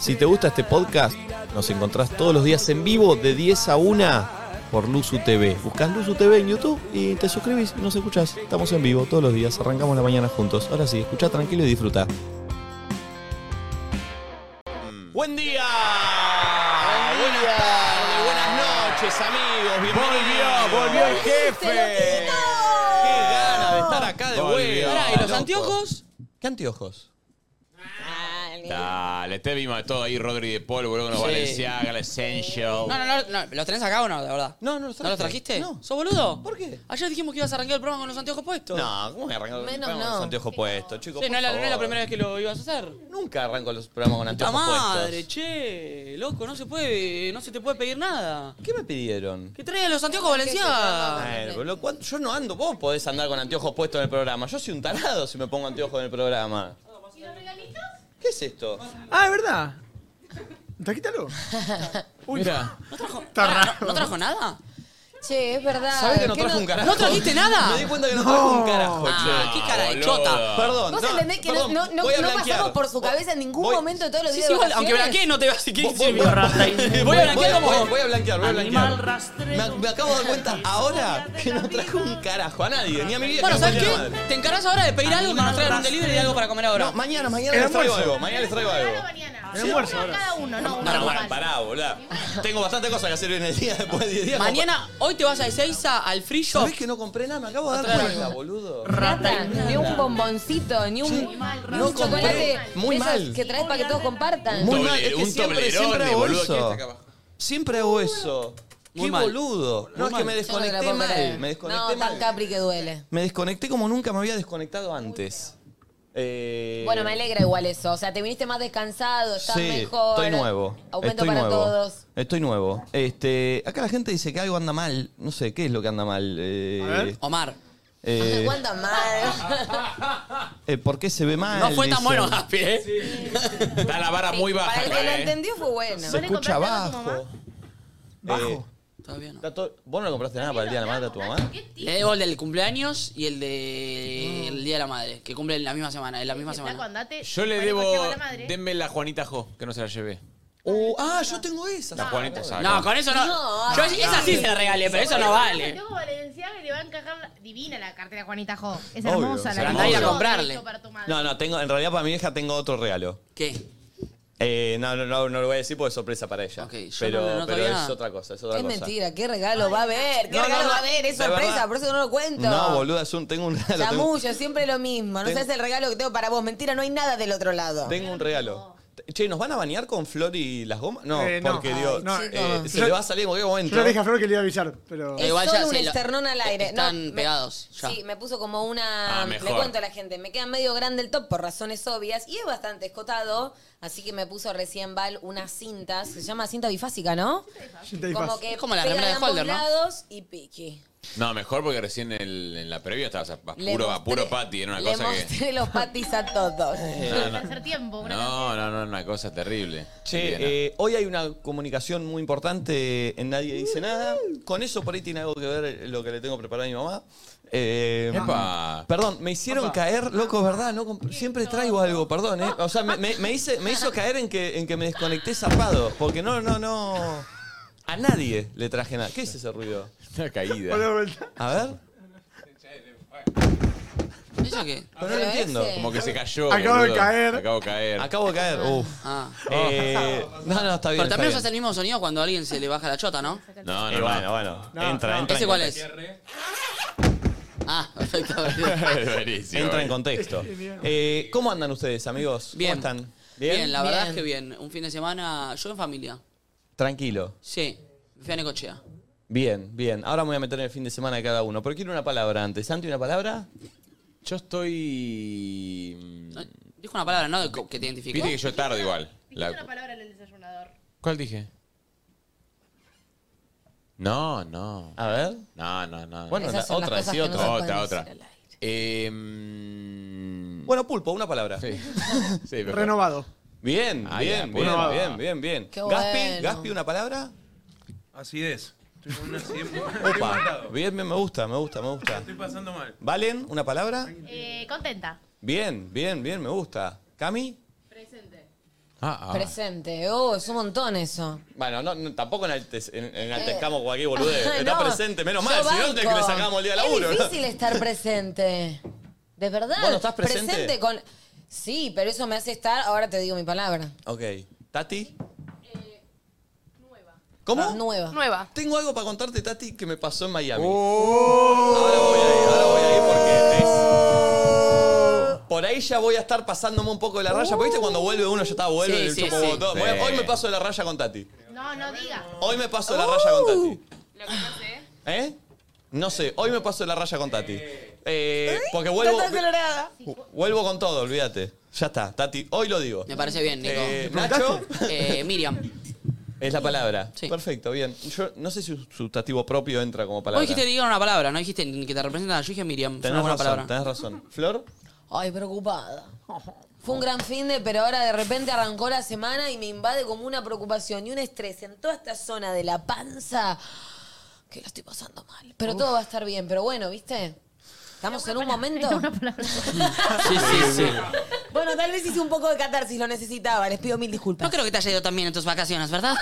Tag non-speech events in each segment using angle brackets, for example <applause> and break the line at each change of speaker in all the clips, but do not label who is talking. Si te gusta este podcast, nos encontrás todos los días en vivo de 10 a 1 por Luzu TV. Buscás Luzu TV en YouTube y te suscribís y nos escuchás. Estamos en vivo todos los días, arrancamos la mañana juntos. Ahora sí, escucha tranquilo y disfruta. Buen día. Buenas tardes, buenas noches, amigos. Bienvenidos.
Volvió, volvió el jefe.
Qué ganas de estar acá de
Volvió. Ah,
vuelta.
Pará, ¿y los
loco.
anteojos? ¿Qué anteojos?
Dale, te vimos Este de todo ahí, Rodri de Paul, boludo, con los
eh. Sí.
Valenciaga, la
No,
Essential.
no, no, no, ¿los tenés acá o no, de verdad?
No, no los
¿No los trajiste?
No.
¿Sos boludo?
¿Por qué?
Ayer dijimos que ibas a arrancar el programa con los anteojos puestos.
No, ¿cómo voy a arrancar
Menos
programa con
no.
los anteojos puestos, chicos?
Sí, no,
por
es la, no es la
favor?
primera vez que lo ibas a hacer.
Nunca arranco los programas con
¡Ta
anteojos
madre,
puestos.
che! Loco, no se puede, no se te puede pedir nada.
¿Qué me pidieron?
¿Qué trae los anteojos
A
Valenciaga?
ver, boludo, ¿cuánto- yo no ando, vos podés andar con anteojos puestos en el programa. Yo soy un tarado si me pongo anteojos en el programa. ¿Qué es esto?
Ah, es verdad.
<laughs>
Taquítalo. Uy,
¿No trajo,
Está
Pará,
raro.
¿no, no trajo nada?
Che, es verdad.
¿Sabés que no
¿Qué
trajo un carajo?
¿No trajiste nada?
Me di cuenta que no, trajo un carajo,
Ah,
che.
qué cara de
boludo.
chota.
Perdón,
Vos
no,
entendés que
perdón,
no, no,
voy a
no
blanquear.
pasamos por su cabeza en ningún
Voy-
momento de todos los
Sí,
días
sí,
de
igual, aunque
vacaciones.
blanquee no te vas a
Voy,
quedar
voy- voy-
Voy a blanquear
voy-
como...
voy a blanquear, voy a blanquear.
Animal rastrero.
Me, me acabo de dar cuenta ahora que no trajo un carajo a nadie, ni a mi vieja.
Bueno,
ni a
¿sabes
mi
qué?
madre.
Te encargas ahora de pedir algo que nos traigan un delivery y algo para comer ahora.
No, mañana, mañana
El
les traigo
almuerzo.
algo, mañana les traigo algo.
el almuerzo ahora.
No, no, pará, pará, boludo. Tengo bastante cosas que hacer en el día <laughs> después de 10 días.
Mañana, hoy te vas a Ezeiza al free shop.
¿Sabés que no compré nada? Me acabo de dar
Otra
cuenta, boludo.
Nada, Ni un bomboncito, ni un, ni
no
un chocolate.
compré. Muy
de esos
mal.
Que traes para que todos compartan.
Muy
Doble-
mal, es que
un
siempre-
toblerone,
siempre hago
boludo.
eso.
¿Quién está acá abajo?
Siempre hago eso.
Muy
Qué
mal.
boludo. No, es que me
Yo no te la
desconecté
puedo
mal.
creer.
Me desconecté
No, tan
mal.
capri que duele.
Me desconecté como nunca me había desconectado antes. Eh,
Bueno, me alegra igual eso. O sea, te viniste más descansado, estás
Sí,
mejor.
estoy nuevo.
Aumento
estoy
para
nuevo.
todos.
Estoy nuevo. Este, acá la gente dice que algo anda mal. No sé, ¿qué es lo que anda mal? Eh,
A ver.
Omar,
eh,
<laughs> Aguanta mal.
<laughs> eh, ¿Por qué se ve mal?
no fue tan
Dicen.
bueno Happy, ¿eh?
Está la vara muy baja.
Para el que
acá,
lo
eh.
entendió fue bueno.
Se escucha bajo. Eh,
Bajo.
Todavía no.
está todo- ¿Vos no le compraste nada para el día de la madre a tu mamá?
Le debo el del cumpleaños y el de el Día de la Madre, que cumple en la misma semana, en la misma semana.
Yo le debo. Denme la Juanita Jo, que no se la llevé.
Oh, ah, yo tengo esa.
La Juanita, ¿sabes?
No, con eso no.
No,
Yo
ay,
esa sí se la regalé, pero eso no vale.
Tengo Valenciaga y le va a encajar la- divina la cartera a Juanita Jo. Es
Obvio,
hermosa
es
la
hermosa. Andá a ir a
Yo
comprarle.
hizo para tu madre.
No, no, tengo, en realidad para mi vieja tengo otro regalo.
¿Qué?
Eh, no, no, no, no lo voy a decir porque es sorpresa para ella.
Ok, yo
pero
no lo noto
pero
bien.
es otra cosa, es otra
Es
cosa.
mentira, qué regalo va a haber, qué
No, no,
regalo
no,
va a haber, es
de verdad.
sorpresa, por eso no lo cuento.
No, boluda, es un- tengo un regalo. Tengo,
Chamullo, siempre lo mismo. No
Tengo-
seas el regalo que tengo para vos. Mentira, no hay nada del otro lado.
tengo un regalo. Che, ¿nos van a bañar con Flor y las gomas? No,
Eh, no.
porque
Ay,
digo,
no,
eh,
eh,
se
yo-
le va a salir en cualquier momento.
Yo le dije a Flor que le iba a avisar, pero.
Es
Igual ya
solo un
se lo- eh,
esternón al aire.
están
No, me-
pegados, ya.
Sí, me puso como una.
Ah,
le
mejor.
cuento a la gente, me queda medio grande el top por razones obvias y es bastante escotado. Así que me puso recién Val unas cintas. Se llama cinta bifásica, ¿no?
Cinta y
Como
faz.
que
Es como la
pega
remera de
ambos
Holder, ¿no?
lados y pique.
No, mejor porque recién el- en la previa estabas a, a
Le
puro, a
mostré-
puro pati. Era una
le
cosa que.
mostré los patis a
<laughs>
todos.
Eh,
Al tercer tiempo, una
No, no, no, una cosa terrible.
Che,
Bien, ¿no?
eh, hoy hay una comunicación muy importante en Nadie Dice Nada. Con eso por ahí tiene algo que ver lo que le tengo preparado a mi mamá. Eh,
Epa.
Perdón, me hicieron caer, loco, es verdad, no comp- siempre traigo algo, perdón, ¿eh? O sea, me, me- me hice- me hizo caer en que, en que me desconecté zarpado, porque no, no, no... A nadie le traje nada. ¿Qué es ese ruido?
Una caída.
Hola, vuelta.
A ver,
¿Eso qué?
pero no lo
Pero
entiendo.
ese-
Como que se cayó.
Acabo de
boludo.
caer.
Acabo de caer.
Acabo de caer, uf.
Ah.
Eh, no, no, está bien,
Pero
está
también
bien.
se hace el mismo sonido cuando a alguien se le baja la chota, ¿no?
No, no,
Eh,
no.
bueno, bueno,
No,
entra,
no.
entra.
¿Ese
en
cuál
conte-
<laughs> es? Ah, <laughs> perfecto.
<laughs>
Buenísimo.
Entra en <laughs> contexto. Eh, ¿Cómo andan ustedes, amigos?
Bien.
¿Cómo están?
Bien, la verdad
Bien.
es que bien. Un fin de semana, yo en familia.
Tranquilo.
Sí, me fui a Necochea.
Bien, bien. Ahora me voy a meter en el fin de semana de cada uno, pero quiero una palabra antes. ¿Santi, una palabra?
Yo estoy.
No, Dijo una palabra, ¿no? De- Que te identificó.
mm, Viste que yo tarde igual.
Dijiste
La-
una palabra en el desayunador.
¿Cuál dije? No, no.
A ver.
No, no, no.
Bueno,
Esas
la-
son las
otra,
cosas
sí,
que
otra.
no se
otra,
pueden
otra.
decir al aire.
Eh, mm,
Bueno, pulpo, una palabra. <laughs>
sí. <laughs> Sí, mejor.
Renovado.
Bien,
Ah,
bien,
bien,
bien,
bueno.
bien, bien, bien.
Qué
Gaspi,
bueno.
Gaspi, una palabra.
Así es. Estoy con una siempre.
<laughs> Opa. Bien, bien, me gusta, me gusta, me gusta.
Estoy pasando mal.
Valen, una palabra.
Eh, contenta.
Bien, bien, bien, me gusta. Cami.
Ah, ah.
Presente. Oh, es un montón eso.
Bueno, no, no, tampoco enaltez- en- enaltezcamos cualquier boludez.
Ay,
Está
Eh, <laughs> no.
presente, menos
Yo
mal. Si no,
banco.
te le sacamos el día de laburo. ¿no?
Es difícil estar presente. De verdad.
¿Vos no estás presente?
con... Sí, pero eso me hace estar... Ahora te digo mi palabra.
Ok. ¿Tati?
Ah,
¿Cómo?
Nueva.
Nueva.
Tengo algo para contarte, Tati, que me pasó en Miami. Ahora voy a ir, ahora voy a ir porque es- Por ahí ya voy a estar pasándome un poco de la raya. Porque viste cuando vuelve uno, ya está, vuelve
Sí,
el
sí,
chupo
sí.
botón. Voy a-
Sí.
Hoy me paso de la raya con Tati.
No, no digas.
Hoy me paso de la raya con Tati.
Lo que no sé.
¿Eh? No sé, hoy me paso de la raya con Tati. Eh, porque vuelvo.
colorada.
Vuelvo con todo, olvídate. Ya está, Tati, hoy lo digo.
Me parece bien, Nico.
Eh, Nacho
<laughs> Eh, Miriam.
es la palabra.
Sí.
Perfecto, bien. Yo no sé si un sustantivo propio entra como
Vos
palabra.
dijiste que digan una palabra, no dijiste ni que te representan. Yo dije Miriam.
tenés
una
razón,
palabra.
tenés razón. ¿Flor?
Ay, preocupada. Fue un gran fin de, pero ahora de repente arrancó la semana y me invade como una preocupación y un estrés en toda esta zona de la panza que la estoy pasando mal. Pero todo va a estar bien, pero bueno, ¿viste? Estamos en un momento.
Sí,
Eh,
sí, sí.
Bueno, tal vez hice un poco de catarsis, lo necesitaba, les pido mil disculpas.
No creo que te haya ido tan bien en tus vacaciones,
<laughs>
¿verdad?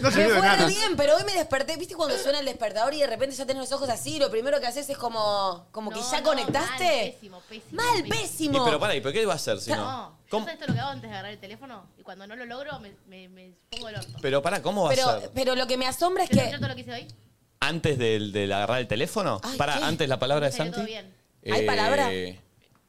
No sirvió
me fue
de
re
nada.
bien, pero hoy me desperté, ¿viste cuando suena el despertador y de repente ya tenés los ojos así? Lo primero que haces es como, como que
No,
ya
no,
conectaste.
mal, pésimo, pésimo,
Mal,
pésimo.
Y,
pésimo.
pero para, ¿y por qué va a ser si no?
No, yo
¿Cómo?
sabes todo lo que hago antes de agarrar el teléfono y cuando no lo logro me, me, me pongo el orto.
Pero para, ¿cómo va a
Pero,
ser?
pero lo que me asombra es
¿Quieres escuchar
que.
todo lo que hice hoy?
¿Antes del, del agarrar el teléfono?
Ay,
para,
¿qué?
antes la palabra de
Salió
Santi. Eh,
todo bien.
¿Hay palabra?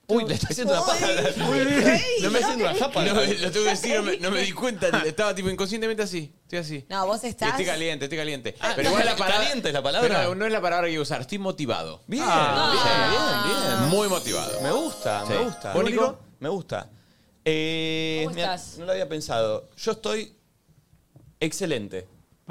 Uy, le está haciendo una paja. No me está haciendo una
No,
japa.
lo tengo que decir, no me, no
<laughs>
me di cuenta. Estaba tipo inconscientemente así. Estoy así.
No, vos estás.
Estoy caliente, estoy caliente.
¿estás Ah, caliente es la palabra?
Pero no es la palabra que iba a usar. Estoy motivado. Ah,
Bien, bien, Ah. bien, bien.
Muy motivado.
Me gusta,
Sí.
me gusta.
¿Vos, Nico?
Me gusta. Eh,
¿Cómo
mira,
estás?
No lo había pensado. Yo estoy excelente.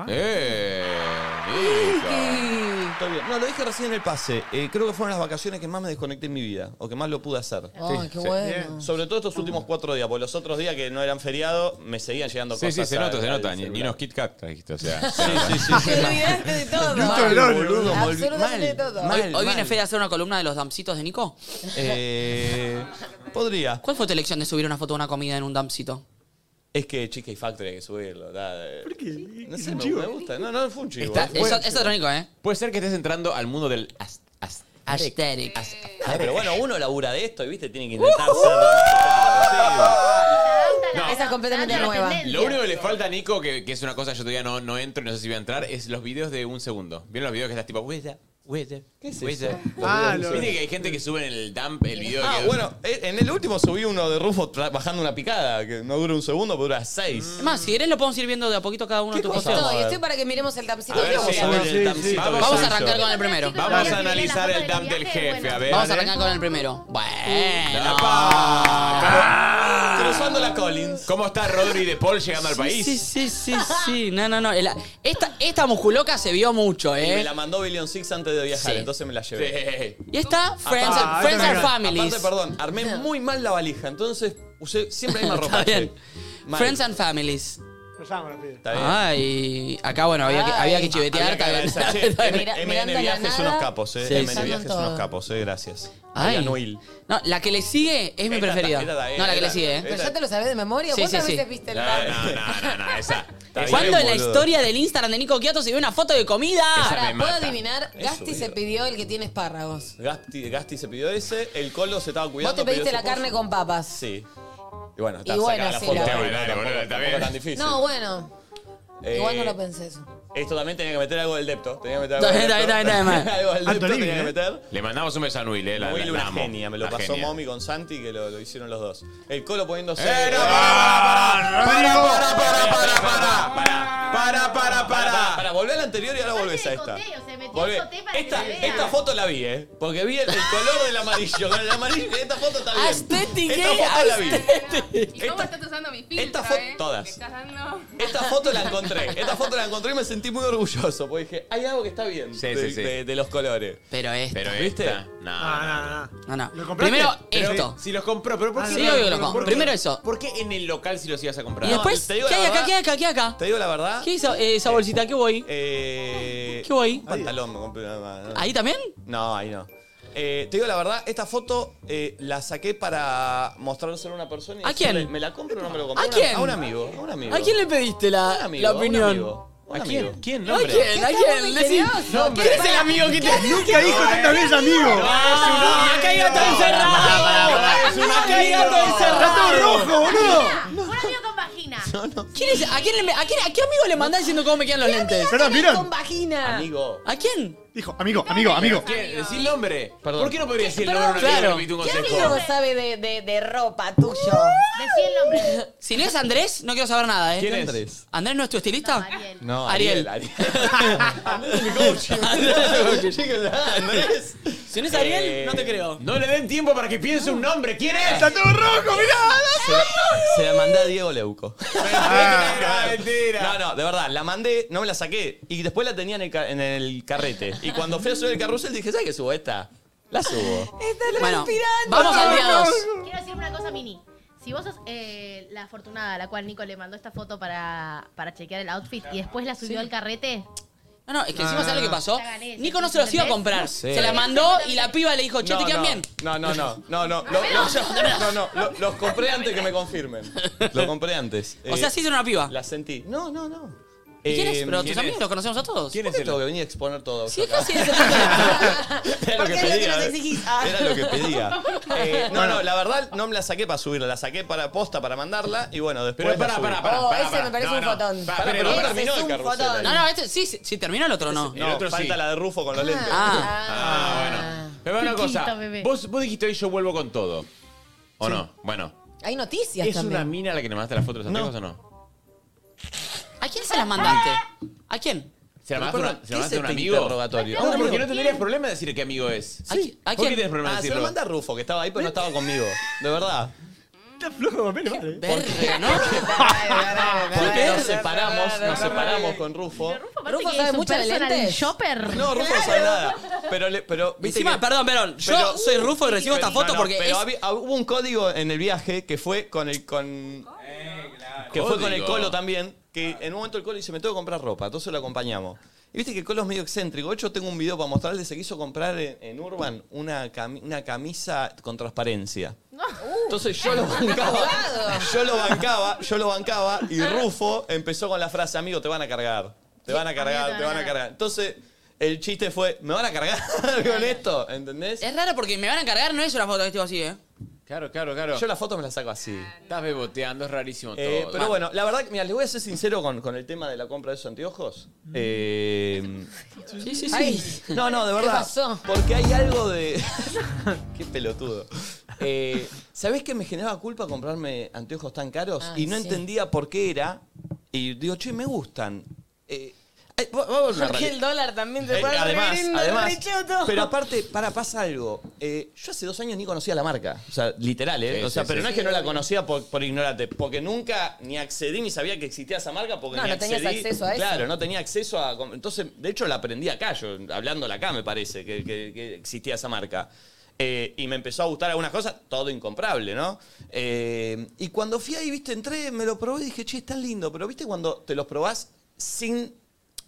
¡Eh!
Estoy bien. No, lo dije recién en el pase. Eh, creo que fueron las vacaciones que más me desconecté en mi vida o que más lo pude hacer.
Ay, Ah, qué bueno.
Sobre todo estos últimos cuatro días, porque los otros días que no eran feriado me seguían llegando
Sí,
cosas.
sí, se
al-
nota, se
al
nota. Ni, ni
celular.
unos Kit Kat trajiste, o sea.
Sí, sí, sí,
<laughs>
sí.
Te olvidaste de todo.
Luto del óleo,
boludo, me olvidé.
Absolutamente de todo.
Hoy,
Mal,
hoy viene
mal.
Fede a hacer una columna de los damcitos de Nico.
Eh, podría.
¿Cuál fue tu elección de subir una foto de una comida en un damcito?
Es que Cheesecake Factory hay que subirlo. da, eh.
¿Por qué?
No
Es
sé,
un
me,
chivo.
me gusta. No, no, fue un chivo.
Está,
Fue-
eso, eso es otro Nico, ¿eh?
Puede ser que estés entrando al mundo del as- as-
Aesthetic.
Ah, pero bueno, uno labura de esto y viste, tiene
Uh-huh.
que intentar ser lo más posible.
No. Esa es completamente nueva.
Lo único que le falta a Nico, que, que es una cosa que yo todavía no, no entro y no sé si voy a entrar, es los videos de un segundo. ¿Vieron los videos que estás tipo, huella, huella, ¿Qué es
Ah, lo-
Viste que hay gente que sube en el dump el video
Ah,
que-
bueno, eh, en el último subí uno de Rufo tra- bajando una picada, que no dura un segundo, pero dura seis.
Es más, si querés lo podemos ir viendo de a poquito cada uno de tus
cosa?
posteos.
Vamos a
Estoy,
ver.
estoy para que miremos el
A
tamcito.
ver,
que
vamos a
hicieron.
ver
Sí,
el
sí.
tamcito que
Vamos
se
a
arrancar
hizo.
con el primero.
Vamos a analizar el dump del jefe, a ver.
Vamos a
Dale.
arrancar con el primero. Bueno.
¡Apa!
Cruzando la Collins.
¿Cómo está Rodri de Paul llegando al país?
Sí, sí, sí, sí. No, no, no. La- esta, esta musculoca se vio mucho,
Y me
¿eh?
la mandó Billion Six antes de viajar,
Sí.
entonces me la llevé.
Sí.
Y esta, Friends,
Ah, esta
friends are
me encanta.
Families.
Aparte, perdón, armé muy mal la valija, entonces usé siempre la misma
<laughs>
ropa.
Está bien.
che. Mal.
Friends and Families.
Rosámara, pide.
Está bien.
Ah, Ay, acá bueno, había que, Ah, había que
Ay.
chivetear.
Había que
está bien.
agradecer. Che,
<laughs> Está bien.
Mira-
MN
mirando la
Viajes son
nada.
unos capos, eh.
Sí.
MN Viajes son unos
Todo.
capás, eh, gracias.
Ay.
Ay, Noel.
No, la que le sigue es mi
Esta,
preferida.
esta, esta,
no, la que
esta.
le sigue, ¿eh?
¿Pero ya te lo sabés de memoria?
Sí,
¿Cuántas
sí, sí.
veces viste el
No,
rap?
no,
<laughs>
no, no, no, esa. está
¿Cuándo
bien,
en la
boludo.
historia del Instagram de Nico Quiato se vio una foto de comida?
Esa-
Ahora,
me
¿puedo
mata.
adivinar?
Eso
Gasti se
digo.
pidió el que tiene espárragos.
Gasti, Gasti se pidió ese, el Colo se estaba
Vos
cuidando.
te pediste
pidió
la
su cosa.
carne con papas.
Sí. Y bueno, está
Y bueno,
sacada la
sí,
foto.
la-
ahí,
Bueno, dale,
tampoco-
boludo, está
tampoco
bien.
tan difícil.
No, bueno.
Eh,
Igual no lo pensé eso.
Esto también tenía que meter algo del depto. Tenía que
<laughs>
meter algo
Está
del
bien,
depto.
está bien, está bien, está bien.
<laughs> Algo del depto
Antonini,
tenía que
eh.
meter.
Le mandamos un beso a Nuil, eh. La,
Will,
la- la
una
amo.
genia, me lo
Una
pasó
genia.
Momi con Santi, que lo, lo hicieron los dos. El Colo poniéndose.
¡Eh, no, para, para, para, para, para, para, para, para, para,
Para,
para,
para,
para!
volvé a la anterior y ahora
Aparte
volvés a
de
esta.
coteo, se metió
Volvé.
coteo para que
Esta,
se vea.
esta foto la vi, ¿eh? Porque vi el, el color del amarillo. Con el amarillo, esta foto está bien.
Aesthetic,
Esta
¿eh?
foto la vi.
¿Y cómo
Esta-
estás usando mi filtro,
esta foto-
eh?
todas.
Me estás dando...
Esta foto la encontré. Esta foto la encontré y me sentí muy orgulloso. Porque dije, hay algo que está bien
Sí,
de,
sí, sí.
de- de los colores.
Pero esta.
Pero
¿Viste?
esta, no.
Ah, no, no.
no, no.
¿Lo compraste?
Primero
Pero-
esto.
Si los compró, pero ¿por qué?
Ah,
Sí,
no,
obvio
no,
que lo
no,
compro.
no.
Primero eso.
¿Por qué en el local si los ibas a comprar?
Y después,
te digo
¿qué
la
hay acá?
verdad.
¿Qué hay acá? ¿Qué hay acá?
Te digo la verdad.
¿Qué hizo eh, esa bolsita? ¿Qué voy?
Eh,
¿Qué voy?
un Pantalón, me compré una-
¿Ahí también?
No, ahí no.
Eh, te digo la verdad, esta foto eh, la saqué para mostrársela a una persona y
¿A
decirle,
quién?
¿me la compro o no me lo compro?
¿A
Una-
quién?
A un amigo, a un amigo.
¿A quién le pediste la,
Un amigo,
la
un
opinión?
amigo, un
¿A
amigo.
quién? ¿Quién?
¿A <laughs>
¿Nombre?
quién? ¿A quién? Decí,
Nombre.
¿Quién es el amigo que te.?
Nunca dijo tantas veces amigo.
¡Ah! ¡Acá hay gato encerrado! ¡Acá hay gato
Está todo
encerrado!
rojo, boludo.
Un amigo con vagina.
¿Quién es- ¿A quién le- a quién- a qué amigo le mandás diciendo cómo me quedan los lentes?
Perdón,
Con
¿vieron?
vagina.
Amigo.
¿A quién?
Dijo, amigo, amigo, amigo.
¿Quién? Decí el nombre. ¿Por qué no podría decir el
Perdón.
nombre?
Claro.
¿Qué un
¿Qué
consejo?
amigo sabe de, de, de ropa tuyo?
Decí el
<laughs>
nombre.
Si no es Andrés, no quiero saber nada, ¿eh?
¿Quién es?
Andrés.
¿Andrés no es tu estilista?
No, Ariel.
No,
Ariel.
Andrés.
Si no es Ariel, no te creo.
Eh, No le den tiempo para que piense un nombre. ¿Quién es?
Está todo rojo, mirá.
<laughs> Se la mandé a Diego Leuco.
Mentira,
No,
mentira.
no, de verdad, la mandé, no me la saqué. Y después la tenía en el, ca- en el carrete. Y cuando fui a subir el carrusel dije, ¿sabes qué subo esta? La subo.
Está
Bueno,
transpirando.
vamos al día 2.
Quiero decir una cosa, Mini. Si vos sos eh, la afortunada a la cual Nico le mandó esta foto para, para chequear el outfit y después la subió al carrete,
No, no, es que encima sabes lo que pasó.
Ya gané,
Nico no se los iba a comprar.
Ah, Sí.
Se la mandó y la piba le dijo, che, te
no,
quedan
no,
bien.
No, no, no, no, no. Lo- no, no, lo- los compré antes que me confirmen. Los compré antes.
O
Eh,
sea, sí es una piba.
la sentí. No, no, no.
¿Y quién es?
Eh,
Pero tus
¿quién
amigos los conocemos a todos.
¿Quién es el tengo que venir a exponer todo?
Sí,
yo
es
acá?
casi es el mismo.
<laughs> Era lo que
Porque es lo que nos
pedía. eh.
exigís. Ah.
Era lo
<laughs>
que <laughs> pedía. Eh, no, no, la verdad no me la saqué para subirla, la saqué para posta, para mandarla y bueno, después.
Pero pará,
la subí.
pará, pará.
Oh,
pará,
ese
pará.
me parece
No,
un
no.
fotón.
Pará,
Pará,
pero
pero no
Ese
pará.
terminó
es
el
un
carrusel.
fotón.
ahí.
No, no, este sí, sí, sí, terminó el otro no.
El
No,
otro sí.
falta la de Rufo con los lentes.
Ah,
Ah, bueno. Pero una cosa.
Chiquito, bebé.
Vos, vos dijiste hoy yo vuelvo con todo. ¿O no? Bueno.
Hay noticias
¿Es
también.
una mina la que le mandaste las fotos de los anteojos o no?
¿a quién se las mandaste? ¿A quién?
¿Se la
Pero,
mandaste, a
perdón,
una- se la
¿qué
mandaste a
es
un
este
amigo?
interrogatorio?
No, porque no tendrías problema de decir qué amigo es.
¿A qui- a
¿Por qué
quién?
tienes problema de
Ah, se lo
decirlo?
manda a Rufo, que estaba ahí, pero no estaba conmigo. De verdad.
Está flojo de papeles,
eh.
vale.
Verga, ¿no?
Ah,
Porque nos separamos, nos separamos con Rufo.
Rufo, aparte
Rufo
que
sabe
es un
mucho de
personal
lentes.
shopper.
<laughs> No, Rufo no sabe nada. Pero, le- pero viste
Encima,
que-
perdón, perdón. Yo
Pero-
soy Rufo y recibo esta
No,
foto
no,
porque
pero
es...
había- hab- hubo un código en el viaje que fue con el con que fue con el
Código.
colo también que en un momento el colo dice me tengo que comprar ropa entonces lo acompañamos y viste que el colo es medio excéntrico de hecho tengo un video para mostrarles se quiso comprar en, en Urban una, cami- una camisa con transparencia entonces yo lo bancaba yo lo bancaba yo lo bancaba y Rufo empezó con la frase amigo te van a cargar te van a cargar te van a cargar entonces el chiste fue me van a cargar <laughs> con esto ¿entendés?
Es raro porque me van a cargar, no es una foto que estoy así, ¿eh?
Claro, claro, claro. Ah,
Yo las fotos me las saco así.
Estás beboteando, es rarísimo todo.
Eh, pero bueno, la verdad, que, mira, les voy a ser sincero con, con el tema de la compra de esos anteojos. Eh,
Sí, sí, sí.
Ay,
<laughs> no, no, de verdad.
pasó?
Porque hay algo de. <laughs> Qué pelotudo. Eh, ¿Sabés que me generaba culpa comprarme anteojos tan caros?
Ah,
y no
sí.
entendía por qué era. Y digo, che, me gustan. Eh, ay, va- va a volver una
Porque
realidad.
el dólar también te
Eh,
pone
además,
reverendo
además,
rechoto.
pero aparte, para, pasa algo. Eh, yo hace dos años ni conocía la marca. O sea, literal, ¿eh?
Sí,
o sea,
sí,
pero
sí.
no es que no la conocía por, por ignorante, porque nunca ni accedí ni sabía que existía esa marca porque
No,
ni
no tenías
accedí.
acceso a eso.
Claro, no tenía acceso a. Entonces, de hecho, la aprendí acá, yo hablándola acá, me parece, que, que- que existía esa marca. Eh, y me empezó a gustar algunas cosas, todo incomprable, ¿no? Eh, y cuando fui ahí, viste, entré, me lo probé y dije, che, está lindo, pero viste cuando te los probás sin.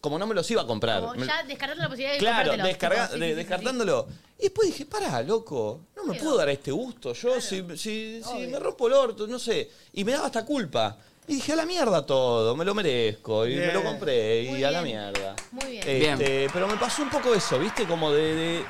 Como no me los iba a comprar.
Como
Me-
ya descartando la posibilidad de
Claro,
comprártelo.
descarga-
Tipo, sí, sí,
de-
sí, sí.
descartándolo. Y después dije, pará, loco, no me
Pero-
puedo dar este gusto. Yo, si, si- si me rompo el orto, no sé. Y me daba hasta culpa. Y dije, a la mierda todo, me lo merezco. Y me lo
Bien.
compré, y
Muy
a la
bien.
mierda.
Muy bien.
Este, Pero me pasó un poco eso, ¿viste? Como de, de,
Bien.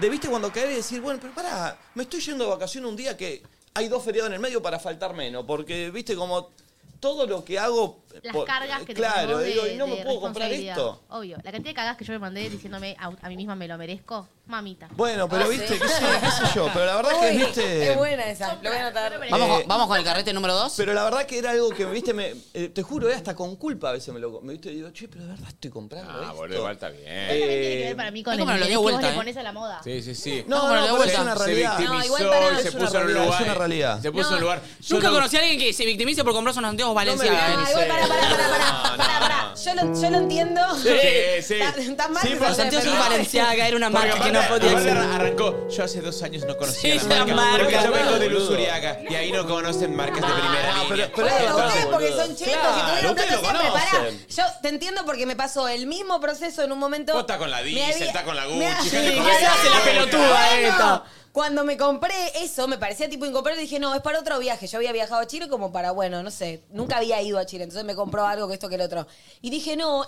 de, ¿viste? Cuando caer y decir, bueno, pero pará, me estoy yendo de vacaciones un día que hay dos feriados en el medio para faltar menos. Porque, ¿viste? Como todo lo que hago...
Las
por-
cargas que
Claro,
te
digo,
digo,
y no me puedo comprar esto.
Obvio, la cantidad de cagas que yo me mandé diciéndome a, a mí misma me lo merezco, mamita.
Bueno, pero
Ah,
viste,
sí.
qué, sé, qué sé yo, pero la verdad
Uy,
que viste.
Es buena esa, lo voy a anotar.
Pero-
Vamos,
Eh,
vamos con el carrete número 2.
Pero la verdad que era algo que, viste, me, eh, te juro, eh, hasta con culpa a veces me lo me viste y digo, che, pero de verdad estoy comprando.
Ah,
esto.
boludo, igual está bien.
Eh,
También tiene que ver para mí con
es
el
como lo
interés que
dio
vos
vuelta,
le
eh.
pones a la moda.
Sí, sí, sí.
No,
Vamos a la
no, pero
vuelta.
es una
Se
realidad.
victimizó
No, igual pará,
y
es
una
se puso en un
realidad,
lugar.
es una realidad.
Se puso en un lugar. Yo
Nunca
no-
conocí a alguien que se victimice por comprarse unos anteojos
No me
Valenciaga.
vean.
Ay, voy para, para, para, para,
No, no,
para, para,
no.
yo lo, yo lo entiendo.
Sí, sí.
Está- Está mal.
Sí,
que
pero
se hable de
Santiago es un
Ferrari.
Balenciaga, era una
Porque
marca que no
aparte-
podía
aparte
existir.
arrancó. Yo hace dos años no conocía
Sí,
la
la
marca.
marca,
porque yo vengo de
boludo.
Luz Uriaga y ahí no conocen marcas de primera línea.
pero-
Bueno,
Claro,
ustedes porque
boludo.
son chetos
Claro,
y tuvieron
ustedes
plata
lo
siempre. Pará,
conocen.
yo te entiendo porque me pasó el mismo proceso en un momento.
Vos estás con la Diesel,
Me había-
estás con la Gucci,
me ha-
¿qué
te Sí, ¿qué se hace la pelotuda esta?
Cuando me compré eso, me parecía tipo incomprable. Dije, no, es para otro viaje. Yo había viajado a Chile como para, bueno, no sé, nunca había ido a Chile. Entonces me compró algo que esto que el otro. Y dije, no,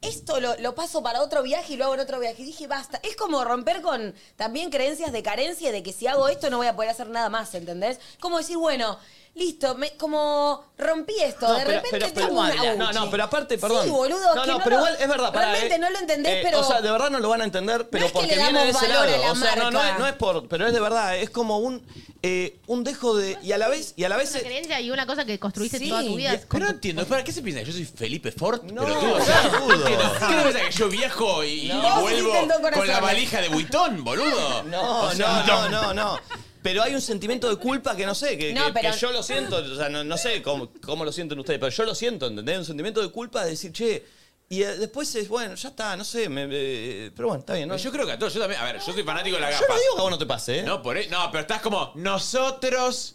esto lo, lo paso para otro viaje y lo hago en otro viaje. Y dije, basta. Es como romper con también creencias de carencia de que si hago esto no voy a poder hacer nada más, ¿entendés? Como decir, bueno, listo, me, como rompí esto.
No,
de
pero-
repente
pero- pero-
tengo una Gucci.
No, no, pero aparte, perdón.
Sí, boludo.
No,
que
no, pero
lo-
igual es verdad. pará,
Realmente
eh.
no lo entendés,
Eh,
pero...
O sea, de verdad no lo van a entender, pero
es que
porque
le
viene de
damos
ese
valor
lado.
a la
O sea, no, no,
marca.
es- no es por. Pero es de verdad, es como un. eh, un dejo de. Y a la vez. Y a la vez.
Una
eh,
creencia y una cosa que construiste
Sí.
toda tu vida.
Pero no entiendo, ¿para qué se piensa? que Yo soy Felipe Ford,
No,
pero tú, o sea, ¿Qué te pensás que yo viajo y, y
No. Vos hiciste el
vuelvo
don
con la
corazón.
valija de Buitón, boludo?
<laughs> No,
O sea,
no, no, no, no. Pero hay un sentimiento de culpa que no sé, que,
No,
que- que
pero-
yo lo siento, o sea, no, no sé cómo, cómo lo sienten ustedes, pero yo lo siento, ¿entendés? Un sentimiento de culpa de decir, che, y eh, después es, bueno, ya está, no sé, me- me- pero bueno, está bien, ¿no?
Yo creo que a todos, yo también, a ver, yo soy fanático de la
Yo
gafa.
no digo que a vos no te pase, ¿eh?
No, por e- no, pero estás como nosotros,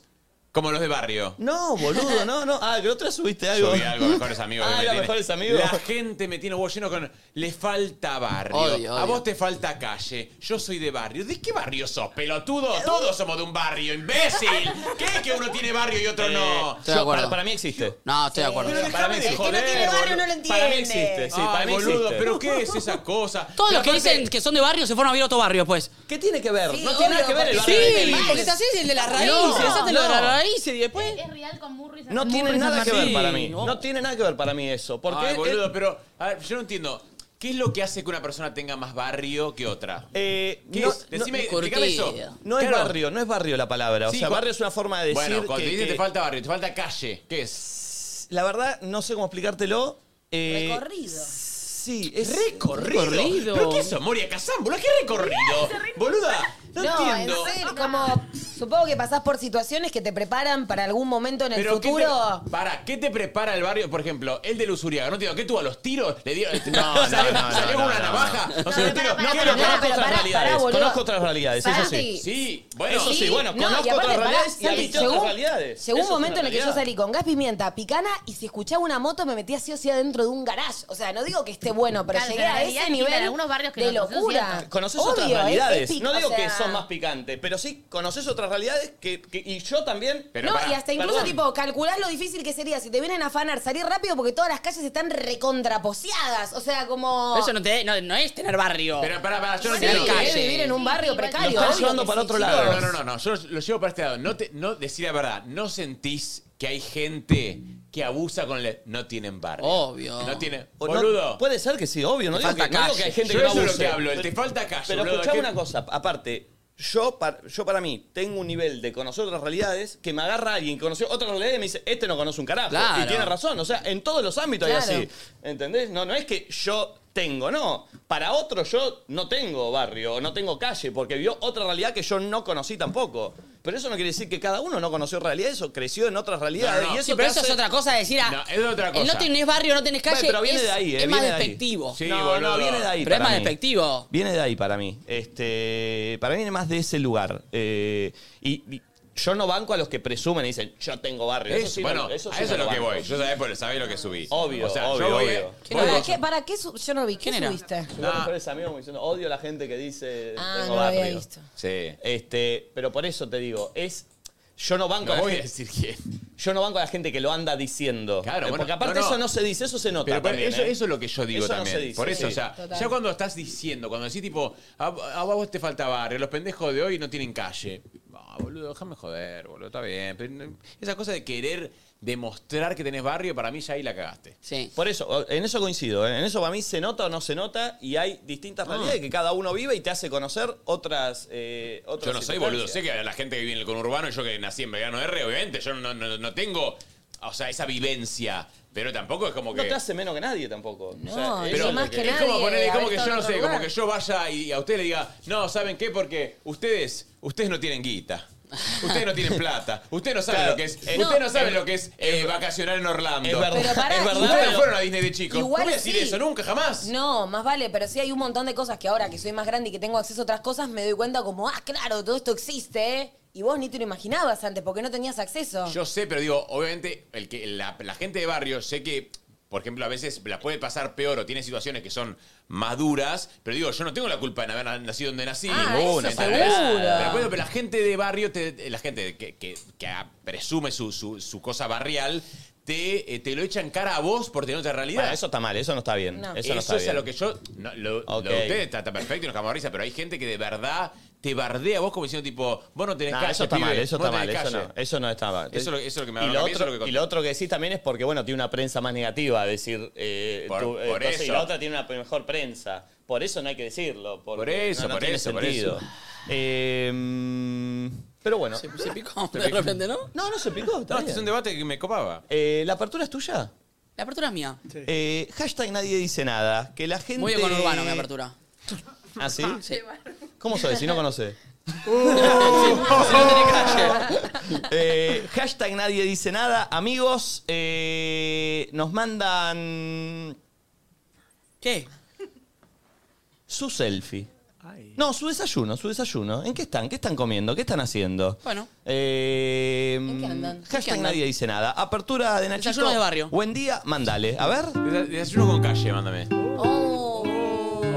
como los de barrio.
No, boludo, no, no. <laughs> Ah, que otra subiste algo.
Yo vi algo mejores amigos. que
Ah,
me
era
tiene.
Mejores Amigos.
La gente me tiene huevo lleno con. Le falta barrio.
Odio,
A
odio.
vos te falta calle. Yo soy de barrio. ¿De qué barrio sos, pelotudo? Todos somos de un barrio, imbécil. ¿Qué es que uno tiene barrio y otro no?
Estoy de
Eh, Yo-
acuerdo.
Para, para mí existe.
No, estoy de acuerdo.
Pero
Para
déjame
mí existe.
de
El que no
joder,
tiene barrio no lo
boludo.
entiende.
Para mí existe, sí,
Ay,
para mí
boludo,
existe.
pero ¿qué es esa cosa?
Todos
Pero
los que
aparte-
dicen que son de barrio se fueron a vivir a otro barrio pues. después.
¿Qué tiene que ver?
Sí,
no tiene nada que
obvio,
ver el
porque-
barrio en el que
Sí,
vivís.
porque te haces
el de las
raíces, hacete lo de las
raíces y después.
Eh,
Es real con Murray.
No tiene
Murray San
nada que
Martín.
ver
Sí,
para mí.
no.
No tiene nada que ver para mí eso. Porque
Ay,
eh,
boludo, pero. A ver, yo no entiendo. ¿Qué es lo que hace que una persona tenga más barrio que otra?
eh,
¿Qué
no-
es? Decime,
no-
explícame eso.
curtido.
No es
Claro.
barrio, no es barrio la palabra. O
Sí,
sea,
cu-
barrio es una forma de decir
Bueno, cuando
que,
te dicen
que-
te falta barrio, te falta calle, ¿qué es?
la verdad no sé cómo explicártelo. eh,
Recorrido.
Sí, es
Recorrido.
Recorrido.
¿Pero qué es eso, Moria Kazán, boludo? ¿Qué
<laughs>
recorrido? Boluda, no, entiendo.
en serio, como supongo que pasás por situaciones que te preparan para algún momento en el
Pero ¿qué
futuro.
te, para, ¿qué te prepara el barrio? Por ejemplo, el de Lusuriaga, no entiendo, ¿qué tuvo a los tiros? Le dio este,
No, no,
<laughs> salió,
no, no,
salió con
no,
una
no,
navaja. O
No,
sea, no entiendo,
pará,
¿qué
pará,
lo
pará,
conozco?
Conozco
pero
otras
pará,
realidades.
pará, boludo.
conozco otras realidades, eso sí.
Santi.
Sí, bueno,
Eso sí, bueno,
No, y
conozco
aparte,
otras
pará,
realidades y
Santi,
adicto a
llegó
otras
un-
realidades.
Llegó un
Eso es
momento en
una
el que yo
realidad.
salí con gas pimienta, picana y si escuchaba una moto me metía así o así adentro de un garage. O sea, no digo que esté bueno, pero
Claro,
llegué
en
a
realidad
ese
sí,
nivel
en algunos barrios que
de
no- no se
locura.
sienta.
Conoces
Obvio,
otras
es- es
realidades.
pic-
no
o
digo que
sea,
son más picantes, pero sí conoces otras realidades que, que- y yo también.
Pero
no,
pará,
y hasta incluso,
perdón.
tipo, calculás lo difícil que sería si te vienen a afanar, salir rápido porque todas las calles están recontraposeadas. O sea, como...
Eso no, te, no, no es tener barrio.
pero pará, pará, yo no
Sí,
en
entiendo.
la
es
calle.
vivir en un
Sí,
barrio
sí,
precario.
lo están
obvio
llevando
que
para
sí,
otro
chicos.
lado.
No, no, no, no, yo lo llevo para este lado. No, te, no decir la verdad, ¿no sentís que hay gente que abusa con el... No tienen barrio.
Obvio.
No tienen...
O no-
Boludo.
puede ser que sí, obvio. No, digo que,
falta
no digo
calle.
que hay gente
Yo
que no
eso es lo
abuse.
que hablo, el te falta calle,
Pero
boludo,
escuchame
que-
una cosa, aparte. Yo para, yo para mí tengo un nivel de conocer otras realidades que me agarra alguien que conoció otras realidades y me dice, este no conoce un carajo.
Claro.
Y tiene razón, o sea, en todos los ámbitos
Claro.
hay así. ¿Entendés? No, no es que yo tengo, no. Para otro yo no tengo barrio, o no tengo calle, porque vio otra realidad que yo no conocí tampoco. Pero eso no quiere decir que cada uno no conoció realidades o creció en otras realidades.
No, no,
Y
no.
eso
Sí,
te
pero eso
hace-
es otra cosa decir a.
No, es otra
el
cosa.
no tenés barrio, no tenés calle.
Bueno, pero viene
es,
de ahí, eh,
es más
viene de ahí.
despectivo.
Sí,
no,
boludo.
no, viene de ahí.
Pero es
para
más
mí.
despectivo.
Viene de ahí para mí. Este, para mí viene más de ese lugar. Eh, y, y yo no banco a los que presumen y dicen, yo tengo barrio.
Eso,
sí
bueno,
no-
a
sí
eso es
no
lo que
banco.
voy. Yo sabés, por- sabés lo que subí.
Obvio,
o sea,
obvio,
yo voy,
obvio.
voy-
¿Para qué, ¿Para qué? su- Yo no vi. ¿Qué
¿Quién era?
subiste?
Tengo mejores amigos como diciendo, odio a la gente que dice,
Ah,
Ah, tengo
no lo
barrio.
había visto.
Sí.
Este, pero por eso te digo, es... Yo no, banco
No
a la
voy a
gente-
decir quién.
yo no banco a la gente que lo anda diciendo.
Claro,
Eh,
bueno,
porque aparte
no, no.
eso no se dice, eso se nota.
Pero, pero
también,
eso,
¿eh?
eso es lo que yo digo
Eso no
también.
se dice,
Por eso,
sí.
o sea,
Total.
ya cuando estás diciendo, cuando decís tipo, a, a vos te falta barrio, los pendejos de hoy no tienen calle. Ah, boludo, déjame joder, boludo, está bien. Pero, no- esa cosa de querer demostrar que tenés barrio, para mí ya ahí la cagaste.
Sí.
Por eso, o- en eso coincido. ¿eh? En eso para mí se nota o no se nota y hay distintas
Ah.
realidades que cada uno vive y te hace conocer otras. eh, otras
Yo no soy
circunstancias.
boludo, sé que la gente que vive en el conurbano, yo que nací en Belgrano R, obviamente, yo no, no- no tengo, o sea, esa vivencia. Pero tampoco es como que...
No te hace menos que nadie tampoco.
No,
es
y
Pero
lo
más que
es
nadie,
como ponerle, como
haber
que yo
estado en
no
otro
sé,
lugar.
como que yo vaya y a usted le diga, no, ¿saben qué? Porque ustedes, ustedes no tienen guita. Ustedes no tienen plata. Ustedes no saben
Claro,
lo que es.
eh,
ustedes no
no,
saben
eh,
lo que es eh, vacacionar en Orlando.
Es verdad,
Pero pará,
es verdad,
igual-
Ustedes no
pero-
fueron a Disney de chicos.
Igual
no voy a decir
sí.
eso nunca, jamás.
No, más vale, pero sí hay un montón de cosas que ahora que soy más grande y que tengo acceso a otras cosas, me doy cuenta como, ah, claro, todo esto existe, ¿eh? Y vos ni te lo imaginabas antes porque no tenías acceso.
Yo sé, pero digo, obviamente, el que, la, la gente de barrio sé que, por ejemplo, a veces la puede pasar peor o tiene situaciones que son más duras, pero digo, yo no tengo la culpa de haber nacido donde nací.
Ah,
ninguna,
eso
¿entendés?
seguro.
Pero, bueno, pero la gente de barrio, te- la gente que, que- que presume su, su- su cosa barrial, te, eh, te lo echa en cara a vos por tener otra realidad.
Bueno, eso está mal, eso no está bien.
No.
Eso no está
es
bien.
a lo que yo. no, lo, lo
Ok.
de ustedes está, está perfecto y nos cagamos de risa, pero hay gente que de verdad te bardea a vos como diciendo, tipo, vos no tenés
No,
calle.
eso está
pibe,
mal, eso
vos
está
no
mal,
tenés
eso
calle".
no, eso no está mal.
Eso es lo que- eso es lo que me
y
agarra
lo,
a mí, eso
otro,
es lo que
y lo otro que decís también es porque, bueno, tiene una prensa más negativa, decir. eh,
Por-
tú, eh,
por
entonces, Y
eso.
la otra tiene una mejor prensa. Por eso no hay que decirlo. porque
Por eso,
no, no
por
tiene
eso, por
sentido.
eso.
Eh, mm, pero bueno.
Se, se picó <laughs> de repente, ¿no?
No, no se picó. está bien.
No, este es un debate que me copaba.
Eh, ¿La apertura es tuya?
La apertura es mía.
Eh, hashtag nadie dice nada. Que la gente.
Muy bien con Urbano, mi apertura.
¿Ah, sí?
Sí.
¿Cómo sabes si no conoces?
Si no tenés calle.
Eh, hashtag nadie dice nada. Amigos, eh, nos mandan
¿Qué?
su selfie. No, su desayuno, su desayuno. ¿En qué están? ¿Qué están comiendo? ¿Qué están haciendo?
Bueno.
Eh,
qué andan?
Hashtag
¿En qué andan?
nadie dice nada. Apertura de Nachito.
Desayuno de barrio.
Buen día, mandale. A ver.
Desa- Desayuno con calle, mándame.
Oh,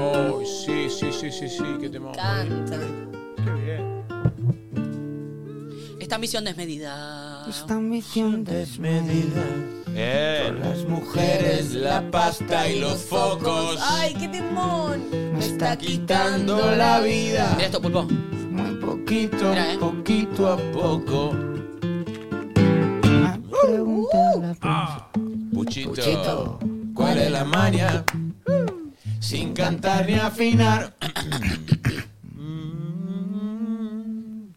Oh, sí, sí, sí, sí, sí, qué temor.
canta.
Esta ambición desmedida.
ambición desmedida.
Bien.
Las mujeres
la pasta y los focos.
Ah,
Ay, qué temón.
me está
quitando
quitando
la
la vida.
Mira esto, pulpo.
Muy poquito,
Mira, eh.
poquito a
Ah,
poco.
uh,
Pregunta la
Ah, Puchito.
Puchito.
¿Cuál es la maña? Sin cantar ni afinar.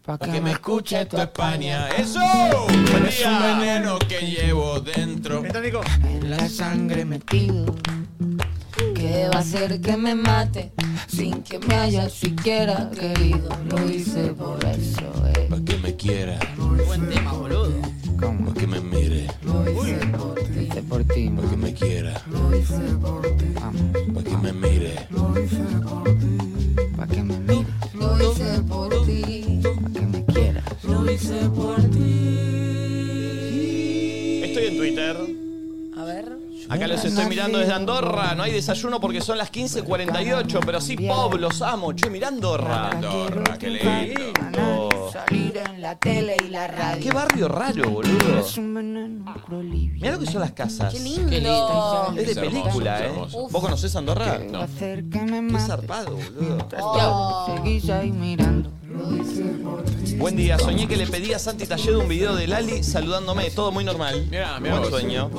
pa'
Que me escuche tu España. ¡Eso! Es un veneno que llevo dentro.
Entra, Nico.
En la sangre metido.
¿Qué va a ser que me mate sin que me haya siquiera querido? Lo hice por eso, eh.
Para que me quiera,
Buen tema, boludo.
¿Cómo?
para que me mire,
Lo hice por ti. Hice por ti,
para
mami.
que me quiera,
Lo hice por ti. Vamos.
para que me mire.
Lo hice por ti. Pa' que me mires.
Lo hice por ti.
Pa' que me quieras.
Lo hice por ti.
Estoy en Twitter.
A ver.
Acá los estoy mirando desde Andorra. No hay desayuno porque son las 15.48. Pero sí, Pop, los amo. Che, mira Andorra.
Andorra, qué lindo.
Oh.
Salir en la tele y la
Qué
radio.
barrio raro, boludo.
Es un veneno cruel y
Mirá lo que son las casas.
Qué
Qué
lindo.
lindo.
Es de
Es hermoso,
película,
es
¿eh?
hermoso.
¿Vos conocés Andorra?
Va a hacer que me
Qué
mates.
zarpado, boludo.
Oh.
Seguís ahí mirando.
Buen día, soñé que le pedí a Santi Talledo un video de Lali saludándome, todo muy normal.
Mirá, mirá
Buen
vos.
sueño.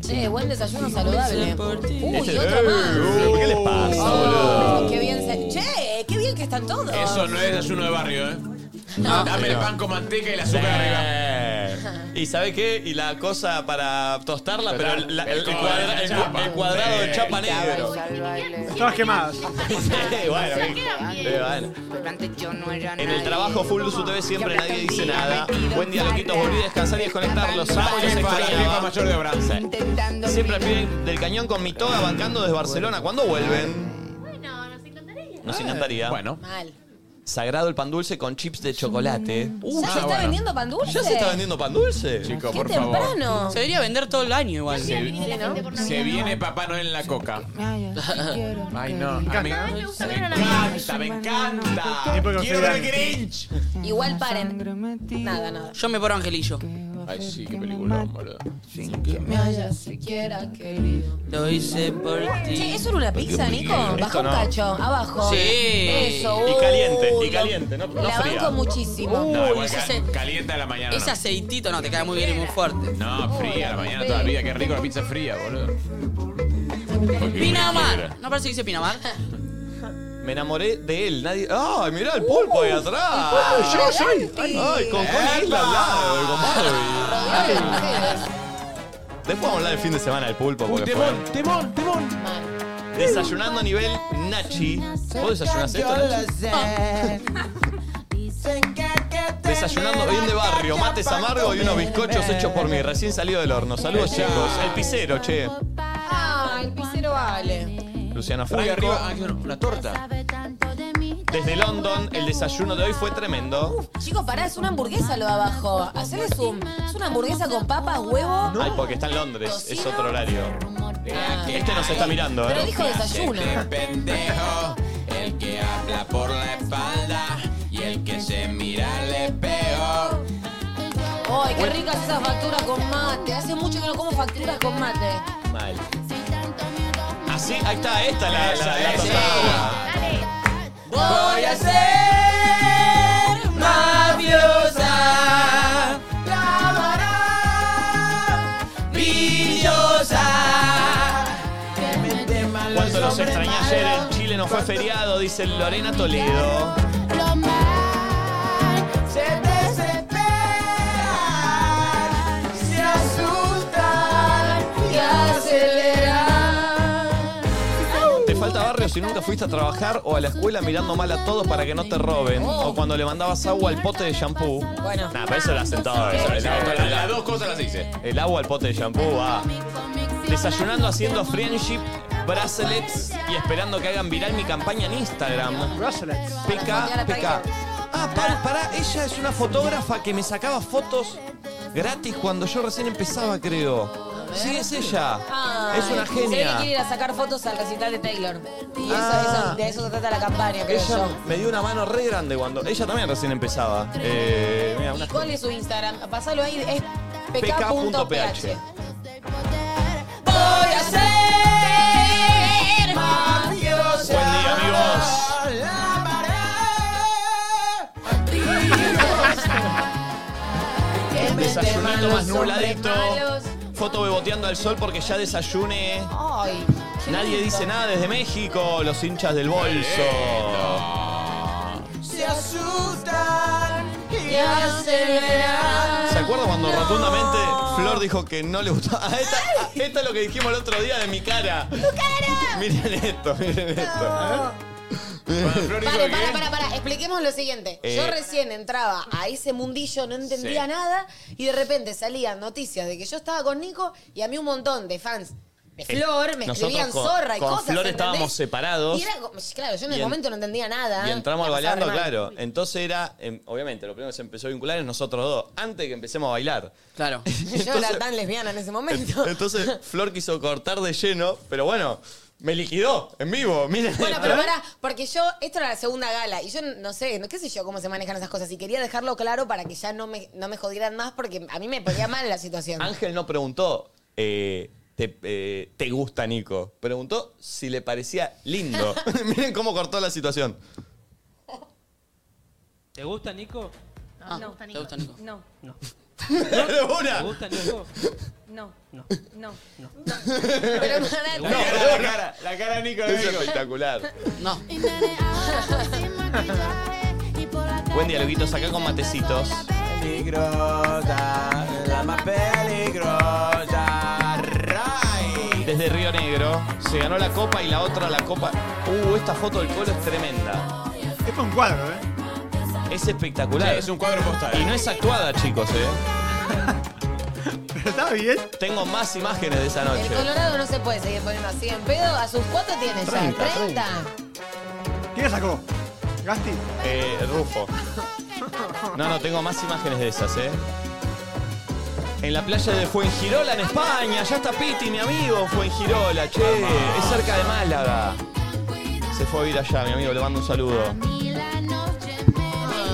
Che, buen desayuno saludable. Uy,
Este-
otro más.
uh.
Eh, ¿Qué les pasa, boludo?
Qué bien se... Che, qué bien que están todos.
Eso no es desayuno de barrio, ¿eh? Dame el pan con manteca y el azúcar arriba.
Eh. Y sabe qué? Y la cosa para tostarla, pero el, la- el
El Eh,
cuadra- el cu- el cuadrado de chapa <laughs> negro.
Al baile.
Todas quemadas. <laughs>
Sí, bueno,
Eso queda bien.
eh, bueno.
Pero antes yo no era
En el
nadie.
trabajo Full Luzu TV siempre nadie dice nada. Buen día, loquitos, volví a descansar y desconectar. Los amo, los
Jefa, la jefa
extrañaba.
mayor de Obranza.
Intentando
Siempre al
olvidar.
pie del cañón con mi toga bancando desde Barcelona. ¿Cuándo vuelven?
Bueno, nos encantaría.
Nos encantaría.
Bueno.
Mal.
Sagrado el pan dulce con chips de chocolate. Uh,
Mm. ¿Ya se está
bueno.
vendiendo pan dulce?
¿Ya se está vendiendo pan dulce?
Chico,
Qué
por favor.
temprano.
Se debería vender todo el año igual.
Viene la gente por Navidad.
Se viene Papá Noel en la coca. Ay, no. A mí-
Ay, me gusta
Me
ver a Navidad.
encanta, me encanta.
Tiempo que
Quiero ver
consideran.
Grinch.
Igual paren. Nada, nada.
Yo me paro angelillo.
Ay, sí, qué película, boludo.
Sin que me haya siquiera querido.
Lo hice por
Che,
ti.
¿eso era una pizza, Nico? Baja un
no.
cacho, abajo.
Sí.
Eso,
Y caliente, y
uh,
uy,
caliente, no- no
La
fría.
banco muchísimo.
No, igual
ese
ca-
se-
calienta a la mañana.
Ese
no.
aceitito no te cae muy bien y muy fuerte.
No, fría a la mañana toda la vida. Qué rico la pizza fría, boludo.
Pinamar. ¿No parece que dice Pinamar?
Me enamoré de él. Nadie. ¡Ay, mirá el pulpo
Uh,
ahí atrás! ¡Yo soy! ¡Ay,
Eh,
con Connie Isla al lado! y con Barbie. Después vamos a hablar del fin de semana del pulpo. Porque fue
temón, temón.
desayunando a nivel <laughs> Nachi. ¿Vos desayunás esto, Nachi?
Dicen que hay que
Desayunando bien de barrio, mates amargos y unos bizcochos hechos por mí, recién salido del horno. Saludos, chicos. El pisero, che.
Ah, el pisero vale.
Luciano
Uy,
Franco.
arriba, ah, claro, una torta.
Desde London, el desayuno de hoy fue tremendo.
Chicos, pará, es una hamburguesa lo de abajo. Hacerle zoom. Es una hamburguesa con papas, huevo.
Ay, porque está en Londres, es otro horario. Este nos está mirando,
Pero
¿eh?
dijo desayuno.
Este pendejo, el que habla por la espalda y el que se mira al espejo.
Ay, qué ricas esas facturas con mate. Hace mucho que no como facturas con mate.
Mal. Así, ahí está, esta la, la, la tostada.
Voy a ser mafiosa, clavará, brillosa.
Cuánto los extrañé ayer en Chile, no fue feriado, dice Lorena Toledo.
Se desesperan, se asustan y aceleran.
Te falta barrio si nunca fuiste a trabajar o a la escuela mirando mal a todos para que no te roben. O cuando le mandabas agua al pote de shampoo.
Bueno.
Nah, pero eso era sentado. eso era-
Las dos cosas las hice.
El agua al pote de shampoo, ah. Desayunando haciendo friendship, bracelets y esperando que hagan viral mi campaña en Instagram.
Bracelets.
PK, PK. Ah, para, para, ella es una fotógrafa que me sacaba fotos gratis cuando yo recién empezaba, creo. Sí, es ella.
Ah. Ay,
Es una
sé que
genia.
quiere ir a sacar fotos al recital de Taylor. Y eso,
Ah.
eso- de eso se trata la campaña, creo
Ella
yo.
me dio una mano re grande cuando. Ella también recién empezaba. Eh, mira, una
¿Y cuál es su Instagram? Pasalo ahí, es
pk.ph.
pk.ph. Voy a ser
Buen día, amigos. <laughs> Desayunito más nubladito. Foto beboteando al sol porque ya desayuné.
Ay, qué
Nadie
lindo.
dice nada desde México, los hinchas del bolso.
Se asustan y
¿Se acuerdan cuando rotundamente Flor dijo que no le gustaba? Ah, esta, ah, esta es lo que dijimos el otro día de mi cara. ¡Tu cara! Miren esto, miren esto. ¿eh?
Para, para, para, para. Expliquemos lo siguiente.
Eh.
Yo recién entraba a ese mundillo, no entendía
Sí.
nada, y de repente salían noticias de que yo estaba con Nico y a mí un montón de fans de Flor me
Eh, Nosotros
escribían
con-
zorra y
con
cosas.
Flor
¿entendés?
estábamos separados.
Y era como- claro, yo en
Y
el
en-
momento no entendía nada.
Y entramos al
La pasaba
bailando,
re mal.
claro. Entonces era, em, obviamente, lo primero que se empezó a vincular es nosotros dos, antes de que empecemos a bailar.
Claro.
<laughs> Yo
Entonces-
era tan lesbiana en ese
<laughs>
momento.
Entonces Flor quiso cortar de lleno, pero bueno, me liquidó en vivo. Miren
Bueno,
esto,
pero
¿eh?
pará, porque yo, esto era la segunda gala y yo no sé, no qué sé yo cómo se manejan esas cosas y quería dejarlo claro para que ya no me, no me jodieran más porque a mí me ponía mal la situación.
Ángel no preguntó, eh, te, eh, ¿te gusta Nico? Preguntó si le parecía <laughs> lindo. Miren cómo cortó la situación.
¿Te gusta, Nico?
Ah,
No, no,
¿Te gusta, Nico?
No,
<laughs>
¡De una!
¿Te gusta, Nico?
no, no, no.
Pero pará,
La cara, la cara, la cara de Nico de
Es
Nico.
espectacular.
No.
Buen día, loquitos, acá con matecitos.
Peligrosa, la más peligrosa. Ray.
Desde Río Negro se ganó la copa y la otra la copa. Uh, esta foto del colo es tremenda.
Es un cuadro, ¿eh?
Es espectacular.
Sí, es un cuadro ¿eh? postal.
Y no es actuada, chicos, ¿eh?
<laughs> Pero está bien.
Tengo más imágenes de esa
El
noche.
Colorado no se puede seguir poniendo así en pedo. ¿A sus cuánto tienes ya?
30,
¿30?
¿Quién la sacó? Gasti.
Eh, Rufo. No, no, tengo más imágenes de esas, ¿eh? En la playa de Fuengirola, en España. Ya está Piti, mi amigo. Fuengirola, che. Es cerca de Málaga. Se fue a ir allá, mi amigo. Le mando un saludo.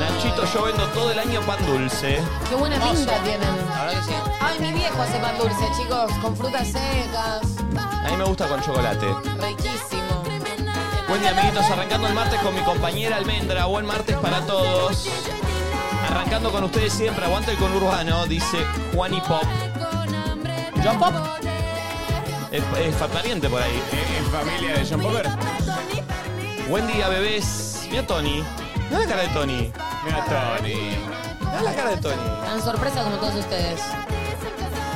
Nachito, yo vendo todo el año pan dulce.
Qué buena pinta tienen.
La verdad que sí.
Ay, mi viejo hace pan dulce, chicos, con frutas secas.
A mí me gusta con chocolate.
Riquísimo.
Buen día, amiguitos. Arrancando el martes con mi compañera Almendra. Buen martes para todos. Arrancando con ustedes siempre. Aguanta el conurbano, dice Juan y Pop.
John Pop.
Es, es pariente por ahí.
En familia de John Popper.
Buen día, bebés. Mira Tony. Mira la cara de Tony.
Mira, Tony.
Mira la cara de Tony.
Tan sorpresa como todos ustedes.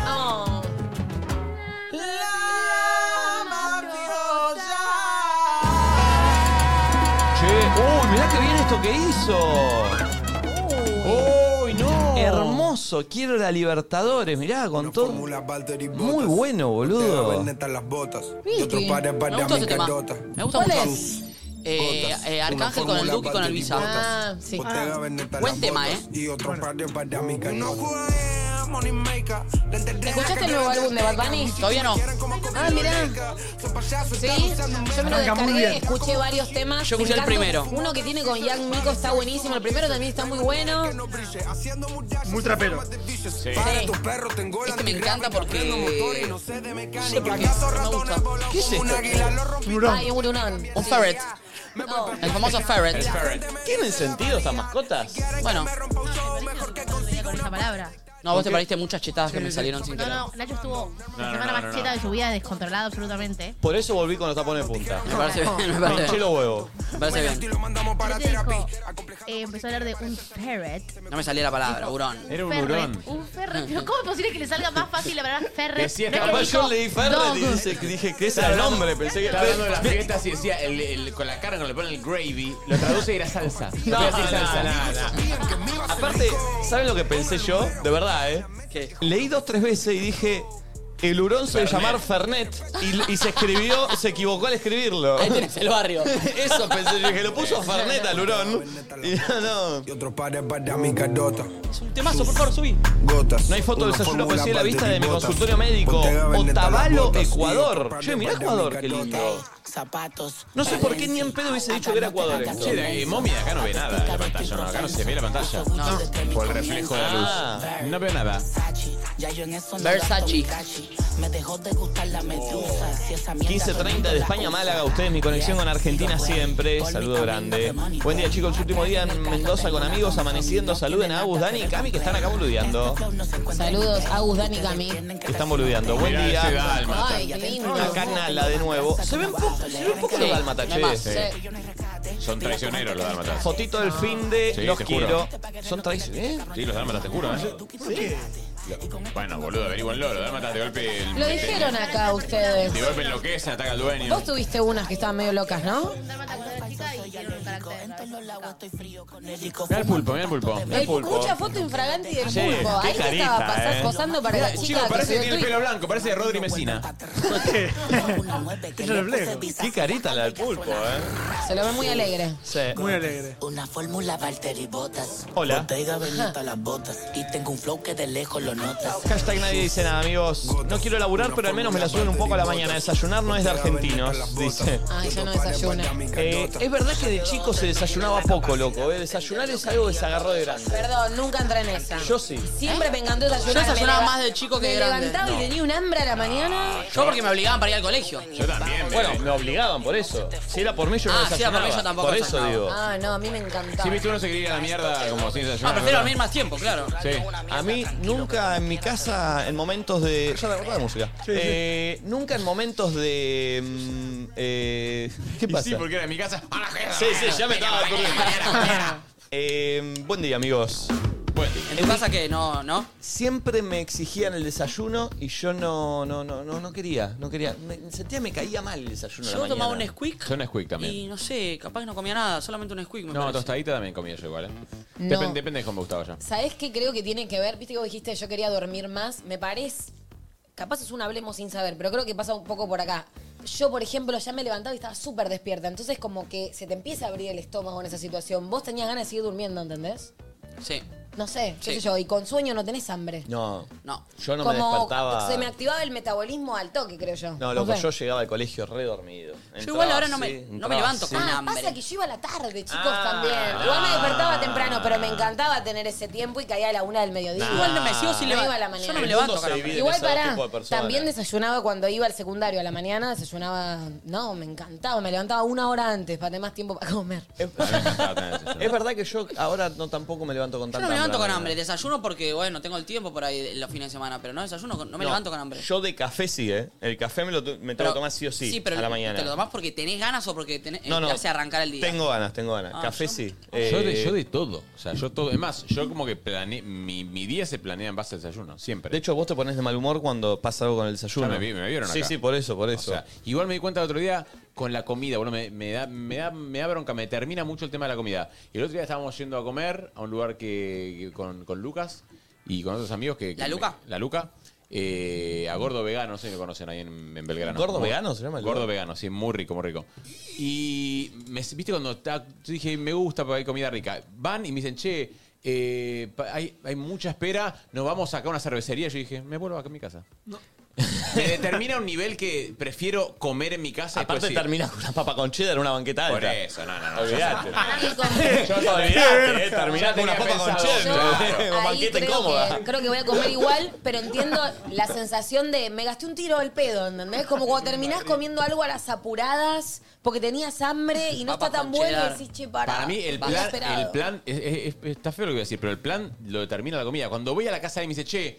Oh.
Che, uy, mirá qué bien esto que hizo.
Uy.
Oh, hermoso, quiero la Libertadores, mirá, con todo. Muy bueno, boludo.
las botas.
Y otro par de Me gusta ese tema. bandamincadotas. Me gusta ¿Cuál mucho. es? Eh,
Gotas.
eh, Arcángel
Una
con el
fórmula
Duque y con el Visa.
para
Ah, sí.
Bottega Veneta,
Buen
las
tema,
botas.
¿eh?
Y otro par de bandamincadotas.
¿Escuchaste el nuevo álbum de Bad Bunny?
Todavía no.
Ah, mirá. Sí, yo me lo
Arranca
descargué,
muy bien.
escuché varios temas.
Yo
me
escuché el
encanta.
primero.
Uno que tiene con Young Miko está buenísimo. El primero también está muy bueno.
Muy trapero.
Sí.
Este me encanta porque. No sé por qué. No me gusta.
¿Qué es
esto? Ay, un hurón.
Un ferret. El famoso ferret.
El ferret. ¿Tienen sentido estas mascotas?
Bueno,
con esa palabra.
no, vos te pariste muchas chetadas que me salieron sin
No,
querer.
no, Nacho estuvo
no,
la semana
no,
más
no,
cheta
no.
de su vida descontrolado absolutamente.
Por eso volví con los tapones de punta.
Me parece bien, me parece
Hinché
bien.
los huevos.
Me parece bien.
Nacho dijo, eh, empezó a hablar de un ferret.
No me salía la palabra, hurón.
Era
ferret, Un ferret. Pero ¿cómo es posible que le salga más fácil la palabra ferret?
Decía,
No es que
capaz
dijo
Yo leí Ferret y
dog.
dice- dije que ese era el nombre. Pensé que
Estaba hablando
<laughs>
de las fiestas y decía, el- el- con la carne, cuando le ponen el gravy, lo traduce y era salsa.
No,
Voy a decir
no,
salsa.
Aparte, ¿saben lo que pensé yo? De verdad, ¿eh? Leí dos, tres veces y dije. El hurón se debe
Fernet.
llamar Fernet y, y se escribió, se equivocó al escribirlo.
Ahí tenés el barrio.
<laughs> Eso pensé yo, que lo puso Fernet al hurón. Y no, no.
Y otro par de bandamincadotas.
Temazo, por favor, subí.
Gotas.
No hay foto del
Una
desayuno, pero
fórmula
sí la
para
vista de mi
botas.
consultorio médico.
Bottega Veneta, las
Otavalo,
botas.
Ecuador. Che, mirá Ecuador, qué lindo.
Zapatos.
No sé por qué ni en pedo hubiese dicho que era Ecuador esto.
Che, de- eh, mommy acá no ve nada de la pantalla, no, acá no se ve la pantalla. Por el reflejo de la luz.
Ah.
No veo nada.
Ya yo en eso no gasto mi
Versace.
cachi. Me dejó de gustar la medusa. Si esa mierda
15.30 de España a Málaga, ustedes mi conexión con Argentina siempre, saludo grande. Buen día chicos, el último día en Mendoza con amigos, amaneciendo, saluden a Agus, Dani y Cami que están acá boludeando.
Saludos, Agus, Dani, Cami.
Que están boludeando, buen
Mirá ese
día.
Dalma.
Ay, qué lindo.
Acá Nala de nuevo. Se ven poco, se ven poco los
Sí,
dálmatas,
no más,
che.
sí.
Son traicioneros los dálmatas.
Fotito del fin de
Sí,
los
te juro.
quiero.
Este
Son traiciones.
Sí, los dálmatas, te juro, ¿eh? Lo- Bueno, boludo, averigüenlo, los dálmatas de golpe... el-
Lo dijeron acá ustedes.
De golpe enloquecen, ataca al dueño.
Vos tuviste unas que estaban medio locas, ¿no?
Mirá el pulpo, mirá el pulpo. Mirá
Eh,
el pulpo.
Mucha foto infragante del
Sí,
pulpo.
qué
Ahí que
carita,
estaba pasando,
eh.
posando para la chica.
Chico,
subió
parece que tiene el
tweet.
pelo blanco, parece de Rodri Mesina.
Es reflejo.
Qué carita la del pulpo, eh.
Se lo ve muy alegre.
Sí.
Muy alegre.
Una fórmula Valtteri botas.
Hola.
Bottega Veneta las botas. Y tengo un flow que de lejos lo
Ah,
notas.
Hashtag nadie dice nada, amigos. No quiero laburar, pero al menos me la suben un poco a la mañana. Desayunar no es de argentinos, dice.
Ah,
Ay, yo no desayuno.
Eh, es verdad que de chico se desayunaba poco, loco. eh. Desayunar es algo que se agarró de grande.
Perdón, nunca entré en esa.
Yo sí.
Siempre me encantó desayunar.
Yo desayunaba
Me
más de chico que
me
de grande.
levantaba y tenía un hambre a la mañana.
Yo porque me obligaban para ir al colegio.
Yo también, me-
Bueno, me obligaban por eso. Si era por mí, yo no
Ah, si era por
desayunaba.
mí, yo tampoco
Por eso
desayunaba.
digo.
Ah, no, a mí me encantaba.
Si viste uno se quería ir a la mierda como sin desayunar.
Ah, prefiero
¿verdad?
dormir más tiempo, claro.
Sí.
A mí nunca en mi casa, en momentos de. Ya te acordás de música. Eh, Nunca en momentos de. mm, eh, <laughs> ¿Qué
Y
pasa?
sí, porque era en mi casa. ¡A la mierda!
Sí, sí, ya me estaba acordando. Eh, buen día, amigos.
Buen día.
¿En tu casa qué? No, no.
Siempre me exigían el desayuno y yo no, no, no, no, no quería, no quería. Me, sentía me caía mal el desayuno. a la
Yo tomaba un
mañana.
squeak
Yo un squeak también.
y no sé, capaz que no comía nada, solamente un squeak me
No,
parece.
tostadita también comía yo igual, ¿eh?
No.
Depen- depende de cómo me gustaba ya.
¿Sabés qué creo que tiene que ver? Viste que vos dijiste yo quería dormir más. Me parece. Capaz es un hablemos sin saber, pero creo que pasa un poco por acá. Yo, por ejemplo, ya me levantaba y estaba súper despierta. Entonces, como que se te empieza a abrir el estómago en esa situación. Vos tenías ganas de seguir durmiendo, ¿entendés?
Sí,
No sé, qué
Sí.
sé yo. Y con sueño no tenés hambre.
No,
no.
yo no me
Como
despertaba.
Se me activaba el metabolismo al toque, creo yo.
No, loco,
sé.
yo llegaba al colegio redormido.
Yo igual ahora no me- no me levanto con
Ah,
hambre.
pasa que yo iba a la tarde, chicos,
Ah.
también. Igual me despertaba temprano, pero me encantaba tener ese tiempo y caía a la una del mediodía.
Igual no me sigo sin
No
leva-
iba a la
yo
mañana.
no me
El
levanto
mundo se
con hambre.
divide en
Igual
esos
pará,
tipos de personas.
también desayunaba cuando iba al secundario a la mañana, desayunaba, no, me encantaba, me levantaba una hora antes para tener más tiempo para comer.
Es verdad que yo ahora no tampoco me levanto con
Yo
tanta
no me levanto
hambre a
con
la
hambre,
mañana.
desayuno porque, bueno, tengo el tiempo por ahí los fines de semana, pero no desayuno, con- no me
No,
levanto con hambre.
Yo de café sí, ¿eh? El café me lo tu- me tengo que tomar sí o sí,
pero
a la mañana.
¿Te lo tomás porque tenés ganas o porque tenés,
No, no.
te hace arrancar el día?
Tengo ganas, tengo ganas.
Ah,
café
yo-
sí.
Yo de,
Eh,
yo de todo. O sea, yo todo. Es más, yo como que planeé. Mi, mi día se planea en base al desayuno, siempre.
de hecho, vos te pones de mal humor cuando pasa algo con el desayuno.
Ya me vi- me vieron
Sí,
acá.
sí, por eso, por
O
eso.
sea, igual me di cuenta el otro día con la comida, bueno, me, me da, me, da, me da bronca, me termina mucho el tema de la comida. Y el otro día estábamos yendo a comer a un lugar que, que- con, con Lucas y con otros amigos que... que
¿La Luca?
me- La Luca. eh, a Gordo Vegano, no sé si lo conocen ahí en, en Belgrano.
¿Gordo
Muy-
Vegano se llama el
Gordo
lugar?
Vegano, sí, muy rico, muy rico. Y, me, viste, cuando ta- yo dije, me gusta, porque hay comida rica. Van y me dicen, che, eh, pa- hay, hay mucha espera, nos vamos acá a una cervecería. Yo dije, me vuelvo acá a mi casa. <laughs> Me determina un nivel que prefiero comer en mi casa. y
Aparte
después ir.
terminas con una papa con cheddar en una banqueta
Por
alta.
eso, no, no, no.
Olvidate.
Ah,
Yo
Yo <laughs> olvidate, eh, terminás con una papa con cheddar.
Ahí
<laughs> Una banqueta
creo
incómoda.
Que, creo que voy a comer igual, pero entiendo la sensación de me gasté un tiro al pedo, ¿entendés? Como cuando terminás comiendo algo a las apuradas porque tenías hambre y no
Papas
está tan
con
bueno y
cheddar.
decís, che, para.
Para mí el plan, el plan es- es- es- está feo lo que voy a decir, pero el plan lo determina la comida. Cuando voy a la casa de y me dice, che,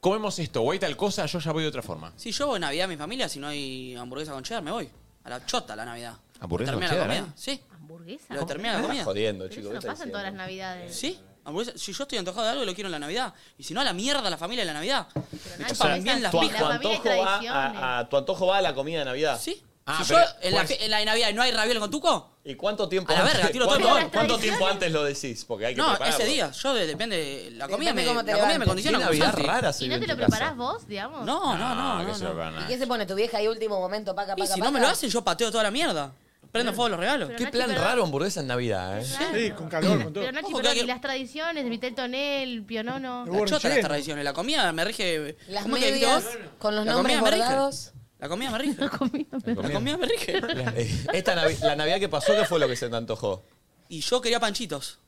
comemos esto o hay tal cosa, yo ya voy de otra forma.
Si yo voy a Navidad a mi familia, si no hay hamburguesa con cheddar, me voy. A la chota la Navidad.
¿Hamburguesa
Termina
con
la
cheddar,
comida.
eh?
Sí.
¿Hamburguesa?
Lo termina la
Me
comida.
estás Ah, jodiendo, chico.
Eso
¿qué
no
estás
pasa en todas las navidades.
¿Sí? Hamburguesa. Si yo estoy antojado de algo, lo quiero en la Navidad. Y si no, a la mierda la familia en la Navidad. Me
diciendo?
chupan bien las
tu,
pijas.
tu antojo va a, a- tu antojo va a la comida de Navidad.
Sí.
Ah,
si yo
pero,
en la,
pues,
fe- en la de Navidad no hay raviol con tuco,
¿Y cuánto tiempo
a la
antes-
verga, tiro todo el
¿cuánto,
mundo.
¿Cuánto tiempo antes lo decís? Porque hay que
no,
prepararlo.
ese día. Yo de- depende. La comida
Depende
me,
cómo te
la comida me
levantes.
condiciona.
Qué
como
Navidad
Santi.
rara se
¿Y
vive
no
en
te
tu
lo
casa.
preparás vos, digamos?
No, no, no.
que
no,
se
no.
lo van a-
¿Y qué se pone tu vieja ahí último momento, paca, paca,
Y si no me lo
paca?
hacen, yo pateo toda la mierda. Prendo fuego los regalos.
pero
Qué
Nachi,
plan
pero-
raro hamburguesa en Navidad, ¿eh?
Sí,
con calor, con todo.
Pero Nachi,
Ojo,
perdón,
que-
y las tradiciones, Vitel Tonel, Pionono.
La chota las tradiciones. La comida me rige.
Las
¿cómo es que dijiste
medias
vos?
con los
La
nombres
comida me rige.
bordados.
La comida me rige. La comida me rige. La comida me rige.
Eh, <laughs> Esta Navi- la Navidad que pasó, ¿qué fue lo que se te antojó?
Y yo quería panchitos.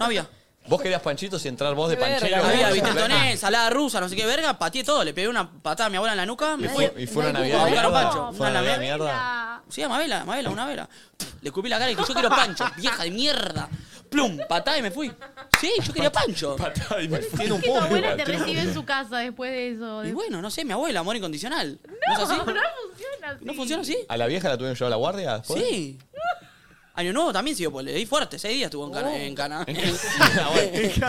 No había.
¿Vos querías panchitos y entrar vos de
Qué verga,
panchero?
no
Había
¿Vos?
viteltonel, salada rusa, no sé qué verga. Pateé todo. Le pegué una patada a mi abuela en la nuca.
Y
Me fui.
fue, y fue una
No hay
Navidad
cupo.
de
Buscaron
mierda.
pancho.
Fue una
Una
Navidad de mierda.
Sí, a Mabela, Mabela, una vela. Le escupí la cara y dije, yo quiero pancho, vieja de mierda. Plum, patada y me fui. Sí, yo quería pancho.
Patada y me fui. Tiene un
Que tu
poco
abuela
igual,
te
tiene un
recibe en su casa después de eso.
Y bueno, no sé, mi abuela, amor incondicional. ¿No, es
No,
así?
<laughs> no funciona así.
¿No funciona así?
¿A la vieja la tuvieron que llevar a la guardia? después?
Sí. Año nuevo también siguió, pues le di fuerte, seis días estuvo en
Oh.
Cana. En cana. <laughs>
<laughs>
Wow, tenía que ser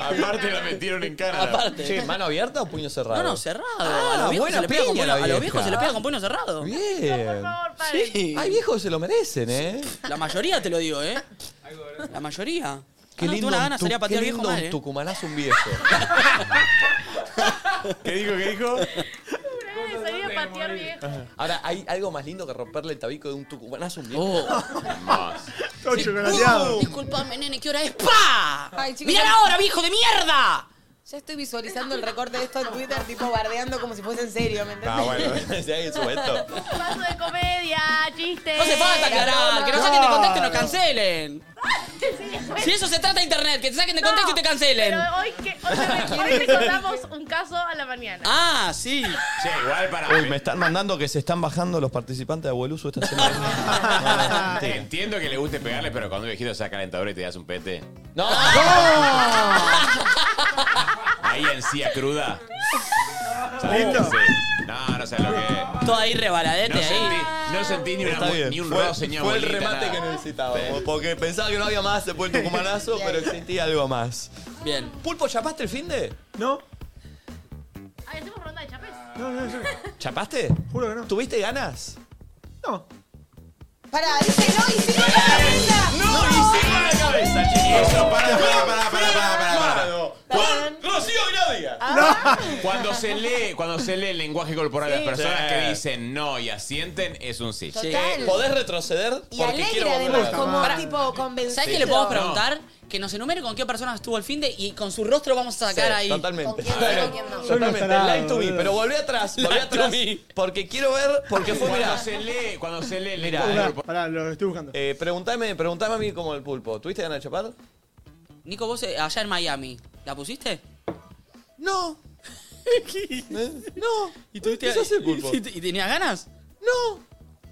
Aparte
acá.
la metieron en cara.
Aparte.
Che, ¿mano abierta o puño cerrado?
no, no, cerrado.
Ah,
a los viejos
buena
se le pega con
piña
puño,
la
a los
vieja.
viejos se le pega con puño cerrado.
Bien.
Por favor, paren.
Sí.
Ay, viejos se lo merecen, ¿eh?
La mayoría te lo digo, ¿eh? La mayoría.
Qué
Ah, no, tuve
lindo,
una
un
gana, salía a
tu- qué
patear viejo
lindo
mal,
un
¿eh?
tucumanazo un viejo.
¿Qué dijo? ¿Qué dijo?
Una vez salí a patear viejo.
Ahora, hay algo más lindo que romperle el tabico de un tucumanazo a un viejo.
Oh.
Todo chocolateado.
Disculpame, nene, ¿qué hora es? ¡Pa!
Ay, chicos,
¡Mirá
ya-
la hora, viejo de mierda!
Ya estoy visualizando el recorte de esto en Twitter, tipo bardeando como si fuese en serio, ¿me entendés?
Ah, <laughs> bueno, si alguien sube esto.
Paso de comedia, chiste.
No hace falta aclarar, que nos saquen de contexto y nos cancelen. Si eso se trata de internet, que te saquen de contexto y te cancelen.
Pero hoy, que, hoy, te- hoy recordamos un caso a la mañana.
Ah, sí.
Che, igual para.
Uy, me están mandando que se están bajando los participantes de Abueluso esta semana.
Entiendo que le guste pegarle, pero cuando un viejito saca calentadora y te das un pete.
¡No!
Ahí encía cruda. ¿Sabes?
¿Listo?
Sí. No, no sé lo que
Ah,
es.
Todo ahí rebaladete
No
ahí.
sentí, no sentí ni, una,
Está bien.
ni un
fue,
roce, ni una
fue el
bolita,
remate
nada.
que necesitábamos. Porque pensaba que no había más después del
<laughs>
tucumanazo, pero existía algo más.
Bien.
¿Pulpo, chapaste el fin de?
¿No?
Ay, hacemos ronda de chapés.
No, no, yo-
¿Chapaste?
Juro que no.
¿Tuviste ganas?
No.
Pará, dice no y si no la cabeza.
¡Eh! ¡No! ¡Y cierra la cabeza, chiquillos!
Eso, para, para, para, para, para, para.
¡Con Rocío Gradia!
Cuando se lee, cuando se lee el lenguaje corporal de las personas
Sí.
que dicen no y asienten, es un sí.
Sí.
Total.
¿Podés retroceder?
Y
Porque quiero
alegre
volver
además,
a-
como
Pará.
tipo convencido.
¿Sabes qué le podemos preguntar? Que nos enumere con qué personas estuvo el fin de y con su rostro vamos a
Sí,
sacar ahí.
¿Con
Totalmente.
quién sí, con quién no?
Soy un
Totalmente,
tarado,
lie to me,
boludo.
pero volví atrás, volví
Lie to
atrás,
me.
porque quiero ver, porque fue,
Cuando
mira,
se lee, cuando se lee el
Mirá,
lenguaje
Pará,
corporal.
pará, lo estoy buscando.
eh, preguntame, preguntame a mí como el pulpo, ¿tuviste ganas de chapar?
Nico, vos eh, allá en Miami, ¿la pusiste?
No,
<laughs>
¿Eh? no,
¿Y tuviste
¿Qué hace el pulpo?
¿Y, y tenías ganas?
no.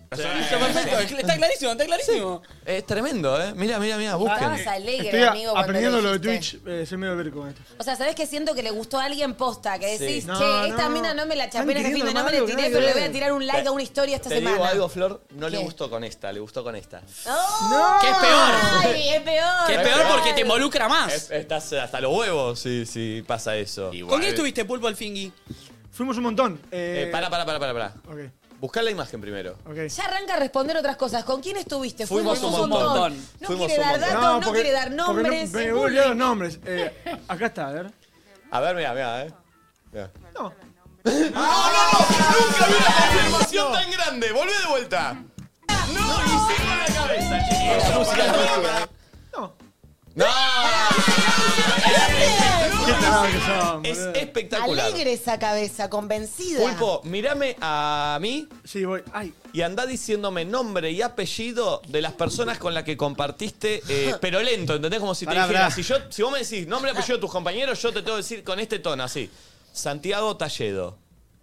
Está perfecto, está clarísimo, está clarísimo.
Es tremendo, eh, mira, mira, mira,
Estabas
busquen.
Ah, alegre,
Estoy a-
amigo. cuando
aprendiendo lo de
dijiste.
Twitch. eh, soy medio verco con esto.
O sea, ¿sabés que siento que le gustó a alguien posta? Que decís,
No,
che, esta
no.
mina no me la
Están
chapé en este fin de no
queriendo
me
mal,
le
nada
tiré,
que
pero le voy
ver.
a tirar un like a una historia esta
Te
semana.
digo algo, Flor, no le
¿Qué?
gustó con esta, le gustó con esta.
¡No!
¿Qué es peor?
¡Ay, es peor!
Que es peor porque te involucra más.
Es- estás hasta los huevos si si pasa eso.
Igual.
¿Con quién estuviste pulpo al fingui?
Fuimos un montón. Eh,
Eh, para, para, para, para, para.
Ok,
Buscá la imagen primero.
ok.
Ya arranca a responder otras cosas. ¿Con quién estuviste?
Fuimos
un montón.
No
Fuimos
quiere
un
dar
montón.
datos, no, quiere dar nombres.
porque no- me voy a olvidar los nombres. Eh, acá está, a ver.
A ver, mira, mira, eh. Mirá.
¡Nunca vi una
confirmación tan grande! ¡Volvé de vuelta! ¡No! ¡Y sí con la cabeza, chiquillos!
La música
Para,
es
para,
muy
para.
¡Qué tarado que son,
Es
boludo.
espectacular.
Alegre esa cabeza, convencida.
Pulpo, mírame a mí. Y andá diciéndome nombre y apellido de las personas con las que compartiste,
<laughs>
eh, pero lento, ¿entendés? Como si te
Pará,
dijera.
pará.
Si, yo, si vos me decís nombre y apellido de tus compañeros, yo te tengo que decir con este tono, así. Santiago Talledo.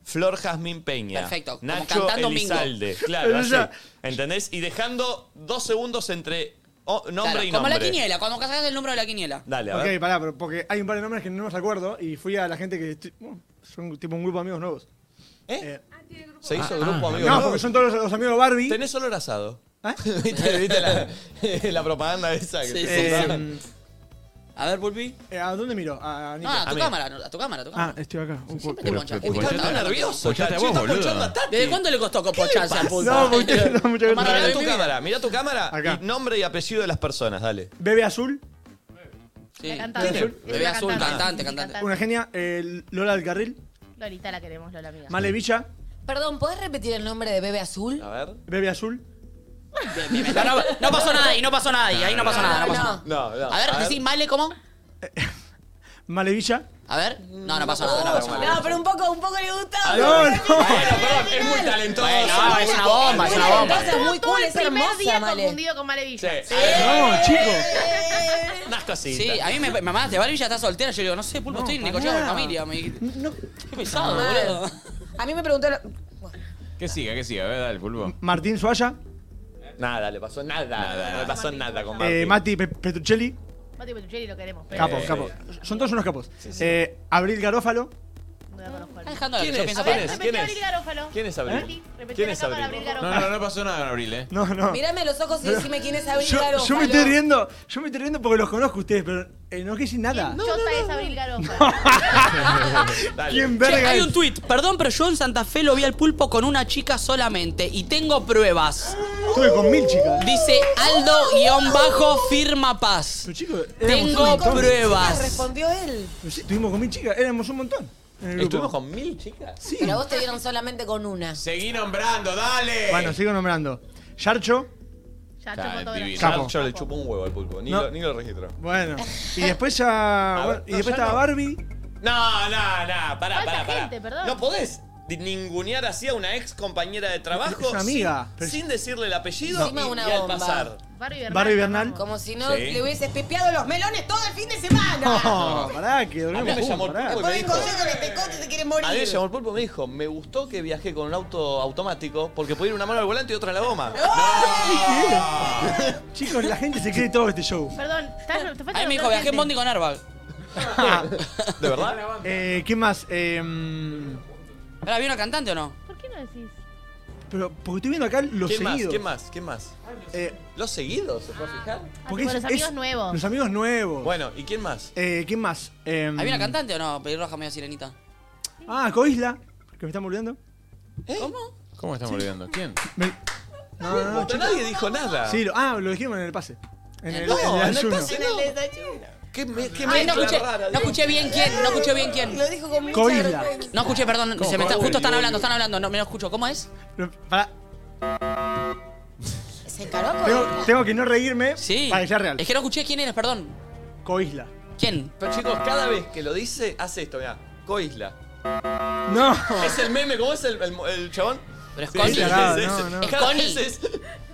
Flor Jazmín Peña.
Perfecto, como
Nacho
cantando bingo.
Elizalde.
<laughs>
Claro,
O sea-
así. ¿Entendés? Y dejando dos segundos entre oh, nombre
Claro,
y nombre.
como la quiniela, cuando sacas el número de la quiniela.
Dale, a ver.
Ok, pará, pero porque hay un par de nombres que no los acuerdo y fui a la gente que estoy- bueno, son tipo un grupo de amigos nuevos. ¿Eh?
Se hizo
Ah,
grupo,
ah.
amigo.
No, porque son todos los, los amigos Barbie. ¿Ah?
Tenés olor asado. <laughs> ¿Viste, viste la, <laughs> la propaganda esa? Que
Sí,
te
sí,
contaban?
A ver, volví.
Eh, ¿A dónde miro? A, Nico.
Ah, a tu
mí.
cámara, no, a tu cámara, a tu
Ah,
cámara.
estoy acá. Un poco.
Siempre te ponchás. Uy, está nervioso,
Ponchate
está-
vos,
está ponchando
boludo.
a Tati. ¿Desde cuándo le costó pocharse a Pulpo?
No, porque no, muchas gracias.
Mirá tu cámara, mirá tu cámara
Acá.
y nombre y apellido de las personas, dale.
Bebe Azul,
Sí.
cantante.
¿Quién es?
Bebé azul,
Ah.
cantante, cantante.
una genia, eh, Lola del Carril,
Lolita la queremos, Lola amiga.
Male Villa,
Perdón, ¿podés repetir el nombre de Bebe Azul?
A ver.
Bebe Azul.
No, no, no pasó nada ahí, no pasó nada ahí, ahí no pasó nada, no pasó nada.
No, no.
A ver, decí, Male, ¿cómo?
Male Villa.
A ver, no, no pasó nada, no pasó nada.
No, pero un poco, un poco le gustó.
No, no.
Es muy talentoso.
Bueno, no, es una bomba, es una bomba.
Es muy
Todo
cool,
el
es
primer
hermosa,
día
Male.
confundido con Male Villa.
No, chicos.
Unas cositas.
Sí, a mí me, me mandaste, Barbie ya está soltera. Yo digo, no sé, Pulpo, estoy negociado con familia. Me dijiste, qué pesado,
Mal.
boludo.
A mí me preguntó... lo-
Que siga, que siga, a ver, dale, pulvo.
Martín Suaya,
Nada, le pasó nada. no le pasó nada con
eh,
Martín. Eh,
Mati Pe- Petruccelli,
Mati Petruccelli lo queremos. pero-
capo, capo. Son todos unos capos. Eh, Abril Garófalo,
Está
dejando
¿Quién
yo
es?
pienso
A ver,
¿Quién es?
repetí
¿Quién
Abril
es?
Garófalo.
¿Quién es Abril?
Repetí, repetí
¿Quién
la
es
capa de
Abril?
Abril
No,
Garófalo.
no, no pasó nada con Abril, eh.
¿Eh? No, no.
Mírame a los ojos y decime quién es Abril
Yo,
Garófalo.
yo me estoy riendo, yo me estoy riendo porque los conozco a ustedes, pero eh, no quiero decir nada.
Chota es Abril Garófalo.
<laughs> ¿Quién
Che,
verga
hay
es?
un tuit, perdón, pero yo en Santa Fe lo vi al pulpo con una chica solamente y tengo pruebas.
Estuve con mil chicas.
Dice Aldo-Firma Paz.
Pero chicos, éramos un
Tengo
montón.
pruebas.
Respondió él.
Pero sí, estuvimos con mil chicas, éramos un montón. en el grupo.
¿Estuvimos con mil chicas?
Sí.
Pero a vos te vieron solamente con una.
Seguí nombrando, dale.
Bueno, sigo nombrando. Yarcho,
Ya
Claro,
chocó todo
divino.
Capo.
Ah, Yo le chupo un huevo al pulpo, ni,
No.
lo, ni lo registro.
bueno. Y después ya.
A ver,
bueno, y
no,
después
ya
estaba
no.
Barbie.
No, no,
Falta
no, pará, pará, pará.
gente, perdón.
No podés di- ningunear así a una ex compañera de trabajo
Es una amiga,
sin,
pero-
sin decirle el apellido y,
Encima una
y al
bomba.
pasar.
Barrio Bernal.
Barrio Bernal.
Como si no
Sí.
le hubieses pepeado los melones todo el fin de semana.
Oh. No, pará, que
A mí
dormimos
me llamó
juntos,
el
pará.
pulpo y me
Ponen
dijo...
con con este coche te quieres morir.
A mí me llamó el pulpo y me dijo, me gustó que viajé con un auto automático porque podía ir una mano al volante y otra a la goma.
Chicos, la gente se cree todo este show.
Perdón, estás- te falta.
A mí me dijo,
nombrar
viajé en
gente.
Bondi con Airbag.
<laughs> ¿De verdad?
Eh, ¿Qué más? Em,
Ahora, ¿vi una cantante o no?
¿Por qué no decís?
pero porque estoy viendo acá los
¿Quién más?
seguidos.
¿Quién más? ¿Quién más?
Eh,
¿Los seguidos? ¿Se puede fijar?
porque
Ah, tipo los amigos nuevos.
Los amigos nuevos.
Bueno, ¿y quién más?
Eh, ¿Quién más? Em,
¿Había una cantante o no? Pelirroja medio sirenita.
Ah, Coisla, que me están olvidando.
¿Cómo?
¿Cómo estamos olvidando? ¿Quién?
Me- No, no, no,
Pero
chicos.
nadie dijo nada.
Sí, lo- ah, lo dijimos en el pase. En el,
No,
en el
en el
ayuno.
pase.
En el desayuno.
¿Qué, me, qué
Ay, no
mezcla
escuché,
rara,
no
Dios.
escuché bien quién, no escuché bien quién.
Lo dijo con mucha
Coisla.
vergüenza.
No escuché, perdón, se me está-
cómo,
justo están
boludo?
hablando, están hablando, no me lo escucho. ¿Cómo es?
Pero, pará,
Se encaró con
tengo, tengo que no reírme
Sí.
para que sea real.
Es que no escuché quién eres, perdón.
Coisla.
¿Quién?
Pero chicos, cada vez que lo dice, hace esto, mirá.
<laughs>
Coisla.
No.
Es el meme, ¿cómo es el, el, el chabón?
Pero es
Sí,
Connie.
sí, sí,
Tarado,
sí,
no,
sí.
no.
Es
Cada
Connie.
vez es-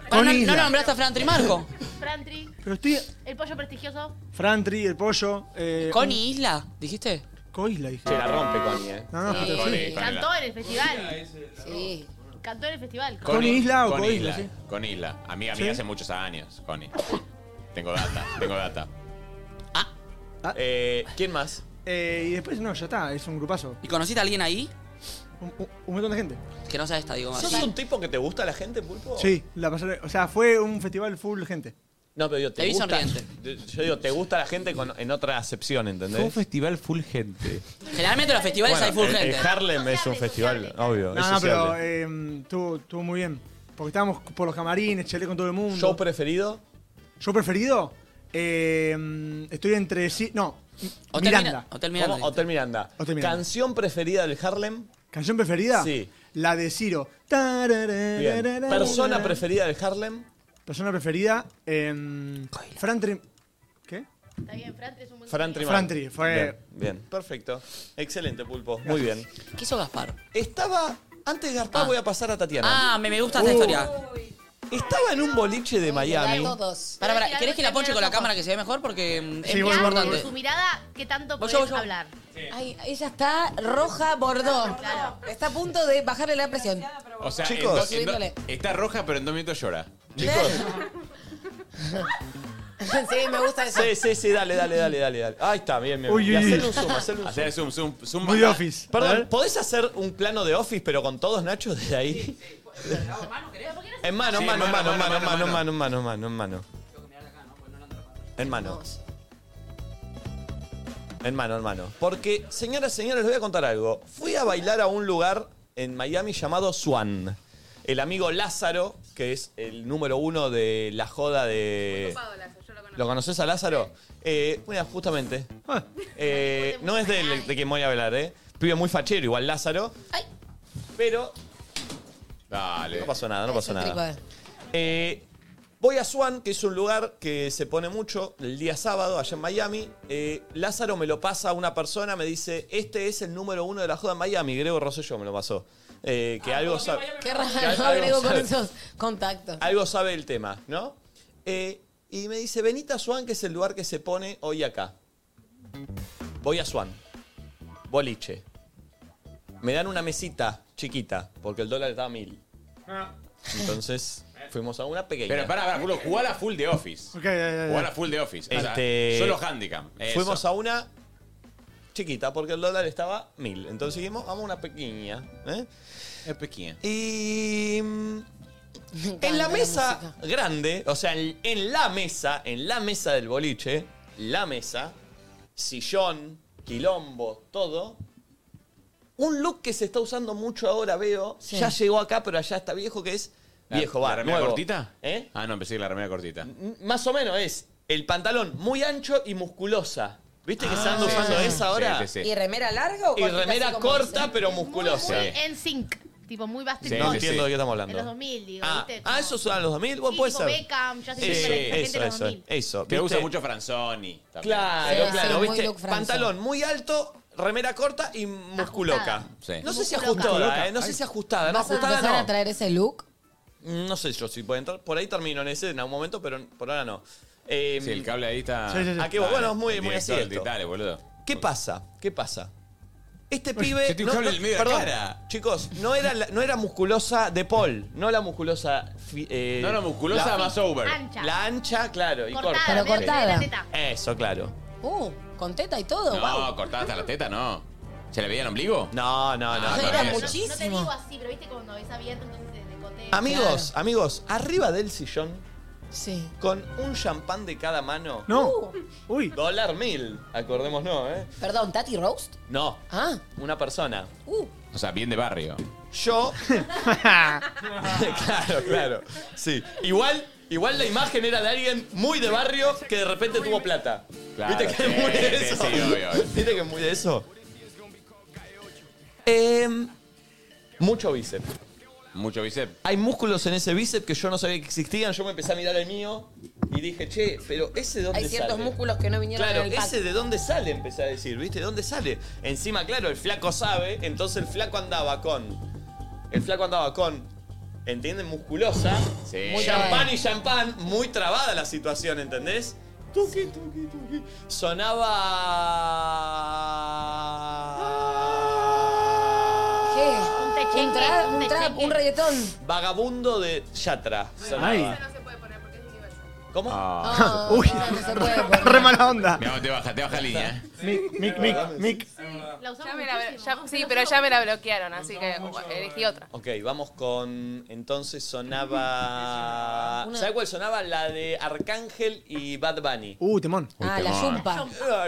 Pará, no, no
Isla.
nombraste a Fran
<laughs>
Trimarco.
Frantri,
Pero estoy.
el pollo prestigioso.
Frantri, el pollo. Eh,
Connie Isla, dijiste.
Coisla, dije.
Che, la rompe Connie, eh.
No, no,
Sí.
pero sí.
Cantó en el festival.
Sí.
Cantó en el festival.
¿Con Isla o
con
con
Isla?
Isla, sí?
Con Isla. Amiga
Sí.
mía hace muchos años, Connie. Tengo
<laughs>
data, tengo data.
Ah.
Eh, ¿Quién más?
Eh, y después, no, ya está, es un grupazo.
¿Y conociste a alguien ahí?
Un, un- un montón de gente.
Que no sea esta, digo más.
¿Sos un tipo que te gusta la gente, Pulpo?
Sí, la pasé. O sea, fue un festival full gente.
No, pero yo te,
Te vi
gusta.
sonriente.
Yo digo, te gusta la gente con- en otra acepción, ¿entendés?
festival full gente.
Generalmente en los festivales hay full
el- el
gente.
Harlem es un festival, obvio. es
No, no, pero
sociable.
eh, estuvo, estuvo muy bien. Porque estábamos por los camarines, chelé con todo el mundo.
¿Show preferido?
¿Show preferido? Eh, estoy entre sí. No.
Hotel
Miranda.
Mira- Hotel Miranda. ¿Cómo? Hotel Miranda. ¿Canción preferida del Harlem?
¿Canción preferida?
Sí.
La de Ciro.
Bien. ¿Persona preferida del Harlem?
Persona preferida. em, Fran Trim-
Está bien, Fran, es un buen sonido.
Fran Trimán.
Fran Tri, fue-
Bien, bien. perfecto. Excelente, Pulpo. Muy bien.
¿Qué hizo Gaspar?
Estaba. Antes de Gaspar voy a pasar a Tatiana.
Ah, me, me gusta esta
Uh,
historia.
Estaba en un boliche de Miami.
Pará, pará, ¿querés que la ponche con la cámara que se ve mejor? Porque mm, es
Sí,
muy
voy, voy, voy,
importante.
Su mirada, ¿qué tanto
Voy
podés
yo, voy yo.
hablar?
Ay, ella está roja bordó. Está a punto de bajarle la presión.
O sea, en
Chicos.
dos- en dos-
Subiéndole.
está roja, pero en dos minutos llora.
<laughs> sí, me gusta eso.
Sí, sí, sí, dale, dale, dale, dale. dale. Ahí está, bien, bien.
Uy,
bien. Y
uy,
hacer
uy.
un zoom, hacer un zoom.
Hacer zoom, zoom, zoom.
Muy
office. A
Perdón,
ver.
¿podés hacer un plano de office, pero con todos, Nacho, desde ahí? En mano, en
Sí,
mano, en mano, en mano, en mano, en
mano.
mano, en mano, en mano, en mano. En mano. En mano, en mano. Porque, señoras, señores, les voy a contar algo. Fui a bailar a un lugar en Miami llamado Swan. El amigo Lázaro, que es el número uno de la joda de... ¿Lo conoces a Lázaro? Eh, bueno, justamente. Eh, no es de, él de quien voy a hablar, ¿eh? Pibe muy fachero, igual Lázaro. Pero.
Dale.
No pasó nada, no pasó nada.
Trípode.
Eh, voy a Swan, que es un lugar que se pone mucho el día sábado allá en Miami. Eh, Lázaro me lo pasa a una persona, me dice: Este es el número uno de la joda en Miami. Grego Rosselló me lo pasó. Eh,
Ah,
que algo sabe.
Qué
que
raro,
algo
agrego con
sabe.
esos contactos.
Algo sabe el tema, ¿no? Eh, y me dice, venite a Swan, que es el lugar que se pone hoy acá. Voy a Swan. Boliche. Me dan una mesita chiquita, porque el dólar estaba a mil.
Ah.
Entonces fuimos a una pequeña.
Pero pará, pará, Pulpo, jugala full de office.
Ok, ya, ya, ya.
Jugala full de office. O sea,
Este-
solo handicap. Eso.
Fuimos a una chiquita, porque el dólar estaba mil. Entonces dijimos, vamos a una pequeña. ¿eh?
Es pequeña.
Y. mm, En la mesa grande, o sea, en, en la mesa, en la mesa del boliche, la mesa, sillón, quilombo, todo. Un look que se está usando mucho ahora, veo. Ya llegó acá, pero allá está viejo, que es
La-
viejo
¿La
bar.
remera
nuevo.
cortita?
¿Eh? Mm,
Ah, no, pensé que la remera cortita.
M- Más o menos es el pantalón muy ancho y musculosa. ¿Viste que
Ah,
se anda
sí,
usando
sí,
esa
sí,
ahora?
sí, sí.
¿Y remera larga o
Y
cortita,
remera
así como
corta, pero musculosa.
Muy en sync. Tipo, muy Backstreet
No
Boys.
entiendo de qué estamos
En los
hablando.
2000, digo,
Ah,
¿viste?
ah, esos son los 2000, bueno,
Sí,
puede
tipo
ser.
Beckham, Justin
Eso,
Timberlake,
eso,
la gente de los
eso,
2000.
eso.
Te
¿viste?
usa mucho Franzoni. también.
Claro,
Sí,
claro,
sí, muy
¿viste?
look Franzoni.
Pantalón muy alto, remera corta y musculoca.
Sí.
No sé si
Musculoca.
ajustada, ¿eh? No sé
Ay.
si ajustada, no
¿Vas a
ajustada
empezar
no.
a traer ese look?
Mm, No sé yo si puede entrar. Por ahí termino en ese en algún momento, pero por ahora no. Eh,
Sí, el cable ahí está.
Sí, sí, sí. ¿A qué voy? Bueno, es muy-
Ah, el
muy así
director,
esto.
Dale, boludo.
¿Qué pasa? ¿Qué pasa? Este pibe.
se te
no,
infló
no,
el medio de la
perdón,
cara.
Chicos, no era, la- no era musculosa de Paul. No la musculosa. fi- eh,
No, no, musculosa más over.
Ancha.
La ancha, claro. Y
Cortada,
corta.
Pero
medio que
cortada.
tiene la teta.
Eso, claro.
Uh, con teta y todo, wow.
No, cortada hasta la teta, no. ¿Se le veía el ombligo?
No, no, no.
no,
Era
no, eso.
muchísimo.
No te digo así, pero viste cuando es abierto, entonces te decotea.
Amigos, amigos, arriba del sillón,
Sí.
con un champán de cada mano. Uh.
No. Uy.
Dólar mil, acordémonos, ¿eh?
Perdón, Tati Roast.
No.
Ah.
Una persona.
Uh.
O sea, bien
<laughs>
de barrio.
<laughs>
<laughs>
Yo. <laughs> claro, claro. Sí. Igual, igual la imagen era de alguien muy de barrio que de repente tuvo plata.
Claro,
¿Viste que es
sí,
muy de
sí,
eso?
sí, obvio, obvio.
¿Viste que es muy de eso? Em, mucho bíceps.
Mucho bíceps.
Hay músculos en ese bíceps que yo no sabía que existían. Yo me empecé a mirar el mío y dije, che, pero ese de dónde
Hay ciertos
sale?
músculos que no vinieron
Claro,
en el pack.
ese de dónde sale, empecé a decir, ¿viste? ¿De dónde sale? Encima, claro, el flaco sabe, entonces el flaco andaba con. El flaco andaba con. ¿Entienden? Musculosa.
Sí.
Muy champán y champán. Muy trabada la situación, ¿entendés? Tuqui, tuqui, tuqui. Sonaba.
¿Qué?
Un techeque,
Un, tra-
un
un trap,
techeque.
un reggaetón.
Vagabundo de Yatra. Sonaba.
Ay.
¿Cómo?
Ah.
Uy.
No se puede
re- Re mala onda.
Mira, te baja, te baja línea. ¿eh?
Mic, mic, mic, mic.
La usamos
Ya me la-
muchísimo.
ya-
<laughs>
sí, pero ya me la bloquearon, así que bueno, elegí otra.
Ok, vamos con. Entonces sonaba.
Una-
¿Sabes cuál sonaba? La de Arcángel y Bad Bunny.
Uh, temón.
Ah, la yumpa.
La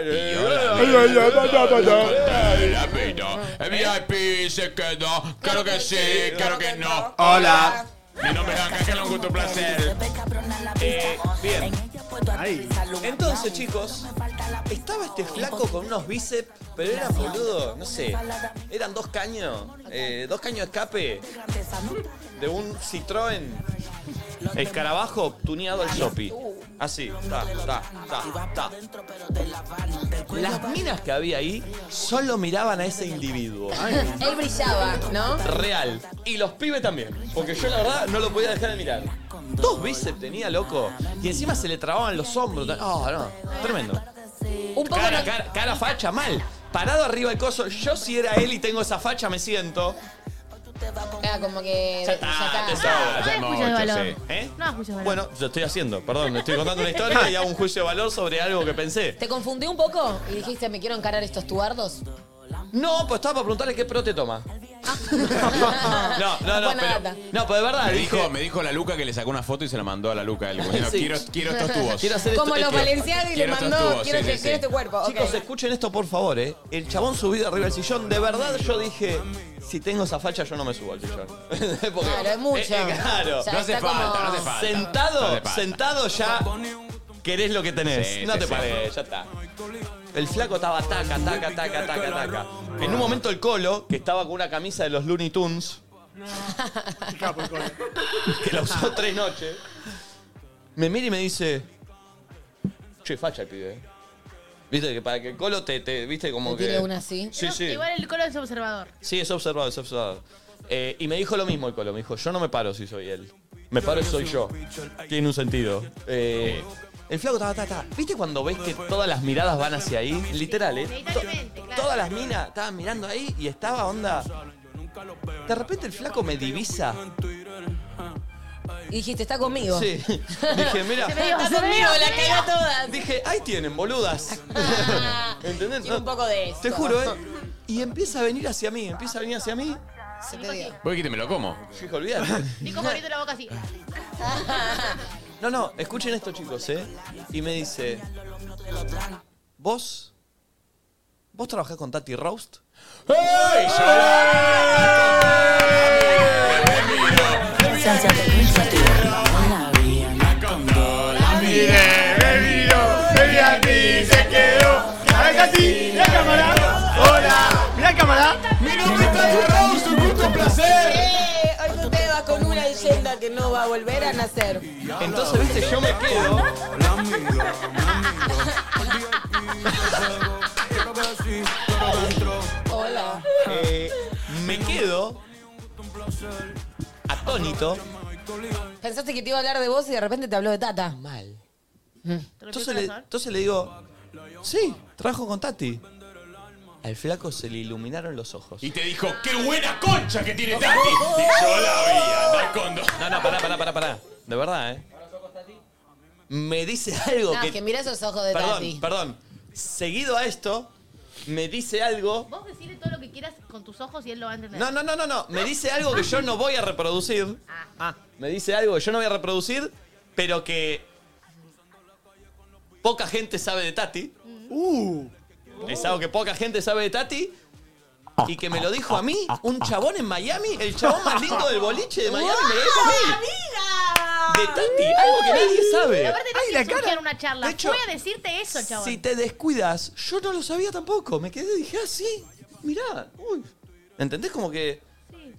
vida, el VIP se quedó. Claro que sí, claro que no.
Hola.
Mi nombre es Ángel, un gusto, un placer.
Eh, bien.
puedo aterrizar un avión.
Entonces, chicos, estaba este flaco con unos bíceps, pero era boludo, no sé. Eran dos caños, eh, dos caños de escape de un Citroën escarabajo tuneado al Shopee. Así, ta, ta, ta, ta. Las minas que había ahí solo miraban a ese individuo.
Él brillaba, ¿no?
Real. Y los pibes también. Porque yo la verdad no lo podía dejar de mirar. Dos bíceps tenía, loco. Y encima se le trababan los hombros. Oh, no. Tremendo.
Un poco
Cara,
no-
cara, cara facha, mal. Parado arriba del coso. Yo si era él y tengo esa facha, me siento.
Era como que.
Ya está, te sobra, ya hemos
juicio de
hecho,
valor.
sí. ¿Eh?
No, escuchas valor.
Bueno, yo estoy haciendo, perdón, estoy contando una historia y hago un juicio de valor sobre algo que pensé.
¿Te confundí un poco? Y dijiste, me quiero encarar estos tubardos.
No, pues estaba para preguntarle qué pro te toma. No, no, no,
Buena
pero,
data.
no, pero de verdad,
Me dijo,
dije-
me dijo la Luca que le sacó una foto y se la mandó a la Luca. Él, bueno,
Sí.
quiero, quiero estos tubos.
Quiero hacer
Como
esto-
los
esto.
valencianos y le
Quiero estos
mandó,
tubos,
quiero,
sí,
que,
sí,
quiero
sí.
este cuerpo.
Chicos,
ok.
escuchen esto por favor, ¿eh? El chabón subido arriba del sillón, de verdad yo dije, si tengo esa facha yo no me subo al sillón. Porque-
Claro, es <laughs> mucho.
<laughs> Eh, eh, claro.
Ya No hace está falta, como- no hace falta.
Sentado,
No hace falta.
sentado ya querés lo que tenés.
Sí,
no
sí,
te
sí.
pares, ya está. El flaco estaba taca, taca, taca, taca, taca. En un momento el colo, que estaba con una camisa de los Looney Tunes, que la usó tres noches, me mira y me dice, che, facha el pibe. eh". Viste, que para que el colo te, te- viste, como
Te
que...
tire una así.
Sí, sí.
Igual el color es observador.
Sí, es observado, es observado. Eh, y me dijo lo mismo el colo, me dijo, yo no me paro si soy él. Me paro si soy yo. Tiene un sentido. Eh, el flaco estaba, ta, ta. ¿Viste cuando ves que todas las miradas van hacia ahí? Literal, ¿eh?
Inevitablemente, claro.
Todas las minas estaban mirando ahí y estaba onda. De repente el flaco me divisa.
Y dijiste, está conmigo.
Sí. Dije, mira.
Se me dio, se me dio, Ah. la cagué todas.
Dije, ahí tienen, boludas. <laughs> ¿Entendés?
Quiero un poco de
Te
esto.
juro, ¿eh? Y empieza a venir hacia mí, empieza a venir hacia mí.
Se te dio.
Voy que te me lo como.
Dije, olvídate.
Nico abriendo
<laughs>
la boca así.
No, no, escuchen esto, chicos, ¿eh? Y me dice, ¿vos? ¿Vos trabajás con Tati Roast?
¡Ey!
Mirá, cámara.
Eh, hoy tú te vas con una leyenda que no va a volver a nacer.
Entonces, viste, yo me quedo. <laughs>
Hola.
eh, me quedo atónito.
Pensaste que te iba a hablar de vos y de repente te habló de Tata.
Mal. Entonces le, entonces le digo, sí, trabajo con Tati. Al flaco se le iluminaron los ojos.
Y te dijo, ¡qué buena concha
<laughs>
que tiene Tati! Y yo la vi, andar con dos.
No, no, pará, pará, pará, pará. De verdad, ¿eh? Me dice algo
No,
que...
que mira esos ojos de
perdón,
Tati.
perdón. Seguido a esto, me dice algo...
Vos decirle todo lo que quieras con tus ojos y él lo va a entender.
No, no, no, no, no. Me dice algo que yo no voy a reproducir.
Ah.
Ah, Me dice algo que yo no voy a reproducir, pero que poca gente sabe de Tati. Uh. Es algo que poca gente sabe de Tati. Y que me lo dijo a mí, un chabón en Miami, el chabón más lindo del boliche de Miami, me lo dijo a mí. De Tati, algo que nadie
Y
sabe.
aparte no es que surgiera una charla.
De hecho,
Voy a decirte eso, chabón.
Si te descuidas, yo no lo sabía tampoco. Me quedé y dije, ah, sí, mirá, uy. ¿Entendés? Como que.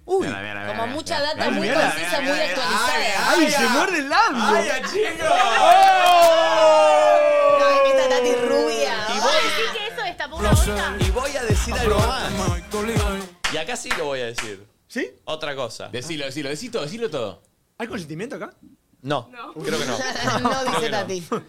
Uy. Eh,
Como mucha data
Ay,
muy
mira,
concisa,
mira,
muy
mira,
actualizada. <laughs>
Ay,
ah,
se muerde el labio.
Ay, esta Tati
Oh.
rubia.
Vos decís que eso destapó una bolsa.
Y voy a decir algo más. Y acá sí lo voy a decir.
¿Sí?
Otra cosa.
Decilo, decilo, decí todo, decilo todo.
¿Hay consentimiento acá?
No, creo que no.
No
Creo que
dice
<laughs> no.
Tati.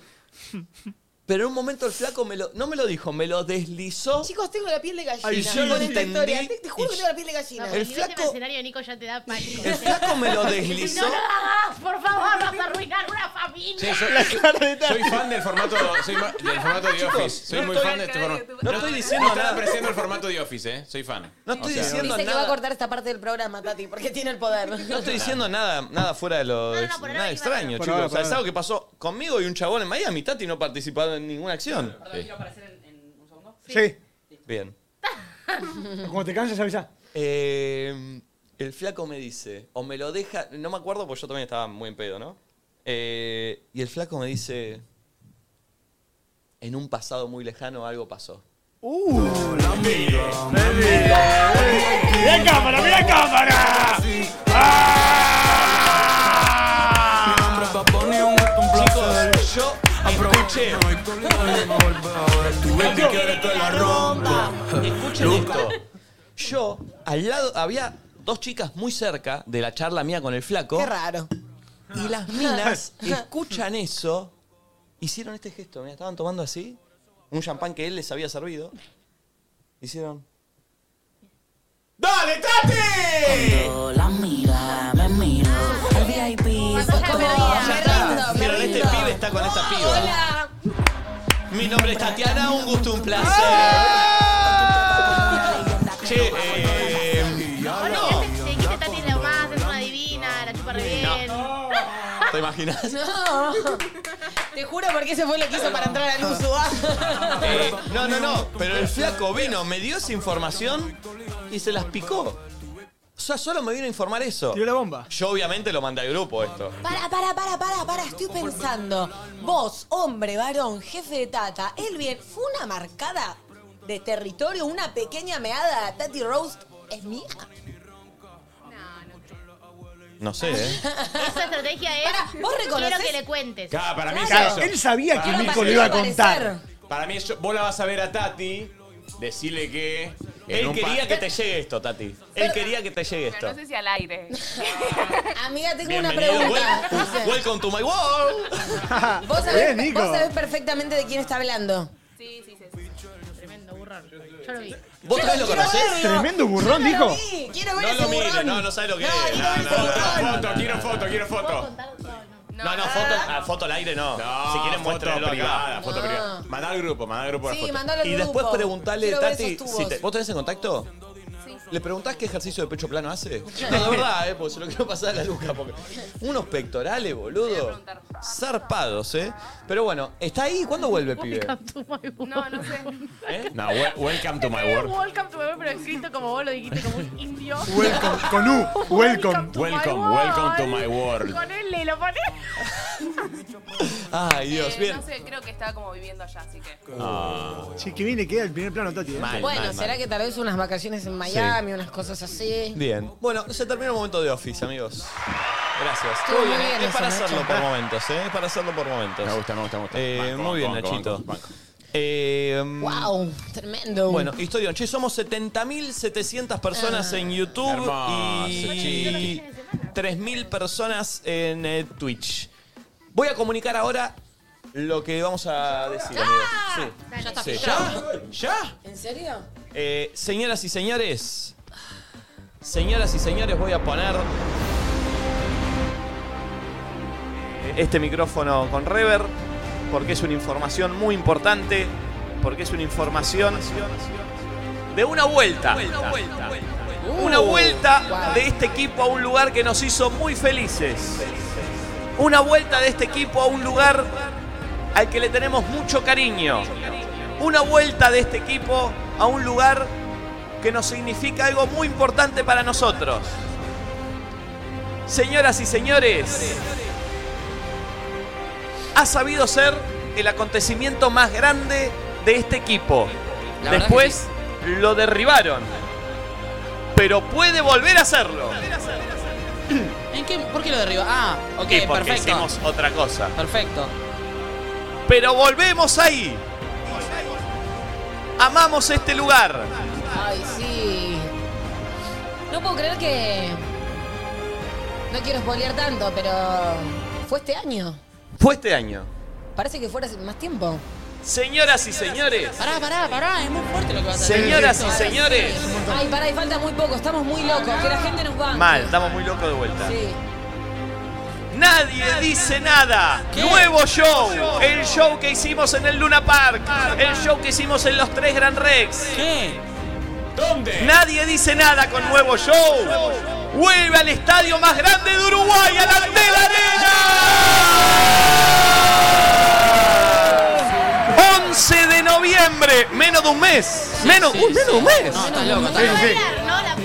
Pero en un momento el flaco me lo, no me lo dijo, me lo deslizó.
Chicos, tengo la piel de gallina.
Ay, yo lo
con esta
entendí.
historia. Te, te juro que
Y-
tengo la piel de
No,
gallina.
porque
El
el nivel de
flaco-
mercenario Nico ya te da pánico.
<laughs> El flaco
<laughs>
me lo deslizó.
No lo hagas, por favor, vas a arruinar una familia.
<laughs>
Sí, soy, soy- soy fan del formato, soy ma- del formato de
Chicos,
Office. Soy
no
muy
estoy-
fan de este formato.
no estoy diciendo
Están
nada.
apreciando el formato de Office, ¿eh? Soy fan.
No estoy
O sea,
diciendo
Dice que va
nada.
a cortar esta parte del programa, Tati, porque tiene el poder.
<laughs> No estoy diciendo nada, nada fuera de lo
No, no, no,
ex-
por ahora
nada
iba-
extraño,
Por
chicos.
ahora,
O sea,
por
es
ahora.
algo que pasó conmigo y un chabón en Miami. Tati no participó en ninguna acción.
Sí.
Bien.
Cuando te cansas, avisa.
Eh, el flaco me dice, o me lo deja, no me acuerdo porque yo también estaba muy en pedo, ¿no? Eh, y el flaco me dice, en un pasado muy lejano algo pasó.
¡Mira cámara, mira cámara!
Chicos, yo escuché. Escuchen esto. Yo, al lado, había dos chicas muy cerca de la charla mía con el flaco.
Qué raro.
Y las
<laughs>
minas escuchan eso, hicieron este gesto. Mira, estaban tomando así un champán que él les había servido. Hicieron.
¡Dale, trate!
La mira, me mira. El VIP fue como...
Ya está. Dijeron, este pibe está con esta piba. Mi nombre es Tatiana, un gusto, un placer. Che, eh,
Ahora que Oh, te dijiste Tati lo más, es una divina, la chupa re bien.
<laughs> ¿te imaginas?
No. Te juro porque eso fue lo que hizo para entrar al uso.
Eh, no, no, no, pero el flaco vino, me dio esa información y se las picó. O sea, solo me vino a informar eso. Tiró la bomba. Yo obviamente lo mandé al grupo esto.
Para, para, para, para, para, estoy pensando. Vos, hombre, varón, jefe de Tata, él bien, ¿fue una marcada de territorio, una pequeña meada Tati Roast es mía?
No sé,
<laughs>
¿eh?
Esa estrategia es.
¿vos
Quiero
reconoces?
que le cuentes.
Claro, para mí es
Claro,
eso.
él sabía que
Para mí
Nico
es
le iba a
eso.
contar.
Para mí, es- vos la vas a ver a Tati, decirle que. en
Él
un
quería
pa-
que te llegue esto, Tati. Él quería que te llegue
Pero
esto.
no sé si al aire.
<laughs> Amiga, tengo
Bienvenido,
una pregunta. <laughs>
wel-
Dice,
welcome to my
<laughs>
world.
¿Vos
<laughs>
sabés, vos sabés perfectamente de quién está hablando.
Sí, sí, sí. Tremendo burrón. Yo lo vi.
¿Vos también lo conocés?
Tremendo burrón,
Yo no lo
dijo.
vi.
Quiero
No lo mire, no, no sabe lo que es. No, no, no,
Foto, quiero foto, quiero foto.
No, no, foto, ah, foto al aire no.
No,
si quieren
foto
muéstrenlo
privada,
acá.
foto privada. Mandá al grupo, mandá al grupo la
Ah. Sí,
foto.
mandalo al
Y después
grupo.
preguntale,
Quiero ver
Tati,
esos
si
tubos.
te- ¿vos tenés en contacto? ¿Le preguntás qué ejercicio de pecho plano hace? No, de verdad, eh, porque se lo quiero pasar a la Luca. Porque unos pectorales, boludo. Zarpados, ¿eh? Pero bueno, ¿está ahí? ¿Cuándo vuelve el pibe?
No, no sé.
¿Eh?
No, wel- welcome to my
Welcome,
world.
to my world, pero escrito como vos lo dijiste, como un
<laughs>
indio.
Welcome, con U. Welcome. Welcome,
my
welcome to my world.
Con él le lo poné.
Ay,
Eh, No sé, creo que estaba como viviendo allá, así que.
Ah.
Sí, que viene, queda el primer plano, Tati. ¿eh?
bueno, será que tal vez unas vacaciones en Miami, unas cosas así.
Bien. Bueno, se terminó el momento de Office, amigos. Gracias.
Estuvo
Muy
muy
bien,
bien
Es
eso,
para
Nacho.
hacerlo por momentos, ¿eh? Es para hacerlo por momentos. Me gusta,
me gusta, me gusta.
Eh,
Banco,
muy bien,
banco,
Nachito.
banco, banco.
Eh, mm,
Wow, tremendo.
Bueno, historia, che, somos 70.700 personas
Ah.
en YouTube
Hermoso,
y 3.000 personas en eh, Twitch. Voy a comunicar ahora lo que vamos a decir. amigos. Sí.
Ah. ya está
Sí.
filtrado.
¿Ya?
¿En serio?
Eh, señoras y señores, señoras y señores, voy a poner este micrófono con rever porque es una información muy importante, porque es una información de una vuelta. Una vuelta de este equipo a un lugar que nos hizo muy felices. Una vuelta de este equipo a un lugar al que le tenemos mucho cariño. Una vuelta de este equipo a un lugar que nos significa algo muy importante para nosotros. Señoras y señores, ha sabido ser el acontecimiento más grande de este equipo.
La verdad
Después lo derribaron, pero puede volver a hacerlo.
¿En qué? ¿Por qué lo derriba? Ah, ok,
Y porque
perfecto.
hicimos otra cosa.
Perfecto.
Pero volvemos ahí. Amamos este lugar.
Ay, sí. No puedo creer que. No quiero spoilear tanto, pero. Fue este año.
Fue este año.
Parece que fuera hace más tiempo.
Señoras y señores,
Pará, pará, pará, es muy fuerte lo que vas
a hacer. Señoras y señores.
Ay, pará, y falta muy poco, estamos muy locos, que la gente nos va.
mal, estamos muy locos de vuelta.
Sí.
Nadie dice nada. Nuevo show. El show que hicimos en el Luna Park. El show que hicimos en los tres Gran Rex. ¿Dónde? Nadie dice nada con nuevo show. Vuelve al estadio más grande de Uruguay, a la Antel Arena. 11 de noviembre, menos de un mes. Menos, uy, menos de un mes.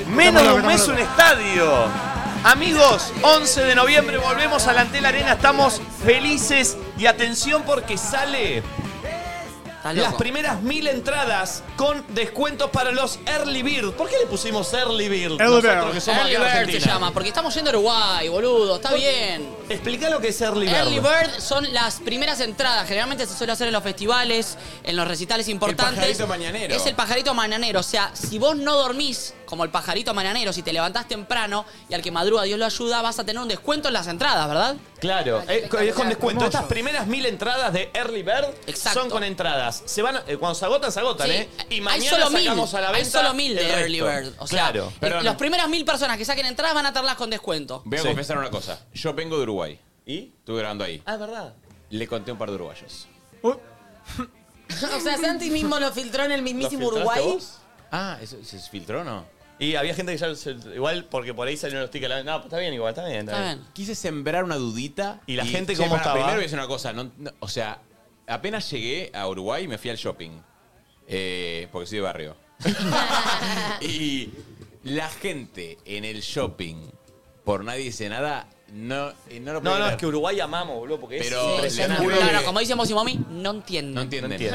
Menos de un mes un estadio. Amigos, 11 de noviembre volvemos a la Antel Arena. Estamos felices y atención porque sale Las primeras mil entradas con descuentos para los Early Bird. ¿Por qué le pusimos Early Bird?
Early
nosotros
Bird.
que somos
Early
acá de
Bird
Argentina?
se llama, porque estamos yendo a Uruguay, boludo, está bien.
Explica lo que es Early Bird.
Early Bird son las primeras entradas. Generalmente se suele hacer en los festivales, en los recitales importantes.
pajarito mañanero.
Es el pajarito mañanero. O sea, si vos no dormís como el pajarito mañanero, si te levantás temprano y al que madruga Dios lo ayuda, vas a tener un descuento en las entradas, ¿verdad?
Claro, eh, co- es con descuento. Estas primeras mil entradas de Early Bird son con entradas. Se van, eh, cuando se agotan, se agotan,
Sí,
¿eh?
hay
Y mañana
solo mil,
sacamos a la
hay
venta.
solo mil de
el resto.
Early Bird, o sea,
claro.
Las primeras mil personas que saquen entradas van a tenerlas con descuento.
Voy a confesar una cosa. Yo vengo de Uruguay. ¿Y? Estuve grabando ahí.
Ah, es verdad.
Le conté a un par de uruguayos.
<laughs> o sea, Santi mismo lo filtró en el mismísimo
¿Lo filtraste
Uruguay.
vos?
Ah, ¿eso ¿se filtró o no?
Y había gente que ya. se- Igual, porque por ahí salieron los tickets. a la- No, pues está bien, igual, está bien. Está bien.
Quise sembrar una dudita.
¿Y la gente
che,
cómo
pará,
estaba?
Primero voy a decir una cosa. no- no, o sea, apenas llegué a Uruguay me fui al shopping. Eh, porque soy
<laughs>
de barrio. y la gente en el shopping, por nadie dice nada, no, eh, no lo puedo
No, no,
creer.
es que Uruguay amamos, boludo, porque
Pero
es impresionante.
No, no, como dice Mosi Momi, no entienden.
No entienden.
No entienden.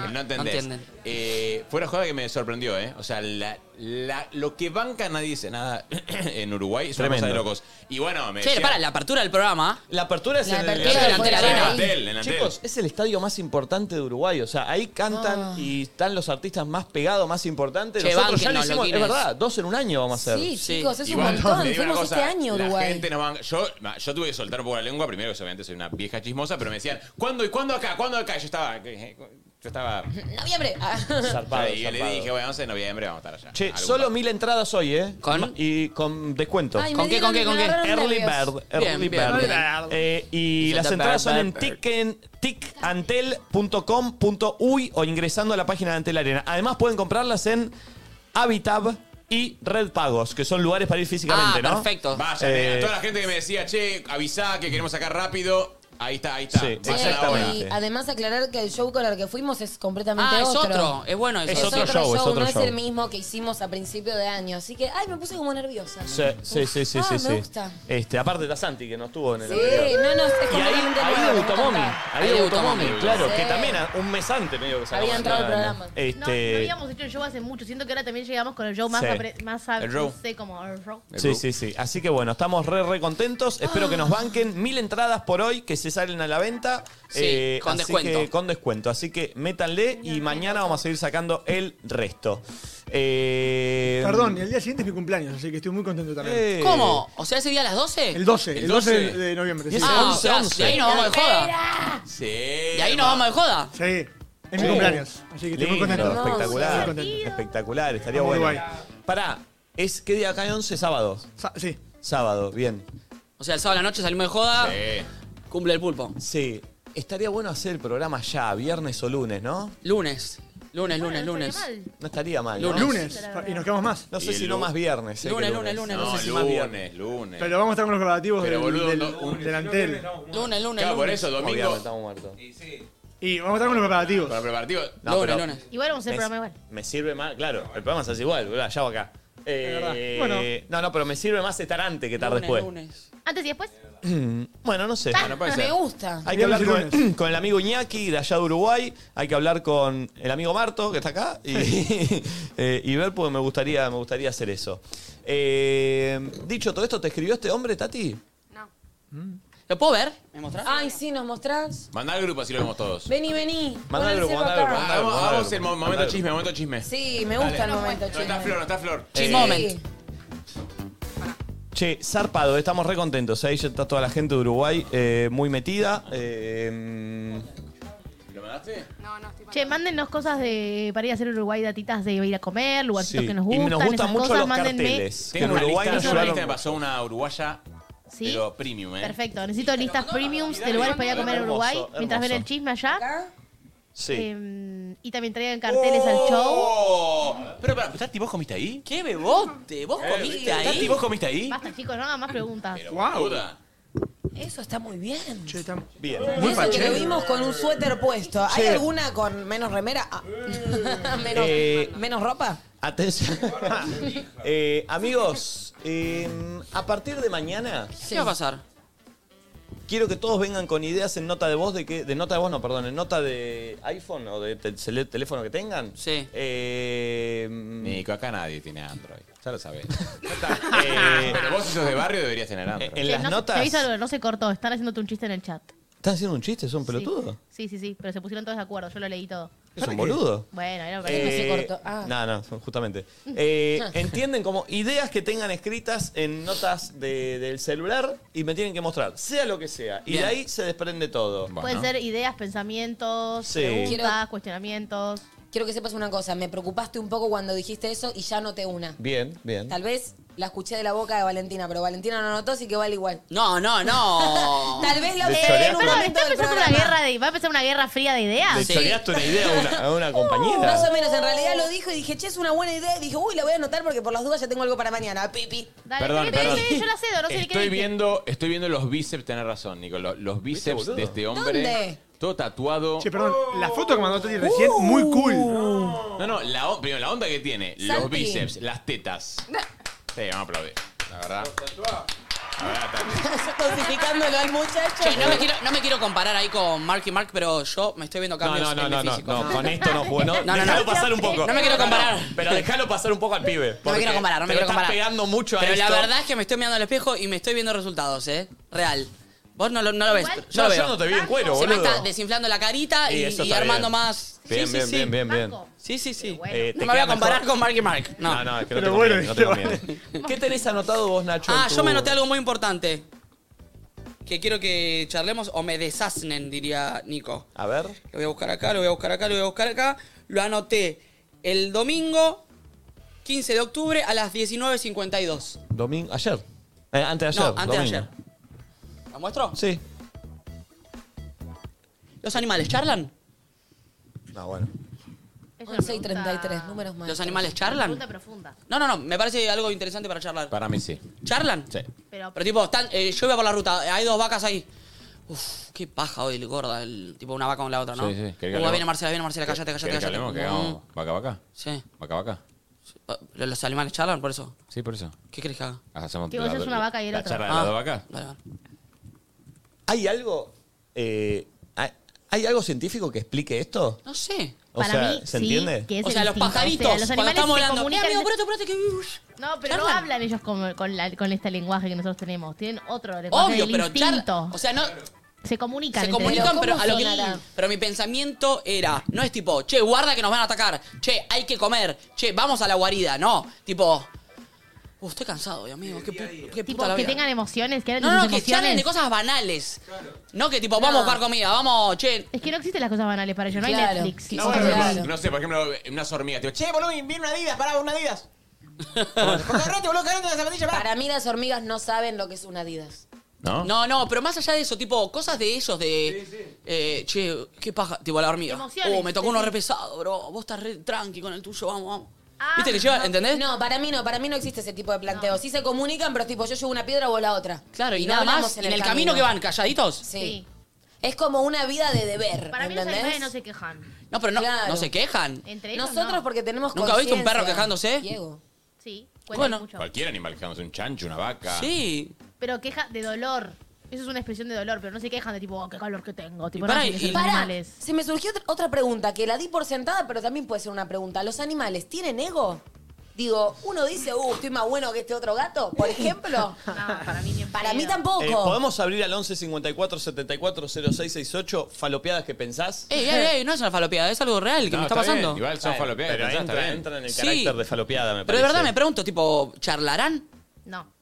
No
No
entendés.
entienden.
Eh, fue una joda que me sorprendió, ¿eh? O sea, la- la- lo que banca nadie dice nada <clears throat> en Uruguay es una cosa
Tremendo.
de locos. Y bueno, me
Che,
decía-
para la apertura del programa.
La apertura es
La
en
apertura
el,
del Antel
Arena. En el Antel, en el Antel.
Chicos, es el estadio más importante de Uruguay. O sea, ahí cantan y están los artistas más pegados, más importantes.
Ah. Che,
Nosotros ya
bánquenos,
lo hicimos, es
loquines.
verdad, dos en un año vamos a hacer.
Sí, chicos, es un
Igual, <laughs>
montón.
te digo una
Fuimos este año a
la
Uruguay.
gente no banca- yo, ma, yo tuve que soltar un poco la lengua, primero que obviamente soy una vieja chismosa, pero me decían, ¿cuándo y cuándo acá? ¿Cuándo acá? Y Yo estaba. eh, Yo estaba.
Noviembre. Ah.
<laughs> Zarpado,
y yo le
zarpado.
dije, bueno, 11 de noviembre vamos a estar allá.
Che,
Algún
solo mil entradas hoy, ¿eh? ¿Con? Y con descuento.
Ay, me ¿Con qué, dieron- con qué, con me qué? agarraron
Early
nervios.
Bird. Early
Bien, bien,
Bird.
bien.
Eh, y
Se
las
trata
entradas son
de
en
Bird.
ticken- ticantel.com.uy o ingresando a la página de Antel Arena. Además, pueden comprarlas en Habitab y Red Pagos, que son lugares para ir
Ah,
físicamente, ¿no?
Vayan,
Eh,
eh, a toda la gente que me decía, che, avisá que queremos sacar rápido. Ahí está, ahí está.
Sí,
Vayan ahora.
Y además aclarar que el show con el que fuimos es completamente
Ah, es
otro.
otro. Es bueno eso.
Es otro show, es otro
no
show.
es el mismo que hicimos a principio de año. Así que, ay, me puse como nerviosa.
Sí, sí, sí, sí,
Ah,
sí,
me
sí.
gusta.
Este, aparte está Santi, que no estuvo en el
Sí,
anterior.
no, no, es
Y ahí,
completamente
ahí
nuevo,
debutó
me
Momi.
encanta. Ahí
Ahí debutó
debutó
Momi,
Momi.
claro,
Sí.
que también a- un mes antes medio que sacamos
Había entrado
nada,
al
¿no?
programa.
Este,
No, no habíamos hecho el show hace mucho. Siento que ahora también llegamos con el show más,
Sí.
apre- más a-
El show.
no sé, como el show.
Sí, sí, sí. Así que bueno, estamos re, re
Ah.
contentos. Espero que nos banquen. Mil entradas por hoy que se salen a la venta. Eh,
Sí, con
así
descuento.
que- con descuento. Así que métanle y mañana vamos a seguir sacando el resto. Eh,
Perdón, y el día siguiente es mi cumpleaños, así que estoy muy contento también.
Eh.
¿Cómo? O sea, ese día a las 12?
El 12, el 12 de noviembre.
Y es el
Ah,
11, 11.
ahí
Y ahí nos vamos de joda.
Sí.
Y ahí nos vamos de joda.
Sí. Es mi
Sí.
cumpleaños, así que estoy muy
Lindo,
contento. Muy
Espectacular,
contento.
espectacular, estaría
Vamos,
bueno.
Uruguay.
Pará, ¿es qué día cae 11? Sábado.
sí.
Sábado, bien.
O sea, el sábado a la noche salimos de joda. Cumple el pulpo.
Sí. Estaría bueno hacer el programa ya, viernes o lunes, ¿no?
Lunes. Lunes, lunes, lunes.
Ah, No estaría mal. ¿no?
Lunes. Y nos quedamos más.
No sé
Y
si no
lu-
más viernes. eh, que
No, lunes, lunes.
Pero vamos a estar con los preparativos
Pero,
del,
boludo,
del-
no, un-
del Antel.
Lunes, lunes,
Claro, por
lunes.
eso, domingo.
Obviamente, estamos muertos.
Y vamos a estar con los preparativos.
Para preparativo.
No, Lunes, pero- lunes.
Igual vamos a hacer el
Me-
programa igual.
Me sirve más, claro, el programa se hace igual, boludo, allá o acá. Eh,
Es verdad.
No, no, pero me sirve más estar antes que estar
Lunes,
después.
Antes y después.
<clears throat>
Ah,
Bueno, no sé.
Me gusta.
Hay que hablar con, con el amigo Iñaki de allá de Uruguay, hay que hablar con el amigo Marto, que está acá, y, eh, y ver, porque me gustaría, me gustaría hacer eso. Eh, dicho todo esto, ¿te escribió este hombre, Tati?
¿Lo puedo ver?
¿Me mostrás? Ay, sí, nos mostrás.
Mandá al grupo, así lo vemos todos.
Vení, vení.
Mandá al
Pónganse
grupo,
acá.
mandá al grupo. Hagamos hagamos el mo- momento chisme, momento chisme.
Sí, me gusta
Dale.
el momento,
No está
chisme.
Flor, no está Flor.
Eh, Che, zarpado, eh, estamos re contentos. Ahí ya está toda la gente de Uruguay eh, muy metida. Eh,
¿Lo mandaste?
Che, mándennos cosas de para ir a hacer Uruguay, datitas de ir a comer, lugarcitos
Sí.
que nos gustan.
y nos gustan
esas
mucho
cosas,
los
mándenme.
carteles.
Tengo una
Uruguay
lista,
nos
yo una
ayudaron
lista me pasó una uruguaya,
¿Sí?
pero premium, ¿eh?
Perfecto, necesito listas premiums de lugares para ir a comer a
Hermoso,
Uruguay mientras ven
hermoso.
el chisme allá.
Sí.
Eh, y también traigan carteles al show.
Oh,
show. Oh. Pero, pará, Tati, ¿vos comiste ahí?
¿Qué bebote? ¿Vos
Eh,
comiste
Tati,
ahí?
¿vos comiste ahí?
Basta, chicos, no hagan más preguntas.
Duda.
Eso está muy bien.
Bien.
Muy Eso que lo vimos con un suéter puesto. ¿Hay
Che.
alguna con menos remera? Ah. <laughs> menos,
Eh,
¿Menos ropa?
Atención. Eh, amigos, eh, a em, partir de mañana.
¿Qué va a pasar?
Quiero que todos vengan con ideas en nota de voz de que. De nota de voz, no, perdón, en nota de iPhone o de tel- cele- teléfono que tengan. Em, Sí. Nico,
acá nadie tiene Android. Ya lo sabés.
Pero
<laughs> Pero vos si sos de barrio deberías tener Android.
Eh, En las
no,
notas.
Te aviso algo, no se cortó, están haciéndote un chiste en el chat.
¿Están haciendo un chiste? ¿Son pelotudos?
Sí, sí, sí, pero se pusieron todos de acuerdo, yo lo leí todo.
Es un boludo.
Bueno, era para que
Eh,
Ah.
Ah.
No, no, justamente.
Mm. <laughs>
Eh, entienden como ideas que tengan escritas en notas de- del celular y me tienen que mostrar, sea lo que sea. Y
Bien.
de ahí se desprende todo.
Pueden ser ideas, pensamientos,
Sí.
preguntas, cuestionamientos.
Quiero que sepas una cosa, me preocupaste un poco cuando dijiste eso y ya noté una.
Bien, bien.
Tal vez la escuché de la boca de Valentina, pero Valentina no notó, así que vale igual.
No, no, no.
Tal vez lo
Le
noté en
choreaste
un
una-
momento del
Empezando una
programa.
guerra Ah, de, va a empezar una guerra fría de ideas. Uh.
Le choreaste una idea a una,
<laughs>
a
Uh,
una
Más o
compañera.
menos, en realidad lo dijo y dije, che, es una buena idea. Y Eh, dije, uy, la voy a anotar porque por las dudas ya tengo algo para mañana. Pipi.
Dale,
Perdón, perdón.
yo la cedo, no sé ni qué
Estoy
dije.
viendo, estoy viendo los bíceps, tenés razón, Nico. Los, los bíceps
boludo?
de este hombre.
¿Dónde?
Todo tatuado. Oh.
Che, perdón, la foto que mandó Tati recién, muy cool.
No, no, la, on- primero, la onda que tiene, los
Santi.
bíceps, las <laughs> tetas. Sí, vamos a aplaudir. La verdad. La verdad, Tati.
Crucificándolo al muchacho.
Che, no me, quiero, no me quiero comparar ahí con Mark y Mark, pero yo me estoy viendo cambios
No, no,
en
no,
mi
no,
físico.
no, no, con esto no juego.
<laughs>
No,
No, no, no.
dejalo pasar un poco.
No me quiero comparar.
Pero déjalo pasar un poco al pibe.
No me
porque
quiero comparar, no me
te lo
quiero
estás
comparar.
pegando mucho a
Pero
esto.
la verdad es que me estoy mirando al espejo y me estoy viendo resultados, ¿eh? Real. Vos no lo, no lo ves.
Igual-
Yo, lo
No,
veo.
yo no te vi en cuero,
Se me
boludo.
está desinflando la carita
Y
y,
eso
y
está
armando
bien.
más.
Bien,
sí,
bien,
sí, sí.
bien, bien, bien.
Sí, sí, sí.
Eh, te
no me voy
queda
a comparar
mejor.
con Mark y Mark. No,
No, no, es que no
Pero
te
bueno,
conviene,
<laughs>
no te conviene. ¿Qué tenés anotado vos, Nacho? en
Ah,
tu-
yo me anoté algo muy importante. Que quiero que charlemos o me desasnen, diría Nico.
A ver.
Lo voy a buscar acá, lo voy a buscar acá, lo voy a buscar acá. Lo anoté el domingo 15 de octubre a las 19.52.
Domingo, ayer. Eh, antes de
No,
ayer.
antes de
domingo.
ayer. ¿La muestro?
Sí.
¿Los animales charlan?
No, bueno.
11 y 33, números más.
¿Los animales charlan?
Pregunta profunda.
No, no, no, me parece algo interesante para charlar.
Para mí sí.
¿Charlan?
Sí.
Pero,
Pero tipo, están, eh, yo iba por la ruta, eh, hay dos vacas ahí. Uf, qué paja hoy, gorda, el, tipo una vaca con la otra, ¿no?
Sí, sí. ¿Querés que
Uh,
hablemos?
viene Marcela, viene Marcela, callate, callate,
¿Querés que
callate.
hablemos? ¿Que hagamos vaca vaca?
Sí.
¿Vaca vaca?
Mm. ¿Los animales charlan por eso?
Sí, por eso. Ah.
¿Qué querés que haga?
Hacemos
Que vos
la-
seas una vaca y el
la
otro.
charla de las
Ah.
dos vacas.
¿Hay algo. eh, hay- ¿Hay algo científico que explique esto?
No sé.
O Para sea, mí, ¿se sí, entiende? Eh, que es
o
el
sea, los
instinto,
pajaritos,
o sea, los
cuando
animales
estamos
se
hablando.
comunican-
"Eh, amigo,
apurate, apurate, que-".
No, pero no hablan ellos con, con, la- con este lenguaje que nosotros tenemos. Tienen otro lenguaje
Obvio,
del
pero
instinto.
charlan. O sea, no,
Se comunican.
se
entre
comunican,
ellos.
pero a lo que- Pero mi pensamiento era, no es tipo, che, guarda que nos van a atacar, che, hay que comer, che, vamos a la guarida, no. Tipo, "Uf, estoy cansado, hoy, amigo, qué, pu- qué
Tipo,
puta la
que
vida".
tengan emociones, que hablen
No,
de
no,
sus
que charlen de
emociones.
cosas banales. No que tipo, vamos a buscar comida, vamos, che.
Es que no existen las cosas banales para ellos, no
Claro.
hay Netflix.
No, bueno, pero, no sé, por ejemplo, unas hormigas. Tipo, che, boludo, viene una Adidas, pará, una <laughs> Adidas.
Para mí las hormigas no saben lo que es una Adidas.
¿No?
No, no, pero más allá de eso, tipo, cosas de ellos, de. eh, che, qué paja, tipo la hormiga.
Emociones,
oh, me tocó uno
sí.
re pesado, bro. Vos estás re tranqui con el tuyo, vamos, vamos.
Ah,
¿Viste que lleva,
no.
entendés?
No, para mí no, para mí no existe ese tipo de planteo. Sí se comunican, pero tipo, yo llevo una piedra o la otra.
Claro, y,
no
nada
hablamos
más. En el, camino. que van, calladitos.
Sí. Es como una vida de deber.
Para mí los
¿entendés?
animales no se quejan.
No, pero no,
Claro.
no se quejan.
Entre ellos
Nosotros
no.
porque tenemos
¿Nunca viste un perro
conciencia.
quejándose? ¿eh?
Diego.
Sí, cuentan
Bueno.
mucho.
Cualquier animal, digamos, un chancho, una vaca.
Sí.
Pero queja de dolor. Eso es una expresión de dolor, pero no se quejan de tipo, oh, qué calor que tengo. Tipo, no, hacen esos
Pará,
animales.
se me surgió otra, otra pregunta que la di por sentada, pero también puede ser una pregunta. ¿Los animales tienen ego? Digo, uno dice, uh, estoy más bueno que este otro gato,
<laughs>
por ejemplo. para mí tampoco.
Eh, ¿Podemos abrir al 11 54 74 06 68 falopeadas que pensás?
Ey,
<laughs>
ey, ey, no es una falopeada, es algo real que me
No,
está,
está
pasando.
bien, igual son
Bueno,
falopeadas que
pero
pensás, está bien. Sí.
Pero de verdad me pregunto, tipo, ¿charlarán?
No.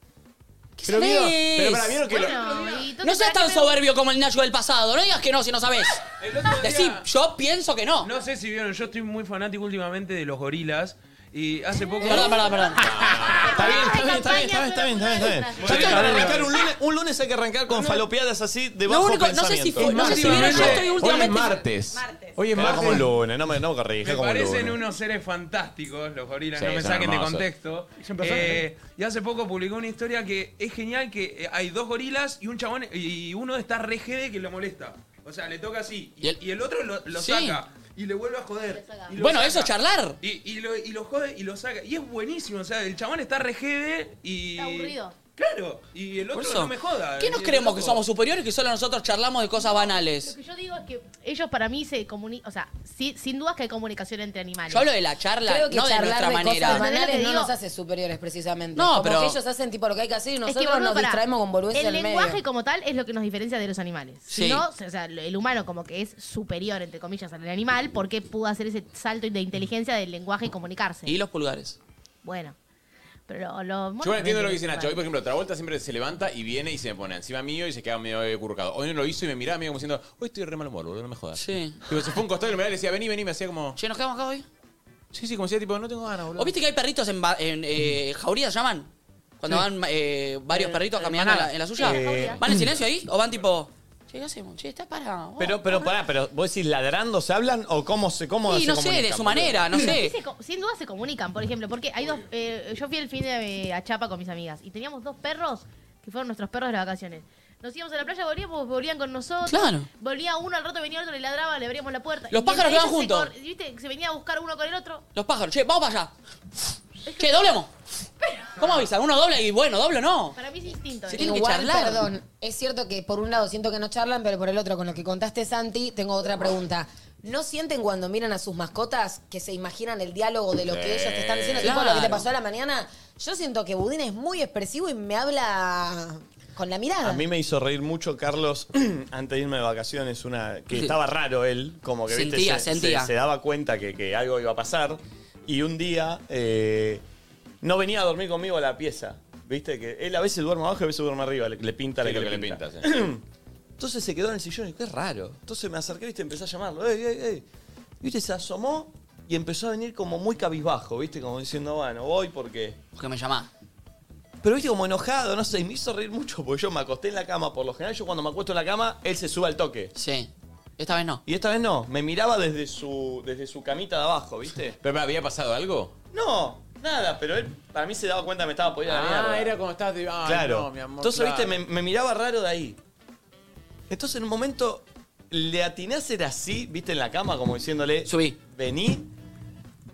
¿Qué
Pero
sabés?
vieron- pero pará, vieron que lo-
Bueno, y
No
entonces,
seas
¿para
tan
qué
soberbio como el Nacho del pasado. No digas que no si no sabes. Decí, yo pienso que no.
No sé si vieron, yo estoy muy fanático últimamente de los gorilas. Y hace poco.
Perdón, perdón,
<laughs>
perdón.
Está bien, está bien, está bien, está bien, está bien, está bien, está bien.
Bueno,
Ya hay que
está bien.
arrancar un lunes, un lunes hay que arrancar con falopeadas así de
Lo
bajo
único- no sé si-
pensamiento.
no sé si vieron, yo estoy últimamente- Hoy es martes. Hoy es
Carajo,
martes.
como lunes, no me, no me corrija
Me
como
parecen
lunes.
unos seres fantásticos los gorilas,
Sí,
no me
son
saquen de
hermosos.
contexto.
Siempre son,
Eh, y hace poco publicó una historia que es genial que eh, hay dos gorilas y un chabón y uno está re jede que lo molesta. O sea, le toca así y, y el otro lo, lo
Sí.
saca y le vuelve a joder. y lo
Bueno,
saca.
eso es charlar.
Y, y lo, y lo jode y lo saca. Y es buenísimo, o sea, el chabón está re jede y...
Está aburrido.
Claro, y el
Por
otro
eso,
no me joda.
¿Qué nos
Eh,
creemos que
loco.
somos superiores que solo nosotros charlamos de cosas
Lo
banales?
que yo digo es que ellos para mí se comunican, o sea, sí- sin dudas que hay comunicación entre animales.
Yo hablo de la charla,
Creo que
no de
charlar
nuestra
de
manera.
cosas banales no
digo?
nos hace superiores precisamente.
No,
Como
pero-
que ellos hacen tipo lo que hay que hacer y
Es que,
nosotros
boludo,
nos
pará,
distraemos con boludeces
El
en medio.
lenguaje como tal es lo que nos diferencia de los animales.
Sí.
Si no, o sea, el humano como que es superior, entre comillas, al animal porque pudo hacer ese salto de inteligencia del lenguaje y comunicarse.
Y los pulgares.
Bueno, pero lo...
Yo igual entiendo lo que dice Nacho. Hoy, por ejemplo, Travolta siempre se levanta y viene y se me pone encima mío y se queda medio curcado. Hoy no lo hizo y me miraba medio como diciendo, hoy estoy re mal humor, boludo, no me jodas.
Sí.
Tipo, se fue a un costado y me miraba y le decía, vení, vení, me hacía como...
Che, ¿nos quedamos acá hoy?
Sí, sí, como decía, tipo, no tengo ganas, boludo.
¿O viste que hay perritos en, ba- en eh, jaurías, llaman? Cuando
Sí.
van eh, varios
Eh,
perritos
eh,
caminando en la,
manada.
en la suya.
Sí, jauría.
¿Van en silencio ahí? ¿O van tipo.? Che, ¿qué hacemos? Che, está parado. Oh.
Pero, pero, pará, pero vos decís ladrando, ¿se hablan o cómo se cómo
Y
se
no sé, de
comunican,
su
boludo?
manera, no sé.
Sí se co- sin duda se comunican, por ejemplo, porque hay dos. eh, yo fui el fin de eh, a Chapa con mis amigas y teníamos dos perros que fueron nuestros perros de las vacaciones. Nos íbamos a la playa, volvíamos, volvían con nosotros.
Claro.
Volvía uno, al rato venía otro, le ladraba, le abríamos la puerta.
Los
Y
pájaros
entre
que van
ellos se
juntos.
cor- ¿Viste? Se venía a buscar uno con el otro.
Los pájaros, che, vamos para allá. Che, doblemos. ¿Cómo avisan? Uno dobla y bueno, doblo no.
Para mí es instinto.
Se
¿eh?
tienen que
Igual,
charlar.
perdón, es cierto que por un lado siento que no charlan, pero por el otro, con lo que contaste, Santi, tengo otra pregunta. ¿No sienten cuando miran a sus mascotas que se imaginan el diálogo de lo que
Sí.
ellos te están diciendo? Tipo
Claro.
lo que te pasó a la mañana. Yo siento que Budín es muy expresivo y me habla con la mirada.
A mí me hizo reír mucho Carlos <clears throat> antes de irme de vacaciones, una que
Sí.
estaba raro él, como que viste,
Sentía,
se- se,
sentía.
se daba cuenta que, que algo iba a pasar y un día eh, no venía a dormir conmigo a la pieza, viste que él a veces duerme abajo y a veces duerme arriba, le, le pinta
Sí,
la
lo
que le
que le
pinta.
pinta,
<clears throat> Entonces se quedó en el sillón y qué raro. Entonces me acerqué viste, empecé a llamarlo, ey, ey, ey. Viste, se asomó y empezó a venir como muy cabizbajo, viste, como diciendo, bueno, voy porque
Porque me llamás.
pero viste como enojado, no sé, y me hizo reír mucho porque yo me acosté en la cama. Por lo general, yo cuando me acuesto en la cama, él se sube al toque.
Sí. Esta vez no.
Y esta vez no. Me miraba desde su, desde su camita de abajo, ¿viste?
¿Pero había pasado algo?
No, nada, pero él para mí se daba cuenta que me estaba apoyando la
Ah,
mierda.
era como estabas de... Ay,
claro.
no, mi amor,
Entonces,
claro.
viste, me, me miraba raro de ahí. Entonces, en un momento, le atiné a hacer así, viste, en la cama, como diciéndole... Subí. Vení.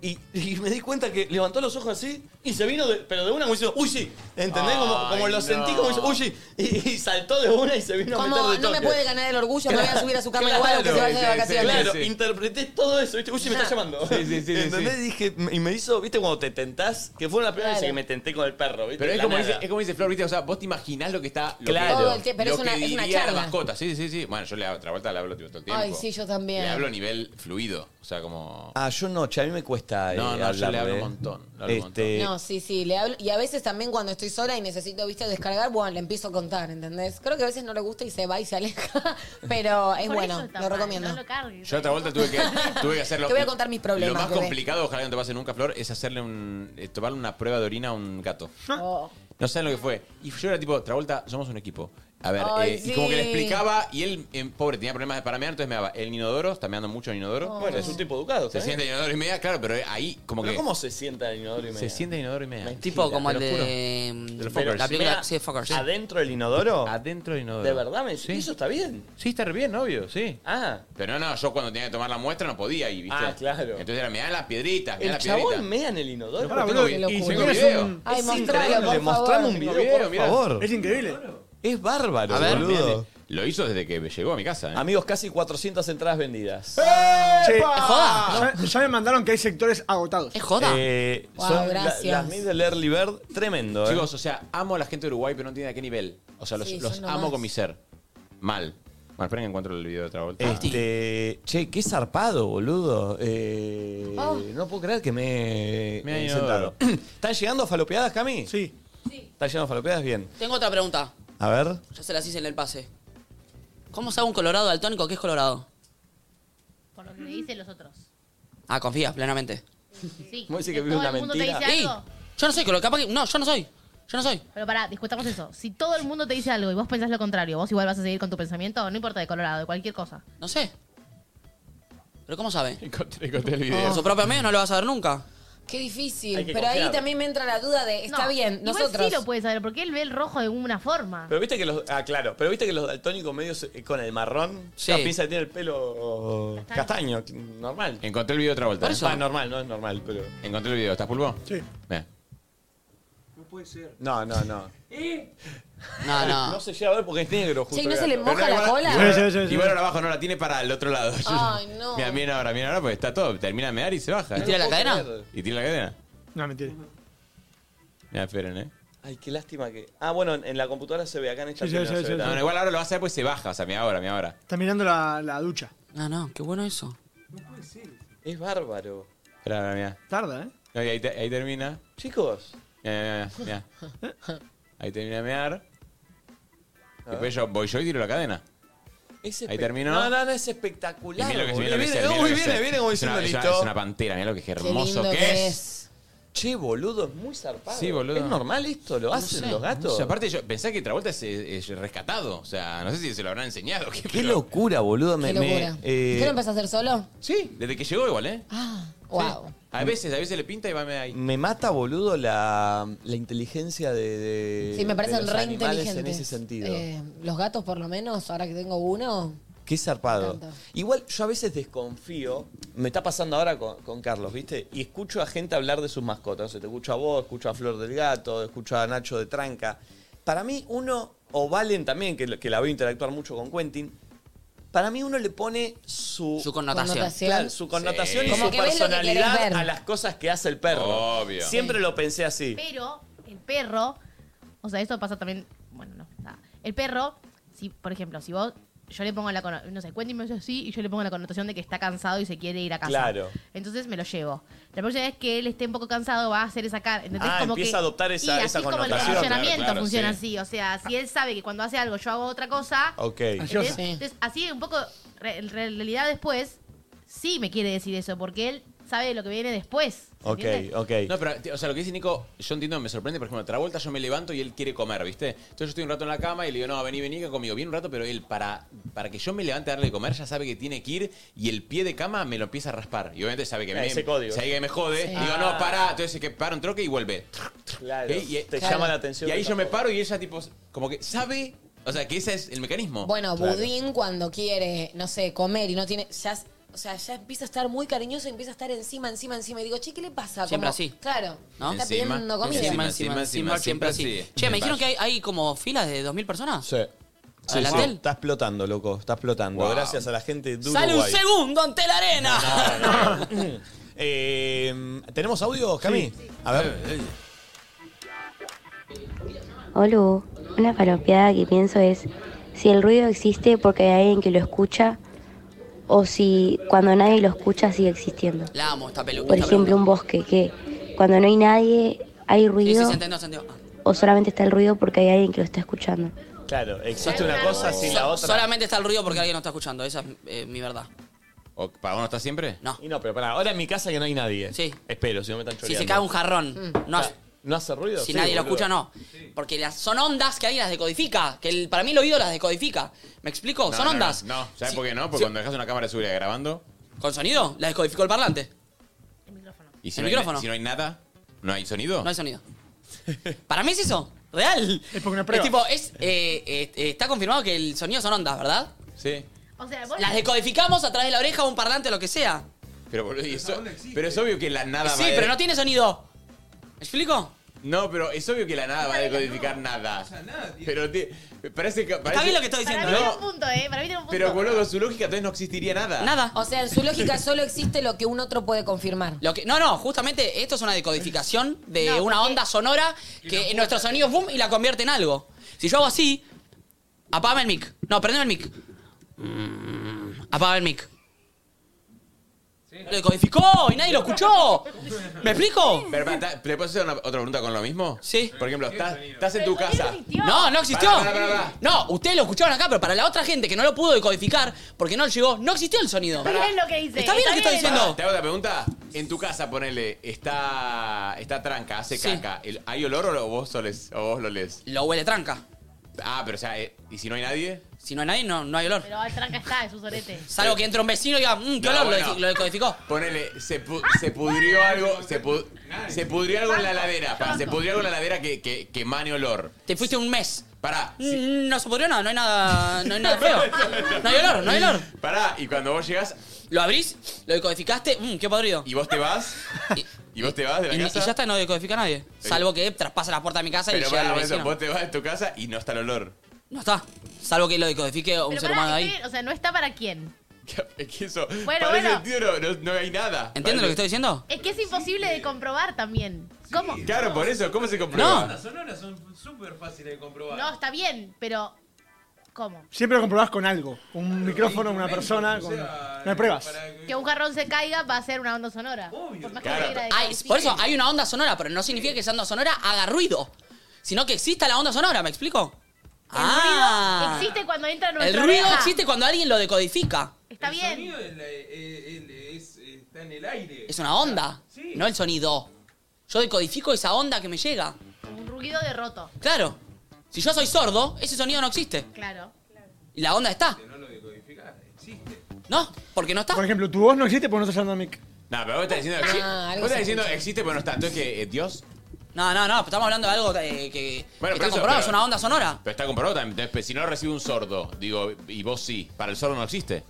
Y, y me di cuenta que levantó los ojos así y se vino, de- pero de una como diciendo, uy, sí. ¿Entendés? Como, como
Ay,
lo
no.
sentí como diciendo, uy, sí. Y, y saltó de una y se vino a meter
Como
de
no me
toque.
puede ganar el orgullo, me voy a subir a su cama
Claro.
igual aunque se vaya de
Sí, sí, sí,
vacaciones.
Claro, interpreté todo eso, viste, uy, sí, me está llamando.
Sí, sí, sí, sí,
¿Entendés?
sí.
Dije, y me hizo, viste, cuando te tentás, que fue la primera vez
Claro.
que me tenté con el perro, viste.
Pero es
la
como,
nada.
dice, es como dice Flor, ¿viste? O sea, vos te imaginás lo que está. Lo
Claro.
que,
Todo el tiempo, pero
lo
es una-
que
es una
diría la
charla.
mascota. Sí, sí, sí. Bueno, yo le hago otra vuelta, le hablo tipo, todo el tiempo.
Ay, sí, yo también.
Le hablo a nivel fluido. O sea, como.
Ah, yo no, che, a mí me cuesta. eh,
No, no, yo le
hablarle.
hablo un montón, le hablo un
Este,
No, sí, sí, le hablo. Y a veces también cuando estoy sola y necesito, viste, descargar, bueno, le empiezo a contar, ¿entendés? Creo que a veces no le gusta y se va y se aleja, <laughs> pero es
Por
bueno,
eso está
lo
mal,
recomiendo.
No lo cargues.
Yo otra vuelta
<laughs>
tuve que, tuve que hacerlo.
Te voy a contar mis problemas,
Lo más
bebé.
complicado, ojalá que no te pase nunca, Flor, es hacerle un. eh, tomarle una prueba de orina a un gato.
Ah.
Oh.
No saben lo que fue. Y yo era tipo, Travolta, somos un equipo. A ver,
Ay,
eh,
sí.
y como que le explicaba, y él, eh, pobre, tenía problemas de paramear, entonces me daba el inodoro, está meando mucho el inodoro.
Bueno, es un tipo educado,
Se
¿sabes?
siente el inodoro y media, claro, pero ahí como
¿Pero
que.
cómo se sienta el inodoro y media?
Se siente el inodoro y media.
Tipo como el de-
De los
Pero
fuckers.
la película-
mea
sí, fuckers, sí.
¿Adentro del inodoro?
Adentro del inodoro.
¿De verdad? Me,
Sí.
¿Eso está bien?
Sí, está re bien, obvio, sí.
Ah.
Pero no, no, yo cuando tenía que tomar la muestra no podía ir, ¿viste?
Ah, claro.
Entonces era, me dan las piedritas, me
El
dan las
chabón
piedritas.
mea en el inodoro.
Pará, boludo, Tengo vi- y tengo
Es
video.
un-
Ay,
es
mostralo,
increíble.
por favor.
Mostrame un
Tengo
video,
video,
por
mirá.
favor.
Es increíble.
Es bárbaro,
A ver,
boludo.
Lo hizo desde que llegó a mi casa. ¿eh?
Amigos, casi 400 entradas vendidas.
Che,
¡Epa!
ya, ya me mandaron que hay sectores agotados.
Es
Eh,
Wow,
son la-
gracias.
las mil del Early Bird, tremendo. ¿eh?
Chicos, o sea, amo a la gente de Uruguay, pero no tiene a qué nivel. O sea, los,
Sí,
los
son lo
amo
más.
con mi ser. Mal. Bueno, esperen que encuentro el video de otra vuelta.
Este, che, qué zarpado, boludo. Eh, No puedo creer que me,
Me ha
he
ido
sentado. <clears throat> ¿Están llegando falopeadas, Cami?
Sí.
¿Están llegando falopeadas? Bien.
Tengo otra pregunta.
A ver.
Ya se las hice en el pase. ¿Cómo sabe un colorado daltónico que es colorado?
Por lo que dicen los otros.
Ah, confías plenamente.
Sí.
Vos decís que
¿Todo
vive una
el mundo te dice
mentira.
algo?
Yo no soy colorado. Capaz que. No, yo no soy. Yo no soy.
Pero pará, discutamos eso. Si todo el mundo te dice algo y vos pensás lo contrario, vos igual vas a seguir con tu pensamiento, no importa de colorado, de cualquier cosa.
No sé. ¿Pero cómo sabe?
<laughs> Encontré, encontré el video.
Por su propio medio no lo vas a ver nunca.
Qué difícil,
Hay que
pero ahí
confiar.
también me entra la duda de, está
No,
bien,
igual
nosotros...
sí lo puede saber, porque él ve el rojo de una forma.
Pero viste que los. Ah, claro. Pero viste que los daltónicos medios eh, con el marrón.
Sí.
Ya piensa que tiene el pelo oh, castaño, normal.
Encontré el video de eh. otra vuelta.
Por eso.
Ah,
normal, no es normal, pero.
Encontré el video. ¿Estás pulpo?
Sí.
Ven.
puede ser.
No, no, no.
¿Y?
No, no.
No se llega a ver porque es negro.
Che, ¿y no se le moja la cola?
Igual,
Sí, sí, sí, sí.
igual ahora abajo no la tiene para el otro lado.
Ay, no.
Mira, miren ahora, miren ahora, porque está todo. Termina de mear y se baja.
¿Y
¿eh?
tira la cadena?
¿Y tira la cadena?
No, mentira.
Mira, esperen, ¿eh?
Ay, qué lástima que. Ah, bueno, en la computadora se ve, acá en esta
Sí,
tele
sí,
no
sí,
se
sí,
ve
sí.
tanto.
No, no, igual ahora lo vas a ver pues se baja. O sea, mira ahora, mira ahora.
Está mirando la, la ducha.
No, no, qué bueno eso.
Es bárbaro.
Espera, ahora, mira.
Tarda, ¿eh?
No, y ahí, te- ahí termina.
Chicos.
Mira, mira, mira, mira. Ahí termina de mear. Después yo voy yo y tiro la cadena.
Es
Ahí
espe-
terminó.
No, no, no, es
Y
espectacular.
mira lo que se mira
boludo.
lo
Viene,
que sea, mira
uy,
lo que
viene,
sea.
viene como
Es
diciendo
una- es una-
listo.
Es una pantera, mira lo que hermoso
lindo
que
que
es.
Che, boludo, es muy zarpado.
Sí, boludo.
¿Es normal esto? ¿Lo hacen
sé,
los gatos?
no sé. Aparte, yo pensé que Travolta es, eh, es rescatado. O sea, no sé si se lo habrán enseñado. <laughs> Qué,
Qué locura, boludo. Me,
Qué
me-
locura. Ah.
eh,
¿Qué lo empezás a hacer solo?
Sí. Desde que llegó igual, ¿eh?
Wow.
A veces, a veces le pinta y va ahí.
me mata, boludo, la, la inteligencia de, de-
Sí, me
de
parecen
los
re
animales
inteligentes.
en ese sentido.
Eh, los gatos, por lo menos, ahora que tengo uno.
Qué zarpado.
Tanto.
Igual yo a veces desconfío, me está pasando ahora con, con Carlos, ¿viste? Y escucho a gente hablar de sus mascotas. O sea, te escucho a vos, escucho a Flor del Gato, escucho a Nacho de Tranca. Para mí uno, o Valen también, que, que la veo interactuar mucho con Quentin, para mí uno le pone su,
Su connotación. Connotación.
Claro, su connotación
Sí.
y
Como
su
que ves lo que querés
personalidad
ver.
a las cosas que hace el perro.
Obvio.
Siempre lo pensé así.
Pero el perro, o sea, esto pasa también, bueno, no, nada. El perro, si, por ejemplo, si vos, yo le pongo la, cono- no sé, Quentin me hace así y yo le pongo la connotación de que está cansado y se quiere ir a casa.
Claro.
Entonces me lo llevo. La próxima vez que él esté un poco cansado va a hacer esa cara. ¿entendés?
Ah,
como
empieza
que-
a adoptar esa-
y así
esa
es como el
connotación.
funcionamiento
Claro, claro,
funciona así.
sí.
O sea, si él sabe que cuando hace algo yo hago otra cosa.
Ok.
¿entendés? Entonces, así un poco, re- en realidad después, sí me quiere decir eso, porque él sabe lo que viene después. ¿se entiende?
ok.
No, pero, t- o sea, lo que dice Nico, yo entiendo, me sorprende. Por ejemplo, Travolta yo me levanto y él quiere comer, ¿viste? Entonces yo estoy un rato en la cama y le digo, no, vení, vení acá conmigo. Viene un rato, pero él, para, para que yo me levante a darle de comer, ya sabe que tiene que ir y el pie de cama me lo empieza a raspar. Y obviamente sabe que,
Ah,
me,
ese código.
sabe que me jode.
Sí.
Digo,
Ah.
no, pará. Entonces es que para un troque y vuelve.
Claro.
¿Eh? Y-
te
Claro.
llama la atención.
Y ahí
de
yo me
esa
paro y ella, tipo, como que sabe, o sea, que ese es el mecanismo.
Bueno, Budín cuando quiere, no sé, comer y no tiene. Ya, es- o sea, ya empieza a estar muy cariñoso y empieza a estar encima, encima, encima. Y digo, che, ¿qué le pasa?
Siempre
Como-
así.
Claro.
¿No?
Está pidiendo comida.
Encima, encima, encima, siempre así. Che, me dijeron que hay, hay como filas de 2.000 personas.
Sí. Sí, sí,
Adelantel.
Está explotando, loco. Está explotando.
Wow.
Gracias a la gente de
¡Sale un
Uruguay.
segundo ante la arena!
<laughs> Eh, ¿Tenemos audio, Cami? A ver.
Olu, una falopeada que pienso es si el ruido existe porque hay alguien que lo escucha o si cuando nadie lo escucha sigue existiendo.
La amo, esta peluca.
Por ejemplo, un bosque que cuando no hay nadie hay
Sí, sí,
ruido
se entendió, se entendió.
o solamente está el ruido porque hay alguien que lo está escuchando.
Claro, existe una cosa sin
So-
la otra.
Solamente está el ruido porque alguien no está escuchando. Esa es eh, mi verdad.
¿O ¿Para vos no está siempre?
No.
Y no, pero pará, ahora en mi casa que no hay nadie.
Sí.
Espero, si no me están
Si
choreando.
se cae un jarrón, no hace-
¿No hace ruido?
si
Sí,
nadie lo
boludo.
escucha, no. Porque las, son ondas que alguien las decodifica. Que el- para mí el oído las decodifica. ¿Me explico?
No,
son
no,
ondas.
No, no. ¿sabes
Sí,
por qué no? Porque
sí.
cuando dejas una cámara de seguridad grabando.
¿Con sonido? La descodificó el parlante.
¿Y si,
El
no,
micrófono.
Hay, si no hay nada? ¿No hay sonido?
No hay sonido. Para mí es eso. Real. Es porque una
prueba.
tipo, es, eh, eh, eh, está confirmado que el sonido son ondas, ¿verdad?
Sí.
O sea, vos-
Las decodificamos a través de la oreja o un parlante, lo que sea.
Pero, boludo, y eso- pero es obvio que la nada
sí,
va a-
pero no tiene sonido. ¿Me explico?
No, pero es obvio que la nada va a decodificar nada. Pero ti- parece que. parece-
bien lo que estoy
Para mí tiene un punto, ¿eh? Para mí tiene un punto.
pero boludo, su lógica entonces no existiría nada.
O sea, en su lógica solo existe lo que un otro puede confirmar.
Lo que, no, no, justamente esto es una decodificación de una onda sonora que en nuestro sonido, boom, y la convierte en algo. Si yo hago así, apagame el mic. No, prendeme el mic. Mm, Apagame el mic. Lo decodificó y nadie lo escuchó. <laughs> ¿Me explico?
Pero, pará, ta- ¿Te puedo hacer una- otra pregunta con lo mismo?
Sí.
Por ejemplo, estás, estás en tu casa.
No, no existió.
Pará, pará, pará, pará.
No, ustedes lo escucharon acá, pero para la otra gente que no lo pudo decodificar porque no llegó, no existió el sonido.
Está bien lo que dice.
Está bien lo que está
Pará,
diciendo.
Te hago la pregunta. En tu casa, ponele, está, está tranca, hace
Sí.
caca. El- ¿Hay olor o lo- vos, solés, o vos lo lees?
Lo huele tranca.
Ah, pero o sea, eh, ¿y si no hay nadie?
Si no hay nadie, no, no hay olor.
Pero tranca está, es un sorete.
Salvo que entre un vecino y diga, mmm, qué
No,
olor, lo
bueno.
de- lo decodificó.
Ponele, se, pu- se pudrió algo. Se, pu- se pudrió algo en la ladera. pa, se pudrió algo en la ladera que, que, que mane olor.
Te fuiste un mes.
Pará.
Mm, No se pudrió nada, no hay nada, no hay nada feo. No hay olor, no hay olor.
Pará, y cuando vos llegás.
Lo abrís, lo decodificaste, mmm, qué mm, podrido.
¿Y vos te vas? ¿Y vos te vas de la
Y, y
casa?
ya está, no decodifica a nadie. Salvo que traspasa la puerta de mi casa
Pero
y llega
para
la
un momento,
vecina.
vos te vas de tu casa y no está el olor.
No está. Salvo que lo decodifique un
Pero
ser
pará,
humano ahí.
¿qué? O sea, no está para quién.
<laughs> Es que eso.
Bueno,
para ese
bueno.
sentido no, no- no hay nada.
¿Entienden lo que estoy diciendo?
Es que es imposible de comprobar también. ¿Cómo?
Claro, por eso, ¿cómo se
Las
comprueba?
bandas sonoras son súper fáciles de comprobar.
No, está bien, pero. ¿Cómo?
Siempre lo comprobás con algo. Un micrófono, una persona. Con... No hay pruebas.
Que un jarrón se caiga va a ser una onda sonora. Por más que
Claro.
sea de-
Hay- por eso hay una onda sonora, pero no significa que esa onda sonora haga ruido. Sino que exista la onda sonora, ¿me explico?
El ruido existe cuando entra
Ah. El
nuestra
ruido
oreja.
existe cuando alguien lo decodifica.
Está bien.
El sonido es la- eh, el- es- está en el aire.
Es una onda, no el sonido. Yo decodifico esa onda que me llega.
Un ruido de roto.
Claro. Si yo soy sordo, ese sonido no existe.
Claro.
Y la onda está.
No lo decodificás, existe.
No, porque no está.
Por ejemplo, tu voz no existe porque no estás hablando a mic.
No, pero vos estás diciendo, exi- vos estás diciendo existe, pero no está. Entonces, que eh, Dios.
No, no, no, pero estamos hablando de algo eh, que, que
Bueno, pero
está
eso-
comprobado,
pero-
es una onda sonora.
Pero está comprobado también. Entonces, pues, si no lo recibe un sordo, digo, y vos sí, para el sordo no existe.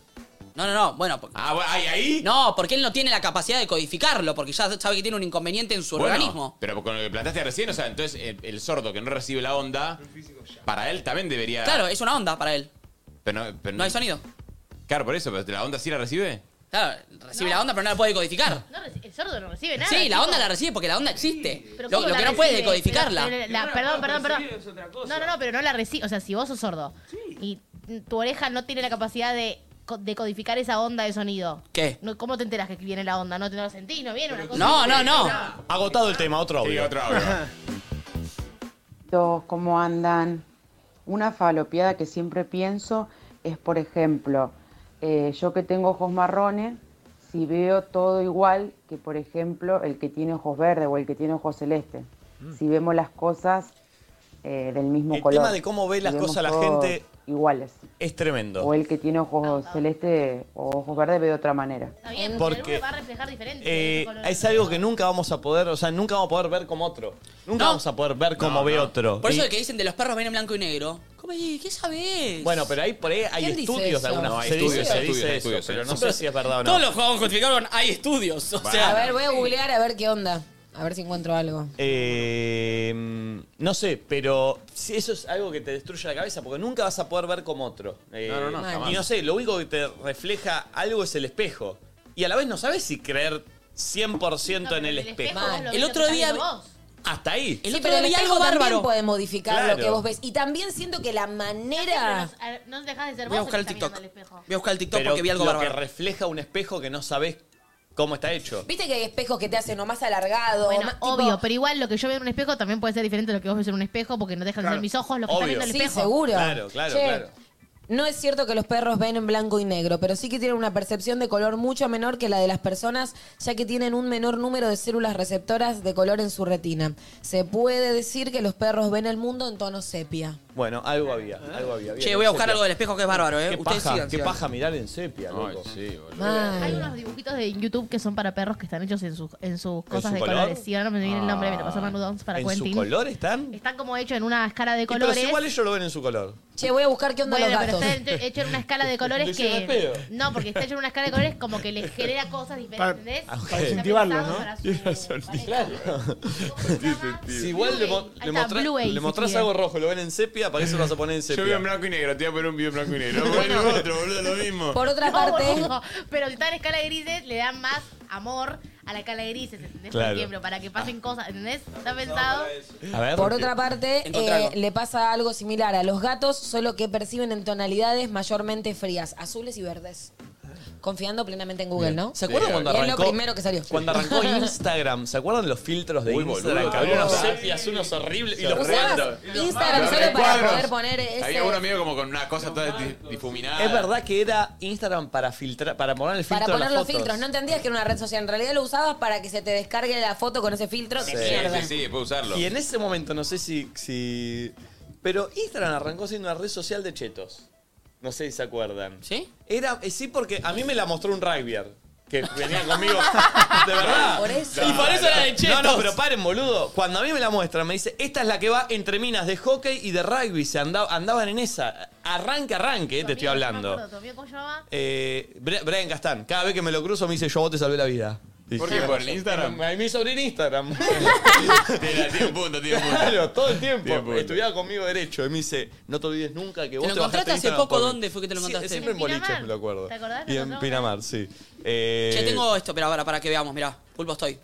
No, no, no, bueno.
Ah, ¿ahí, ahí?
No, porque él no tiene la capacidad de codificarlo, porque ya sabe que tiene un inconveniente en su
Bueno,
organismo.
Pero con lo que planteaste recién, o sea, entonces el, el sordo que no recibe la onda, para él también debería.
Claro, es una onda para él.
Pero no, pero
No hay sonido.
Claro, por eso, pero la onda sí la recibe.
Claro, recibe la onda, pero no la puede decodificar.
No, reci- el sordo no recibe nada.
sí, la
chico.
onda la recibe porque la onda existe.
Pero
Lo,
¿cómo
lo
la
que no puede
recibe?
decodificarla.
Pero- pero la- perdón, perdón, perdón. No, no, no, pero no la recibe. O sea, si vos sos sordo y tu oreja no tiene la capacidad de co- decodificar esa onda de sonido.
¿Qué?
No, ¿Cómo te enteras que viene la onda? No te lo sentís, no viene una cosa.
No,
no, no.
Agotado el tema, otro audio.
otro
Yo, ¿Cómo andan? Una falopeada que siempre pienso es, por ejemplo, eh, yo que tengo ojos marrones, si veo todo igual que, por ejemplo, el que tiene ojos verdes o el que tiene ojos celestes. Si vemos las cosas eh, del mismo color.
Mm. tema de cómo ve
si
las
vemos
cosas la
todos
gente
Iguales.
<laughs> Es tremendo.
O el que tiene
Ah,
ojos celestes o ojos verdes ve de otra manera.
Está bien,
Porque-
porque va a reflejar diferente.
Eh,
ese color.
es algo que nunca vamos a poder, o sea, nunca vamos a poder ver como otro. Nunca vamos a poder ver como ve otro.
Por eso
Y-
el que dicen de los perros ven en blanco y negro. ¿Cómo, y ¿Qué sabés?
Bueno, pero ahí por ahí hay
¿Quién dice
estudios
eso?
de alguna
No, hay
se dice-
estudios,
se
hay
dice
estudios, hay
eso,
estudios,
pero
no
no
sé.
sé si es verdad o no.
Todos los juegos justificaron, hay estudios. O sea,
A ver, voy a googlear a ver qué onda. A ver si encuentro algo.
Eh, mm, no sé, pero si eso es algo que te destruye la cabeza, porque nunca vas a poder ver como otro. Eh,
No, no, no, jamás.
Y no sé, lo único que te refleja algo es el espejo. Y a la vez no sabes si creer 100% en el, espejo.
El otro día.
Hasta ahí.
El
Sí,
otro
pero el
día vi
espejo
algo
también
bárbaro.
puede modificar
Claro.
lo que vos ves. Y también siento que la manera...
No dejas de ser
Voy a
vos
buscar
el
el
que está
TikTok.
mirando al espejo.
Voy a buscar el TikTok
Pero
porque vi algo
lo
bárbaro.
que refleja un espejo que no sabes cómo está hecho.
Viste que hay espejos que te hacen o más alargado. o
Bueno,
más, tipo-
obvio, pero igual lo que yo veo en un espejo también puede ser diferente a lo que vos ves en un espejo porque no dejan de
Claro.
ser mis ojos lo que
Obvio.
están viendo en el
Sí,
espejo.
seguro.
Claro, claro,
Che,
claro.
No es cierto que los perros ven en blanco y negro, pero sí que tienen una percepción de color mucho menor que la de las personas, ya que tienen un menor número de células receptoras de color en su retina. Se puede decir que los perros ven el mundo en tono sepia.
Bueno, algo había, algo había.
Che, voy a buscar algo del espejo que es bárbaro, ¿eh?
Qué
Ustedes
paja,
sigan,
qué
sigan.
paja mirar en sepia, loco. sí,
Hay unos dibujitos de YouTube que son para perros que están hechos en sus, en sus cosas
su
de
color?
colores. Sí, ahora no me viene el nombre, me lo pasó
Ah.
Manu Dons para
¿En
Quentin.
su color están?
Están como hechos en una escala de
Y Pero
colores.
si igual ellos lo ven en su color.
Che, voy a buscar qué onda
bueno,
los
pero
gatos.
está hecho- hecho en una escala de
Le
colores
lleva el
que.
pedo.
No, porque está hecho en una escala de colores como que les genera cosas diferentes. ¿entendés?
Ah, ok.
Está pensado para
<laughs>
su- <laughs>
Si igual le, mo-
Ahí
le
está,
mostrás-
Blu-ray,
le
si
mostrás
quieren.
algo rojo, lo ven en sepia, para eso lo vas a poner en sepia.
Yo veo en blanco y negro, <laughs> te voy a poner un video en blanco
<laughs>
y negro. Bueno, otro, boludo, lo mismo.
Por otra
No,
parte-
boludo, pero si está en escala de grises, le dan más amor a la escala de grises, ¿entendés?
Claro.
Por ejemplo, para que pasen cosas, ¿entendés? Está pensado.
A ver.
Por otra parte,
Encontrá
eh,
algo.
le pasa algo similar a los gatos, solo que perciben en tonalidades mayormente frías, azules y verdes. Confiando plenamente en Google,
Bien.
¿no?
¿Se acuerdan cuando
Es
arrancó?
lo primero que salió.
Cuando arrancó Instagram, ¿se acuerdan los filtros de
Uy, boludo,
Instagram? que había
boludo.
unos sepias, unos horribles y los
Usabas
redondos.
Instagram
Los
solo para
recuadros.
poder poner ese...
Había uno medio como con una cosa toda di- difuminada.
Es verdad que era Instagram para filtrar, para poner el
Para
filtro
poner
a las
los
fotos.
filtros. No entendías que era una red social. En realidad lo usabas para que se te descargue la foto con ese filtro. de
Sí,
mierda.
Sí, sí, puedo usarlo.
Y en ese momento, no sé si, si. Pero Instagram arrancó siendo una red social de chetos. No sé si se acuerdan.
¿Sí?
Era, eh, sí, porque a mí me la mostró un rugbyer que venía
<laughs>
<laughs> conmigo. De verdad.
Por eso. Y por eso era de chetos.
No, no, pero paren, boludo. Cuando a mí me la muestran, me dice, esta es la que va entre minas de hockey y de rugby. Se anda- andaban en esa. Arranque, arranque, eh, te estoy
No me
hablando.
acuerdo, tu amigo, ¿Cómo se llamaba?
Eh, Bre- Brian Castán, cada vez que me lo cruzo me dice, yo a vos te salvé la vida.
¿Por qué? ¿Por el Instagram?
A mí me hizo abrir Instagram.
Tiene tiene un punto, tiene un punto.
Claro, todo el tiempo.
Tiene punto.
Estudiaba conmigo derecho y me dice, no te olvides nunca que vos
lo
te bajaste
encontraste hace
Instagram
poco?
por mí".
¿Dónde fue que te lo
Sí,
encontraste?
siempre en
En
boliches,
Pinamar.
me lo acuerdo.
¿Te acordás?
Y
Nos
en
encontramos
Pinamar, sí. Eh,
Che, tengo esto, pero para, para que veamos, mirá. Pulpo estoy.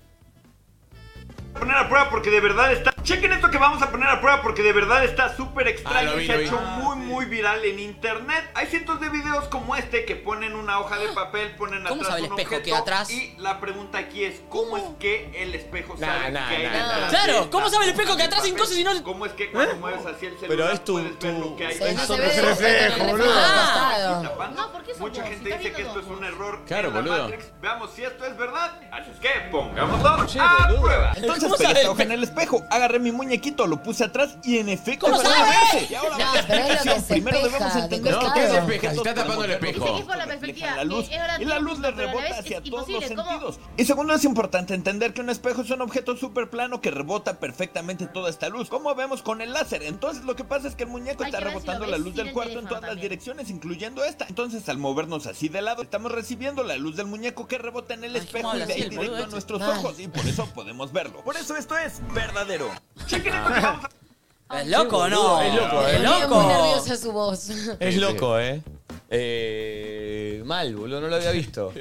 poner a prueba porque de verdad está. Chequen esto que vamos a poner a prueba porque de verdad está súper
Ah,
extraño.
lo vi,
y se ha
lo vi.
hecho
Ah,
muy, muy viral en internet. Hay cientos de videos como este que ponen una hoja de papel,
<gasps>
ponen
¿Cómo
atrás
sabe
un
el espejo
objeto,
que atrás?
Y la pregunta aquí es: ¿cómo es que el espejo
Nah,
sabe
nah,
que hay
nah,
detrás
nah.
de
Claro,
esta
¿cómo sabe el
hoja
espejo que
de
atrás sin
papel?
cosas y no- ¿Eh?
¿Cómo es que cuando mueves hacia el celular
Pero es tu.
puedes ver lo que hay
Sí, no
detrás?
se ve, Es otro reflejo,
Está
boludo. Ah.
tapado.
No, porque eso
Mucha gente dice que esto es un error.
Claro,
en la
boludo.
Matrix. Veamos si esto es verdad. Así es que pongámoslo a prueba.
Entonces pegué esta hoja en el espejo, agarré mi muñequito, lo puse atrás y en efecto
¿Cómo
empezó a
sabe?
moverse. Y ahora
No,
va
pero
la
es lo que
explicación.
se
Primero
espeja,
debemos entender
no,
que
¿qué
cada
se espeja?
objeto
Está tapando el
refleja
espejo.
Es por la perspectiva.
a la luz
que es verdad
y la
tiene
luz
un
le
punto, pero a la
rebota
vez
hacia
es
todos los
imposible. ¿Cómo?
sentidos. Y segundo, es importante entender que un espejo es un objeto súper plano que rebota perfectamente toda esta luz, como vemos con el láser. Entonces lo que pasa es que el muñeco
Hay
está
que ver si lo
rebotando
ves
la luz
sin
del
el
cuarto en
teléfono
todas las direcciones, incluyendo esta. Entonces al movernos así de lado, estamos recibiendo la luz del muñeco que rebota en el espejo y
habla
de
así
ahí
el boludo
directo a
este?
nuestros
Mal.
ojos y por eso podemos verlo. Por eso esto es verdadero.
¿Es loco o no?
Es loco, ¿eh?
Me pone muy nerviosa su voz.
Es loco, eh. Eh, Mal, boludo, no lo había visto.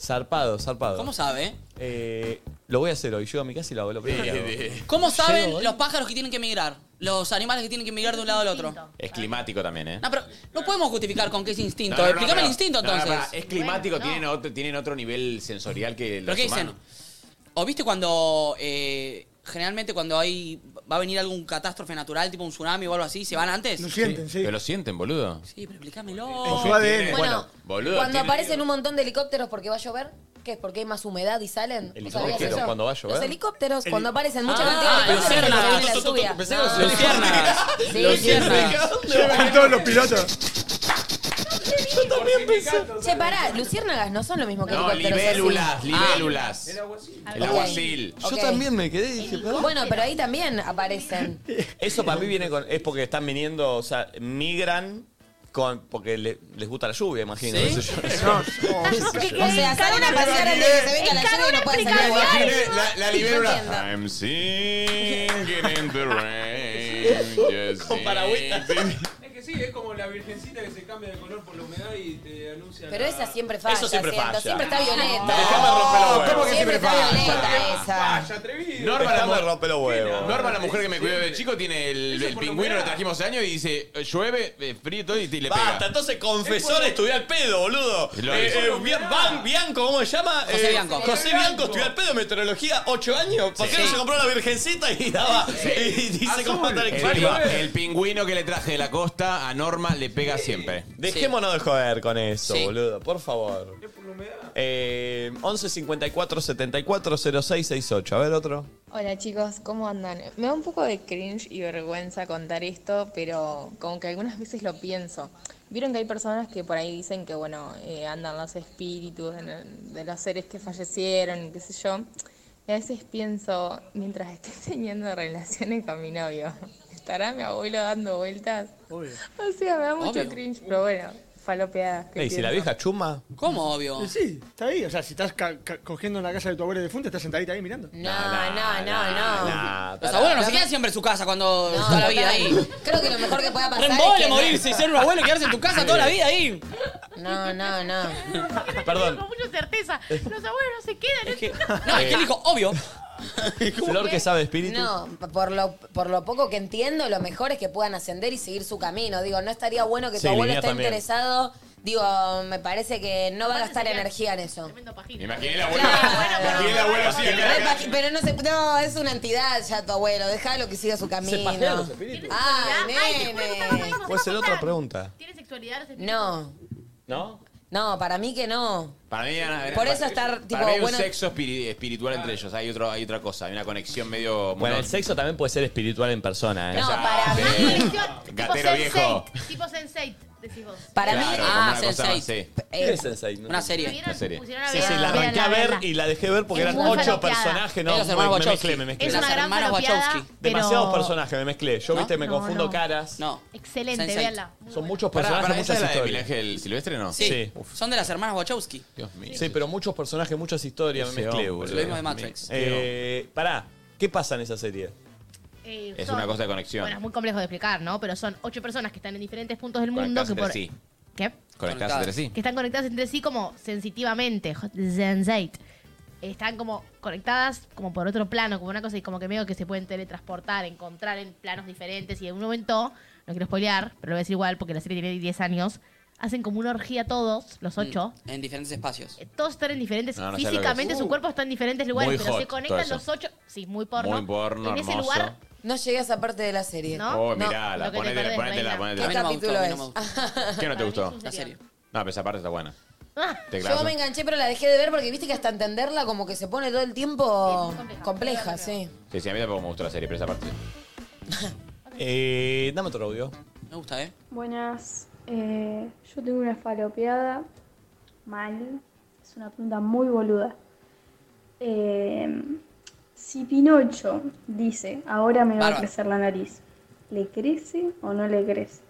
Zarpado, zarpado.
¿Cómo sabe?
Eh, lo voy a hacer hoy. Llego a mi casa y lo hago. Lo primero que hago.
¿Cómo saben
Llego hoy.
los pájaros que tienen que migrar? Los animales que tienen que migrar de un lado al otro.
Es climático también, ¿eh?
No, pero no podemos justificar con que es instinto.
No, no, no,
Explícame
pero-
el instinto
no, no,
entonces.
pará, es climático, tienen, otro, tienen otro nivel sensorial que
¿Pero
los
qué dicen?
humanos.
¿O viste cuando eh, generalmente cuando hay va a venir algún catástrofe natural, tipo un tsunami o algo así, se van antes?
Pero lo sienten, boludo.
Sí, pero explícamelo.
En su
Sí,
ADN.
tiene-
Bueno, boludo,
Cuando
tiene-
aparecen un montón de helicópteros porque va a llover, ¿qué es? Porque hay más humedad y salen. ¿No sabías
Helicópteros,
eso?
cuando va a llover.
Los helicópteros, cuando aparecen mucha
Ah,
cantidad de helicópteros,
luciérnagas.
se viene la lluvia.
Pensé que los
No.
luciérnagas.
<laughs> Sí,
Luciérnagas.
sí.
<laughs> Llevan todos los pilotos.
Yo también pensé. Che, pará, luciérnagas no son lo mismo que
No,
helicópteros. ¿eh?
libélulas,
así.
libélulas. El
Ok.
aguacil.
Ah, Yo también me quedé y dije,
Ah. Bueno, pero ahí también aparecen.
Eso para mí viene con. Es porque están viniendo, o sea, migran con, porque le- les gusta la lluvia, imagino.
¿Sí?
qué sé yo.
O sea, salen a pasear antes de que se venga la lluvia y no pueden salir a jugar.
La, la
No
libélula.
entiendo.
I'm singing in the rain.
<laughs>
Con paragüitas.
Es que sí, es como la virgencita que se cambia de color por la humedad y te anuncia.
Pero esa siempre falla.
Eso siempre
siento,
falla.
Siempre está violeta.
Déjame romper los huevos.
¿Cómo que siempre
Siempre
está
falla.
violeta esa?
Norma, la,
Dejame
mu-
romper los huevos.
Norma, la mujer que me cuidó de chico, tiene el, el pingüino, lo trajimos hace años y dice, eh, llueve, eh, frío y todo, y, te- y le pega.
Basta, entonces confesor estudió al pedo, boludo.
Lo
Eh,
hizo.
eh, Bian- Ban- Bianco, ¿cómo se llama?
José
Eh,
Bianco.
José Bianco estudió al pedo, meteorología, 8 años. ¿Por qué
Sí.
no se compró la virgencita y
<laughs>
daba? <laughs> Y dice cómo matar el clima.
El, el pingüino que le traje de la costa a Norma le pega siempre.
Dejémonos de joder con eso,
Sí.
boludo, por favor. Eh, 11 54 74 06 68. A ver, otro.
Hola chicos, ¿cómo andan? Me da un poco de cringe y vergüenza contar esto, pero como que algunas veces lo pienso. Vieron que hay personas que por ahí dicen que, bueno, eh, andan los espíritus en el- de los seres que fallecieron, qué sé yo. Y a veces pienso, mientras estoy <laughs> teniendo relaciones con mi novio, ¿estará mi abuelo dando vueltas? O sea, me da mucho
Obvio.
cringe, pero bueno, falopeadas. que
Ey, si la
pienso.
vieja chuma.
¿Cómo, obvio?
Sí, está ahí. O sea, si estás ca- ca- cogiendo en la casa de tu abuela defunta, estás sentadita ahí mirando.
No, no, no, no.
Los abuelos no se quedan siempre en su casa cuando
No,
toda la vida
total.
ahí.
Creo que lo mejor que pueda pasar. es
Rembole
que no-
morirse y ser un abuelo y quedarse en tu casa toda la vida ahí.
No, no, no.
Perdón.
Con mucha certeza. Los abuelos no se quedan. Es que...
No, es que él dijo, obvio.
Flor que sabe espíritu.
No, por lo, por lo poco que entiendo, lo mejor es que puedan ascender y seguir su camino. Digo, no estaría bueno que
Sí,
tu abuelo
Liniers
esté
también.
interesado. Digo, me parece que no va a gastar energía en eso.
Me imaginé el abuelo. Me imaginé el abuelo así acá.
Re paqui- Pero no se, no, es una entidad ya tu abuelo, déjalo que siga su camino.
pajean los espíritus.
Ay,
Ay,
nene.
Puede ser otra pregunta.
¿Tiene sexualidad?
No,
¿No?
no, para mí que no.
Para mí, Ana,
Por
para-
eso estar, tipo,
para mí hay un
bueno-
sexo espiri- espiritual entre ellos. Hay, otro, hay otra cosa, hay una conexión medio.
Bueno, el sexo también puede ser espiritual en persona, ¿eh?
No,
Cállate.
para mí.
Tipo
Gatero viejo.
sensei, Tipo sensei. Decís vos.
Para mí,
Claro,
ah,
como una cosa
Sensei.
más, sí.
Eh,
¿Qué es Sensei? No
una
sé.
serie.
Una serie.
pusieron a
Sí,
ver-
sí, la
veanla,
arranqué a ver
veanla.
y la dejé ver porque
Es
eran
muy
ocho
falopeada.
personajes. No,
Es los
me,
hermanos
me
Wachowski.
mezclé, me mezclé.
Es una Las gran hermanas falopeada, Wachowski. pero-
Demasiados personajes, me mezclé. Yo, viste, me
No,
confundo
no.
caras.
No.
Excelente,
Sense8.
véanla.
Son muchos
Pará,
personajes,
pará, ¿esa
muchas
es la de Miguel
historias.
Ángel Silvestre no?
Sí.
Sí.
Son de las hermanas Wachowski.
Dios mío.
Sí, pero muchos personajes, muchas historias, me
Ese
mezclé,
hombre,
boludo.
lo mismo de Matrix.
Eh, pará, ¿qué pasa en esa serie?
Eh,
Es
son-
una cosa de conexión.
Bueno, es muy complejo de explicar, ¿no? Pero son ocho personas que están en diferentes puntos del mundo.
Conectadas
Que
entre
por,
sí.
¿Qué?
Conectadas entre sí.
que están conectadas entre sí como sensitivamente, jo- sensate. Están como conectadas como por otro plano, como una cosa y como que medio que se pueden teletransportar, encontrar en planos diferentes y en un momento, no quiero spoilear, pero lo voy a decir igual porque la serie tiene 10 años, hacen como una orgía todos, los ocho. Eh.
En diferentes espacios.
Todos están en diferentes,
Mm. No, no sé lo que
físicamente
es.
su
Uh.
cuerpo está en diferentes lugares,
Muy
pero
hot
se conectan
todo eso.
los ocho, sí, muy porno.
Muy porno,
en ese
hermoso.
lugar,
No llegué a esa parte de la serie.
¿no?
Oh, mirala,
lo que te
ponete-
perdés,
ponétela,
reina.
ponétela.
¿Qué
A mí no me
capítulo es?
¿Qué no te gustó?
La serie.
No, pero esa parte está buena. Te
Yo
clavas-
me enganché, pero la dejé de ver porque viste que hasta entenderla como que se pone todo el tiempo compleja, sí.
Sí, sí, a mí tampoco me gustó la serie, pero esa parte.
Eh, dame otro audio.
Me gusta, ¿eh?
Buenas, eh, yo tengo una falopeada mal, es una pregunta muy boluda. Eh, si Pinocho dice, ahora me va
Bárbaro.
a crecer la nariz, ¿le crece o no le crece?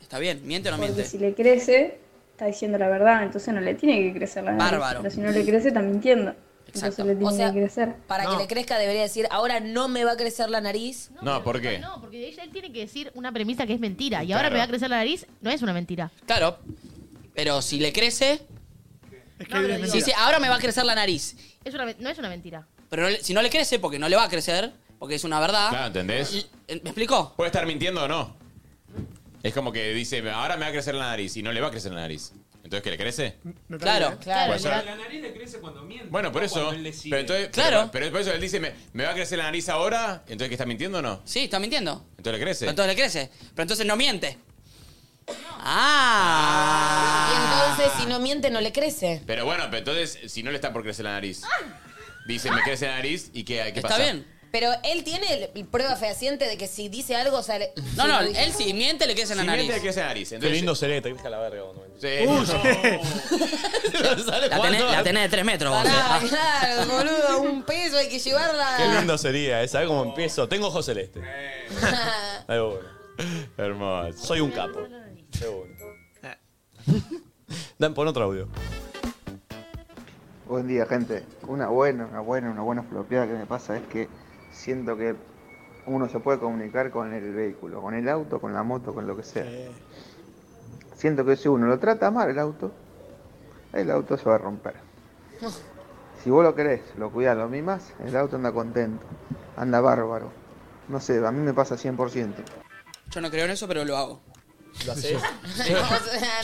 Está bien, miente o no
Porque
miente.
si le crece, está diciendo la verdad, entonces no le tiene que crecer la nariz.
Bárbaro.
Pero si no le crece, está mintiendo.
Exacto.
Entonces le tiene
O sea,
que crecer.
Para que le crezca debería decir, ahora no me va a crecer la nariz.
No, ¿por qué?
No, oh, porque ella- él tiene que decir una premisa que es mentira. Y
Claro.
ahora me va a crecer la nariz, no es una mentira.
Claro. Pero si le crece.
No, pero digo,
Si dice, ahora me va a crecer la nariz.
es una, men- no es una mentira.
Pero no le- si no le crece, porque no le va a crecer, porque es una verdad. eh,
Claro, ¿entendés?
¿Me explico?
Puede estar mintiendo o no. Es como que dice, ahora me va a crecer la nariz y no le va a crecer la nariz. Entonces, ¿qué le crece?
Claro,
Puede ser.
La nariz le crece cuando miente.
Bueno, por
no
eso.
cuando él decide.
Pero entonces,
Claro.
Pero, pero por eso él dice, me, me va a crecer la nariz ahora. Entonces, ¿qué está mintiendo o no?
Sí, está mintiendo.
Entonces le crece.
Pero entonces le crece. Pero entonces no miente. Ah.
Entonces, si no miente, no le crece.
Pero bueno, pero entonces, si no le está por crecer la nariz.
Ah.
Dice, me crece la nariz y ¿qué, qué pasa?
Pero él tiene el- prueba fehaciente de que si dice algo sale.
No, no, él si miente le crece
Si
en la nariz.
miente, le crece la nariz.
Qué
Entonces,
lindo sería que te crezca la verga. cuando me-
Sí.
<laughs> Uh,
La tenés, la tenés de 3 metros vos.
Pará,
eh.
claro, boludo, un peso hay que
Qué
llevarla.
lindo sería, ¿eh? ¿sabes cómo empiezo? Tengo ojos celeste. <laughs> Algo bueno.
Hermoso.
Soy un capo. Seguro. Dan, pon otro audio.
Buen día, gente. Una buena, una buena, una buena flopeada que me pasa es que siento que uno se puede comunicar con el vehículo, con el auto, con la moto, con lo que sea. Siento que si uno lo trata mal el auto, el auto se va a romper. Si vos lo querés, lo cuidás, lo mimás, el auto anda contento, anda bárbaro. No sé, a mí me pasa 100%.
Yo no creo en eso, pero lo hago. <laughs>
¿Lo haces?
<laughs>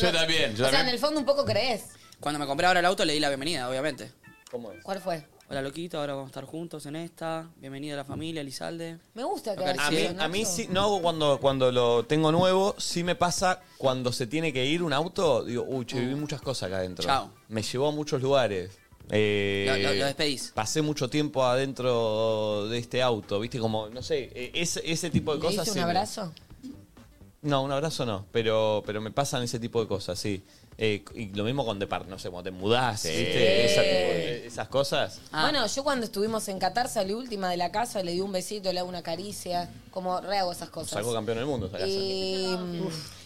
Yo también, yo
O sea, en
también.
el fondo un poco crees.
Cuando me compré ahora el auto le di la bienvenida, obviamente.
¿Cómo es?
¿Cuál fue?
Hola loquito, ahora vamos a estar juntos en esta. Bienvenida a la familia, Elizalde.
Me gusta que
A
hagas
mí,
eso,
a mí
Nacho.
sí, no hago cuando, cuando lo tengo nuevo, sí me pasa cuando se tiene que ir un auto, digo, uy, che, viví muchas cosas acá adentro.
Chao.
Me llevó a muchos lugares. Eh,
Lo- lo- lo despedís.
Pasé mucho tiempo adentro de este auto, viste, como, no sé, eh, ese, ese tipo de
¿Le
cosas.
diste un
sí me-
abrazo?
No, un abrazo no, pero, pero me pasan ese tipo de cosas, sí. Eh, y lo mismo con Depart, no sé, cuando te mudás, ¿viste? Esa tipo de- esas cosas.
Ah.
Ah.
Bueno, yo cuando estuvimos en Qatar salí última de la casa, le di un besito, le hago una caricia, como rehago esas cosas.
Sacó campeón del mundo, esa casa.
Y,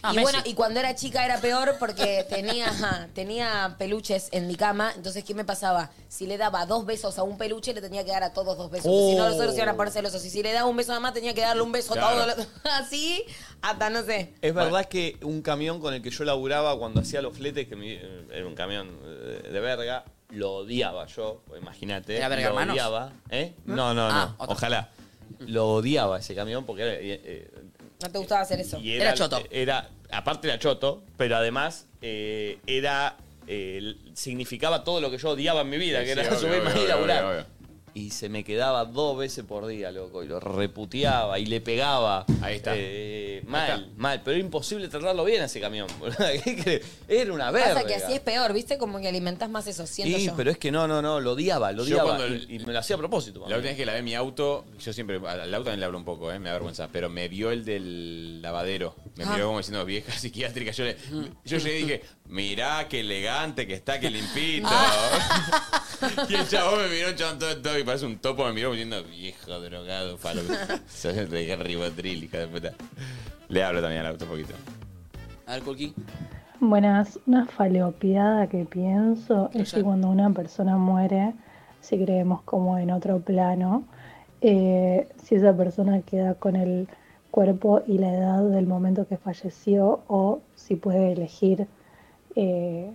Ah,
y
Messi.
bueno, y cuando era chica era peor
<laughs>
porque tenía, ajá, tenía peluches en mi cama. Entonces, ¿qué me pasaba? Si le daba dos besos a un peluche, le tenía que dar a todos dos besos. porque Si no, los otros iban a poner celosos. Y si le daba un beso a mamá, tenía que darle un beso
Oh. Claro.
a todos. los- <laughs> Así, hasta no sé.
Es verdad que un camión con el que yo laburaba cuando hacía los fletes, que mi- era un camión eh, de verga, lo odiaba yo, pues imagínate.
¿Era verga
lo
hermanos?
odiaba, ¿eh? No, no,
Ah,
no. Ojalá. Lo odiaba ese camión porque era, eh, eh,
No te gustaba hacer eso.
y era, eh, Era, aparte era choto, pero además eh, <laughs> era eh, significaba todo lo que yo odiaba en mi vida, que era subirme y laburar. y se me quedaba dos veces por día, loco, y lo reputeaba y le pegaba. Ahí está. mal, mal, pero era imposible tratarlo bien a ese camión. <laughs> boludo. ¿Qué crees? Era una verga.
Pasa que así es peor, ¿viste? Como que alimentás más eso, siento
Y,
yo.
pero es que no, no, no, lo odiaba, lo
Yo
odiaba.
cuando
Y, y me lo hacía a propósito. mamá.
La última vez que lavé mi auto, yo siempre, al auto también le hablo un poco, eh, me da vergüenza, pero me vio el del lavadero. Me
Ah.
miró como diciendo vieja psiquiátrica. Yo, le, yo llegué y dije, mirá qué elegante que está, qué limpito. <laughs> y el chabón me miró, el chabón todo, todo, y parece un topo, me miró como diciendo, viejo drogado, palo. <laughs> Se dejé ribotril, hija de puta. Le hablo también al auto un poquito.
A ver, Kulki.
Buenas, una falopeada que pienso es que cuando una persona muere, si creemos como en otro plano, eh, si esa persona queda con el cuerpo y la edad del momento que falleció o si puede elegir eh,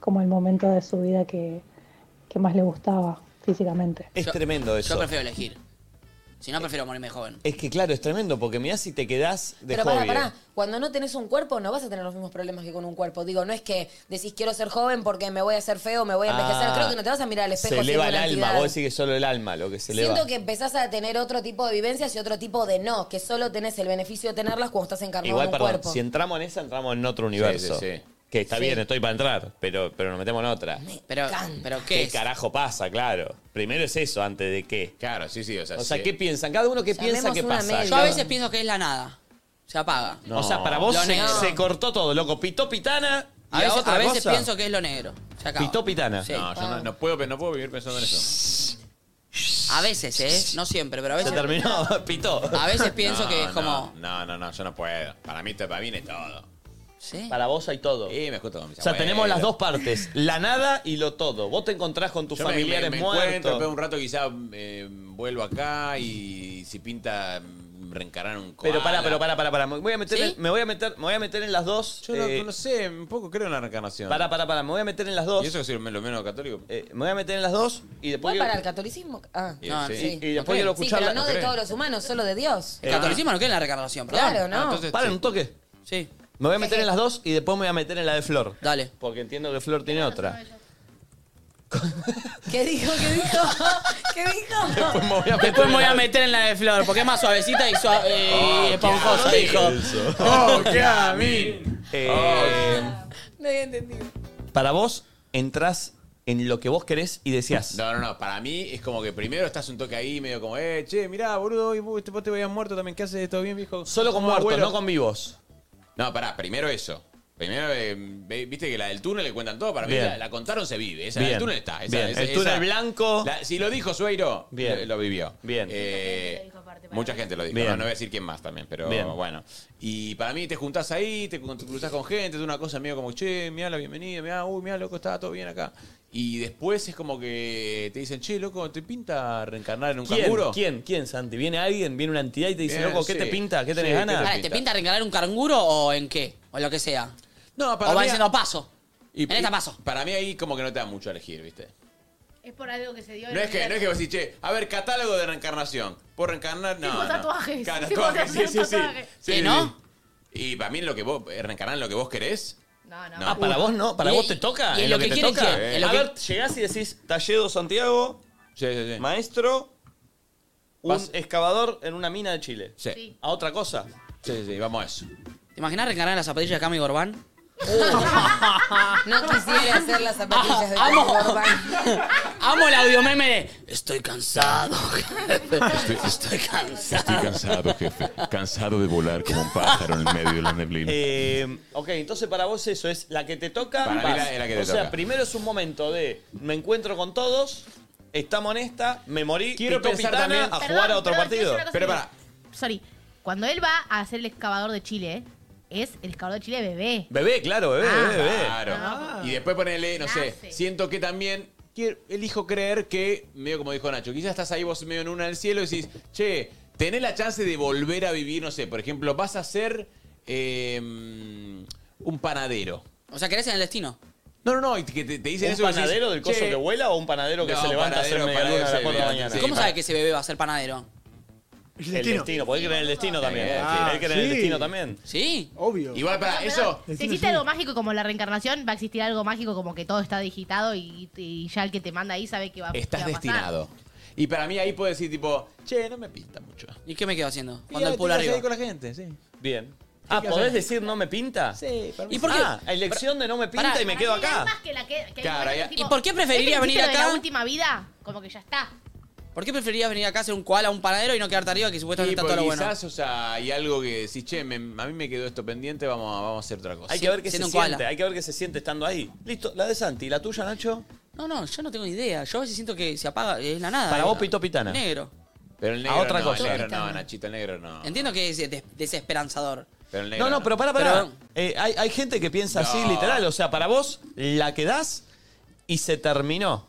como el momento de su vida que, que más le gustaba físicamente.
Es tremendo eso.
Yo prefiero elegir. Si no, prefiero morirme joven.
Es que claro, es tremendo, porque mirá si te quedás de
Pero pará,
joven.
pará, cuando no tenés un cuerpo no vas a tener los mismos problemas que con un cuerpo. Digo, no es que decís quiero ser joven porque me voy a hacer feo, me voy a envejecer.
Ah.
Creo que no te vas a mirar al espejo.
Se eleva
siendo
el
una
alma,
entidad.
vos decís que solo el alma lo que se eleva.
Siento que empezás a tener otro tipo de vivencias y otro tipo de no, que solo tenés el beneficio de tenerlas cuando estás encarnado en
Igual,
un
perdón,
cuerpo.
si entramos en esa, entramos en otro universo.
sí, sí.
Que está
Sí.
bien, estoy para entrar, pero, pero nos metemos en otra.
Pero, pero ¿qué,
¿Qué
es?
carajo pasa? Claro. Primero es eso, antes de qué.
Claro, sí, sí. O sea,
o sea
sí.
¿qué piensan? Cada uno qué piensa que pasa.
Yo a veces pienso que es la nada. Se apaga.
No. O sea, para vos
Lo
se,
negro.
se cortó todo, loco. Pitó pitana.
A
y
veces,
otra
a veces
cosa.
pienso que es lo negro. Se acaba.
Pitó pitana.
Sí.
No, yo no, no puedo, no puedo vivir pensando en eso.
A veces, ¿eh? No siempre, pero a veces.
Se terminó,
<laughs> pitó.
A veces pienso
No,
que es
no,
como.
No, no, no, yo no puedo. Para mí, para mí no es todo.
Para vos hay todo.
Sí, me junto con mis
O sea,
abuelos.
tenemos las dos partes, la nada y lo todo. Vos te encontrás con tus
Yo me-
familiares
me, me encuentro, después de
muertos.
un rato quizá eh, vuelvo acá y si pinta mm, reencarnar un koala.
Pero pará, pero pará, pará, pará. Me voy a meter, en, me voy a meter, me voy a meter en las dos.
Yo no-
eh,
no sé, un poco creo en la reencarnación.
Pará, pará, pará. Me voy a meter en las dos. Eh,
Y eso que soy lo lo menos católico.
me voy a meter en las dos y
¿Voy
después. quiero-
para el catolicismo? Ah,
Y- sí. Y- y después quiero
Sí,
escucharla-
pero no
¿No
de
crees?
todos los humanos, solo de Dios.
Eh,
El catolicismo no queda en la recargación, perdón.
Claro,
Ah,
no.
Paren un toque.
Sí.
Me voy a meter en las dos y después me voy a meter en la de Flor.
Dale.
Porque entiendo que Flor tiene otra.
¿Qué dijo? ¿Qué dijo? <laughs> ¿Qué dijo?
<laughs> Después me voy a
<laughs>
meter,
Después me voy a meter en la de Flor, porque es más suavecita y, sua- eh, y esponjosa, dijo.
<laughs> Oh, qué
a mí.
Eh,
Oh, No había entendido.
Para vos, entrás en lo que vos querés y decías.
No, no, no. Para mí es como que primero estás un toque ahí, medio como, eh, che, mirá, boludo, hoy vos te, vos te veías muerto también. ¿Qué haces? ¿Todo bien, viejo?
Solo con
No,
muertos,
abuelo.
no con vivos.
No, pará, primero eso. Primero, eh, ve- viste que la del túnel le cuentan todo. Para mí
Bien.
la, la contaron, se vive. Esa,
Bien.
la del túnel está. Esa,
Bien.
esa-
El túnel
esa-
blanco.
la- si lo dijo Sueiro,
Bien.
lo, lo vivió.
Bien.
Eh, mucha gente lo dijo.
Bien.
No, no voy a decir quién más también, pero
Bien.
bueno. Y para mí te juntás ahí, te cu- te cruzás con gente, es una cosa medio como, che, mirá la bienvenida, mirá, uy, mirá, loco, está todo bien acá. Y después es como que te dicen, che, loco, ¿te pinta reencarnar en un
¿Quién?
canguro?
¿Quién? ¿Quién, Santi? ¿Viene alguien? ¿Viene una entidad y te dice,
Bien,
loco, qué
sí.
te pinta? ¿Qué
Sí,
tenés
¿qué te
ganas?
Pará, ¿Te pinta regalar un caranguro o en qué? O en lo que sea.
No,
O va
mí-
diciendo paso.
y-
en esta paso.
Para mí ahí como que no te da mucho a elegir, ¿viste?
Es por algo que se dio.
No es que, no es que vos decís, che, a ver, catálogo de reencarnación. Por reencarnar, no.
Tipo
no.
tatuajes. <laughs>
Claro,
Tipo
tatuajes, sí,
hacer
sí, sí.
tatuajes.
Sí,
¿Que
sí,
no?
sí. Y para mí lo que vos, eh, reencarnar en lo que vos querés.
No, no.
Ah, para vos no, para
Y-
vos te toca.
y
¿En lo que, te
quieren,
toca.
¿qué? ¿En lo
A
que-
ver, llegás y decís, Talledo Santiago, maestro, un excavador en una mina de Chile.
Sí.
A otra cosa.
Sí, sí, vamos a eso.
¿Te imaginas reencarnar en las zapatillas de Cami Gorbán?
<laughs> No quisiera hacer las zapatillas de
Amo.
Kurt Cobain.
Amo el audio meme de Estoy cansado, jefe. Estoy, cansado.
cansado, jefe. Cansado de volar como un pájaro en el medio de la neblina.
Eh, ok, entonces para vos eso es la que te toca.
Para mí
vas.
la- es la que te
o sea,
toca.
primero es un momento de me encuentro con todos, estamos en esta, me morí,
Quiero
pitó
pensar
pitana,
también-
a
Perdón,
jugar a otro
perdón, quiero
partido.
decir una cosa que- Sorry. Cuando él va a hacer el excavador de Chile, es el excavador de Chile bebé. Ah,
Bebé, claro, bebé, bebé, bebé.
Ah, Claro. Y después ponele, no sé, siento que también quiero- elijo creer que, medio como dijo Nacho, quizás estás ahí vos medio en una del cielo y decís, che, tenés la chance de volver a vivir, no sé, por ejemplo, vas a ser eh, un panadero.
O sea, querés en el destino.
No, no, no, y que te, te dicen
¿Un
eso.
panadero del coso que vuela o un panadero que se levanta a hacer media luna a las cuatro de la mañana?
¿Cómo sabe que ese bebé va a ser panadero?
El destino. podés creer en el destino también.
Ah,
Hay que creer en el
sí.
destino también.
Sí.
Obvio.
Igual para eso.
Si existe algo mágico como la reencarnación, va a existir algo mágico como que todo está digitado y, y ya el que te manda ahí sabe que va,
Estás
que va a pasar.
destinado. Y para mí ahí puedo decir, tipo, che, no me pinta mucho.
¿Y qué me quedo haciendo?
Y
Cuando el
ahí
pulo
te quedas
arriba.
ahí con la gente, sí.
Bien. Ah,
¿Qué
¿podés
hacer?
decir no me pinta?
Sí, para
¿Y por qué? Ah, elección de no me pinta
Pará.
y me quedo acá.
Más que la que, que
Claro,
hay
ya-
tipo,
¿Y por qué preferiría
¿es el
venir
principio de
acá?
la última vida? Como que ya está.
¿Por qué preferirías venir acá a ser un koala, un panadero y no quedarte arriba que supuestamente
Y pues,
está todo lo bueno?
quizás, o sea, hay algo que decís, che, me- a mí me quedó esto pendiente, vamos, a- vamos a hacer otra cosa.
Hay que ver qué se siente, hay que ver qué se siente estando ahí. Listo, la de Santi, la tuya, Nacho.
No, no, yo no tengo idea. Yo a veces siento que se apaga, es la nada.
Para
eh.
vos, Pito Pitana.
Negro.
Pero el
A
negro
otra
no,
cosa.
el negro no,
Pitana.
Nachito, el negro no.
Entiendo que es des- desesperanzador.
Pero el negro
No, no, pero para, para.
Pero-
hay, hay gente que piensa así,
No.
literal. O sea, para vos, la que das y se terminó.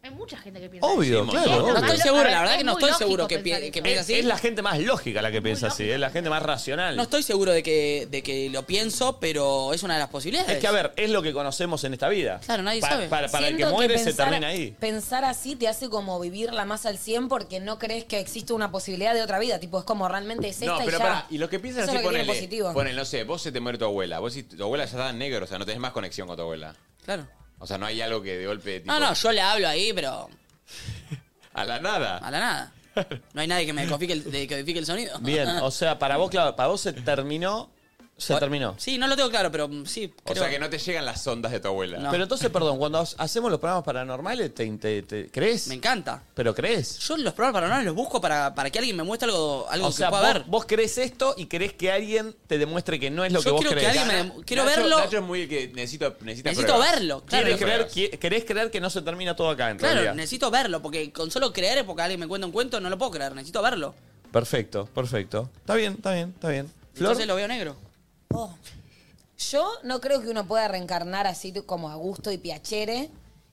Hay mucha gente que piensa
Obvio,
eso.
claro.
Y esto
obvio. Eh.
es
estoy
malo-
seguro,
a ver,
la verdad
es
que no
muy
estoy
lógico
seguro que
pensar
pi-
eso.
que piensa
Es,
así.
es la gente más lógica la que piensa así, es la gente más racional.
No estoy seguro de que, de que lo pienso, pero es una de las posibilidades.
Es que, a ver, es lo que conocemos en esta vida.
Claro, nadie
Pa-
sabe.
Para, para el que
Siento
muere se
pensar-
termina ahí.
Pensar así te hace como vivirla más al 100 porque no crees que existe una posibilidad de otra vida. Tipo, es como realmente es esta
No,
y
pero
ya.
pará, y los que piensan
Eso
así,
es lo que tiene
ponele,
positivo.
ponele, no sé, vos se te muere tu abuela, vos si tu abuela ya está negro, o sea, no tenés más conexión con tu abuela.
Claro.
O sea, no hay algo que de golpe, tipo,
No, no, yo le hablo ahí, pero
a la nada.
a la nada. No hay nadie que me codifique el, de- que codifique el sonido. <laughs>
Bien, o sea, para vos, claro, para vos se terminó. Se terminó.
Sí, no lo tengo claro, pero mm, sí.
O
creo-
sea, que no te llegan las ondas de tu abuela.
Pero entonces, perdón, cuando ha- hacemos los programas paranormales, ¿te, te- te- crees?
Me encanta.
¿Pero crees?
Yo los programas paranormales los busco para, para que alguien me muestre algo, algo
o
que
sea,
pueda
vos,
ver.
vos crees esto y crees que alguien te demuestre que no es lo
Yo
que vos
quiero que
crees.
alguien me dem- quiero verlo.
Nacho es muy el que necesito, necesita
Necesito
pruebas.
verlo, claro.
¿Quieres
Quiero
creer, qui- querés creer que no se termina todo acá, en
Claro,
realidad.
necesito verlo, porque con solo creer, porque alguien me cuenta un cuento, no lo puedo creer, necesito verlo.
Perfecto, perfecto. Está bien, está bien, está bien. Flor,
Entonces lo veo negro.
Oh. Yo no creo que uno pueda reencarnar así t- como a gusto y piachere.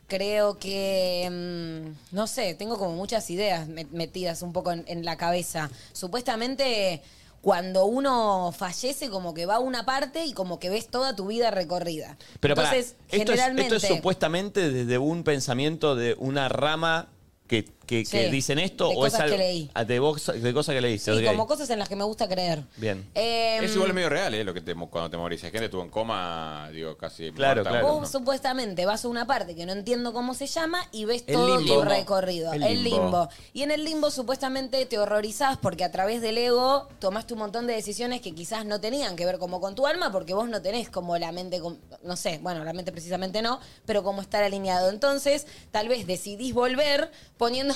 Creo que, mm, no sé, tengo como muchas ideas me- metidas un poco en, en la cabeza. Supuestamente cuando uno fallece como que va a una parte y como que ves toda tu vida recorrida.
pero pará,
Entonces,
esto, es- esto es,
generalmente...
supuestamente desde un pensamiento de una rama que, que- que
Sí,
dicen esto
de
o
cosas
es algo
que leí.
Ah, de, vos- de cosas que leíste.
sí,
ok.
como cosas en las que me gusta creer.
Bien.
Eh,
Es igual medio real, ¿eh? Lo que te, cuando te morís. Hay gente que estuvo en coma, digo, casi.
Claro,
muerta,
claro.
¿no?
Vos supuestamente vas a una parte que no entiendo cómo se llama y ves
El
todo
limbo.
tu recorrido, el
El
limbo.
limbo.
Y en el limbo supuestamente te horrorizás porque a través del ego tomaste un montón de decisiones que quizás no tenían que ver como con tu alma porque vos no tenés como la mente, com- no sé, bueno, la mente precisamente no, pero como estar alineado. Entonces, tal vez decidís volver poniéndote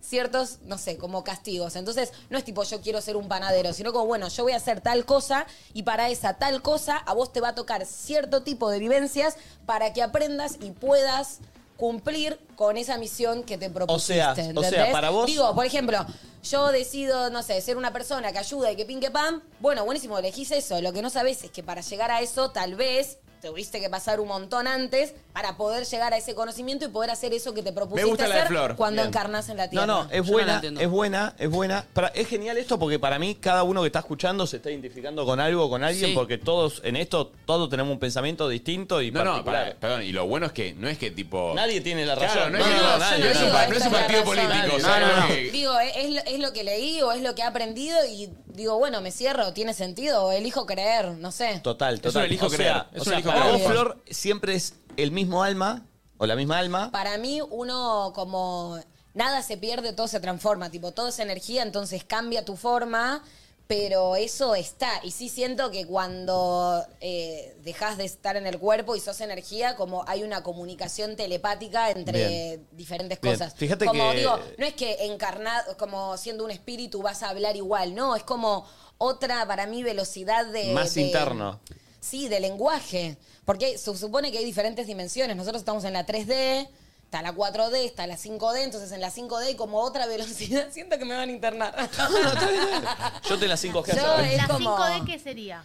ciertos, no sé, como castigos. Entonces, no es tipo yo quiero ser un panadero, sino como, bueno, yo voy a hacer tal cosa y para esa tal cosa a vos te va a tocar cierto tipo de vivencias para que aprendas y puedas cumplir con esa misión que te propusiste.
O sea, o sea,
¿entendés?
para vos-
Digo, por ejemplo, yo decido, no sé, ser una persona que ayuda y que pinque pam. Bueno, buenísimo, elegís eso. Lo que no sabés es que para llegar a eso, tal vez tuviste que pasar un montón antes para poder llegar a ese conocimiento y poder hacer eso que te propusiste
gusta la de
hacer
Flor.
cuando
Bien.
encarnás en la
No,
tierra.
no, es buena, es buena, es buena. Para- es genial esto porque para mí cada uno que está escuchando se está identificando con algo, con alguien,
Sí.
porque todos en esto, todos tenemos un pensamiento distinto y
No, no,
particular.
pará, perdón, y lo bueno es que no es que tipo.
Nadie tiene la
Claro,
razón.
no es que- no, no es un pa- no es un partido político, o sea,
No, no, no.
no es que-
Digo, es, es lo- es lo que leí o es lo que he aprendido y digo, bueno, me cierro, tiene sentido, o elijo creer, no sé.
Total,
Eso
total.
lo elijo
o sea,
creer,
o
eso
sea,
lo elijo
para
creer.
vos, Flor, siempre es el mismo alma o la misma alma.
Para mí, uno como nada se pierde, todo se transforma, tipo, todo es energía, entonces cambia tu forma, pero eso está. Y sí siento que cuando eh, dejas de estar en el cuerpo y sos energía, como hay una comunicación telepática entre
Bien.
diferentes
Bien.
cosas.
Fíjate
como
que-
digo, no es que encarnado, como siendo un espíritu vas a hablar igual, no, es como otra para mí velocidad de...
más
de-
interno.
Sí, de lenguaje. Porque se supone que hay diferentes dimensiones. Nosotros estamos en la 3D, está la 4D, está la 5D, entonces en la 5D hay como otra <laughs> velocidad. Siento que me van a internar. <laughs>
Yo te las 5G.
Yo
¿sabes?
es
¿La
como-
5D qué sería?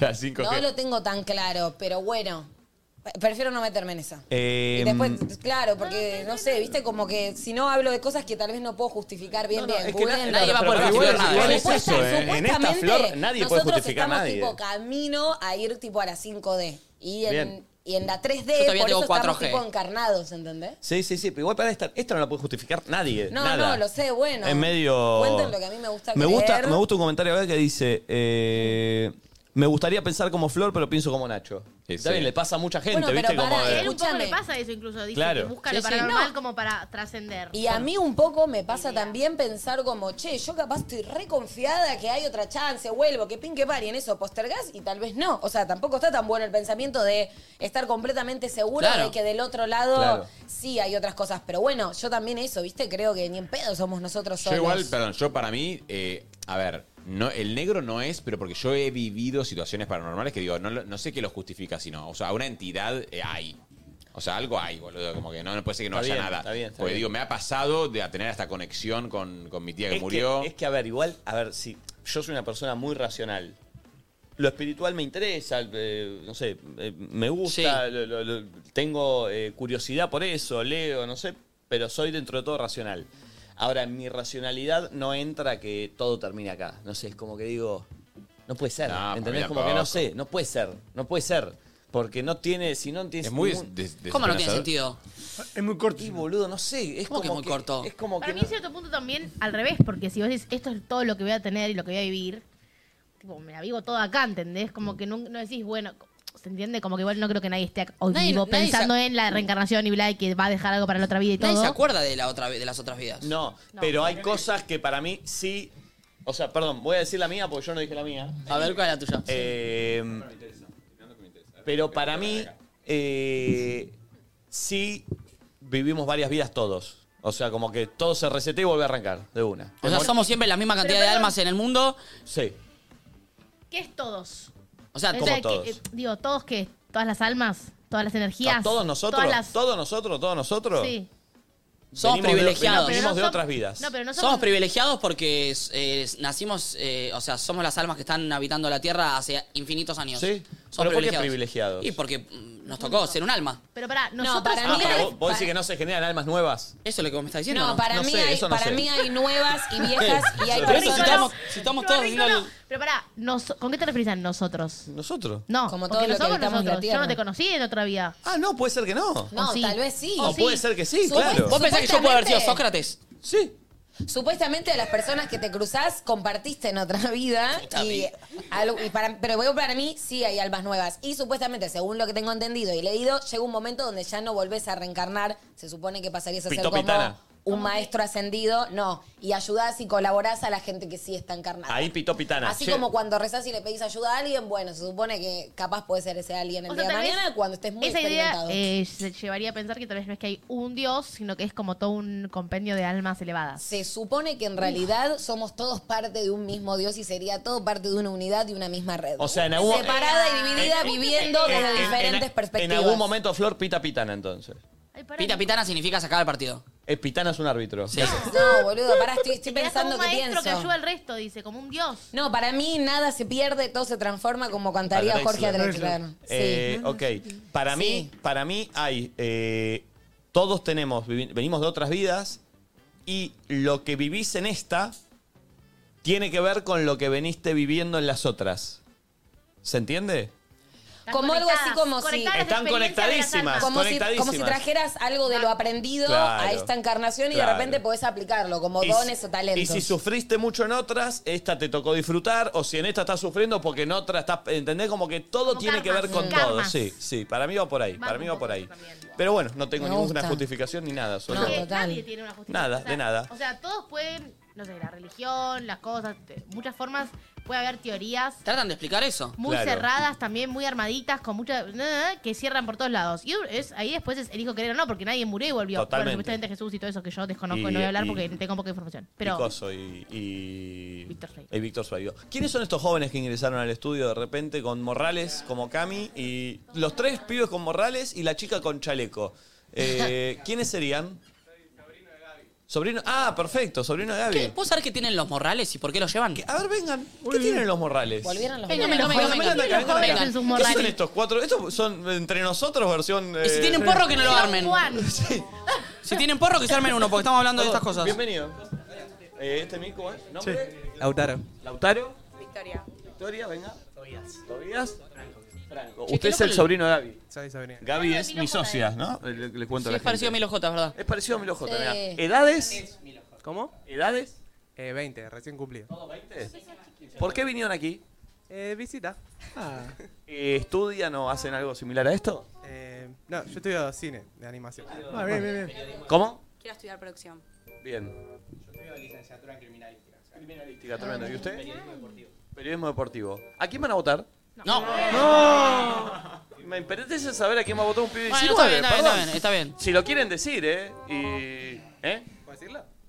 Las 5G.
No lo tengo tan claro, pero bueno. Prefiero no meterme en esa.
Eh,
Y después, claro, porque no sé, viste, como que si no hablo de cosas que tal vez no puedo justificar bien, bien.
es que na-
Googleenlo.
nadie va a poder
Pero
justificar
igual-
nada.
igual
Supuesta-
es eso, ¿eh? En esta
supuestamente
flor nadie puede
nosotros
justificar a
estamos
nadie.
tipo
camino a ir tipo a la 5D. Y en,
Bien.
y en la 3D,
Yo todavía
por eso
tengo
estamos
4G.
tipo encarnados, ¿entendés?
Sí, sí, sí, pero igual para esta, esta no la puede justificar nadie.
No,
nada.
no, lo sé, bueno.
Es medio-
Cuenten lo que a mí me gusta
Me gusta,
creer.
me gusta un comentario acá que dice, eh, Me gustaría pensar como Flor, pero pienso como Nacho. Está bien, le pasa a mucha gente,
Bueno, pero
¿viste? Como
pará,
de-
Él un poco le
Escúchame.
pasa eso incluso. Dice
Claro.
que busca lo
Sí, sí.
paranormal
No.
como para trascender.
Y a mí un poco me pasa también pensar como, che, yo capaz estoy reconfiada que hay otra chance, vuelvo, que pin que par, y en eso postergás y tal vez no. O sea, tampoco está tan bueno el pensamiento de estar completamente seguro
Claro.
de que del otro lado
Claro.
sí hay otras cosas. Pero bueno, yo también eso, ¿viste? Creo que ni en pedo somos nosotros solos.
Yo igual, perdón, yo para mí, eh, a ver, no, el negro no es, pero porque yo he vivido situaciones paranormales que digo, no, lo- no sé qué lo justifica, sino, o sea, una entidad eh, hay. O sea, algo hay, boludo, como que no, no puede ser que no
Está
haya
bien,
nada.
está bien, está
Porque
bien.
digo, me ha pasado de a tener esta conexión con, con mi tía que
Es que-
murió.
es que, a ver, igual, a ver, si yo soy una persona muy racional. Lo espiritual me interesa, eh, no sé, eh, me gusta, lo- lo- lo- tengo eh, curiosidad por eso, leo, no sé, pero soy dentro de todo racional. Ahora, en mi racionalidad no entra que todo termine acá. No sé, es como que digo, no puede ser,
No, para mí
¿entendés? Como que
tampoco.
no sé, no puede ser, no puede ser. Porque no tiene, si no tiene...
Es muy
ningún-
des- des-
¿Cómo no tiene sentido?
Es muy corto.
Y boludo, no sé, es como
que es muy corto?
Es como
Para
que
mí,
no-
en cierto punto, también al revés, porque si vos decís esto es todo lo que voy a tener y lo que voy a vivir, tipo, me la vivo toda acá, ¿entendés?
Mm.
Como que no, no decís, bueno, ¿se entiende? Como que igual no creo que nadie esté ac- hoy
Nadie-
vivo
nadie se-
pensando en la reencarnación y bla, y que va a dejar algo para la otra vida y
Nadie se
todo.
acuerda de, la otra, de las otras vidas.
No, pero hay cosas que para mí sí. O sea, perdón, voy a decir la mía porque yo no dije la mía.
A ver, ¿cuál es la tuya?
Eh, pero para mí, eh, sí vivimos varias vidas todos. O sea, como que todo se resetea y vuelve a arrancar de una.
O sea, somos siempre la misma cantidad de almas en el mundo.
Sí.
¿Qué es todos?
O sea,
como
que,
todos.
eh, digo, ¿todos qué? ¿Todas las almas? ¿Todas las energías?
No, todos nosotros,
Todas las-
todos nosotros, todos nosotros.
Sí.
Somos
venimos de-
privilegiados.
venimos de otras vidas.
No, pero no
somos...
somos-
privilegiados porque eh, nacimos, eh, o sea, somos las almas que están habitando la Tierra hace infinitos años.
Sí.
Somos
¿Pero por qué privilegiados?
Y porque mm, nos tocó ser un alma.
Pero pará, nosotros...
para
Ah,
mí
pero
hay-
vos, vos decís que no se generan almas nuevas.
Eso es lo que vos me estás diciendo.
No, para,
No
mí,
sé,
hay,
eso no
para
sé.
mí hay nuevas y
<laughs>
viejas y hay
Pero
Pero eso si
personas...
estamos, si estamos todos haciendo
No,
el-
pero pará, nos- ¿con qué te refieres a nosotros?
Nosotros.
No,
Como
porque
todo lo que
no somos
habitamos la
nosotros. Yo
Tierra.
no te conocí en otra vida.
Ah, no, puede ser que no.
No,
O sí.
tal vez sí.
O puede ser que sí, claro.
¿Vos pensás que yo puedo haber sido Sócrates?
Sí.
Supuestamente de las personas que te cruzás compartiste en otra <laughs> vida. Y, algo- y para, pero veo para mí sí hay almas nuevas. Y supuestamente, según lo que tengo entendido y leído, llega un momento donde ya no volvés a reencarnar. Se supone que pasarías a ser
Pitó
como
pitana.
un maestro ascendido. No. Y ayudás y colaborás a la gente que sí está encarnada.
Ahí pitó pitana.
Así
Che,
como cuando rezás y le pedís ayuda a alguien, bueno, se supone que capaz puede ser ese alguien el
O sea,
día de
tal vez
mañana cuando estés muy
Esa idea
experimentado.
eh, se llevaría a pensar que tal vez no es que hay un dios, sino que es como todo un compendio de almas elevadas.
Se supone que en realidad somos todos parte de un mismo Dios y sería todo parte de una unidad y una misma red.
O sea, en algún-
Separada y dividida,
Ah. en-
viviendo
en-
desde
en-
diferentes
en-
perspectivas.
En algún momento Flor pita pitana entonces.
Pita pitana significa sacar el partido.
Eh, pitana es un árbitro. Gracias.
No, boludo, pará, estoy, estoy
Te quedás
pensando
como
que
un maestro
pienso.
que ayuda al resto, dice, como un dios.
No, para mí nada se pierde, todo se transforma como cantaría
Para
Jorge
Drexler.
Drexler.
Eh, ok. Para mí, para mí hay. eh, todos tenemos, vivi- venimos de otras vidas y lo que vivís en esta tiene que ver con lo que veniste viviendo en las otras. ¿Se entiende?
Como algo así como si...
conectadas las experiencias
Están
de las
conectadísimas,
almas.
Como si, como si
conectadísimas.
trajeras algo de lo aprendido a
Claro.
esta encarnación y
Claro.
de repente podés aplicarlo como
Y
dones
si-
o talentos.
Y si sufriste mucho en otras, esta te tocó disfrutar, o si en esta estás sufriendo porque en otra estás. ¿Entendés? Como que todo
Como
tiene que
karmas,
ver con
karmas.
todo. Sí, sí. Para mí va por ahí.
Vamos
para mí va
un
por
poco
ahí.
eso también.
Pero bueno, no tengo
Me
ninguna
gusta.
justificación ni nada. Solo.
Porque
No, total.
nadie tiene una justicia.
Nada,
O sea,
de nada.
O sea, todos pueden, no sé, la religión, las cosas, de muchas formas, puede haber teorías
¿Tratan de explicar eso?
muy
Claro.
cerradas también, muy armaditas, con mucha na, na, que cierran por todos lados. Y es, ahí después es elijo creer o no, porque nadie murió y volvió.
Totalmente.
Bueno, supuestamente Jesús y todo eso que yo desconozco y,
Y-
no voy a hablar
y-
porque tengo poca información. Pero
Y Coso y. y-
Víctor Suárez.
y Víctor Suárez. ¿Quiénes son estos jóvenes que ingresaron al estudio de repente con Morrales como Cami y los tres pibes con Morrales y la chica con chaleco? Eh, ¿Quiénes serían? Sobrino de Gaby. Sobrino, ah, perfecto, sobrino de Gaby.
¿Qué? ¿Vos sabés qué tienen los morrales y por qué los llevan?
A ver, vengan. ¿Qué tienen los morrales?
Volvieron los
Vengan,
buenos.
vengan, vengan, vengan.
Vengan acá, vengan acá.
Vengan.
¿Qué son estos cuatro? Estos son entre nosotros versión.
Y si
eh,
tienen porro, que no lo
Don
armen.
Juan.
Si tienen porro, que se armen uno, porque estamos hablando de estas cosas.
Bienvenido. Eh, este mico, ¿eh? ¿Nombre?
Lautaro.
Lautaro.
Victoria.
Victoria, venga.
Tobías.
Tobías. Franco.
Che, qué
Usted es
loco
el
el-
sobrino de Gaby.
Soy sobrino.
Gaby es mi socia, ¿no? Le, le
Sí,
cuento a la
es parecido a
gente.
Milo J, ¿verdad?
Es parecido a Milo J,
Sí.
mirá. ¿Edades?
¿Cómo?
¿Edades?
Eh, 20, recién cumplido.
¿Por qué vinieron aquí?
Eh, visita.
Eh, ¿Estudian o hacen algo similar a esto?
Eh, no, yo estudio cine de animación.
Ah, bien, bien, bien. ¿Cómo?
Quiero estudiar producción.
Bien.
Yo estudio licenciatura en criminalística.
Fíjate, tremendo. ¿Y usted? Periodismo deportivo. ¿A quién van a votar?
No.
¡No! Me interesa saber a quién va a votar un pibe de
Bueno,
19.
está bien, está bien,
perdón.
está bien, está bien.
Si lo quieren decir, ¿eh? Y, ¿eh?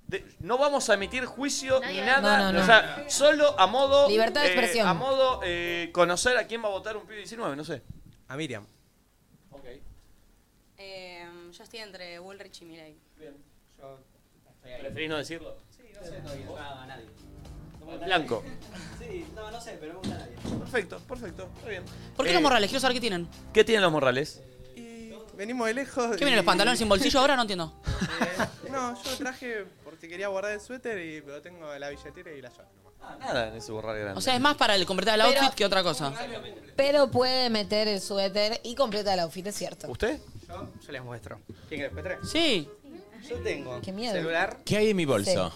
De- no vamos a emitir juicio ni nada.
No, no,
O sea, solo a modo.
Libertad de
eh,
expresión.
a modo eh, conocer a quién va a votar un pibe de 19, no sé.
A Miriam.
Eh, yo estoy entre Woolrich y Mirai. Bien. Yo estoy
¿Preferís no decirlo?
Sí, no sé, no digo nada a nadie.
Blanco.
<laughs> Sí, no, no sé, pero me gusta nadie.
Perfecto, perfecto. Está bien.
¿Por qué
Eh,
los morrales? Quiero saber qué tienen.
¿Qué tienen los morrales?
Venimos de lejos.
¿Qué
y-
vienen los pantalones sin bolsillo ahora? No entiendo.
<laughs> No, yo lo traje porque quería guardar el suéter y lo tengo en la billetera y la llave.
Nada en ese morral grande.
O sea, es más para el completar el
Pero-
outfit que otra cosa.
Pero puede meter el suéter y completa el outfit, es cierto.
¿Usted?
Yo, yo les muestro. ¿Quién que les muestre?
Sí.
Yo tengo
Qué miedo.
celular,
¿Qué hay en mi bolso?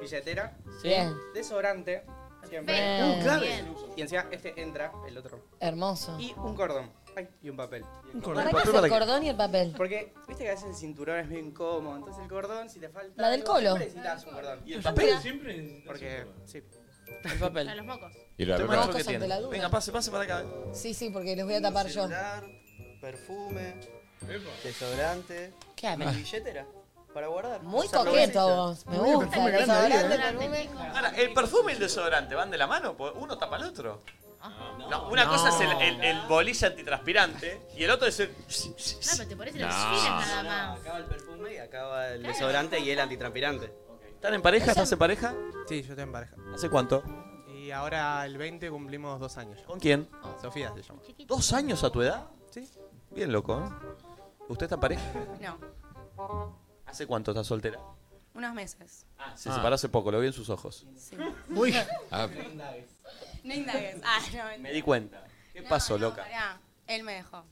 billetera,
Sí. Bien.
desodorante, siempre.
Bien. Uh, clave.
Bien. Y encima este entra, el otro.
Hermoso.
Y un cordón. Ay, y un papel. Un
¿Para qué hace el cordón y el papel?
Porque, viste que a veces el cinturón es bien incómodo, entonces el cordón, si te falta.
La del
algo,
colo.
Siempre necesitas un cordón.
¿Y el papel?
Siempre. Porque, sí.
El papel.
los mocos.
Y
¿Usted,
verdad-
Macho, qué
Cosas ante
tiene?
la duda.
Venga, pase, pase para acá.
Sí, sí, porque les voy a tapar yo.
Perfume, desodorante.
¿Qué
y
haces?
billetera. Para guardar.
Muy
O sea,
coqueto
lo
vos. Me
Uy,
gusta.
perfume
el
grande ahí,
desodorante,
¿eh?
perfume.
Ahora, ¿el perfume y el desodorante van de la mano? Pues Uno tapa al otro.
Ah.
No, una cosa es el, el, el bolilla antitranspirante y el otro es
Ah,
el.
No, pero te pones en
No.
las filas nada más.
Acaba el perfume y acaba el desodorante y el antitranspirante.
¿Están en pareja? ¿Estás en pareja?
Sí, yo estoy en pareja.
¿Hace cuánto?
Y ahora el 20 cumplimos dos años.
¿Con quién?
Sofía se llama.
¿Dos años a tu edad?
Sí.
Bien loco, ¿eh? ¿Usted está en pareja?
No.
¿Hace cuánto está soltera?
Unos meses. Ah,
Se separó hace poco, lo vi en sus ojos.
Sí. <laughs>
Uy.
No indagues. No indagues. Ah, no.
Me di cuenta. ¿Qué pasó, loca?
Pará, él me dejó.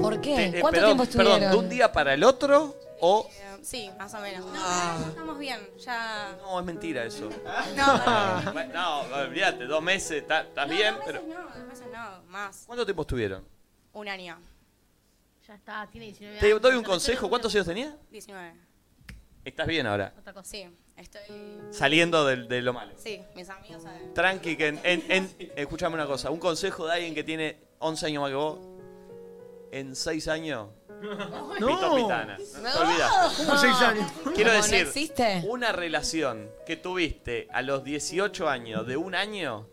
¿Por qué?
Te- eh,
¿Cuánto tiempo
perdón, Perdón, ¿de
estuvieron?
un día para el otro o.?
Eh, sí, más o menos. No,
Ah.
pero estamos bien. Ya.
No, es mentira eso.
<laughs> No.
Bueno, <laughs> no, olvídate, dos meses, está- estás bien, pero.
No, dos meses no, más.
¿Cuánto tiempo estuvieron?
Un año.
Ya está, tiene 19
Te
años.
doy un consejo, ¿cuántos años tenía?
19.
Estás bien ahora,
Otra cosa. Sí, estoy.
saliendo del- de, lo malo.
Sí, mis amigos saben.
Tranqui, que en, en- en- escuchame una cosa, un consejo de alguien que tiene 11 años más que vos, en 6 años, pito pitana. Te olvidás.
¿Cómo seis años?
Quiero
No, no
decir,
existe.
una relación que tuviste a los 18 años de un año,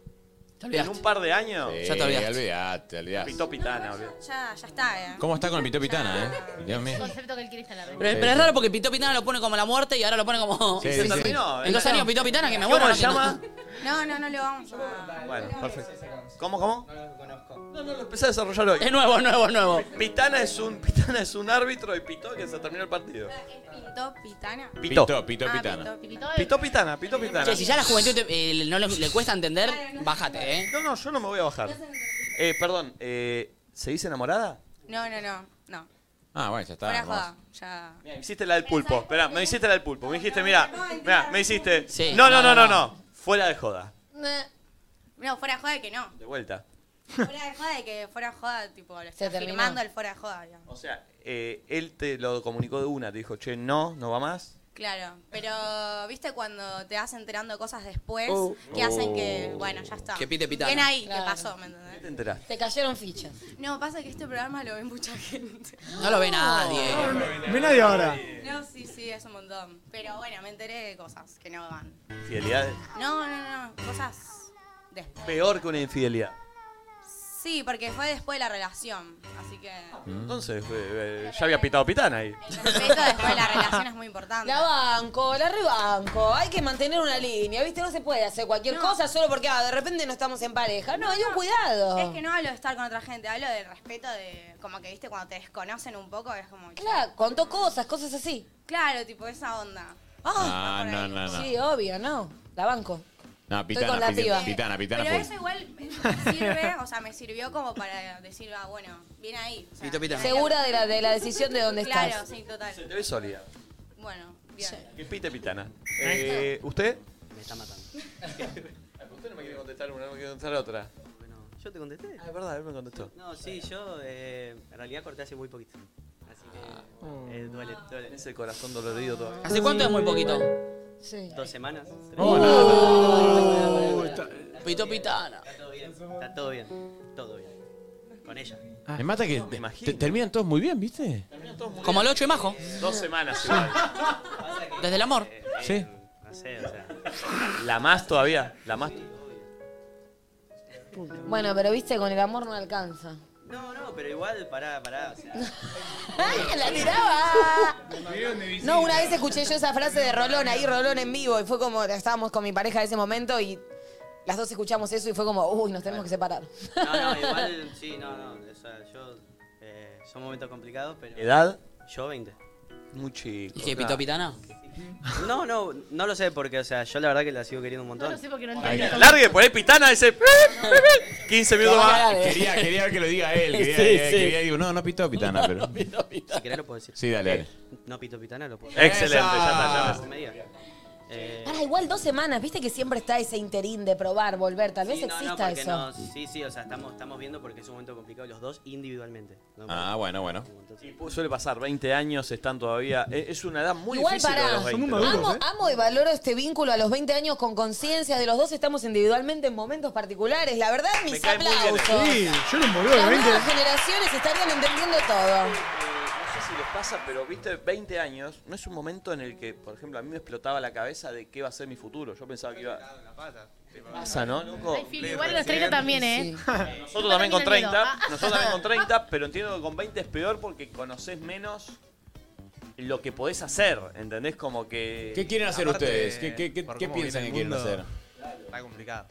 en un par de años,
Sí,
ya te olvidaste.
olvidate, olvidate.
Pito pitana, olvidate.
Ya, ya está, eh.
¿Cómo está con el pitopitana, eh? Dios mío.
El concepto que él quiere está en la
Pero, pero es raro porque Pitó Pitana lo pone como la muerte y ahora lo pone como.
Sí, sí, sí. Terminó,
<laughs> En dos
¿eh?
años Pitó Pitana que me
¿Cómo
muero.
se llama?
No, no, no lo vamos a.
Bueno, perfecto. ¿Cómo, cómo? No lo conozco. No, no, lo empecé a desarrollar hoy.
Es nuevo, es nuevo, es nuevo.
Pitana es un, Pitana es un árbitro y pitó que se terminó el partido.
Pintó Pitana.
Pitó.
Pitó, pitó
Ah,
pitana.
Pitó.
Pitó Pitana, Pitó Pitana.
Che, si ya la juventud te- eh, no le, le cuesta entender, bájate, ¿eh?
No, no, yo no me voy a bajar. Eh, perdón, eh, ¿se dice enamorada?
No, no, no. No.
Ah, bueno, ya
Fuera de
está.
joda. Ya.
Me hiciste la del pulpo. Espera, me hiciste la del pulpo. Me dijiste, mira, mira, me hiciste.
Sí,
No, no,
no,
no, no,
no.
no. Fuera de joda.
Nah. No, fuera de joda de que no.
De vuelta.
Fuera de joda de que fuera de joda, tipo, lo está
terminó.
firmando el fuera de joda, digamos.
O sea, eh, él te lo comunicó de una. Te dijo, che, no, no va más.
Claro, pero viste cuando te vas enterando cosas después
Oh.
que hacen que,
Oh.
bueno, ya está.
Que pite pitana.
Ven ahí,
Claro.
¿qué pasó? ¿Me entendés?
¿Qué te enteraste?
Te cayeron fichas.
No, pasa que este programa lo ve mucha gente.
No lo ve nadie.
Ve nadie ahora.
No, sí, sí, es un montón. Pero bueno, me enteré de cosas que no van.
Fidelidad es
No, no, no, cosas después.
peor que una infidelidad.
Sí, porque fue después de la relación, así que
Entonces, eh, eh, ya había pitado Pitana ahí.
respeto después de la relación es muy importante.
La banco, la rebanco. Hay que mantener una línea, ¿viste? No se puede hacer cualquier cosa solo porque ah, de repente no estamos en pareja. No, hay un cuidado.
Es que no hablo de estar con otra gente, hablo del respeto de, como que viste, cuando te desconocen un poco, es como...
Claro, contó cosas, cosas así.
Claro, tipo esa onda.
Ah, no, no, no.
Sí, obvio, no. La banco.
No,
con la
pitana,
piba.
pitana, pitana, pitana.
Pero
full.
eso igual me sirve, o sea, me sirvió como para decir, ah, bueno, viene ahí. o sea,
Pito, pita.
Segura de la, de la decisión de dónde
claro,
estás.
sí, total.
Se te ve sólida.
Bueno, bien.
Que pite Pitana. Eh, ¿Usted?
me está
<laughs>
matando.
Usted no me quiere contestar una, no me quiere contestar otra.
Yo te contesté.
Ah, es verdad, él me contestó.
No, sí, yo eh, en realidad corté hace muy poquito. Así que eh, duele, duele.
Ese corazón dolorido todavía.
¿Hace cuánto es muy poquito?
Sí.
¿Dos semanas? ¿Tres?
Oh, no.
Está-
Pito pitana.
Está todo bien, está todo bien, todo bien. Con ella.
Me mata que te- te- terminan todos muy bien, ¿viste?
Como el 8 de majo.
Dos semanas igual.
Desde el amor.
Eh,
Sí.
No sé, o sea.
La más todavía. La más.
Bueno, pero viste, con el amor no alcanza.
No, no, pero igual, pará, pará. O sea,
<laughs> ¡La tiraba! No, una vez escuché yo esa frase de Rolón, ahí Rolón en vivo, y fue como, estábamos con mi pareja de ese momento y las dos escuchamos eso y fue como, uy, nos tenemos que separar.
no, no,
<laughs>
igual, sí, no, no. O sea, yo. Eh, son momentos complicados, pero.
¿Edad?
Yo 20.
Muy chico.
¿Y qué, pito
pitana?
No, no, no lo sé porque, o sea, yo la verdad que la sigo queriendo un montón.
No lo sé porque no
Ay,
entiendo.
Largue, por ahí pitana ese. 15 minutos más.
Este Quería, quería que lo diga <laughs> él. Quería,
Sí,
quería-
sí.
quería- digo, no, no pitó pitana, pero.
Si querés lo puedo decir. Eh,
Sí, dale, dale.
No pito pitana, lo puedo
Excelente, ya está, ya está.
Me diga. Eh,
Ahora, igual dos semanas, viste que siempre está ese interín de probar, volver, tal vez
sí, no, no,
exista
porque
eso.
no, sí, sí, o sea, estamos, estamos viendo porque es un momento complicado los dos individualmente. ¿no?
Ah, bueno, bueno. Y pu- suele pasar, 20 años están todavía. e- Es una edad muy ¿eh?
Igual
difícil.
pará,
los 20, ¿no?
amo, amo y valoro este vínculo a los 20 años con conciencia, de los dos estamos individualmente en momentos particulares, la verdad,
Me
mis
cae muy bien
aplausos.
él. Sí, yo era un boludo de
Las
20.
nuevas generaciones estarían entendiendo todo.
Eh, No sé si les pasa, pero viste, 20 años no es un momento en el que, por ejemplo, a mí me explotaba la cabeza de qué va a ser mi futuro. Yo pensaba que iba. Pasa, ¿no, loco?
Ay, Phil, igual a los 30 también, ¿eh? <laughs>
Nosotros también con
Termina el
30,
miedo. Ah.
nosotros también con 30, pero entiendo que con 20 es peor porque conoces menos lo que podés hacer, ¿entendés? Como que...
¿Qué quieren hacer ustedes? ¿Qué, qué- qué-
por
qué
cómo
piensan que
viene el
quieren
mundo,
hacer?
Está complicado.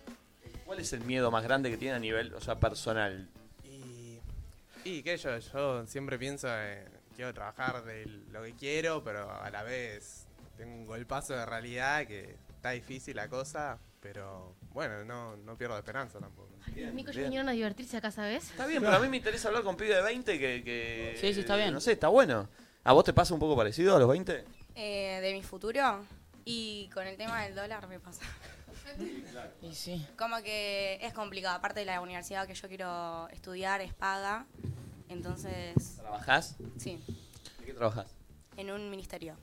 ¿Cuál es el miedo más grande que tienen a nivel, o sea, personal?
Y que yo, yo siempre pienso en quiero trabajar de lo que quiero, pero a la vez tengo un golpazo de realidad que está difícil la cosa, pero bueno, no, no pierdo esperanza tampoco.
Nico, yo
Bien.
vinieron a divertirse acá, ¿sabes?
Está bien, pero a mí
<laughs>
me interesa hablar con pibe de 20 que... que-
Sí, sí, está bien.
Eh, No sé, está bueno. ¿A vos te pasa un poco parecido a los 20?
Eh, de mi futuro y con el tema del dólar me pasa.
Y sí.
Como que es complicado, aparte de la universidad que yo quiero estudiar es paga, entonces...
¿Trabajás?
Sí,
¿De qué trabajás?
en un ministerio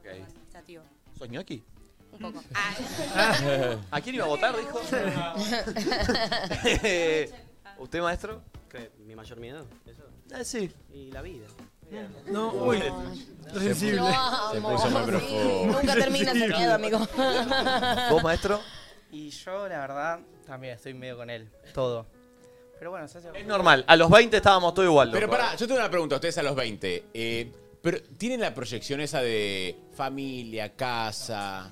Ok.
administrativo,
¿Sos ñoqui?
un poco.
<laughs> ¿A quién iba a votar, dijo? <laughs>
<laughs>
Eh, ¿Usted, maestro?
¿Qué? ¿Mi mayor miedo? ¿Eso?
Ah, sí.
Y la vida.
No, uy.
Se-
sensible.
Lo amo.
puso muy
Sí,
profundo.
Nunca termina ese miedo, amigo.
<laughs> ¿Vos, maestro?
Y yo, la verdad, también estoy medio con él. Todo. Pero bueno, se hace...
Es normal, a los 20 estábamos todos igual.
Pero
loco.
pará, yo tengo una pregunta a ustedes a los 20. eh, pero ¿Tienen la proyección esa de familia, casa?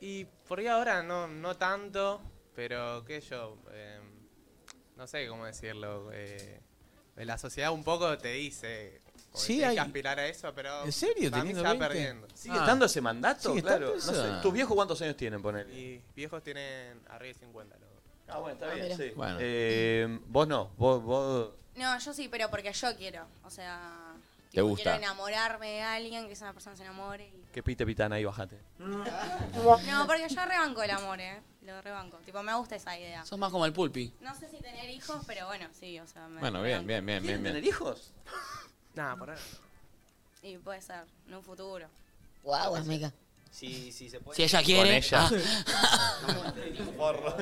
Y por ahí ahora no, no tanto, pero que yo, eh, no sé cómo decirlo, eh, la sociedad un poco te dice... como que
Sí,
tenés
hay-
que aspirar a eso, pero
¿En serio,
para mí
teniendo
se va
20?
perdiendo.
¿Sigue estando ese mandato?
¿Sigue
claro.
estando
No
esa?
sé, ¿Tus viejos cuántos años tienen, ponele?
Y viejos tienen arriba de 50. los dos.
Ah, bueno, está
bien,
Sí.
Bueno.
Eh, vos no, vos, vos...
No, yo sí, pero porque yo quiero, o sea...
Te
tipo,
gusta.
Quiero enamorarme de alguien, que esa persona se enamore. y-
Que pite pitana ahí, bajate.
No, porque yo rebanco el amor, ¿eh? Lo rebanco. Tipo, me gusta esa idea.
Sos más como el pulpi.
No sé si tener hijos, pero bueno, sí, o sea... Me,
Bueno, bien, bien, bien, bien.
¿Quieren
bien.
tener
<laughs>
hijos?
Nada, por ahí.
Y puede ser, en un futuro.
Guau, amiga.
Si, si se puede.
Si ella quiere. Ah.
Con ella.
No, porro.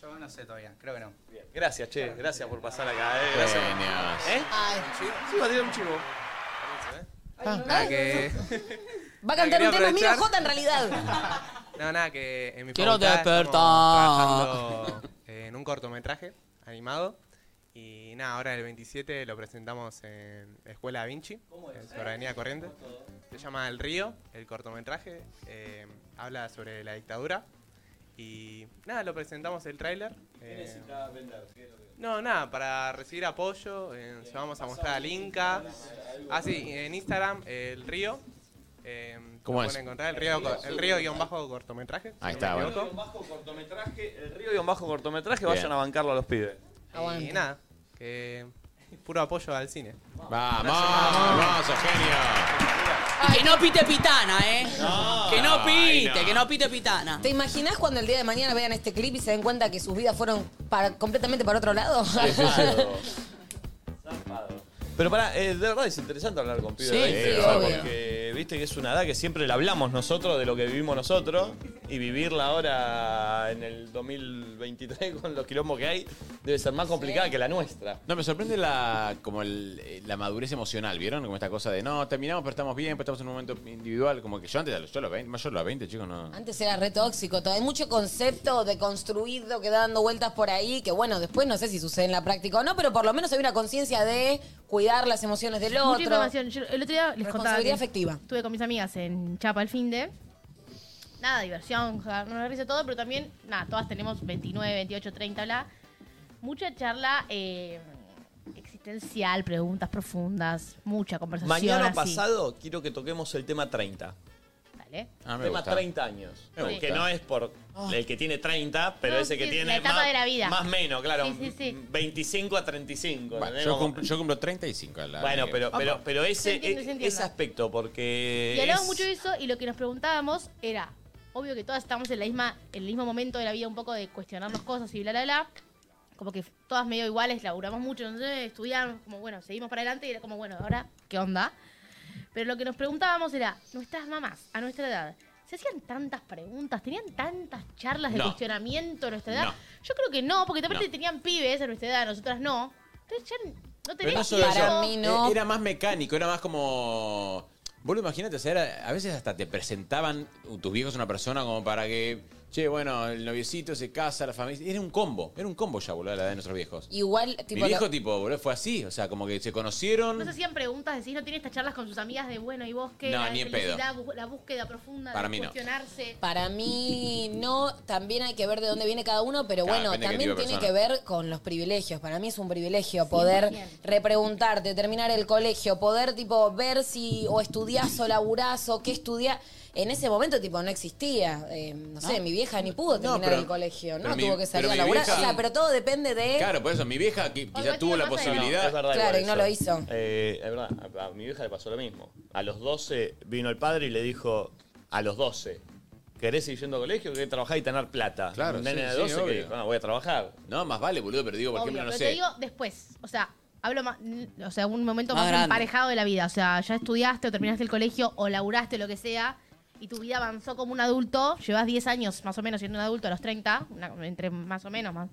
Yo no sé todavía, creo que no.
Gracias, che, gracias por pasar acá. Eh. Gracias.
Genios.
¿Eh?
Ay. Ah.
Sí, va a tirar un chivo. Ah,
Nada que...
Va a cantar
Quería
un tema mío,
aprovechar.
J, en realidad.
No, nada, que en mi
Quiero
facultad estamos
despertar.
trabajando, eh, en un cortometraje animado. Y nada, ahora el 27 lo presentamos en Escuela Da Vinci, en Soberanía Corriente. Se llama El Río, el cortometraje. eh, habla sobre la dictadura. Y nada, lo presentamos el tráiler. eh, no, nada, para recibir apoyo, eh, se vamos a mostrar al Inca. Ah, sí, en Instagram, el río. eh,
¿Cómo
lo
es?
pueden encontrar, el río, co- el río guión bajo cortometraje. si
Ahí
no me
está,
equivoco.
El río y un bajo cortometraje,
Bien.
vayan a bancarlo a los pibes.
Y Eh, nada, que puro apoyo al cine.
Vamos, hermoso, genio.
Que no pite pitana, ¿eh? que no
Ay,
pite,
no.
que no pite pitana.
¿Te imaginas cuando el día de mañana vean este clip y se den cuenta que sus vidas fueron para, completamente para otro lado?
Pero pará, eh, de verdad es interesante hablar con pibes
Sí,
de 20,
sí,
o sea,
obvio.
porque viste que es una edad que siempre la hablamos nosotros de lo que vivimos nosotros y vivirla ahora en el 2023 con los quilombos que hay debe ser más complicada que la nuestra.
No, me sorprende la, como el- eh, la madurez emocional, ¿vieron? Como esta cosa de, no, terminamos, pero estamos bien, pero estamos en un momento individual. Como que yo antes, a los- yo a los 20, yo a los 20, chicos, no.
<laughs> Antes era re tóxico, todo. hay mucho concepto de construido que da dando vueltas por ahí, que bueno, después no sé si sucede en la práctica o no, pero por lo menos hay una conciencia de cuidar las emociones del
Mucha
otro.
información. Yo el otro día les contaba. que
Responsabilidad afectiva.
Estuve con mis amigas en Chapa el fin de. Nada, diversión, nos risa todo, pero también, nada, todas tenemos 29, 28, 30, bla. Mucha charla eh, existencial, preguntas profundas, mucha conversación.
Mañana
así.
pasado quiero que toquemos el tema 30.
Dale.
Ah,
El
me
tema
gusta.
30 años.
Me gusta.
Que no es por el que tiene 30, pero
Oh. No,
ese que
sí,
tiene
la etapa
más,
de la vida.
más menos, claro.
Sí, sí, sí.
25 a 35.
Bueno,
¿entendés?
yo,
Como-
cumplo, yo cumplo 35 a la
Bueno,
que-
pero, pero, pero ese,
Se entiende,
e-
se entiende.
ese aspecto, porque.
Y hablamos
es-
mucho de eso y lo que nos preguntábamos era, obvio que todas estamos en la misma, en el mismo momento de la vida un poco de cuestionarnos cosas y bla bla bla. Como que todas medio iguales, laburamos mucho, no sé, estudiamos, como bueno, seguimos para adelante y era como, bueno, ahora, ¿qué onda? Pero lo que nos preguntábamos era, nuestras mamás, a nuestra edad, ¿se hacían tantas preguntas? ¿Tenían tantas charlas de
No.
cuestionamiento a nuestra edad?
No.
Yo creo que no, porque aparte
No.
tenían pibes a nuestra edad, nosotras no. Entonces ya no
Pero no
tenías
solo
tiempo.
eso. Eh, Era más mecánico, era más como. Vos lo imaginate, o sea, era- a veces hasta te presentaban uh, tus viejos a una persona como para que. Che, bueno, el noviecito se casa, la familia. Era un combo, era un combo ya, boludo, la edad de nuestros viejos.
Igual,
Mi
tipo, lo-
viejo, tipo, boludo, fue así, o sea, como que se conocieron.
No se hacían preguntas, decís, no tiene estas charlas con sus amigas de bueno y vos qué.
No,
la
ni en
felicidad, bu- La búsqueda profunda
Para
de
mí no.
cuestionarse.
Para mí no, también hay que ver de dónde viene cada uno, pero
Claro,
bueno,
depende de qué
también
tipo de
tiene que
persona.
ver con los privilegios. Para mí es un privilegio poder
100%.
repreguntarte, terminar el colegio, poder tipo ver si o estudiás o laburás o qué estudiás. En ese momento tipo no existía, Eh, no, sé, mi vieja ni pudo terminar
pero-
el colegio,
pero
no
mi-
tuvo que salir
pero
a
mi
laburar,
vieja-
o sea, pero todo depende de
Claro, por eso, mi vieja qui- quizá
Pues
tuvo la posibilidad.
Es verdad,
Claro,
igual
y no
eso.
lo hizo.
Eh, es verdad, a, a mi vieja le pasó lo mismo. A los 12 vino el padre y le dijo: A los 12, ¿querés seguir yendo a colegio? ¿Querés trabajar y tener plata?
Claro,
Un nene
sí,
de
sí,
12 que
obvio.
dijo: No, voy a trabajar.
No, más vale, boludo, pero digo,
Obvio, pero te digo después. O sea, hablo más, o sea, un momento
Más
más,
grande.
emparejado de la vida. O sea, ya estudiaste o terminaste el colegio o laburaste lo que sea. Y tu vida avanzó como un adulto. Llevas 10 años más o menos siendo un adulto a los 30, una- entre más o menos más.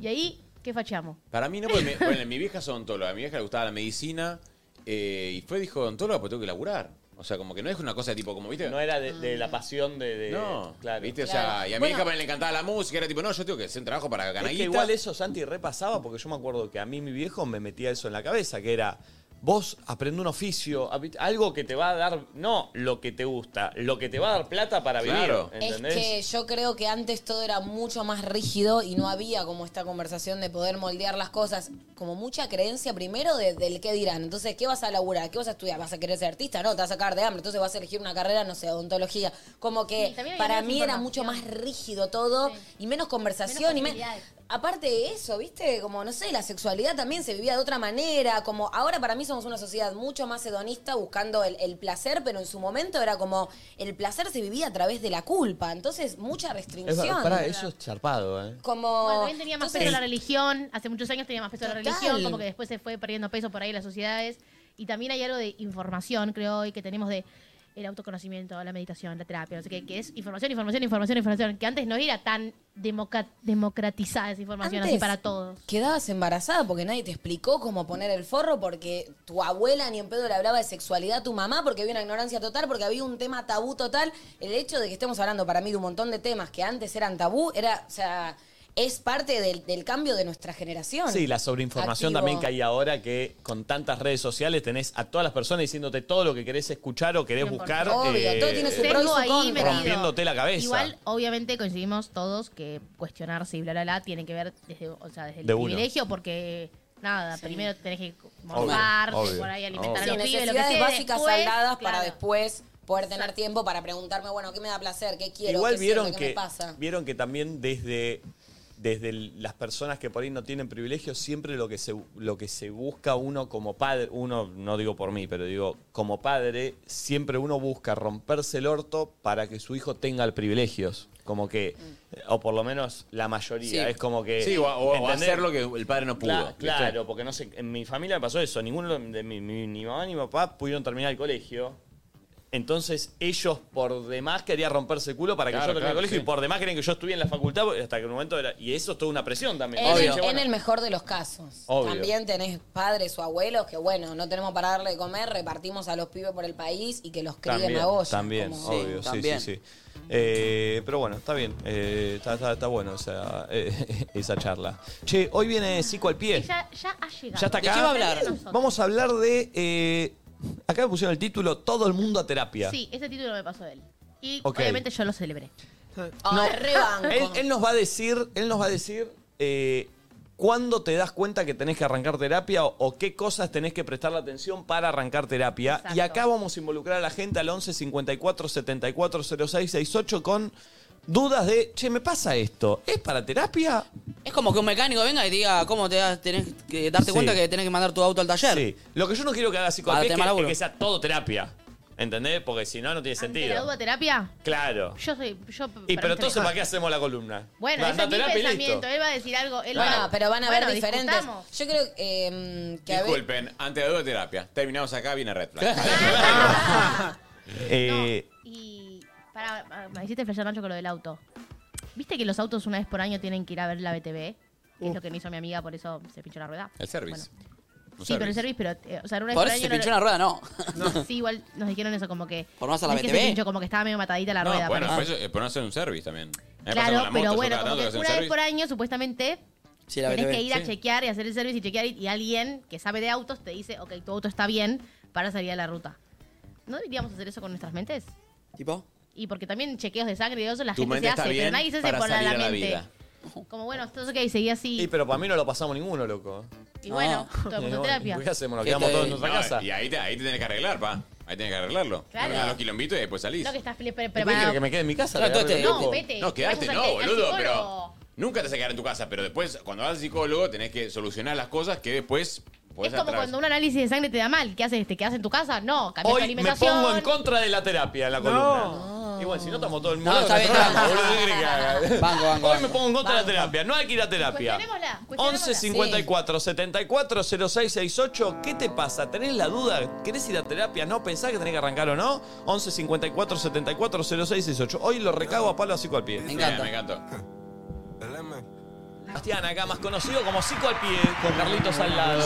Y ahí, ¿qué facheamos?
Para mí no, porque me- bueno, mi vieja es odontóloga. A mi vieja le gustaba la medicina eh, y fue, dijo, odontóloga, pues tengo que laburar. O sea, como que no es una cosa tipo, como viste.
No era de,
Ah.
de la pasión de. de-
No,
claro.
¿Viste? O sea, y a mi
Bueno.
hija le encantaba la música, era tipo, no, yo tengo que hacer un trabajo para ganar
Es que
guita.
igual eso, Santi, repasaba porque yo me acuerdo que a mí mi viejo me metía eso en la cabeza, que era, vos aprende un oficio, hab- algo que te va a dar, no lo que te gusta, lo que te va a dar plata para vivir,
Claro.
¿entendés?
Es que yo creo que antes todo era mucho más rígido y no había como esta conversación de poder moldear las cosas. Como mucha creencia primero de- del qué dirán. Entonces, ¿qué vas a laburar? ¿Qué vas a estudiar? ¿Vas a querer ser artista? No, te vas a sacar de hambre. Entonces vas a elegir una carrera, no sé, odontología. Como
Sí,
que
también había
para
menos
mí era mucho
información.
más rígido todo y menos conversación y me-
posibilidades.
Aparte de eso, ¿viste? Como, no sé, la sexualidad también se vivía de otra manera. Como ahora para mí somos una sociedad mucho más hedonista buscando el, el placer, pero en su momento era como el placer se vivía a través de la culpa. Entonces, mucha
Es
restricción.
verdad, pará, eso es charpado, ¿eh?
Como.
Bueno, también tenía más
entonces-
peso la religión, hace muchos años tenía más peso la
Total.
religión, como que después se fue perdiendo peso por ahí en las sociedades. Y también hay algo de información, creo hoy, que tenemos de el autoconocimiento, la meditación, la terapia, no sé qué, que es información, información, información, información, que antes no era tan democa- democratizada esa información así
Antes
para todos.
Quedabas embarazada porque nadie te explicó cómo poner el forro, porque tu abuela ni en pedo le hablaba de sexualidad a tu mamá, porque había una ignorancia total, porque había un tema tabú total. El hecho de que estemos hablando para mí de un montón de temas que antes eran tabú, era, o sea, es parte del, del cambio de nuestra generación.
Sí, la sobreinformación
Activo.
también que hay ahora, que con tantas redes sociales tenés a todas las personas diciéndote todo lo que querés escuchar o querés buscar. eh,
Tengo ahí metido.
Rompiéndote la cabeza.
Igual, obviamente, coincidimos todos que cuestionarse y bla, bla, bla, tiene que ver desde, o sea, desde el
De uno.
privilegio, porque nada, primero tenés que
Obvio,
morfar,
obvio,
por ahí alimentar
Sí,
a los pibes, lo que
necesidades
sea,
básicas
después,
saldadas para
claro.
después poder tener tiempo para preguntarme, bueno, ¿qué me da placer? ¿Qué quiero?
Igual
¿Qué
vieron
siento?
que
¿Qué me pasa?
vieron que también desde desde el- las personas que por ahí no tienen privilegios, siempre lo que se, lo que se busca uno como padre, uno, no digo por mí, pero digo como padre, siempre uno busca romperse el orto para que su hijo tenga el privilegios. Como que, o por lo menos la mayoría,
Sí.
es como que...
Sí, o- o- o
¿entendés?
hacer lo que el padre no pudo,
Cla-
¿viste?
claro, porque no sé, en mi familia pasó eso, ninguno de mi, mi- ni mamá ni papá pudieron terminar el colegio. Entonces ellos por demás querían romperse el culo para que yo
Claro,
termine
claro,
el colegio
sí.
y por demás querían que yo estuviera en la facultad porque hasta que un momento era... Y eso es toda una presión también.
En, el,
Dice,
en
bueno,
el mejor de los casos.
Obvio.
También tenés padres o abuelos que, bueno, no tenemos para darle de comer, repartimos a los pibes por el país y que los críen a vos.
También, obvio, sí,
también.
sí, sí. Eh, pero bueno, está bien, eh, está, está, está bueno esa, <laughs> eh, esa charla. Che, hoy viene Psico al pie.
Ya, ya ha llegado.
Ya está acá. Vamos a hablar de. eh, acá me pusieron el título Todo el mundo a terapia.
Sí, ese título me pasó de él. Y
Ok.
obviamente yo lo celebré.
Ah,
No, Él, él nos va a decir, él nos va a decir eh, cuándo te das cuenta que tenés que arrancar terapia o, o qué cosas tenés que prestar la atención para arrancar terapia. Y acá vamos a involucrar a la gente al 11 54 74 06 68 con dudas de, che, me pasa esto, ¿es para terapia?
Es como que un mecánico venga y te diga cómo te das- tenés que darte
Sí.
cuenta que tenés que mandar tu auto al taller.
Sí. Lo que yo no quiero que haga
Para
psicoterapia es
tema
que-
laburo.
es que sea todo terapia. ¿Entendés? Porque si no, no tiene
¿Te la
sentido.
duda terapia?
Claro.
Yo soy. Yo,
Y pero
mí
entonces,
soy-
¿para qué hacemos la columna?
Bueno,
Anda
ese
a
es mi
terapia y listo.
pensamiento. Él va a decir algo. Él
Bueno,
va-
pero van a haber
Bueno,
diferentes.
discutamos.
Yo creo eh, que a veces.
Disculpen, ante la duda terapia. Terminamos acá, viene Red Flag.
Eh,
Pará, pará, Ah, me hiciste flashear Nacho con lo del auto. ¿Viste que los autos una vez por año tienen que ir a ver la BTV? Que es lo que me hizo mi amiga, por eso se pinchó la rueda.
El service.
sí, pero el service, pero. eh, o sea, una vez
Eh, Por
por
eso
año.
se
no
pinchó
lo-
una rueda, no.
Sí, igual nos dijeron eso, como que.
¿Por no hacer la
no es que se
BTV?
pinchó, como que estaba medio matadita la
No,
rueda.
bueno,
parece.
por eso, eh, por no hacer un service también. A mí me pasa con
Claro,
la moto,
pero
yo
bueno,
cada
como
tanto
que
hacer un
una vez
service.
por año, supuestamente,
Sí, la
tenés
BTV.
que ir a
Sí.
chequear y hacer el service y chequear. Y, y alguien que sabe de autos te dice, ok, tu auto está bien para salir a la ruta. ¿No deberíamos hacer eso con nuestras mentes?
¿Tipo?
Y porque también chequeos de sangre y eso la
Tu
gente
mente
se
está
hace, pero
bien
nadie se hace
para
por la,
salir a la
mente.
vida.
Como bueno, esto es ok, seguí así.
Y pero para mí no lo pasamos ninguno, loco.
Y bueno,
No.
todo el mundo
Y bueno,
terapia.
¿Qué hacemos? Nos
Que
quedamos
te-
todos en nuestra
No,
casa.
Y ahí te, ahí te tenés que arreglar, pa. Ahí tenés que arreglarlo.
Claro.
Arreglar los quilombitos y después salís.
No que estás pre- pre-
quiere
preparado.
que me quede en mi casa?
Claro,
¿Le
todo
agarro el
este-
grupo?
No, vete.
No, quedate,
Vayas
no,
al- al
boludo, pero.
psicólogo.
Nunca te vas a quedar en tu casa, pero después, cuando vas al psicólogo, tenés que solucionar las cosas que después podés
es como
atravesar.
cuando un análisis de sangre te da mal. ¿Qué haces? ¿Te quedas en tu casa? No, cambias tu
Hoy me
alimentación.
pongo en contra de la terapia en la columna. Igual, si no estamos todo el mundo.
No, está bien, está bien.
boludo, ¿qué querés que haga?
Banco, banco,
Hoy me
banco.
pongo en contra de la terapia. No hay que ir a terapia.
Cuestionémosla, cuestionémosla.
11 54 74 06 68. ¿Qué te pasa? ¿Tenés la duda? ¿Querés ir a terapia? ¿No? ¿Pensás que tenés que arrancar o no? 11 54 74 06 68. Hoy lo recago a palo así al pie.
Me encanta.
Me encanta.
Bastián acá, más conocido como Cico al pie, con Carlitos al lado.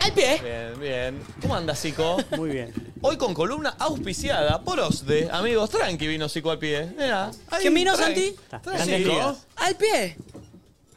Al pie.
Bien, bien. ¿Cómo anda, Sico? Muy bien. Hoy con columna auspiciada por OSDE. Amigos, tranqui vino Sico al pie. Mirá. ahí,
¿Quién vino,
tranqui.
Santi?
Tranqui. Sico.
Al pie. ¿Eh?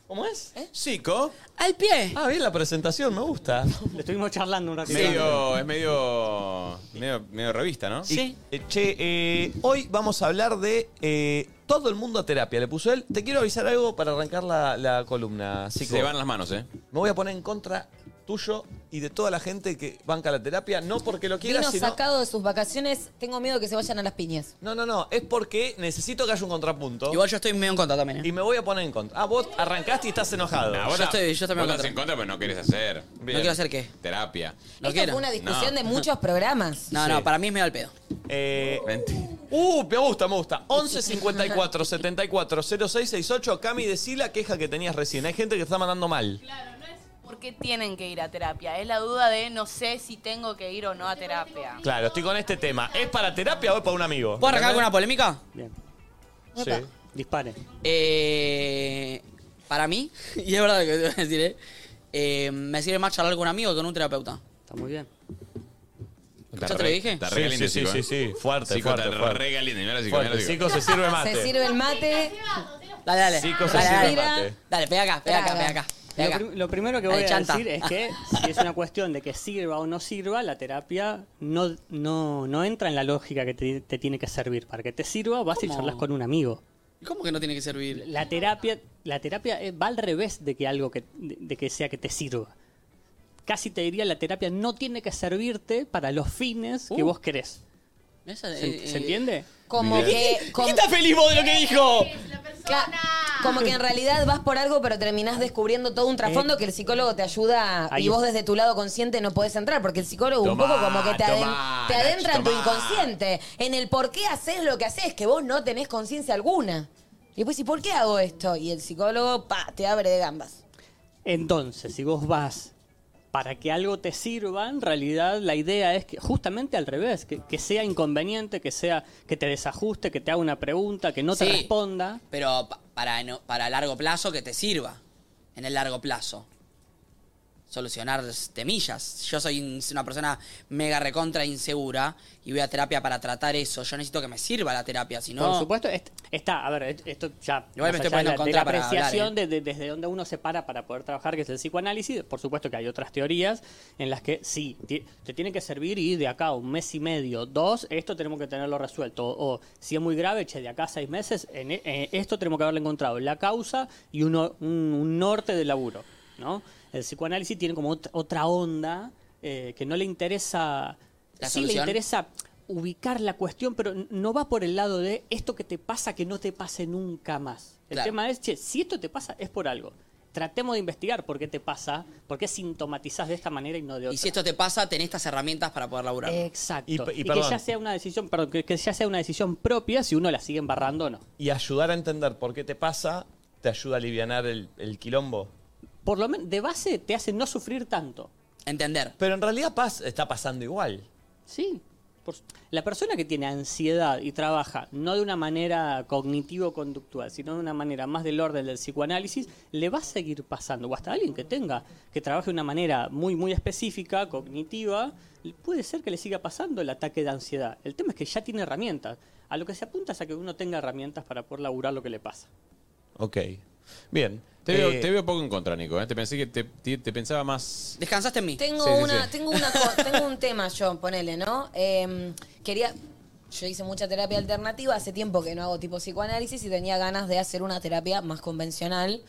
¿Cómo es? Sico.
Al pie.
Ah, bien la presentación, me gusta.
Estuvimos charlando un ratito.
Medio, es medio, medio, medio revista, ¿no?
Y, eh, che, eh, hoy vamos a hablar de eh, todo el mundo a terapia. Le puso él. Te quiero avisar algo para arrancar la, la columna, Sico.
Se van las manos, ¿eh?
Me voy a poner en contra tuyo y de toda la gente que banca la terapia, no porque lo quiera,
Vino
sino...
sacado de sus vacaciones, tengo miedo que se vayan a las piñas.
No, no, no. Es porque necesito que haya un contrapunto.
Igual yo estoy medio en contra también. ¿eh?
Y me voy a poner en contra. Ah, vos arrancaste y estás enojado.
Nah, vos
Yo
ta-
estoy- yo también contra.
vos estás en contra, pero no querés hacer.
Bien. quiero hacer qué?
Terapia.
No
Esto fue una discusión de muchos programas.
No, no, para mí es medio al pedo.
Eh, uh, me gusta, me gusta. 11 54 74 06 68. Cami, decí la queja que tenías recién. Hay gente que está mandando mal.
¿Por qué tienen que ir a terapia? Es la duda de no sé si tengo que ir o no a terapia.
Claro, estoy con este tema. ¿Es para terapia o es para un amigo?
¿Puedo arrancar con una polémica?
Sí.
Dispare.
Eh, para mí, <laughs> y es verdad lo que te voy a decir, eh, eh, me sirve más charlar con un amigo que con un terapeuta.
Está muy bien.
Está
¿Ya te
re-
lo dije?
está re caliente,
sí, sí,
Sico,
sí,
¿eh?
sí, Fuerte,
Sico
fuerte.
está
fuerte.
re caliente, mirá la Sico,
Fuerte,
mirá la Sico.
Sico se sirve mate.
Se sirve el mate.
Dale, dale.
Sico se
dale,
sirve
dale.
mate.
Dale, pega acá, pega acá, pega acá.
Lo,
pega acá.
prim- lo primero que voy
Dale,
a
chanta.
decir es que si es una cuestión de que sirva o no sirva, la terapia no, no, no entra en la lógica que te, te tiene que servir. Para que te sirva, vas y
¿Cómo?
charlas con un amigo.
¿Cómo que no tiene que servir?
La terapia, la terapia eh, va al revés de que algo que, de, de que sea que te sirva. Casi te diría la terapia no tiene que servirte para los fines que
Uh.
vos querés.
Esa,
¿Se,
eh,
se
eh,
entiende?
Como
Bien.
que.
¿Qué está feliz vos de lo que dijo?
Cla- Como que en realidad vas por algo, pero terminás descubriendo todo un trasfondo que el psicólogo te ayuda
Eh, ahí
y vos
es-
desde tu lado consciente no podés entrar, porque el psicólogo
Tomá,
un poco como que te, aden-
tomá,
te adentra en tu
Nacho, tomá.
inconsciente, en el por qué haces lo que haces, que vos no tenés conciencia alguna. Y después, ¿y por qué hago esto? Y el psicólogo, pa, te abre de gambas.
Entonces, si vos vas para que algo te sirva, en realidad la idea es que justamente al revés, que, que sea inconveniente, que sea que te desajuste, que te haga una pregunta, que no te
Sí.
responda.
Pero pa- para, no- para largo plazo que te sirva. En el largo plazo. Solucionar temillas. Yo soy in- una persona mega recontra insegura y voy a terapia para tratar eso. Yo necesito que me sirva la terapia, si no.
Por supuesto, est- está, a ver, est- esto ya
Igual me
más allá
estoy
de
poniendo
la,
en
de
contra
la
para hablar, eh.
apreciación de- de- desde donde uno se para para poder trabajar, que es el psicoanálisis, por supuesto que hay otras teorías en las que sí, ti- te tiene que servir y de acá a un mes y medio, dos, esto tenemos que tenerlo resuelto. O, o, si es muy grave, che, de acá a seis meses, en, e- eh, esto tenemos que haberle encontrado la causa y un, o- un, un norte del laburo, ¿no? El psicoanálisis tiene como ot- otra onda eh, que no le interesa...
¿La
sí le
solución?
interesa ubicar la cuestión, pero n- no va por el lado de esto que te pasa que no te pase nunca más. El
Claro.
tema es, che, si esto te pasa es por algo. Tratemos de investigar por qué te pasa, por qué sintomatizás de esta manera y no de otra.
Y si esto te pasa, tenés estas herramientas para poder laburar.
Exacto. Y,
y
que
perdón.
ya sea una decisión, perdón, que, que ya sea una decisión propia si uno la sigue embarrando o no.
Y ayudar a entender por qué te pasa te ayuda a aliviar el, el quilombo.
Por lo menos de base te hace no sufrir tanto.
Entender.
Pero en realidad pas- está pasando igual.
Sí. Por su- la persona que tiene ansiedad y trabaja no de una manera cognitivo-conductual, sino de una manera más del orden del psicoanálisis, le va a seguir pasando. O hasta alguien que tenga, que trabaje de una manera muy, muy específica, cognitiva, l- puede ser que le siga pasando el ataque de ansiedad. El tema es que ya tiene herramientas. A lo que se apunta es a que uno tenga herramientas para poder laburar lo que le pasa.
Ok. Bien.
Te veo,
Eh,
te veo poco en contra, Nico. ¿eh? Te pensé que te, te- te pensaba más.
Descansaste en mí.
Tengo
Sí, sí,
una,
sí.
tengo una,
<laughs>
co- tengo un tema yo, ponele, ¿no? Eh, quería, yo hice mucha terapia alternativa, hace tiempo que no hago tipo psicoanálisis y tenía ganas de hacer una terapia más convencional.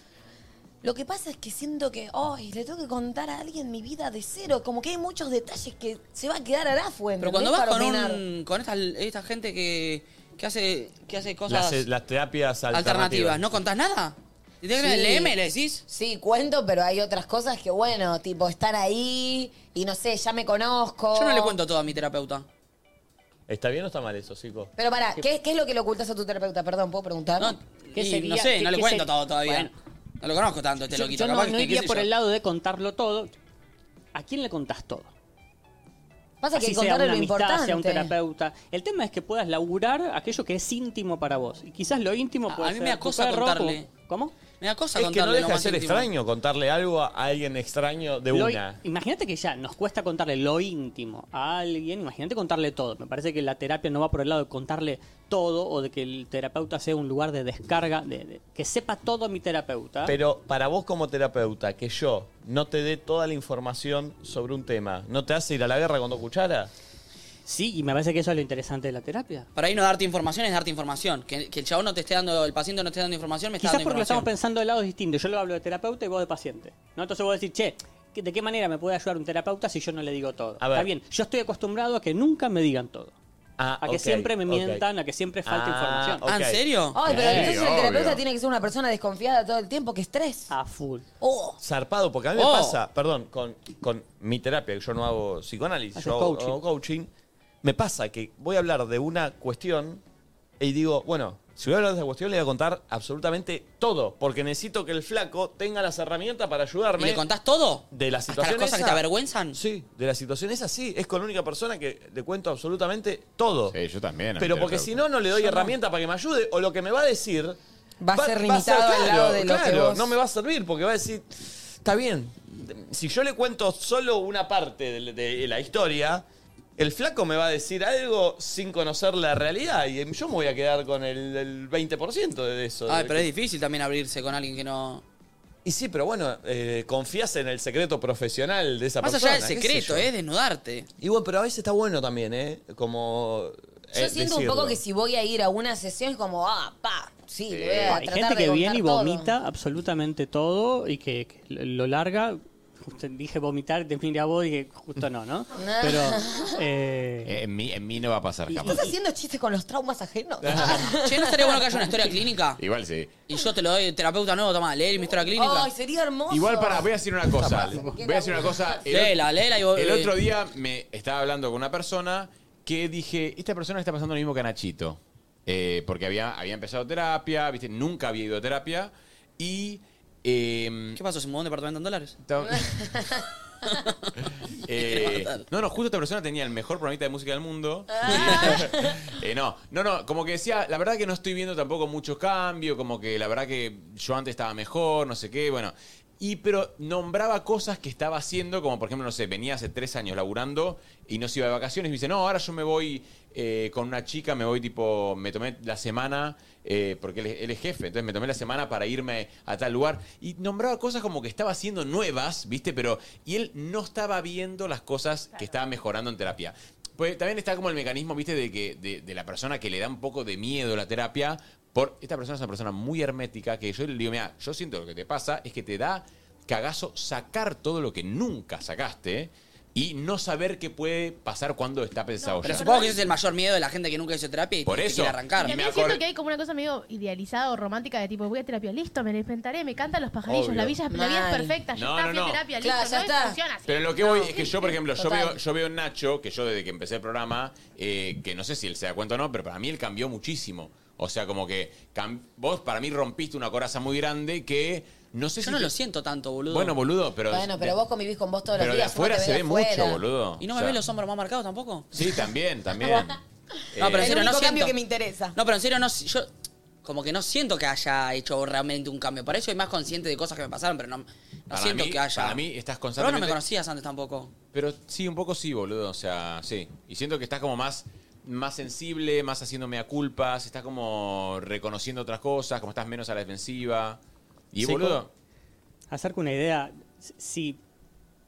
Lo que pasa es que siento que, ay, le tengo que contar a alguien mi vida de cero, como que hay muchos detalles que se va a quedar arafo,
Pero cuando vas con, un- con esta, esta gente que, que hace, que hace cosas
las, eh, las terapias alternativas.
alternativas, ¿no contás nada? ¿Y te
Sí.
el M le decís?
Sí, cuento, pero hay otras cosas que, bueno, tipo estar ahí y no sé, ya me conozco.
Yo no
Oh.
le cuento todo a mi terapeuta.
¿Está bien o está mal eso, chico?
Pero pará, ¿qué, qué es lo que le ocultas a tu terapeuta? Perdón, ¿puedo preguntar?
Y no sé, no le cuento todo todavía. No lo conozco tanto este
Yo,
loquito.
yo no,
capaz que-
no
qué
iría
sé
por
yo.
el lado de contarlo todo. ¿A quién le contás todo?
Pasa que
Así sea
contarle
una
lo
amistad,
importante.
sea un terapeuta. El tema es que puedas laburar aquello que es íntimo para vos. Y quizás lo íntimo puede
a mí
ser
me da
tu
cosa
perro,
contarle.
tu- ¿Cómo?
Me da cosa
Es que no
contarle
deja
lo
de
más
ser
íntimo.
extraño contarle algo a alguien extraño de
Lo-
una.
Imagínate que ya nos cuesta contarle lo íntimo a alguien, imagínate contarle todo. Me parece que la terapia no va por el lado de contarle todo o de que el terapeuta sea un lugar de descarga, de, de- que sepa todo mi terapeuta.
Pero para vos como terapeuta, que yo no te dé toda la información sobre un tema, ¿no te hace ir a la guerra cuando cuchara?
Sí, y me parece que eso es lo interesante de la terapia.
Para ahí no darte información es darte información. Que, que el chabón no te esté dando, el paciente no te esté dando información, me está
Quizás
dando
porque lo
información.
estamos pensando de lados distintos. Yo lo hablo de terapeuta y vos de paciente. ¿no? Entonces vos decís, che, ¿que- ¿de qué manera me puede ayudar un terapeuta si yo no le digo todo?
A ver.
Está bien, yo estoy acostumbrado a que nunca me digan todo.
Ah,
A que
ok,
siempre me
ok.
mientan, a que siempre falte
Ah,
información.
ok. Ah, ¿en serio?
Ay, pero
Sí,
entonces el
obvio.
terapeuta tiene que ser una persona desconfiada todo el tiempo, que estrés.
A full.
Oh,
Zarpado, porque a mí
Oh.
me pasa, perdón, con, con mi terapia, que yo no hago psicoanálisis,
Haces
yo hago-
coaching.
hago coaching, me pasa que voy a hablar de una cuestión y digo, bueno, si voy a hablar de esa cuestión, le voy a contar absolutamente todo, porque necesito que el flaco tenga las herramientas para ayudarme.
¿Y le contás todo?
De la
¿Hasta las
situación
cosas que
esa.
te avergüenzan?
Sí, de la situación es así. Es con la única persona que le cuento absolutamente todo.
Sí, yo también. a mi
Pero porque
terapeuta.
si no, no le doy herramientas para que me ayude, o lo que me va a decir.
Va a ser limitado al lado de lo que
claro,
vos-
No me va a servir porque va a decir, está bien. Si yo le cuento solo una parte de, de la historia, el flaco me va a decir algo sin conocer la realidad y yo me voy a quedar con el, el 20% de eso.
Ay, Ah, pero es difícil también abrirse con alguien que no.
Y sí, pero bueno, eh, confías en el secreto profesional de esa
Más
persona.
allá del
qué sé
secreto,
yo.
es desnudarte.
Y bueno, pero a veces está bueno también, ¿eh? Como.
yo
eh,
siento
decirlo.
un poco que si voy a ir a una sesión es como, ah, pa, sí, le voy a
Hay
tratar
gente
de
que viene y
contar todo.
vomita absolutamente todo y que, que lo larga. justo dije vomitar, te miré a vos y dije, justo no,
<laughs>
¿no? Pero. eh,
En mí, en mí no va a pasar jamás.
¿Estás haciendo chistes con los traumas ajenos? <laughs>
Che, ¿no estaría bueno que haya una historia clínica?
Igual sí.
Y yo te lo doy, terapeuta nuevo, toma, leer mi historia clínica.
Ay, sería hermoso.
Igual para, Ah, voy a decir una cosa. Voy a decir una cosa. El,
Léela,
ot-
léela y vos-
el
eh.
otro día me estaba hablando con una persona que dije, esta persona está pasando lo mismo que a Nachito. Eh, porque había, había empezado terapia, ¿viste? nunca había ido a terapia. Y... em, ¿Qué
pasó? ¿Se mudó un departamento en dólares? <laughs>
Eh, no, no, justo esta persona tenía el mejor programita de música del mundo. Eh, no, no, no, como que decía, la verdad que no estoy viendo tampoco mucho cambio, como que la verdad que yo antes estaba mejor, no sé qué, bueno. Y pero nombraba cosas que estaba haciendo, como por ejemplo, no sé, venía hace tres años laburando y no se iba de vacaciones y me dice, no, ahora yo me voy eh, con una chica, me voy tipo, me tomé la semana, eh, porque él, es- él es jefe, entonces me tomé la semana para irme a tal lugar. Y nombraba cosas como que estaba haciendo nuevas, ¿viste? Pero, y él no estaba viendo las cosas que estaba mejorando en terapia. Pues también está como el mecanismo, viste, de que de, de la persona que le da un poco de miedo la terapia. Por, esta persona es una persona muy hermética que yo le digo, mira, yo siento lo que te pasa es que te da cagazo sacar todo lo que nunca sacaste y no saber qué puede pasar cuando está pensado.
Pero supongo que ese es el mayor miedo de la gente que nunca hizo terapia y
Por
te- te
eso.
quiere arrancar.
Y me
También siento
acor-
que hay como una cosa medio idealizada o romántica de tipo, voy a terapia, listo, me despentaré, me cantan los pajarillos,
Obvio.
la, villa, la vida
Mal.
es perfecta, ya
No,
está,
no,
fui a
no.
terapia,
Claro,
listo,
ya
no
está.
funciona así.
Pero lo que voy es que yo, por ejemplo, yo
Total.
veo, yo veo en Nacho, que yo desde que empecé el programa, eh, que no sé si él se da cuenta o no, pero para mí él cambió muchísimo. O sea, como que cam- vos para mí rompiste una coraza muy grande que no sé
Yo
si...
no
te-
lo siento tanto, boludo.
Bueno, boludo, pero...
bueno, pero
de-
vos convivís con vos todos
pero
los
de
días.
afuera
uno te
se
ve de
ve
afuera.
mucho, boludo.
¿Y no
O
me
sea, eh,
ves los hombros más marcados tampoco?
Sí,
<laughs>
<laughs>
también, también.
No, pero en
El
serio, no
único
siento.
cambio que me interesa.
No, pero en serio, no, si- yo como que no siento que haya hecho realmente un cambio. Por eso soy más consciente de cosas que me pasaron, pero no, no
Para
siento
mí-
que haya.
para mí estás
Pero vos no me
constantemente-
conocías antes tampoco.
Pero sí, un poco sí, boludo. O sea, sí. Y siento que estás como más, más sensible, más haciéndome a culpas, estás como reconociendo otras cosas, como estás menos a la defensiva. Y
Sí,
boludo.
Acerca una idea, si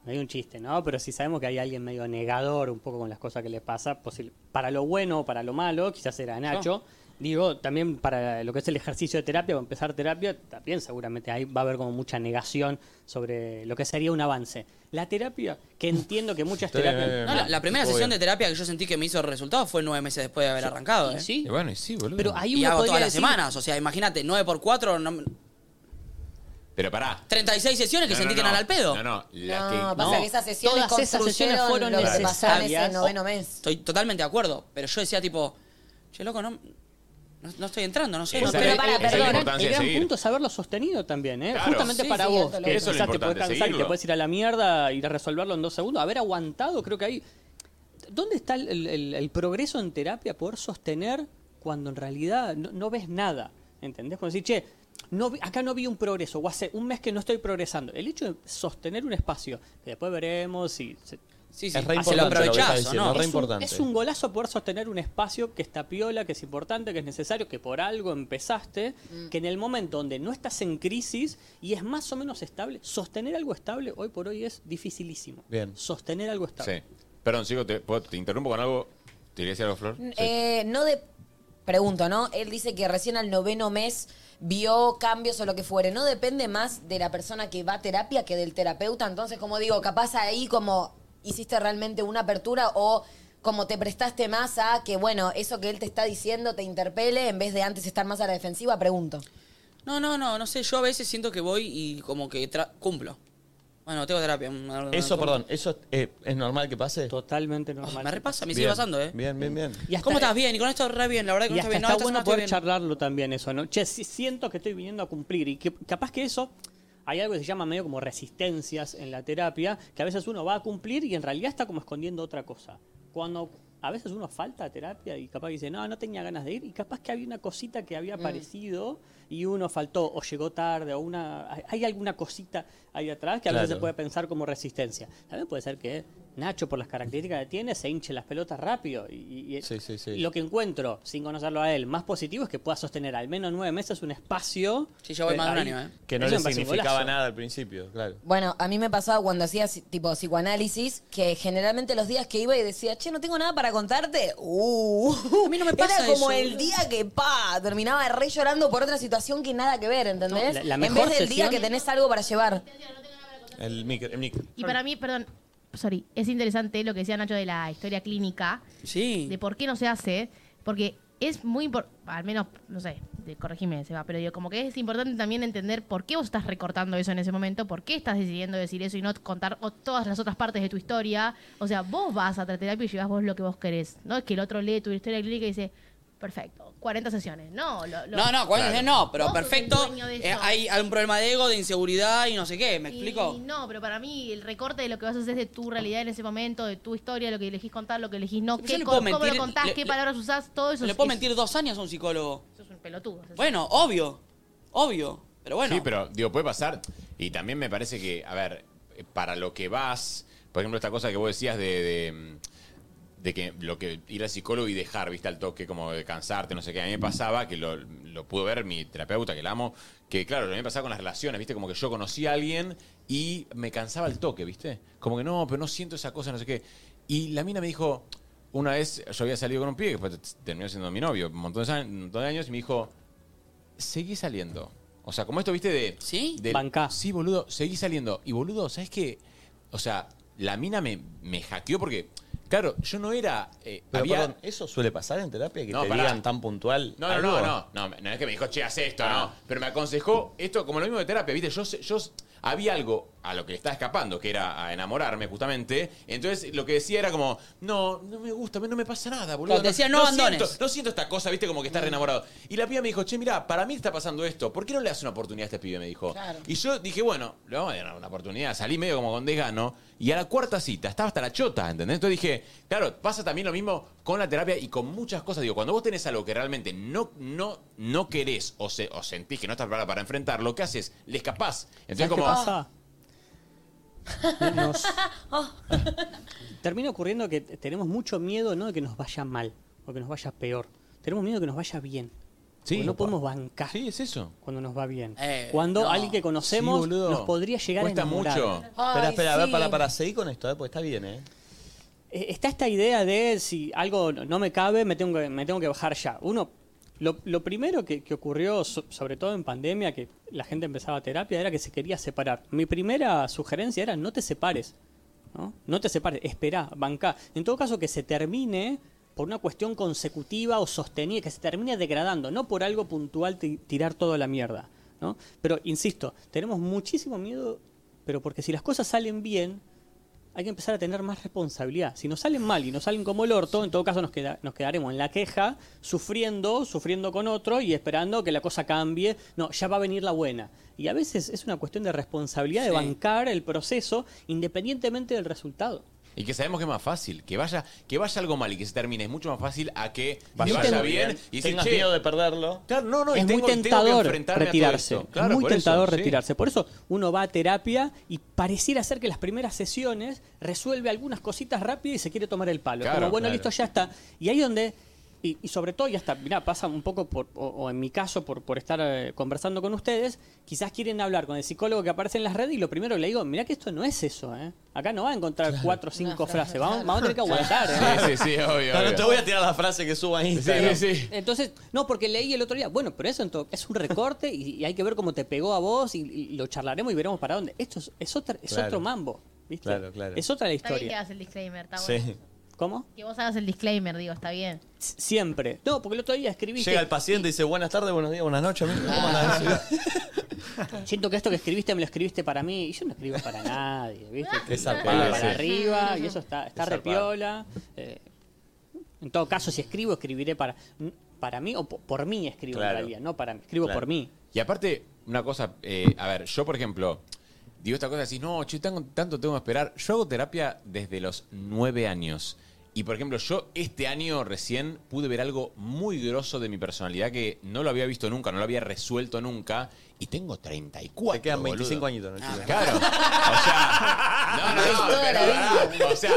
no hay un chiste, ¿no? Pero si sabemos que hay alguien medio negador un poco con las cosas que le pasa, posi- para lo bueno o para lo malo, quizás era Nacho. Digo, también para lo que es el ejercicio de terapia, o empezar terapia, también seguramente ahí va a haber como mucha negación sobre lo que sería un avance. La terapia, que entiendo que muchas
eh,
terapias...
No, la, la primera sesión de terapia que yo sentí que me hizo resultado fue nueve meses después de haber arrancado.
y
¿eh?
sí. Y
bueno, y sí, boludo.
Pero ahí
y
uno
hago
podría
todas las
decir-
semanas. O sea, imagínate, nueve por cuatro, no-
Pero pará.
36 sesiones que
No, no,
sentí que
no.
eran al pedo.
No, no.
No,
las que-
pasa que esas sesiones
todas esas sesiones
construyeron
fueron
lo que pasó en
necesarias.
ese noveno mes.
Estoy totalmente de acuerdo, pero yo decía tipo, che, loco, no, no, no estoy entrando, no sé.
Esa
no,
es- esa es la importancia
El
de
gran
seguir.
punto es haberlo sostenido también, ¿eh?
Claro.
Justamente
Sí,
para
sí,
vos,
eso es lo
que
importante,
quizás te puedes cansar y
seguirlo.
te puedes ir a la mierda y resolverlo en dos segundos. Haber aguantado, creo que ahí... ¿Dónde está el, el- el- el progreso en terapia? Poder sostener cuando en realidad no, no ves nada, ¿entendés? Cuando decís, che, no vi- acá no vi un progreso, o hace un mes que no estoy progresando. El hecho de sostener un espacio, que después veremos si... se-
Sí,
sí, Es re hace lo importante lo que aprovechás, estás diciendo, ¿no? es re
un-
importante.
es un golazo poder sostener un espacio que está piola, que es importante, que es necesario, que por algo empezaste,
Mm.
que en el momento donde no estás en crisis y es más o menos estable, sostener algo estable hoy por hoy es dificilísimo.
Bien.
Sostener algo
Sí.
estable.
Perdón, sigo, te, ¿puedo- te interrumpo con algo. ¿Te quería decir algo, Flor? Sí.
Eh, no de. Pregunto, ¿no? Él dice que recién al noveno mes vio cambios o lo que fuere. ¿No depende más de la persona que va a terapia que del terapeuta? Entonces, como digo, capaz ahí como hiciste realmente una apertura o como te prestaste más a que, bueno, eso que él te está diciendo te interpele en vez de antes estar más a la defensiva, pregunto.
no, no, no, no sé, yo a veces siento que voy y como que tra- cumplo. Bueno, tengo terapia. mm,
Eso,
¿cómo?
perdón, ¿eso eh, es normal que pase?
Totalmente normal.
Me repasa, me sigue
Bien,
pasando, ¿eh?
Bien, bien, bien.
Y hasta-
¿Cómo estás? Bien, y con esto re bien, la verdad que
Y
con esto
hasta
bien. No,
está
esto no
bueno
estoy
poder
bien.
charlarlo también eso, ¿no? Che, sí, siento que estoy viniendo a cumplir y que capaz que eso hay algo que se llama medio como resistencias en la terapia, que a veces uno va a cumplir y en realidad está como escondiendo otra cosa. Cuando a veces uno falta a terapia y capaz que dice, no, no tenía ganas de ir, y capaz que había una cosita que había
Mm.
aparecido y uno faltó o llegó tarde o una hay- hay alguna cosita ahí atrás que a veces
Claro.
se puede pensar como resistencia. También puede ser que Nacho, por las características que tiene, se hinche las pelotas rápido y- y, y-
Sí, sí, sí.
lo que encuentro, sin conocerlo a él, más positivo es que pueda sostener al menos nueve meses un espacio.
Sí, ya voy
eh,
más de un
ahí.
año, ¿eh?
Que no
Eso
le
me parece un
significaba
golazo.
nada al principio, claro.
Bueno, a mí me pasaba cuando hacía si- tipo psicoanálisis que generalmente los días que iba y decía, che, no tengo nada para contarte. Uh, a mí no me
pasa
Era como
eso.
el día que pa, terminaba re llorando por otra situación que nada que ver, ¿entendés?
No, la- la
en
mejor
vez del día
sesión-
que tenés algo para llevar.
el mic. El mic.
Y para mí, perdón, sorry, es interesante lo que decía Nacho de la historia clínica,
Sí.
de por qué no se hace, porque es muy importante, al menos, no sé, de- corregime, se va, pero digo, como que es importante también entender por qué vos estás recortando eso en ese momento, por qué estás decidiendo decir eso y no contar o- todas las otras partes de tu historia. O sea, vos vas a terapia y llevas vos lo que vos querés, no es que el otro lee tu historia clínica y dice, perfecto, 40 sesiones. No, lo- lo-
No, no, cuarenta sesiones no, pero
Vos sos el
perfecto.
dueño de
eh,
eso.
hay algún problema de ego, de inseguridad y no sé qué, ¿me explico?
Y no, pero para mí el recorte de lo que vas a hacer es de tu realidad en ese momento, de tu historia, lo que elegís contar, lo que elegís no,
Pero yo
qué,
le
co-
puedo
cómo lo
mentir,
contás,
le-
qué
le-
palabras usás, todo eso
¿Le
es-
puedo
es-
mentir dos años a un psicólogo?
es un pelotudo.
Bueno, obvio. Obvio. Pero bueno.
Sí, pero digo, puede pasar. Y también me parece que, a ver, eh, para lo que vas, por ejemplo, esta cosa que vos decías de, de, mm, de que lo que ir al psicólogo y dejar, viste, al toque, como de cansarte, no sé qué. A mí me pasaba, que lo, lo pudo ver mi terapeuta, que la amo, que claro, lo que me pasaba con las relaciones, viste, como que yo conocí a alguien y me cansaba el toque, viste. Como que no, pero no siento esa cosa, no sé qué. Y la mina me dijo, una vez yo había salido con un pibe, que después t- terminó siendo mi novio, un montón de, años- un montón de años, y me dijo, seguí saliendo. O sea, como esto, viste, de...
¿Sí?
De, Sí, boludo, seguí saliendo. Y boludo, ¿sabes qué? O sea, la mina me, me hackeó porque, claro, yo no era... eh,
Pero
había-
perdón, ¿eso suele pasar en terapia? Que
No,
te
pará.
digan tan puntual.
no, no,
algo? Ah.
no, no, no, no es que me dijo, che, haz esto, no. Pero me aconsejó esto como lo mismo de terapia, ¿viste? Yo, sé- yo s- había algo a lo que le estaba escapando, que era a enamorarme justamente. Entonces lo que decía era como, no, no me gusta, no me pasa nada, boludo.
Claro, te decía, no abandones. Mm.
siento- no siento esta cosa, viste, como que estás re enamorado. Y la piba me dijo, che, mirá, para mí está pasando esto. ¿Por qué no le das una oportunidad a este pibe? Me dijo.
Claro.
Y yo dije, bueno, le vamos a dar una oportunidad. Salí medio como con desgano. Y a la cuarta cita, estaba hasta la chota, ¿entendés? Entonces dije, claro, pasa también lo mismo con la terapia y con muchas cosas. Digo, cuando vos tenés algo que realmente no, no, no querés o, se- o sentís que no estás preparada para enfrentar, lo que haces, le escapás. Entonces,
¿Sabes qué
como.
pasa?
<laughs>
Nos- Termina ocurriendo que t- tenemos mucho miedo no de que nos vaya mal o que nos vaya peor. Tenemos miedo de que nos vaya bien.
Sí,
Porque no
opa.
podemos bancar.
Sí, es eso.
Cuando nos va bien.
Eh,
cuando
no.
alguien que conocemos
Sí, boludo.
nos podría llegar
Cuesta
a enamorar.
mucho.
espera, espera, a ver,
sí.
para, para, seguí con esto, eh, porque está bien, ¿eh?
Eh, Está esta idea de si algo no me cabe, me tengo que, me tengo que bajar ya. Uno, lo, lo primero que, que ocurrió, so- sobre todo en pandemia, que la gente empezaba terapia, era que se quería separar. Mi primera sugerencia era no te separes. No, No te separes, esperá, bancá. En todo caso, que se termine por una cuestión consecutiva o sostenida, que se termine degradando, no por algo puntual ti- tirar todo a la mierda. ¿no? Pero, insisto, tenemos muchísimo miedo, pero porque si las cosas salen bien, hay que empezar a tener más responsabilidad. Si nos salen mal y nos salen como el orto, en todo caso nos, queda- nos quedaremos en la queja, sufriendo, sufriendo con otro y esperando que la cosa cambie. No, ya va a venir la buena. Y a veces es una cuestión de responsabilidad de
Sí.
bancar el proceso independientemente del resultado.
Y que sabemos que es más fácil, que vaya, que vaya algo mal y que se termine. Es mucho más fácil a que
Vaya
te vaya
algo
bien,
bien,
y decir,
tengas
che,
miedo de perderlo.
Claro, no, no, y
es
tengo-
muy
tengo que
tentador
enfrentarme a todo
retirarse.
esto. Claro,
es muy
por eso,
tentador
sí.
retirarse. Por eso uno va a terapia y pareciera ser que las primeras sesiones resuelve algunas cositas rápido y se quiere tomar el palo.
Claro,
Como, bueno,
claro.
listo, ya está. Y ahí donde. Y, y sobre todo, ya está, mirá, pasa un poco por, o, o en mi caso, por, por estar eh, conversando con ustedes, quizás quieren hablar con el psicólogo que aparece en las redes y lo primero que le digo, mirá que esto no es eso, ¿eh? Acá no va a encontrar cuatro o cinco frases, vamos, vamos a tener que aguantar. ¿eh?
Sí, sí, sí, obvio.
obvio.
No te voy a tirar la frase que suba a Instagram.
Sí, sí.
Entonces, no, porque leí el otro día, bueno, pero eso ento- es un recorte y, y hay que ver cómo te pegó a vos y, y lo charlaremos y veremos para dónde. Esto es, es otra- es
Claro.
otro mambo, ¿viste?
Claro, claro.
Es otra la
Está bien que
historia.
hagas el disclaimer, está bueno.
Sí.
¿Cómo?
Que vos hagas el disclaimer, digo, está bien.
S- Siempre. No, porque el otro día escribiste...
Llega el paciente y dice, buenas tardes, buenos días, buenas noches, amigo. ¿Cómo andás?
<laughs> Siento que esto que escribiste me lo escribiste para mí y yo no escribo para nadie, ¿viste?
<laughs>
Qué zarpado,
Para
sí.
arriba y eso está, está
Qué zarpado.
repiola. Eh, en todo caso, si escribo, escribiré para, mm, para mí o po- por mí escribo
Claro.
en realidad, no para mí, escribo
Claro.
por mí.
Y aparte, una cosa, eh, a ver, yo por ejemplo, digo esta cosa, decís, no, che, tanto, tanto tengo que esperar. Yo hago terapia desde los nueve años. Y por ejemplo, yo este año recién pude ver algo muy grosso de mi personalidad que no lo había visto nunca, no lo había resuelto nunca. Y tengo 34.
Te quedan
boludo. Ah,
25 añitos, ¿no? <laughs>
Claro. Ah, No, pero pará. o sea,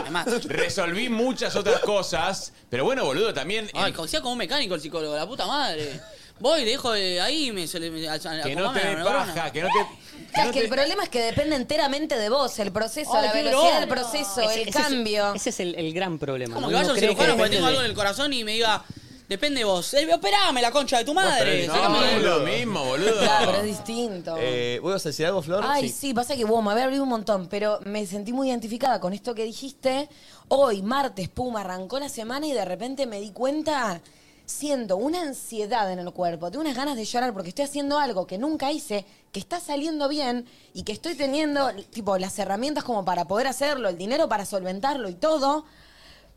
resolví muchas otras cosas. Pero bueno, boludo, también.
Ay, co- sea como un mecánico el psicólogo, la puta madre. Voy, dejo de ahí, me, se le- me- a- a-
Que no
acomodame
te
la
dé
neurona.
paja, que no te.
Claro, es que el problema es que depende enteramente de vos, el proceso,
Ay,
la
qué
velocidad del
bronca.
proceso,
Ese-
el
ese es-
cambio.
Ese es el, el gran problema.
Como
¿no?
que
Uno
vaya un
cree que
cirujano porque
depende
tengo
de-
algo en el corazón y me diga, Depende de vos. Eh, operame la concha de tu madre. Sácame
No, es
el-
lo mismo, boludo.
Claro, pero es distinto.
Eh, ¿Vos ibas a decir algo, Flor?
Ay, sí. pasa que vos me había abrido un montón, pero me sentí muy identificada con esto que dijiste. Hoy, martes, Puma, arrancó la semana y de repente me di cuenta, siento una ansiedad en el cuerpo, tengo unas ganas de llorar porque estoy haciendo algo que nunca hice, que está saliendo bien y que estoy teniendo, tipo, las herramientas como para poder hacerlo, el dinero para solventarlo y todo,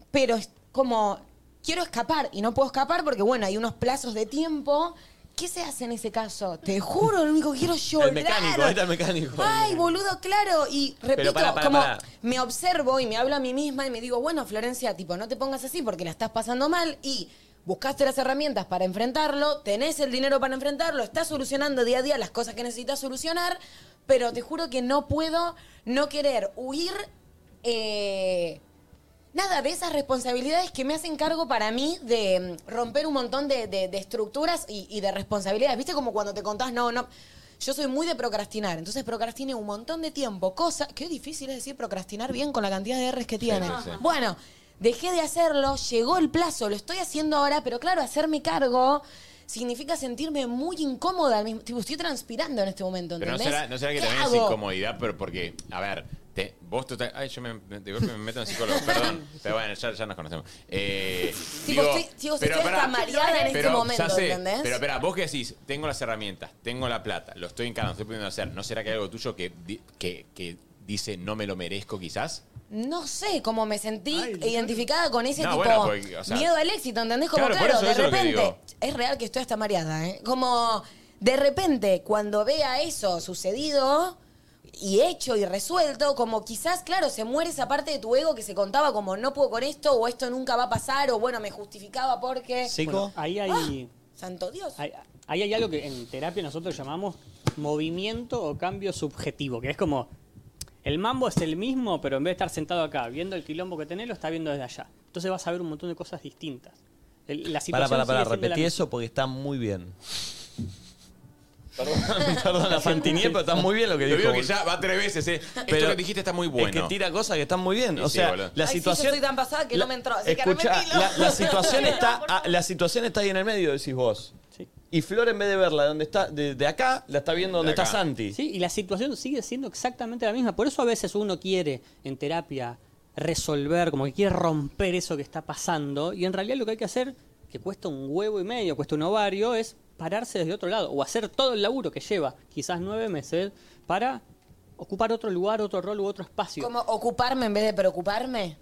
pero es como, quiero escapar y no puedo escapar porque, bueno, hay unos plazos de tiempo. ¿Qué se hace en ese caso? Te juro, lo único que quiero es llorar.
El mecánico, ahí está el mecánico.
Ay, boludo, claro. Y
Pero
repito,
pará, pará,
como
pará.
me observo y me hablo a mí misma y me digo, bueno, Florencia, tipo, no te pongas así porque la estás pasando mal y buscaste las herramientas para enfrentarlo, tenés el dinero para enfrentarlo, estás solucionando día a día las cosas que necesitas solucionar, pero te juro que no puedo no querer huir. eh, Nada, de esas responsabilidades que me hacen cargo para mí de mm, romper un montón de, de- de estructuras y, y de responsabilidades. ¿Viste? Como cuando te contás, no, no. Yo soy muy de procrastinar, entonces procrastiné un montón de tiempo, cosa. Qué difícil es decir procrastinar bien con la cantidad de R's que tiene.
sí.
Bueno, dejé de hacerlo, llegó el plazo, lo estoy haciendo ahora, pero claro, hacerme cargo significa sentirme muy incómoda al mismo tiempo. Estoy transpirando en este momento,
Pero no
¿entendés?
será, no será que
¿Qué
también es
hago?
incomodidad, pero porque, a ver, te- vos total. Ay, yo me, me- de golpe me meto en psicólogo,
<laughs>
perdón. Pero bueno, ya, ya nos conocemos. Eh,
Tipo, estoy- tipo, estoy hasta mareada en este
pero, ya
momento,
sé,
¿entendés?
Pero espera, vos que decís, tengo las herramientas, tengo la plata, lo estoy encarando, estoy pudiendo hacer. ¿No será que hay algo tuyo que, di- que, que dice no me lo merezco
<laughs>
quizás?
No sé cómo me sentí identificada con ese
No,
tipo
bueno, porque, o sea-
miedo al éxito, ¿entendés? Como
Claro, por
claro,
eso,
de
eso es lo que
repente.
digo.
Es real que estoy hasta mareada, ¿eh? Como de repente, cuando vea eso sucedido y hecho y resuelto, como quizás, claro, se muere esa parte de tu ego que se contaba como no puedo con esto, o esto nunca va a pasar, o bueno, me justificaba porque.
Bueno, ahí hay.
¡Ah! Santo Dios.
Ahí, ahí hay algo que en terapia nosotros llamamos movimiento o cambio subjetivo, que es como el mambo es el mismo, pero en vez de estar sentado acá viendo el quilombo que tenés, lo está viendo desde allá. Entonces vas a ver un montón de cosas distintas. El- la
Para,
situación
para, para,
sigue siendo la
repetí
misma.
eso porque está
<laughs>
muy bien. Perdón, perdón, la Fantinier, pero está muy bien lo que
Lo
dijo.
digo que ya va tres veces, ¿eh? Esto
Pero
que dijiste está muy
Es
bueno.
que tira cosas que están muy bien.
Y
O
sí,
sea,
boludo.
la
Ay, sí, yo
situación.
estoy tan pasada que no me entró. Así
Escucha,
que repetilo.
la,
<laughs>
la situación está, ah, la situación está ahí en el medio, decís vos. Y Flor, en vez de verla donde está, de, de acá, la está viendo
De
donde está
acá.
Santi.
Sí, y la situación sigue siendo exactamente la misma. Por eso a veces uno quiere en terapia resolver, como que quiere romper eso que está pasando. Y en realidad lo que hay que hacer, que cuesta un huevo y medio, cuesta un ovario, es pararse desde otro lado o hacer todo el laburo que lleva quizás nueve meses para ocupar otro lugar, otro rol u otro espacio.
Como ocuparme en vez de preocuparme.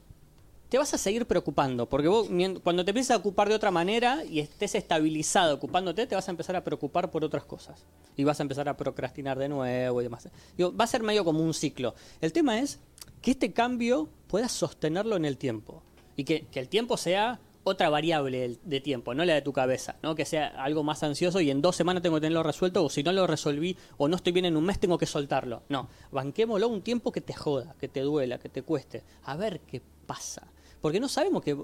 Te vas a seguir preocupando, porque vos mien- cuando te empiezas a ocupar de otra manera y estés estabilizado ocupándote, te vas a empezar a preocupar por otras cosas. Y vas a empezar a procrastinar de nuevo y demás. Digo, va a ser medio como un ciclo. El tema es que este cambio puedas sostenerlo en el tiempo. Y que, que el tiempo sea otra variable del- de tiempo, no la de tu cabeza, ¿no? Que sea algo más ansioso y en dos semanas tengo que tenerlo resuelto, o si no lo resolví, o no estoy bien en un mes, tengo que soltarlo. No, banquémoslo un tiempo que te joda, que te duela, que te cueste. A ver qué pasa. Porque no sabemos qué,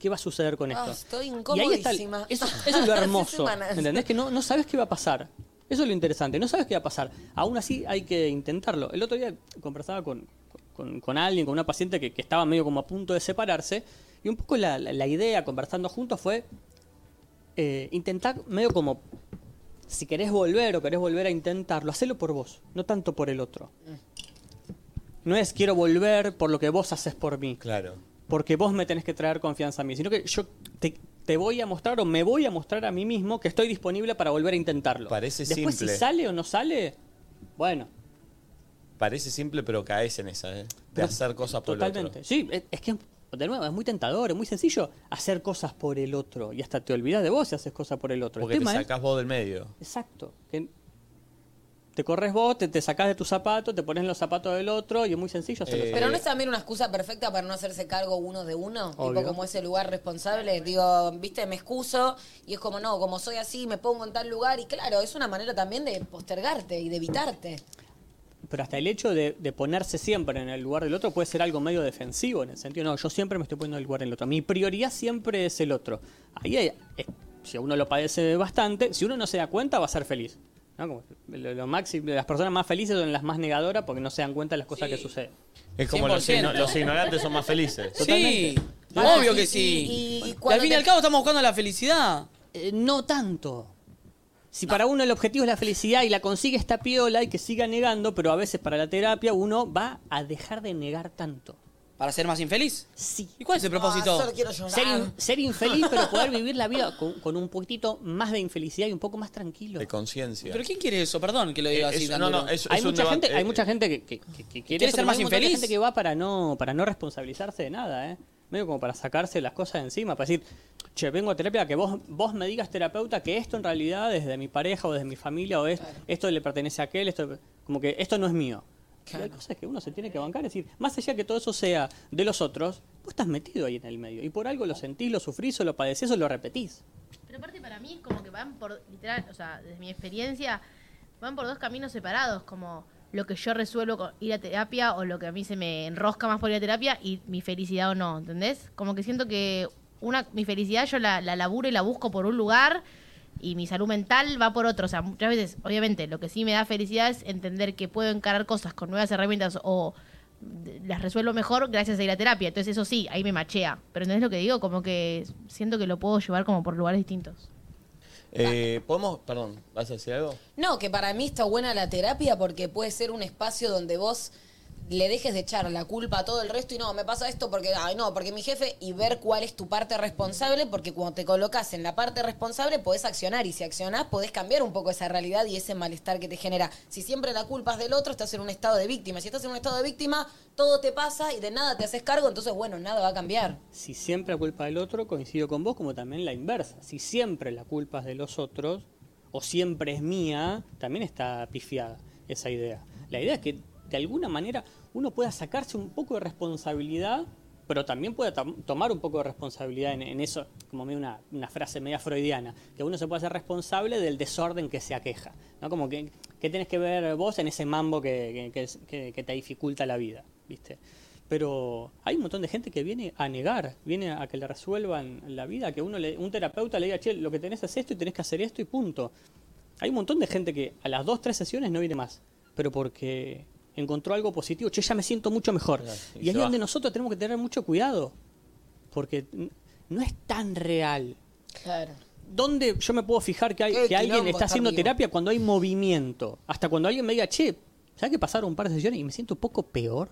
qué va a suceder con esto.
Ah, estoy
Y ahí está el-
incomodísima.
eso,
<laughs>
eso es lo hermoso.
Semanas.
¿Entendés? Que no, no sabes qué va a pasar. Eso es lo interesante. No sabes qué va a pasar. Aún así hay que intentarlo. El otro día conversaba con, con, con alguien, con una paciente que, que estaba medio como a punto de separarse. Y un poco la, la- la idea, conversando juntos, fue eh, intentar medio como... Si querés volver o querés volver a intentarlo, hacelo por vos, no tanto por el otro.
Mm.
No es quiero volver por lo que vos haces por mí.
Claro.
Porque vos me tenés que traer confianza a mí, sino que yo te, te voy a mostrar o me voy a mostrar a mí mismo que estoy disponible para volver a intentarlo.
Parece
Después,
simple.
si sale o no sale, bueno,
Parece simple, pero caes en esa, ¿eh? De
Pero-
hacer cosas por el otro.
totalmente. Sí, es, es que, de nuevo, es muy tentador, es muy sencillo hacer cosas por el otro y hasta te olvidas de vos si haces cosas por el otro.
Porque
el
te
tema ¿eh? es-
sacás vos del medio.
Exacto. que te corres vos, te, te sacás de tus zapatos, te pones en los zapatos del otro y es muy sencillo hacerlo.
Eh,
Pero no es también una excusa perfecta para no hacerse cargo uno de uno,
Obvio.
tipo como ese lugar responsable, digo, viste, me excuso y es como no, como soy así, me pongo en tal lugar y claro, es una manera también de postergarte y de evitarte.
Pero hasta el hecho de, de ponerse siempre en el lugar del otro puede ser algo medio defensivo, en el sentido, no, yo siempre me estoy poniendo en el lugar del otro. Mi prioridad siempre es el otro. Ahí, hay- eh, si uno lo padece bastante, si uno no se da cuenta, va a ser feliz. ¿no? Como lo- lo máximo- las personas más felices son las más negadoras porque no se dan cuenta de las cosas que suceden.
Es como los,
100%.
igno- los ignorantes son más felices.
Totalmente. Pará,
Obvio
y-
que sí.
y- y- y
al
cuando
fin y
te-
al cabo estamos buscando la felicidad.
Eh, no tanto. Si para uno el objetivo es la felicidad y la consigue esta piola y que siga negando, pero a veces para la terapia uno va a dejar de negar tanto.
¿Para ser más infeliz?
Sí.
¿Y cuál es el propósito?
Ser, in- ser infeliz, pero poder vivir la vida con, con un poquitito más de infelicidad y un poco más tranquilo.
De conciencia.
¿Pero quién quiere eso? Perdón que lo diga
Eh,
así
es-
tan
no, no,
duro.
es-
hay,
un
mucha
debate,
gente, hay
eh,
mucha gente que, que- que- que quiere
¿Quiere
eso,
ser
pero
más
hay un montón de
infeliz?
gente que va para no, para no responsabilizarse de nada, ¿eh? Medio como para sacarse las cosas de encima, para decir, che, vengo a terapia, que vos, vos me digas, terapeuta, que esto en realidad es de mi pareja o desde mi familia, o es, esto le pertenece a aquel, esto, como que esto no es mío. Y hay cosas que uno se tiene que bancar, es decir, más allá que todo eso sea de los otros, vos estás metido ahí en el medio, y por algo lo sentís, lo sufrís, o lo padecés, o lo repetís.
Pero aparte para mí es como que van por, literal, o sea, desde mi experiencia, van por dos caminos separados, como lo que yo resuelvo con ir a terapia o lo que a mí se me enrosca más por ir a terapia y mi felicidad o no, ¿entendés? Como que siento que una mi felicidad yo la, la laburo y la busco por un lugar y mi salud mental va por otro. O sea, muchas veces, obviamente, lo que sí me da felicidad es entender que puedo encarar cosas con nuevas herramientas o de- las resuelvo mejor gracias a ir a terapia. Entonces, eso sí, ahí me machea. Pero ¿entendés lo que digo? Como que siento que lo puedo llevar como por lugares distintos.
Eh, ¿Podemos? Perdón, ¿vas a decir algo?
No, que para mí está buena la terapia porque puede ser un espacio donde vos le dejes de echar la culpa a todo el resto y no, me pasa esto porque, ay no, porque mi jefe y ver cuál es tu parte responsable porque cuando te colocas en la parte responsable podés accionar y si accionás podés cambiar un poco esa realidad y ese malestar que te genera. Si siempre la culpa es del otro, estás en un estado de víctima. Si estás en un estado de víctima, todo te pasa y de nada te haces cargo, entonces bueno, nada va a cambiar.
si siempre la culpa del otro, coincido con vos, como también la inversa. Si siempre la culpa es de los otros, o siempre es mía, también está pifiada esa idea. La idea es que de alguna manera uno pueda sacarse un poco de responsabilidad, pero también pueda tam- tomar un poco de responsabilidad en, en eso, como medio una, una frase media freudiana, que uno se puede hacer responsable del desorden que se aqueja. ¿no? Como que, que tenés que ver vos en ese mambo que- que- que- que- que te dificulta la vida, ¿viste? Pero hay un montón de gente que viene a negar, viene a que le resuelvan la vida, que uno le- un terapeuta le diga, che, lo que tenés es esto y tenés que hacer esto y punto. Hay un montón de gente que a las dos, tres sesiones no viene más, pero porque encontró algo positivo, che, ya me siento mucho mejor. Y
y
ahí
se
es
va.
donde nosotros tenemos que tener mucho cuidado, porque n- no es tan real.
Claro.
¿Dónde yo me puedo fijar que, hay-
Qué
que alguien
quilombo está
está haciendo
vivo.
terapia cuando hay movimiento? Hasta cuando alguien me diga, che, ¿sabes que pasaron un par de sesiones y me siento un poco peor?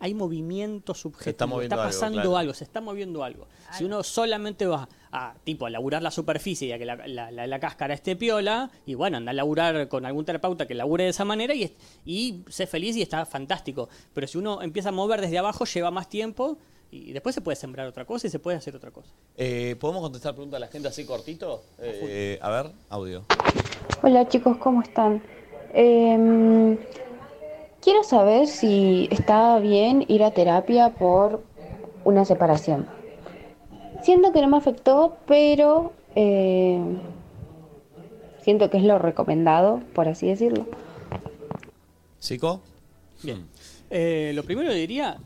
Hay movimiento subjetivo,
Se está moviendo algo,
pasando
claro.
algo, se está moviendo algo. Si uno solamente va a, tipo, a laburar la superficie y a que la, la- la- la cáscara esté piola, y bueno, anda a laburar con algún terapeuta que labure de esa manera y, es- y sé feliz y está fantástico. Pero si uno empieza a mover desde abajo, lleva más tiempo y después se puede sembrar otra cosa y se puede hacer otra cosa.
Eh, ¿Podemos contestar preguntas a la gente así
Oh,
cortito? Eh, a ver, audio.
Hola chicos, ¿cómo están? Em, quiero saber si está bien ir a terapia por una separación. Siento que no me afectó, pero eh, siento que es lo recomendado, por así decirlo.
¿Sico?
Bien. Eh, lo primero que diría,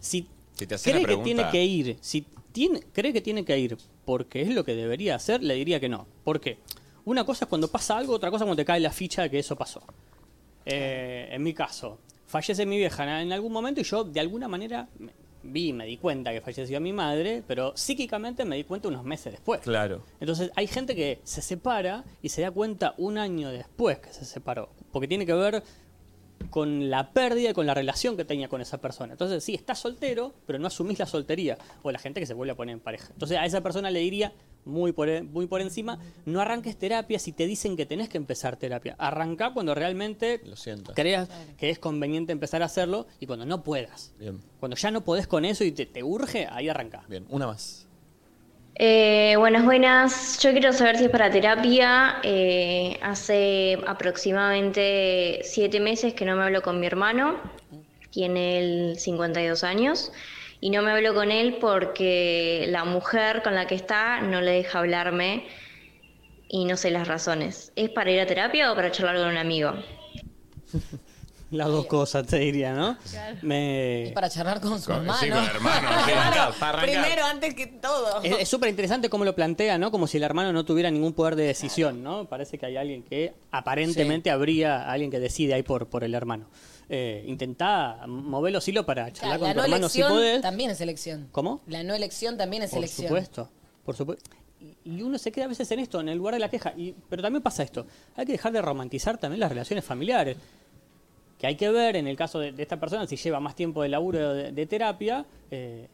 si
Si te hacen la
cree que tiene
pregunta,
que ir, si tiene, cree que tiene que ir porque es lo que debería hacer, le diría que no. ¿Por qué? Una cosa es cuando pasa algo, otra cosa es cuando te cae la ficha de que eso pasó. Eh, en mi caso, fallece mi vieja en- en algún momento y yo de alguna manera me- vi, me di cuenta que falleció mi madre, pero psíquicamente me di cuenta unos meses después.
Claro.
Entonces hay gente que se separa y se da cuenta un año después que se separó, porque tiene que ver con la pérdida y con la relación que tenía con esa persona. Entonces, sí, estás soltero, pero no asumís la soltería. O la gente que se vuelve a poner en pareja. Entonces, a esa persona le diría, muy por, e- muy por encima, no arranques terapia si te dicen que tenés que empezar terapia. Arranca cuando realmente
Lo siento.
creas que es conveniente empezar a hacerlo y cuando no puedas.
Bien,
Cuando ya no podés con eso y te, te urge, ahí arranca.
bien. Una más.
Eh, buenas, buenas. Yo quiero saber si es para terapia. Eh, hace aproximadamente siete meses que no me hablo con mi hermano. Tiene él 52 años. Y no me hablo con él porque la mujer con la que está no le deja hablarme y no sé las razones. ¿Es para ir a terapia o para charlar con un amigo?
Las dos cosas, te diría, ¿no? Me-
Para charlar con su
Con-
mamá,
sí,
¿no?
con el hermano,
<laughs>
sí,
Claro,
arrancar, para arrancar.
Primero, antes que todo.
Es-
<laughs>
Es súper interesante cómo lo plantea, ¿no? Como si el hermano no tuviera ningún poder de decisión, ¿no? Parece que hay alguien que aparentemente habría alguien que decide ahí por, por el hermano. eh, intentá mover los hilos para
O sea, la
charlar con tu
no
hermano si
elección
podés.
también es elección.
¿Cómo?
La no elección también es
Por
elección.
supuesto, por supuesto. Y uno se queda a veces en esto, en el lugar de la queja. Y, pero también pasa esto. Hay que dejar de romantizar también las relaciones familiares. Que hay que ver, en el caso de, de esta persona, si lleva más tiempo de laburo de, de terapia, eh,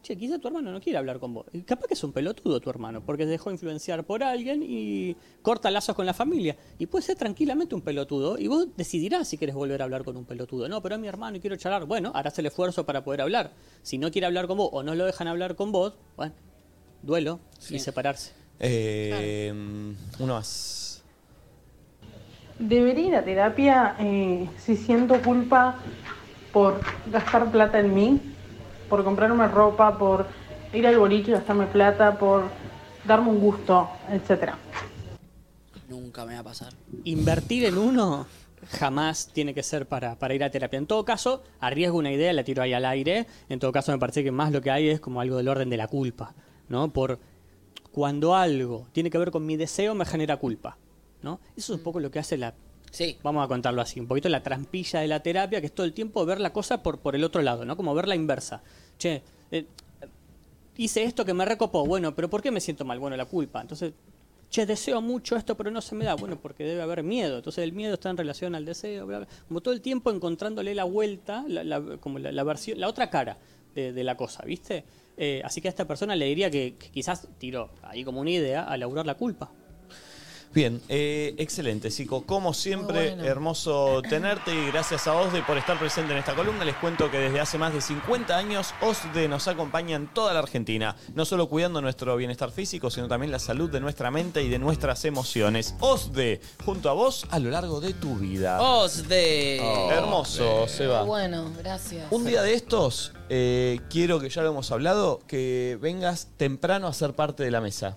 che, quizá tu hermano no quiere hablar con vos. Y capaz que es un pelotudo tu hermano, porque se dejó influenciar por alguien y corta lazos con la familia. Y puede ser tranquilamente un pelotudo y vos decidirás si quieres volver a hablar con un pelotudo. No, pero es mi hermano y quiero charlar. Bueno, harás el esfuerzo para poder hablar. Si no quiere hablar con vos o no lo dejan hablar con vos, bueno, duelo y separarse.
Eh, mm, Uno más.
Debería ir a terapia eh, si siento culpa por gastar plata en mí, por comprarme ropa, por ir al boliche y gastarme plata, por darme un gusto, etcétera.
Nunca me va a pasar.
Invertir en uno jamás tiene que ser para, para ir a terapia. En todo caso, arriesgo una idea, la tiro ahí al aire. En todo caso, me parece que más lo que hay es como algo del orden de la culpa, ¿no? Por cuando algo tiene que ver con mi deseo, me genera culpa, ¿no? Eso es un poco lo que hace la...
Mm. Sí.
Vamos a contarlo así, un poquito la trampilla de la terapia, que es todo el tiempo ver la cosa por, por el otro lado, ¿no? Como ver la inversa. Che, eh, hice esto que me recopó, bueno, pero ¿por qué me siento mal? Bueno, la culpa. Entonces, che, deseo mucho esto, pero no se me da. Bueno, porque debe haber miedo. Entonces el miedo está en relación al deseo, bla, bla. Como todo el tiempo encontrándole la vuelta, la, la- como la, la versión, la otra cara de, de la cosa, ¿viste? Eh, así que a esta persona le diría que, que quizás tiró ahí como una idea a laburar la culpa.
Bien, eh, excelente, Sico. Como siempre,
bueno.
hermoso tenerte y gracias a OSDE por estar presente en esta columna. Les cuento que desde hace más de 50 años OSDE nos acompaña en toda la Argentina, no solo cuidando nuestro bienestar físico, sino también la salud de nuestra mente y de nuestras emociones. OSDE, junto a vos a lo largo de tu vida.
Oh, OSDE.
Oh. Hermoso, Seba.
Bueno, gracias.
Un día de estos, eh, quiero que ya lo hemos hablado, que vengas temprano a ser parte de la mesa.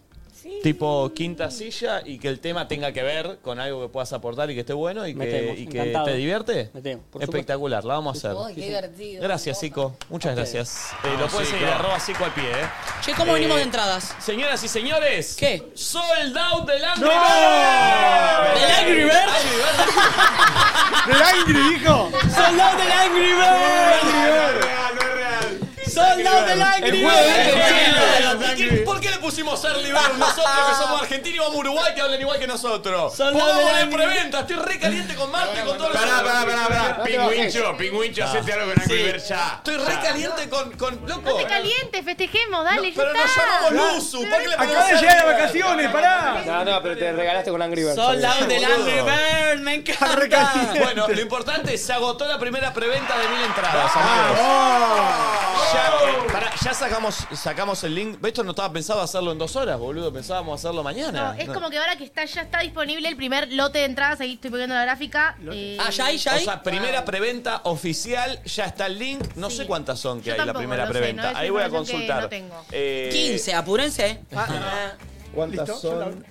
Tipo quinta silla y que el tema tenga que ver con algo que puedas aportar y que esté bueno y que,
Metemos,
Eh, y que
encantado.
te divierte.
Metemos, por supuesto.
Espectacular, la vamos a
Ay,
hacer.
qué divertido.
Gracias, Sico. Muchas gracias. Eh, lo
Vamos,
puedes seguir,
Sico.
arroba Sico al pie. eh.
Che, ¿cómo venimos de entradas?
Señoras y señores.
¿Qué?
Sold out del Angry
¡No!
Bird.
¿Del Angry Bird?
¡Del Angry, hijo!
¡Sold out del Angry Bird! ¡Sold out del Angry Bird!
¿Por qué le pusimos Early Bird nosotros que somos argentinos y vamos a Uruguay que hablan igual que nosotros?
Son los
Podemos
del
poner
Angry
preventa, estoy re caliente con Marte y con todos los
Pará, pará, pará, pará.
No te
Pingüincho,
bajes.
pingüincho,
Ah.
hacete algo con Angry
Sí.
Bird ya.
Estoy re caliente con, con loco.
No te calientes, festejemos, dale, ya
pero no
está.
llamamos Luzu, ¿por qué le ponemos
Acaba de llegar de
Angry Bird?
vacaciones, pará.
No, no, pero te regalaste con Angry Birds.
Sold out del
Boludo.
Angry Bird, me encanta.
Bueno, lo importante es se agotó la primera preventa de mil entradas, amigos. Ya, pará, ya sacamos, sacamos el link. Esto no estaba pensado hacerlo en dos horas, boludo. Pensábamos hacerlo
No,
mañana.
es
No.
como que ahora que está ya está disponible el primer lote de entradas, ahí estoy poniendo la gráfica. eh,
Ah,
Ah,
O sea, primera
Ah.
preventa oficial, ya está el link. No sé cuántas son que
Yo
hay la
tampoco
primera
lo sé,
preventa.
no es
Ahí voy a
información que
consultar.
no tengo. Ah,
Eh,
15, apúrense.
¿Cuántas son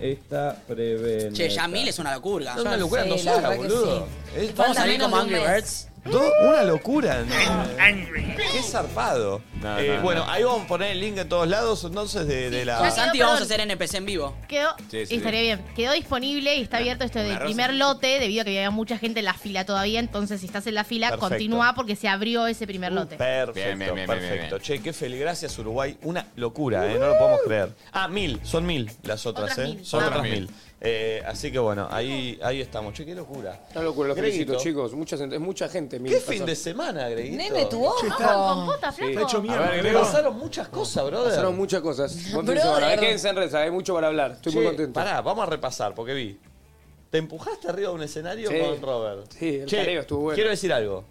esta preventa?
Che, ya mil es una locura.
Es una locura en dos horas, boludo. Es-
Vamos a salir como Angry Birds.
Do- una locura. ¿no? Qué zarpado. Eh,
no,
bueno,
no.
ahí vamos a poner el link en todos lados entonces de, de la.
Ya
Con Santi
quedó,
vamos a
perdón.
hacer NPC en vivo.
Quedó,
Sí, sí.
estaría bien. Quedó disponible y está abierto esto del
rosa.
primer lote, debido a que había mucha gente en la fila todavía. Entonces, si estás en la fila,
Perfecto. Uh,
continúa porque se abrió ese primer lote.
Perfecto,
Bien, bien, bien, bien,
perfecto.
bien, bien.
Che, qué feliz. Gracias, Uruguay. Una locura, ¿eh? No lo podemos creer. Ah, mil. Son mil las otras,
Otras
¿eh?
mil.
Son
Ah.
otras
Otras
mil. Eh, así que bueno, ahí, ahí estamos. Che, qué locura.
No locura, los
Greguito.
felicito, chicos. Mucha, gente- es mucha gente. mil
¿Qué
personas.
fin de semana, Greguito?
Nene, tu ojo.
Sí. Está hecho mierda.
A ver, Grego. Pasaron muchas cosas, brother.
Pasaron muchas cosas. Buen fin de
Brother.
semana. Eh, Quédense en redes, hay mucho para hablar. Estoy muy
Che,
contento.
Pará, vamos a repasar, porque vi. Te empujaste arriba de un escenario
Sí.
con Robert.
Sí, el careo estuvo bueno.
Quiero decir algo.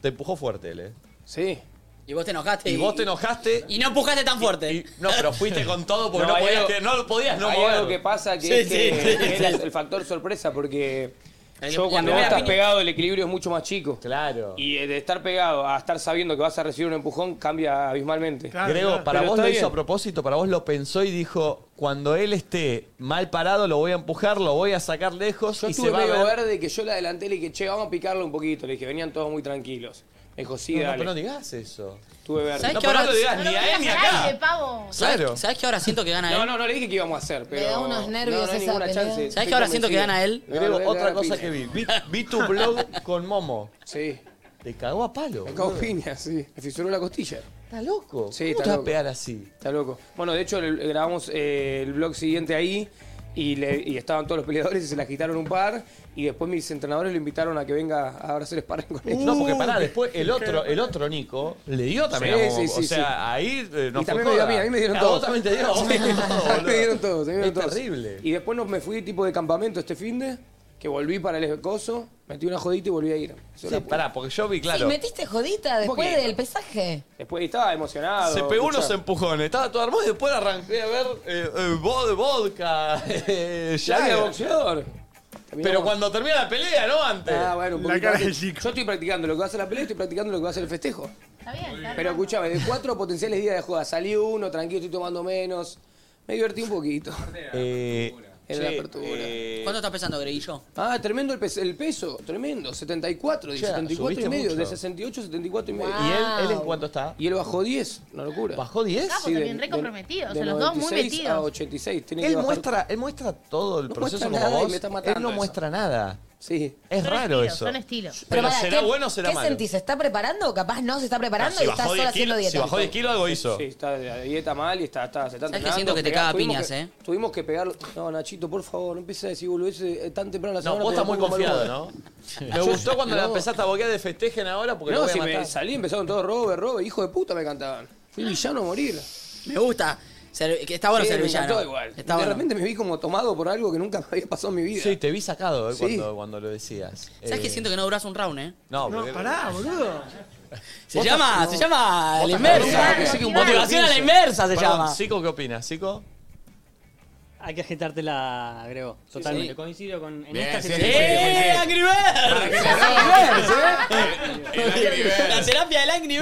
Te empujó fuerte él, ¿eh?
Sí.
Y vos te enojaste.
Y vos te enojaste.
Y no empujaste tan fuerte.
No, pero fuiste con todo
<laughs>
porque no,
hay
podías,
algo-
que- no lo podías no
hay
mover.
algo que pasa que
Sí,
es que
sí, sí,
es
sí.
la- el factor sorpresa porque
El-
yo
la
cuando vos
primera
estás
piña.
pegado el equilibrio es mucho más chico.
Claro.
Y eh, de estar pegado a estar sabiendo que vas a recibir un empujón cambia abismalmente.
Ah,
Grego, para
Pero
vos
está
lo
bien.
hizo a propósito, para vos lo pensó y dijo, cuando él esté mal parado, lo voy a empujar, lo voy a sacar lejos
Yo
y se
estuve
va a
medio
ver.
verde que yo la adelanté y le dije, che, vamos a picarlo un poquito. Le dije, venían todos muy tranquilos. Me dijo, sí,
No, no,
dale.
pero no digas eso.
Estuve verde.
¿Sabes No, qué pero ahora- no lo digas ni a él ni
Al aire, pavo.
¿Sabes,
Claro.
¿Sabes que ahora siento que gana él?
No, no, no le dije que íbamos a hacer, pero...
da unos nervios
no, no hay
esa
ninguna
pelea.
chance.
¿Sabes
Estoy
que ahora siento que
convencido.
gana él?
No,
Grego,
le voy a
otra
dar
cosa
piña.
que vi. vi. vi tu blog con Momo.
Sí.
Te cagó a palo.
Me cago
boludo.
en piña, sí. Me fisuró la costilla.
Está loco.
Sí, está
¿Cómo te vas a
loco.
pegar así?
Está loco. Bueno, de hecho, el- grabamos eh, el blog siguiente ahí y, le- y estaban todos los peleadores y se la quitaron un par. Y después mis entrenadores lo invitaron a que venga a ahora hacer sparring con ellos.
Uh, Este, No, porque pará, después el otro, el otro Nico le dio también
Uh, Sí,
a Momo.
sí, sí,
o sea,
sí.
ahí eh, no
y
fue
también me dio a
joda.
mí, a mí me dieron
A
todo.
vos también te
<laughs>
dio.
Sí.
a mí me dio todo,
A mí me
<laughs> boludo.
dieron todo, me dieron
Es
todos.
terrible.
Y después nos, me fui tipo de campamento este fin de, que volví para el coso, metí una jodita y volví a ir. Eso
Sí,
era-
pará, porque yo vi,
Sí,
claro.
metiste jodita después
poquito.
del pesaje.
pues. Después estaba emocionado.
Se pegó unos
Ah, escuchá.
empujones, estaba todo armado y después arranqué a ver eh, eh, vod- vodka, <laughs> eh,
Ya había
Jagger.
boxeador.
Pero cuando termina la pelea, ¿no? Antes.
Ah, bueno, un
La
poquito
cara
antes. Yo estoy practicando lo que va a hacer la pelea, estoy practicando lo que va a hacer el festejo.
Está bien, está
Pero escúchame, de cuatro potenciales días de joda, salí uno, tranquilo, estoy tomando menos. Me divertí un poquito.
Eh,
Era la apertura.
¿Cuánto está pesando, Greguillo?
Ah, tremendo el, pes- el peso, tremendo. 74, de
Ya,
74 y
subiste
medio,
mucho.
de 68 74 y medio.
¿Y él, él en cuánto está?
Y él bajó 10, una locura.
¿Bajó 10?
Capo, Ah, pues
Sí, de-
también re
de-
comprometidos, o sea,
de
los dos muy
96
metidos.
A 86, tiene que
Él
bajar-
muestra, él muestra todo el proceso
muestra
como
nada y
vos.
me está matando
él no
eso.
muestra nada.
Sí.
Es
Son
raro
estilos,
eso.
Son estilos.
Pero,
pará,
será
¿qué-
bueno o será
¿Qué
malo.
sentís? ¿Se está preparando? Capaz no se está
Ah,
preparando
si
y está
bajó
solo
10
haciendo
kilos,
dieta.
si bajó 10 kilos, algo hizo.
Sí, está la dieta mal y está, está, se está
¿Sabes que
entrenando,
siento que te
pegá-
caga
tuvimos
piñas,
que-
eh?
Tuvimos que pegar... No, Nachito, por favor, no empieces a decir boludeces eh, tan temprano en la
No,
semana.
vos
porque
estás muy
me pongo mal
confiado,
humor.
¿no? <laughs> Me gustó cuando la
No.
empezaste a boquear de festejen ahora porque lo
No,
voy a
si
matar.
me salí empezaron todos Robert, Robert, hijo de puta me cantaban. Fui villano a morir.
Me gusta. Ser- que está bueno
Sí,
ser
me
villano.
encantó igual.
Está
de
bueno.
repente me vi como tomado por algo que nunca <laughs> me había pasado en mi vida.
Sí, te vi sacado eh,
Sí.
cuando, cuando lo decías.
¿Sabes que siento que no durás un round, eh?
Eh, No,
No,
porque-
pará, boludo.
Se
Vos
llama,
estás-
se
no.
llama a
Vos
la
estás
inversa.
cansado, que sé que un
Motivación a la
poco-
inversa se
Perdón,
llama.
¿Sico qué opinas? ¿Sico?
Hay que agitártela, Grego. Totalmente.
sí.
Coincido con. En
Bien,
esta
sí,
se
sí,
tiene
sí,
que
sí,
coincidir.
sí. Angry Birds.
Para que
Es
se
Angry
vea.
Birds,
¿eh?
La terapia del Angry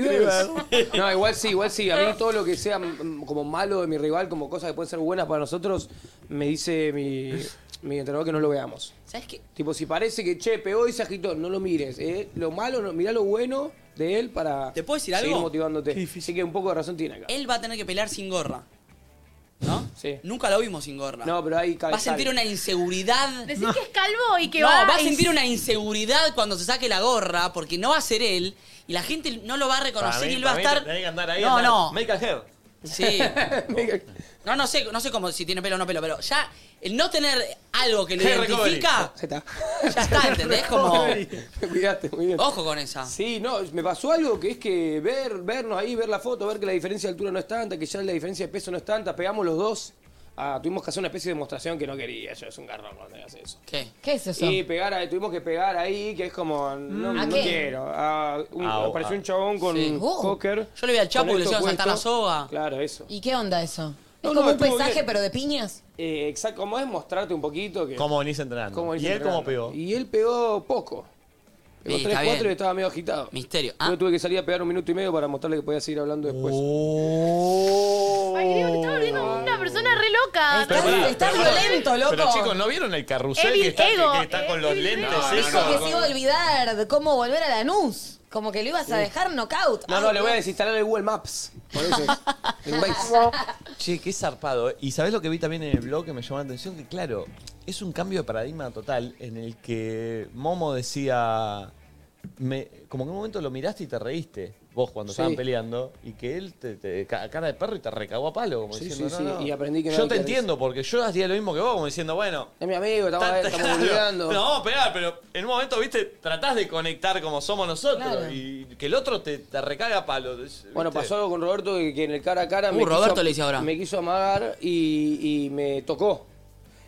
Birds. <laughs>
No, igual sí, igual sí. A mí todo lo que sea mm, como malo de mi rival, como cosas que pueden ser buenas para nosotros, me dice mi, mi entrenador que no lo veamos.
¿Sabes qué?
Tipo, si parece que, che, pegó y se agitó, no lo mires. ¿eh? Lo malo, no, mirá lo bueno de él para
¿Te puedo decir
seguir
algo?
motivándote. Así que un poco de razón tiene acá.
Él va a tener que pelear sin gorra.
Sí.
Nunca lo vimos sin gorra.
No, pero ahí
Va a sentir una inseguridad.
Decís que es calvo y que
no,
va.
va a sentir una inseguridad cuando se saque la gorra porque no va a ser él y la gente no lo va a reconocer
Para mí-
y él va a
para mí
estar.
tenés que andar ahí,
no,
andar-
no.
Make a hair. <laughs>
Sí. No, no sé, no sé cómo si tiene pelo o no pelo, pero ya el no tener algo
<laughs>
que lo
Hair recovery.
identifica.
Ya está.
Ya está,
<laughs>
¿entendés? Como.
Me cuidaste, muy bien.
Ojo con esa.
Sí, no, me pasó algo que es que ver, vernos ahí, ver la foto, ver que la diferencia de altura no es tanta, que ya la diferencia de peso no es tanta, pegamos los dos. Ah, tuvimos que hacer una especie de demostración que no quería, yo es un garrón cuando hagas eso.
¿Qué?
¿Qué es eso? Mm.
Y pegar ahí, tuvimos que pegar ahí, que es como, no,
¿A
no
qué? Uh.
quiero. Ah, un-
Ah, oh,
apareció
ah.
un chabón con
Sí.
un
Oh.
póker.
Yo le vi al Chapo
con
y le
esto
hicieron saltar la
puesto.
soga.
Claro, eso.
¿Y qué onda eso?
No,
¿Es
no,
como un
estuvo
pesaje
bien.
pero de piñas?
Eh, exacto, como es mostrarte un poquito que...
¿Cómo venís entrenando?
cómo venís
¿Y él cómo
entrenando.
pegó?
Y él pegó poco. Pegó
Sí,
3,
está
4
bien.
y estaba medio agitado.
Misterio. Ah.
Yo tuve que salir a pegar un minuto y medio para mostrarle que podía seguir hablando después.
Oh.
Ay, Dios, te estás volviendo una persona re loca.
Pero pará,
estás
pero pará.
violento, loco.
Pero chicos, ¿no vieron el carrusel
Evil
que está, que-
ego,
que está con los
Evil
lentes?
ego.
esos?
Eso que se iba a olvidar de cómo volver a Lanús. Como que lo ibas a dejar knockout. Ah,
No,
Ay,
no, le voy a desinstalar el Google Maps. Por eso.
<laughs>
El Waze.
Che, qué zarpado. ¿eh? Y sabés lo que vi también en el blog que me llamó la atención, que claro, es un cambio de paradigma total en el que Momo decía, me- como que en un momento lo miraste y te reíste, vos cuando
Sí.
estaban peleando, y que él te, te- ca- cara de perro y te recagó a palo, como
Sí,
diciendo,
sí, sí,
"No, no".
y aprendí que no
Yo
hay
te
que
entiendo, porque yo hacía lo mismo que vos, como diciendo, bueno,
Es mi amigo, estamos,
<laughs>
Tanta-
estamos
claro.
olvidando.
<laughs> Te la vamos a pegar, pero en un momento, viste, tratás de conectar como somos nosotros
Claro.
y que el otro te, te recaga a palo. ¿viste?
Bueno, pasó algo con Roberto que, que en el cara a cara
Uh,
me,
Roberto
quiso,
le dice ahora.
me quiso amagar y, y me tocó.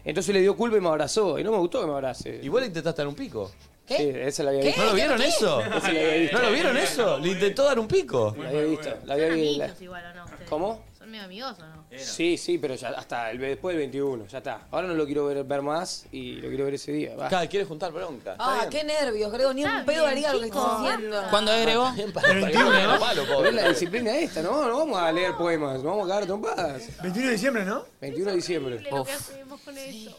Entonces le dio culpa y me abrazó. Y no me gustó que me abrace.
Y vos le intentaste dar un pico.
¿Qué?
Sí, esa la había
¿Qué?
visto.
¿No lo vieron eso?
Esa la había visto.
¿No lo vieron eso? Le intentó dar un pico.
La había visto. La había visto.
Igual, ¿o no?
¿Cómo?
Son medio amigos o no?
Sí, sí, pero ya hasta el, después del 21, ya está. Ahora no lo quiero ver, ver más y lo quiero ver ese día. Va.
Cada quiere juntar bronca.
<laughs> Ah, qué nervios, Grego. Ni un pedo haría lo que estoy haciendo.
¿Cuándo
Ah,
es, Grego?
Para- para- para-
¿no?
para- para- Es la disciplina esta, ¿no? No vamos a leer poemas, nos vamos a cagar a trompadas.
21 de diciembre, ¿no?
21 de diciembre.
Lo que hacemos con eso.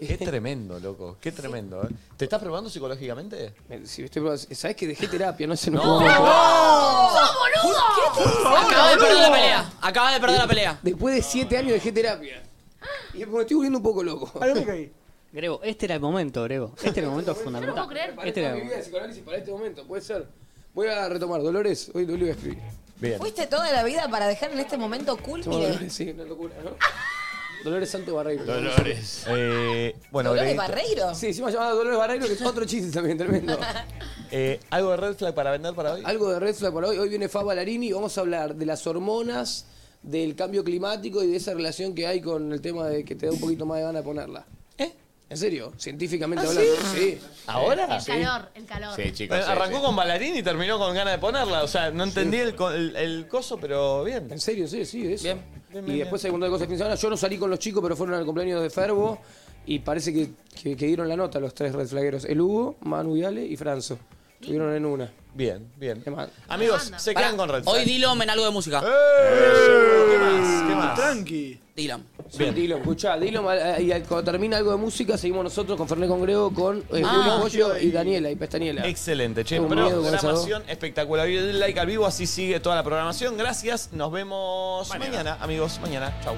Qué tremendo, loco. Qué tremendo. ¿eh? ¿Te estás probando psicológicamente?
Si estoy, ¿Sabes que dejé terapia? No sé, no,
No.
puedo-
¡Oh!
¡No,
boludo!
Acaba de perder la pelea. Acaba de perder la pelea.
Después de 7 años dejé terapia. Y me estoy volviendo un poco loco.
Grego, este era el momento, Grego. Este era el
<laughs>
momento fundamental.
Para
Este
esta
era el
mi vida
momento.
de psicoanálisis para este momento, puede ser. Voy a retomar, Dolores, hoy lo voy a escribir.
Bien.
¿Fuiste toda la vida para dejar en este momento culmine?
Dolores, sí, una locura, ¿no? Dolores Santo Barreiro.
Dolores. Eh, bueno,
¿Dolores
Greguito,
Barreiro?
Sí, encima llamada Dolores Barreiro, que es otro chiste también, tremendo.
eh, ¿Algo de red flag para vender para hoy?
<laughs> Algo de Red Flag para hoy. Hoy viene Fab Ballarini y vamos a hablar de las hormonas, del cambio climático y de esa relación que hay con el tema de que te da un poquito más de ganas de ponerla. ¿Eh? ¿En serio?
¿Ah,
Científicamente hablando. ¿Ah, Sí.
¿Ahora?
El calor, el calor.
Eh, arrancó con bailarín y terminó con ganas de ponerla. O sea, no entendí el, co- el- el coso, pero bien.
En serio, sí, sí, eso. Y después hay un montón de cosas que semana. Yo no salí con los chicos, pero fueron al cumpleaños de Ferbo y parece que, que- que dieron la nota los tres red flagueros. El Hugo, Manu y Ale y Franzo. Estuvieron en una.
Bien, bien.
Amigos,
se quedan con red Eh,
Hoy Dylan en algo de música.
¿Qué más? ¿Qué más?
Tranqui.
Dylan.
Sí, Dilo, escuchá, Dilo, eh, y al- cuando termina algo de música, seguimos nosotros con Fernet con Grego, con eh,
Ah.
Julio Pollo y Daniela y Pestañela.
Excelente, che.
Tengo miedo
Pero
con esa
programación espectacular. Y el like al vivo, así sigue toda la programación. Gracias, nos vemos mañana amigos. Mañana, chau.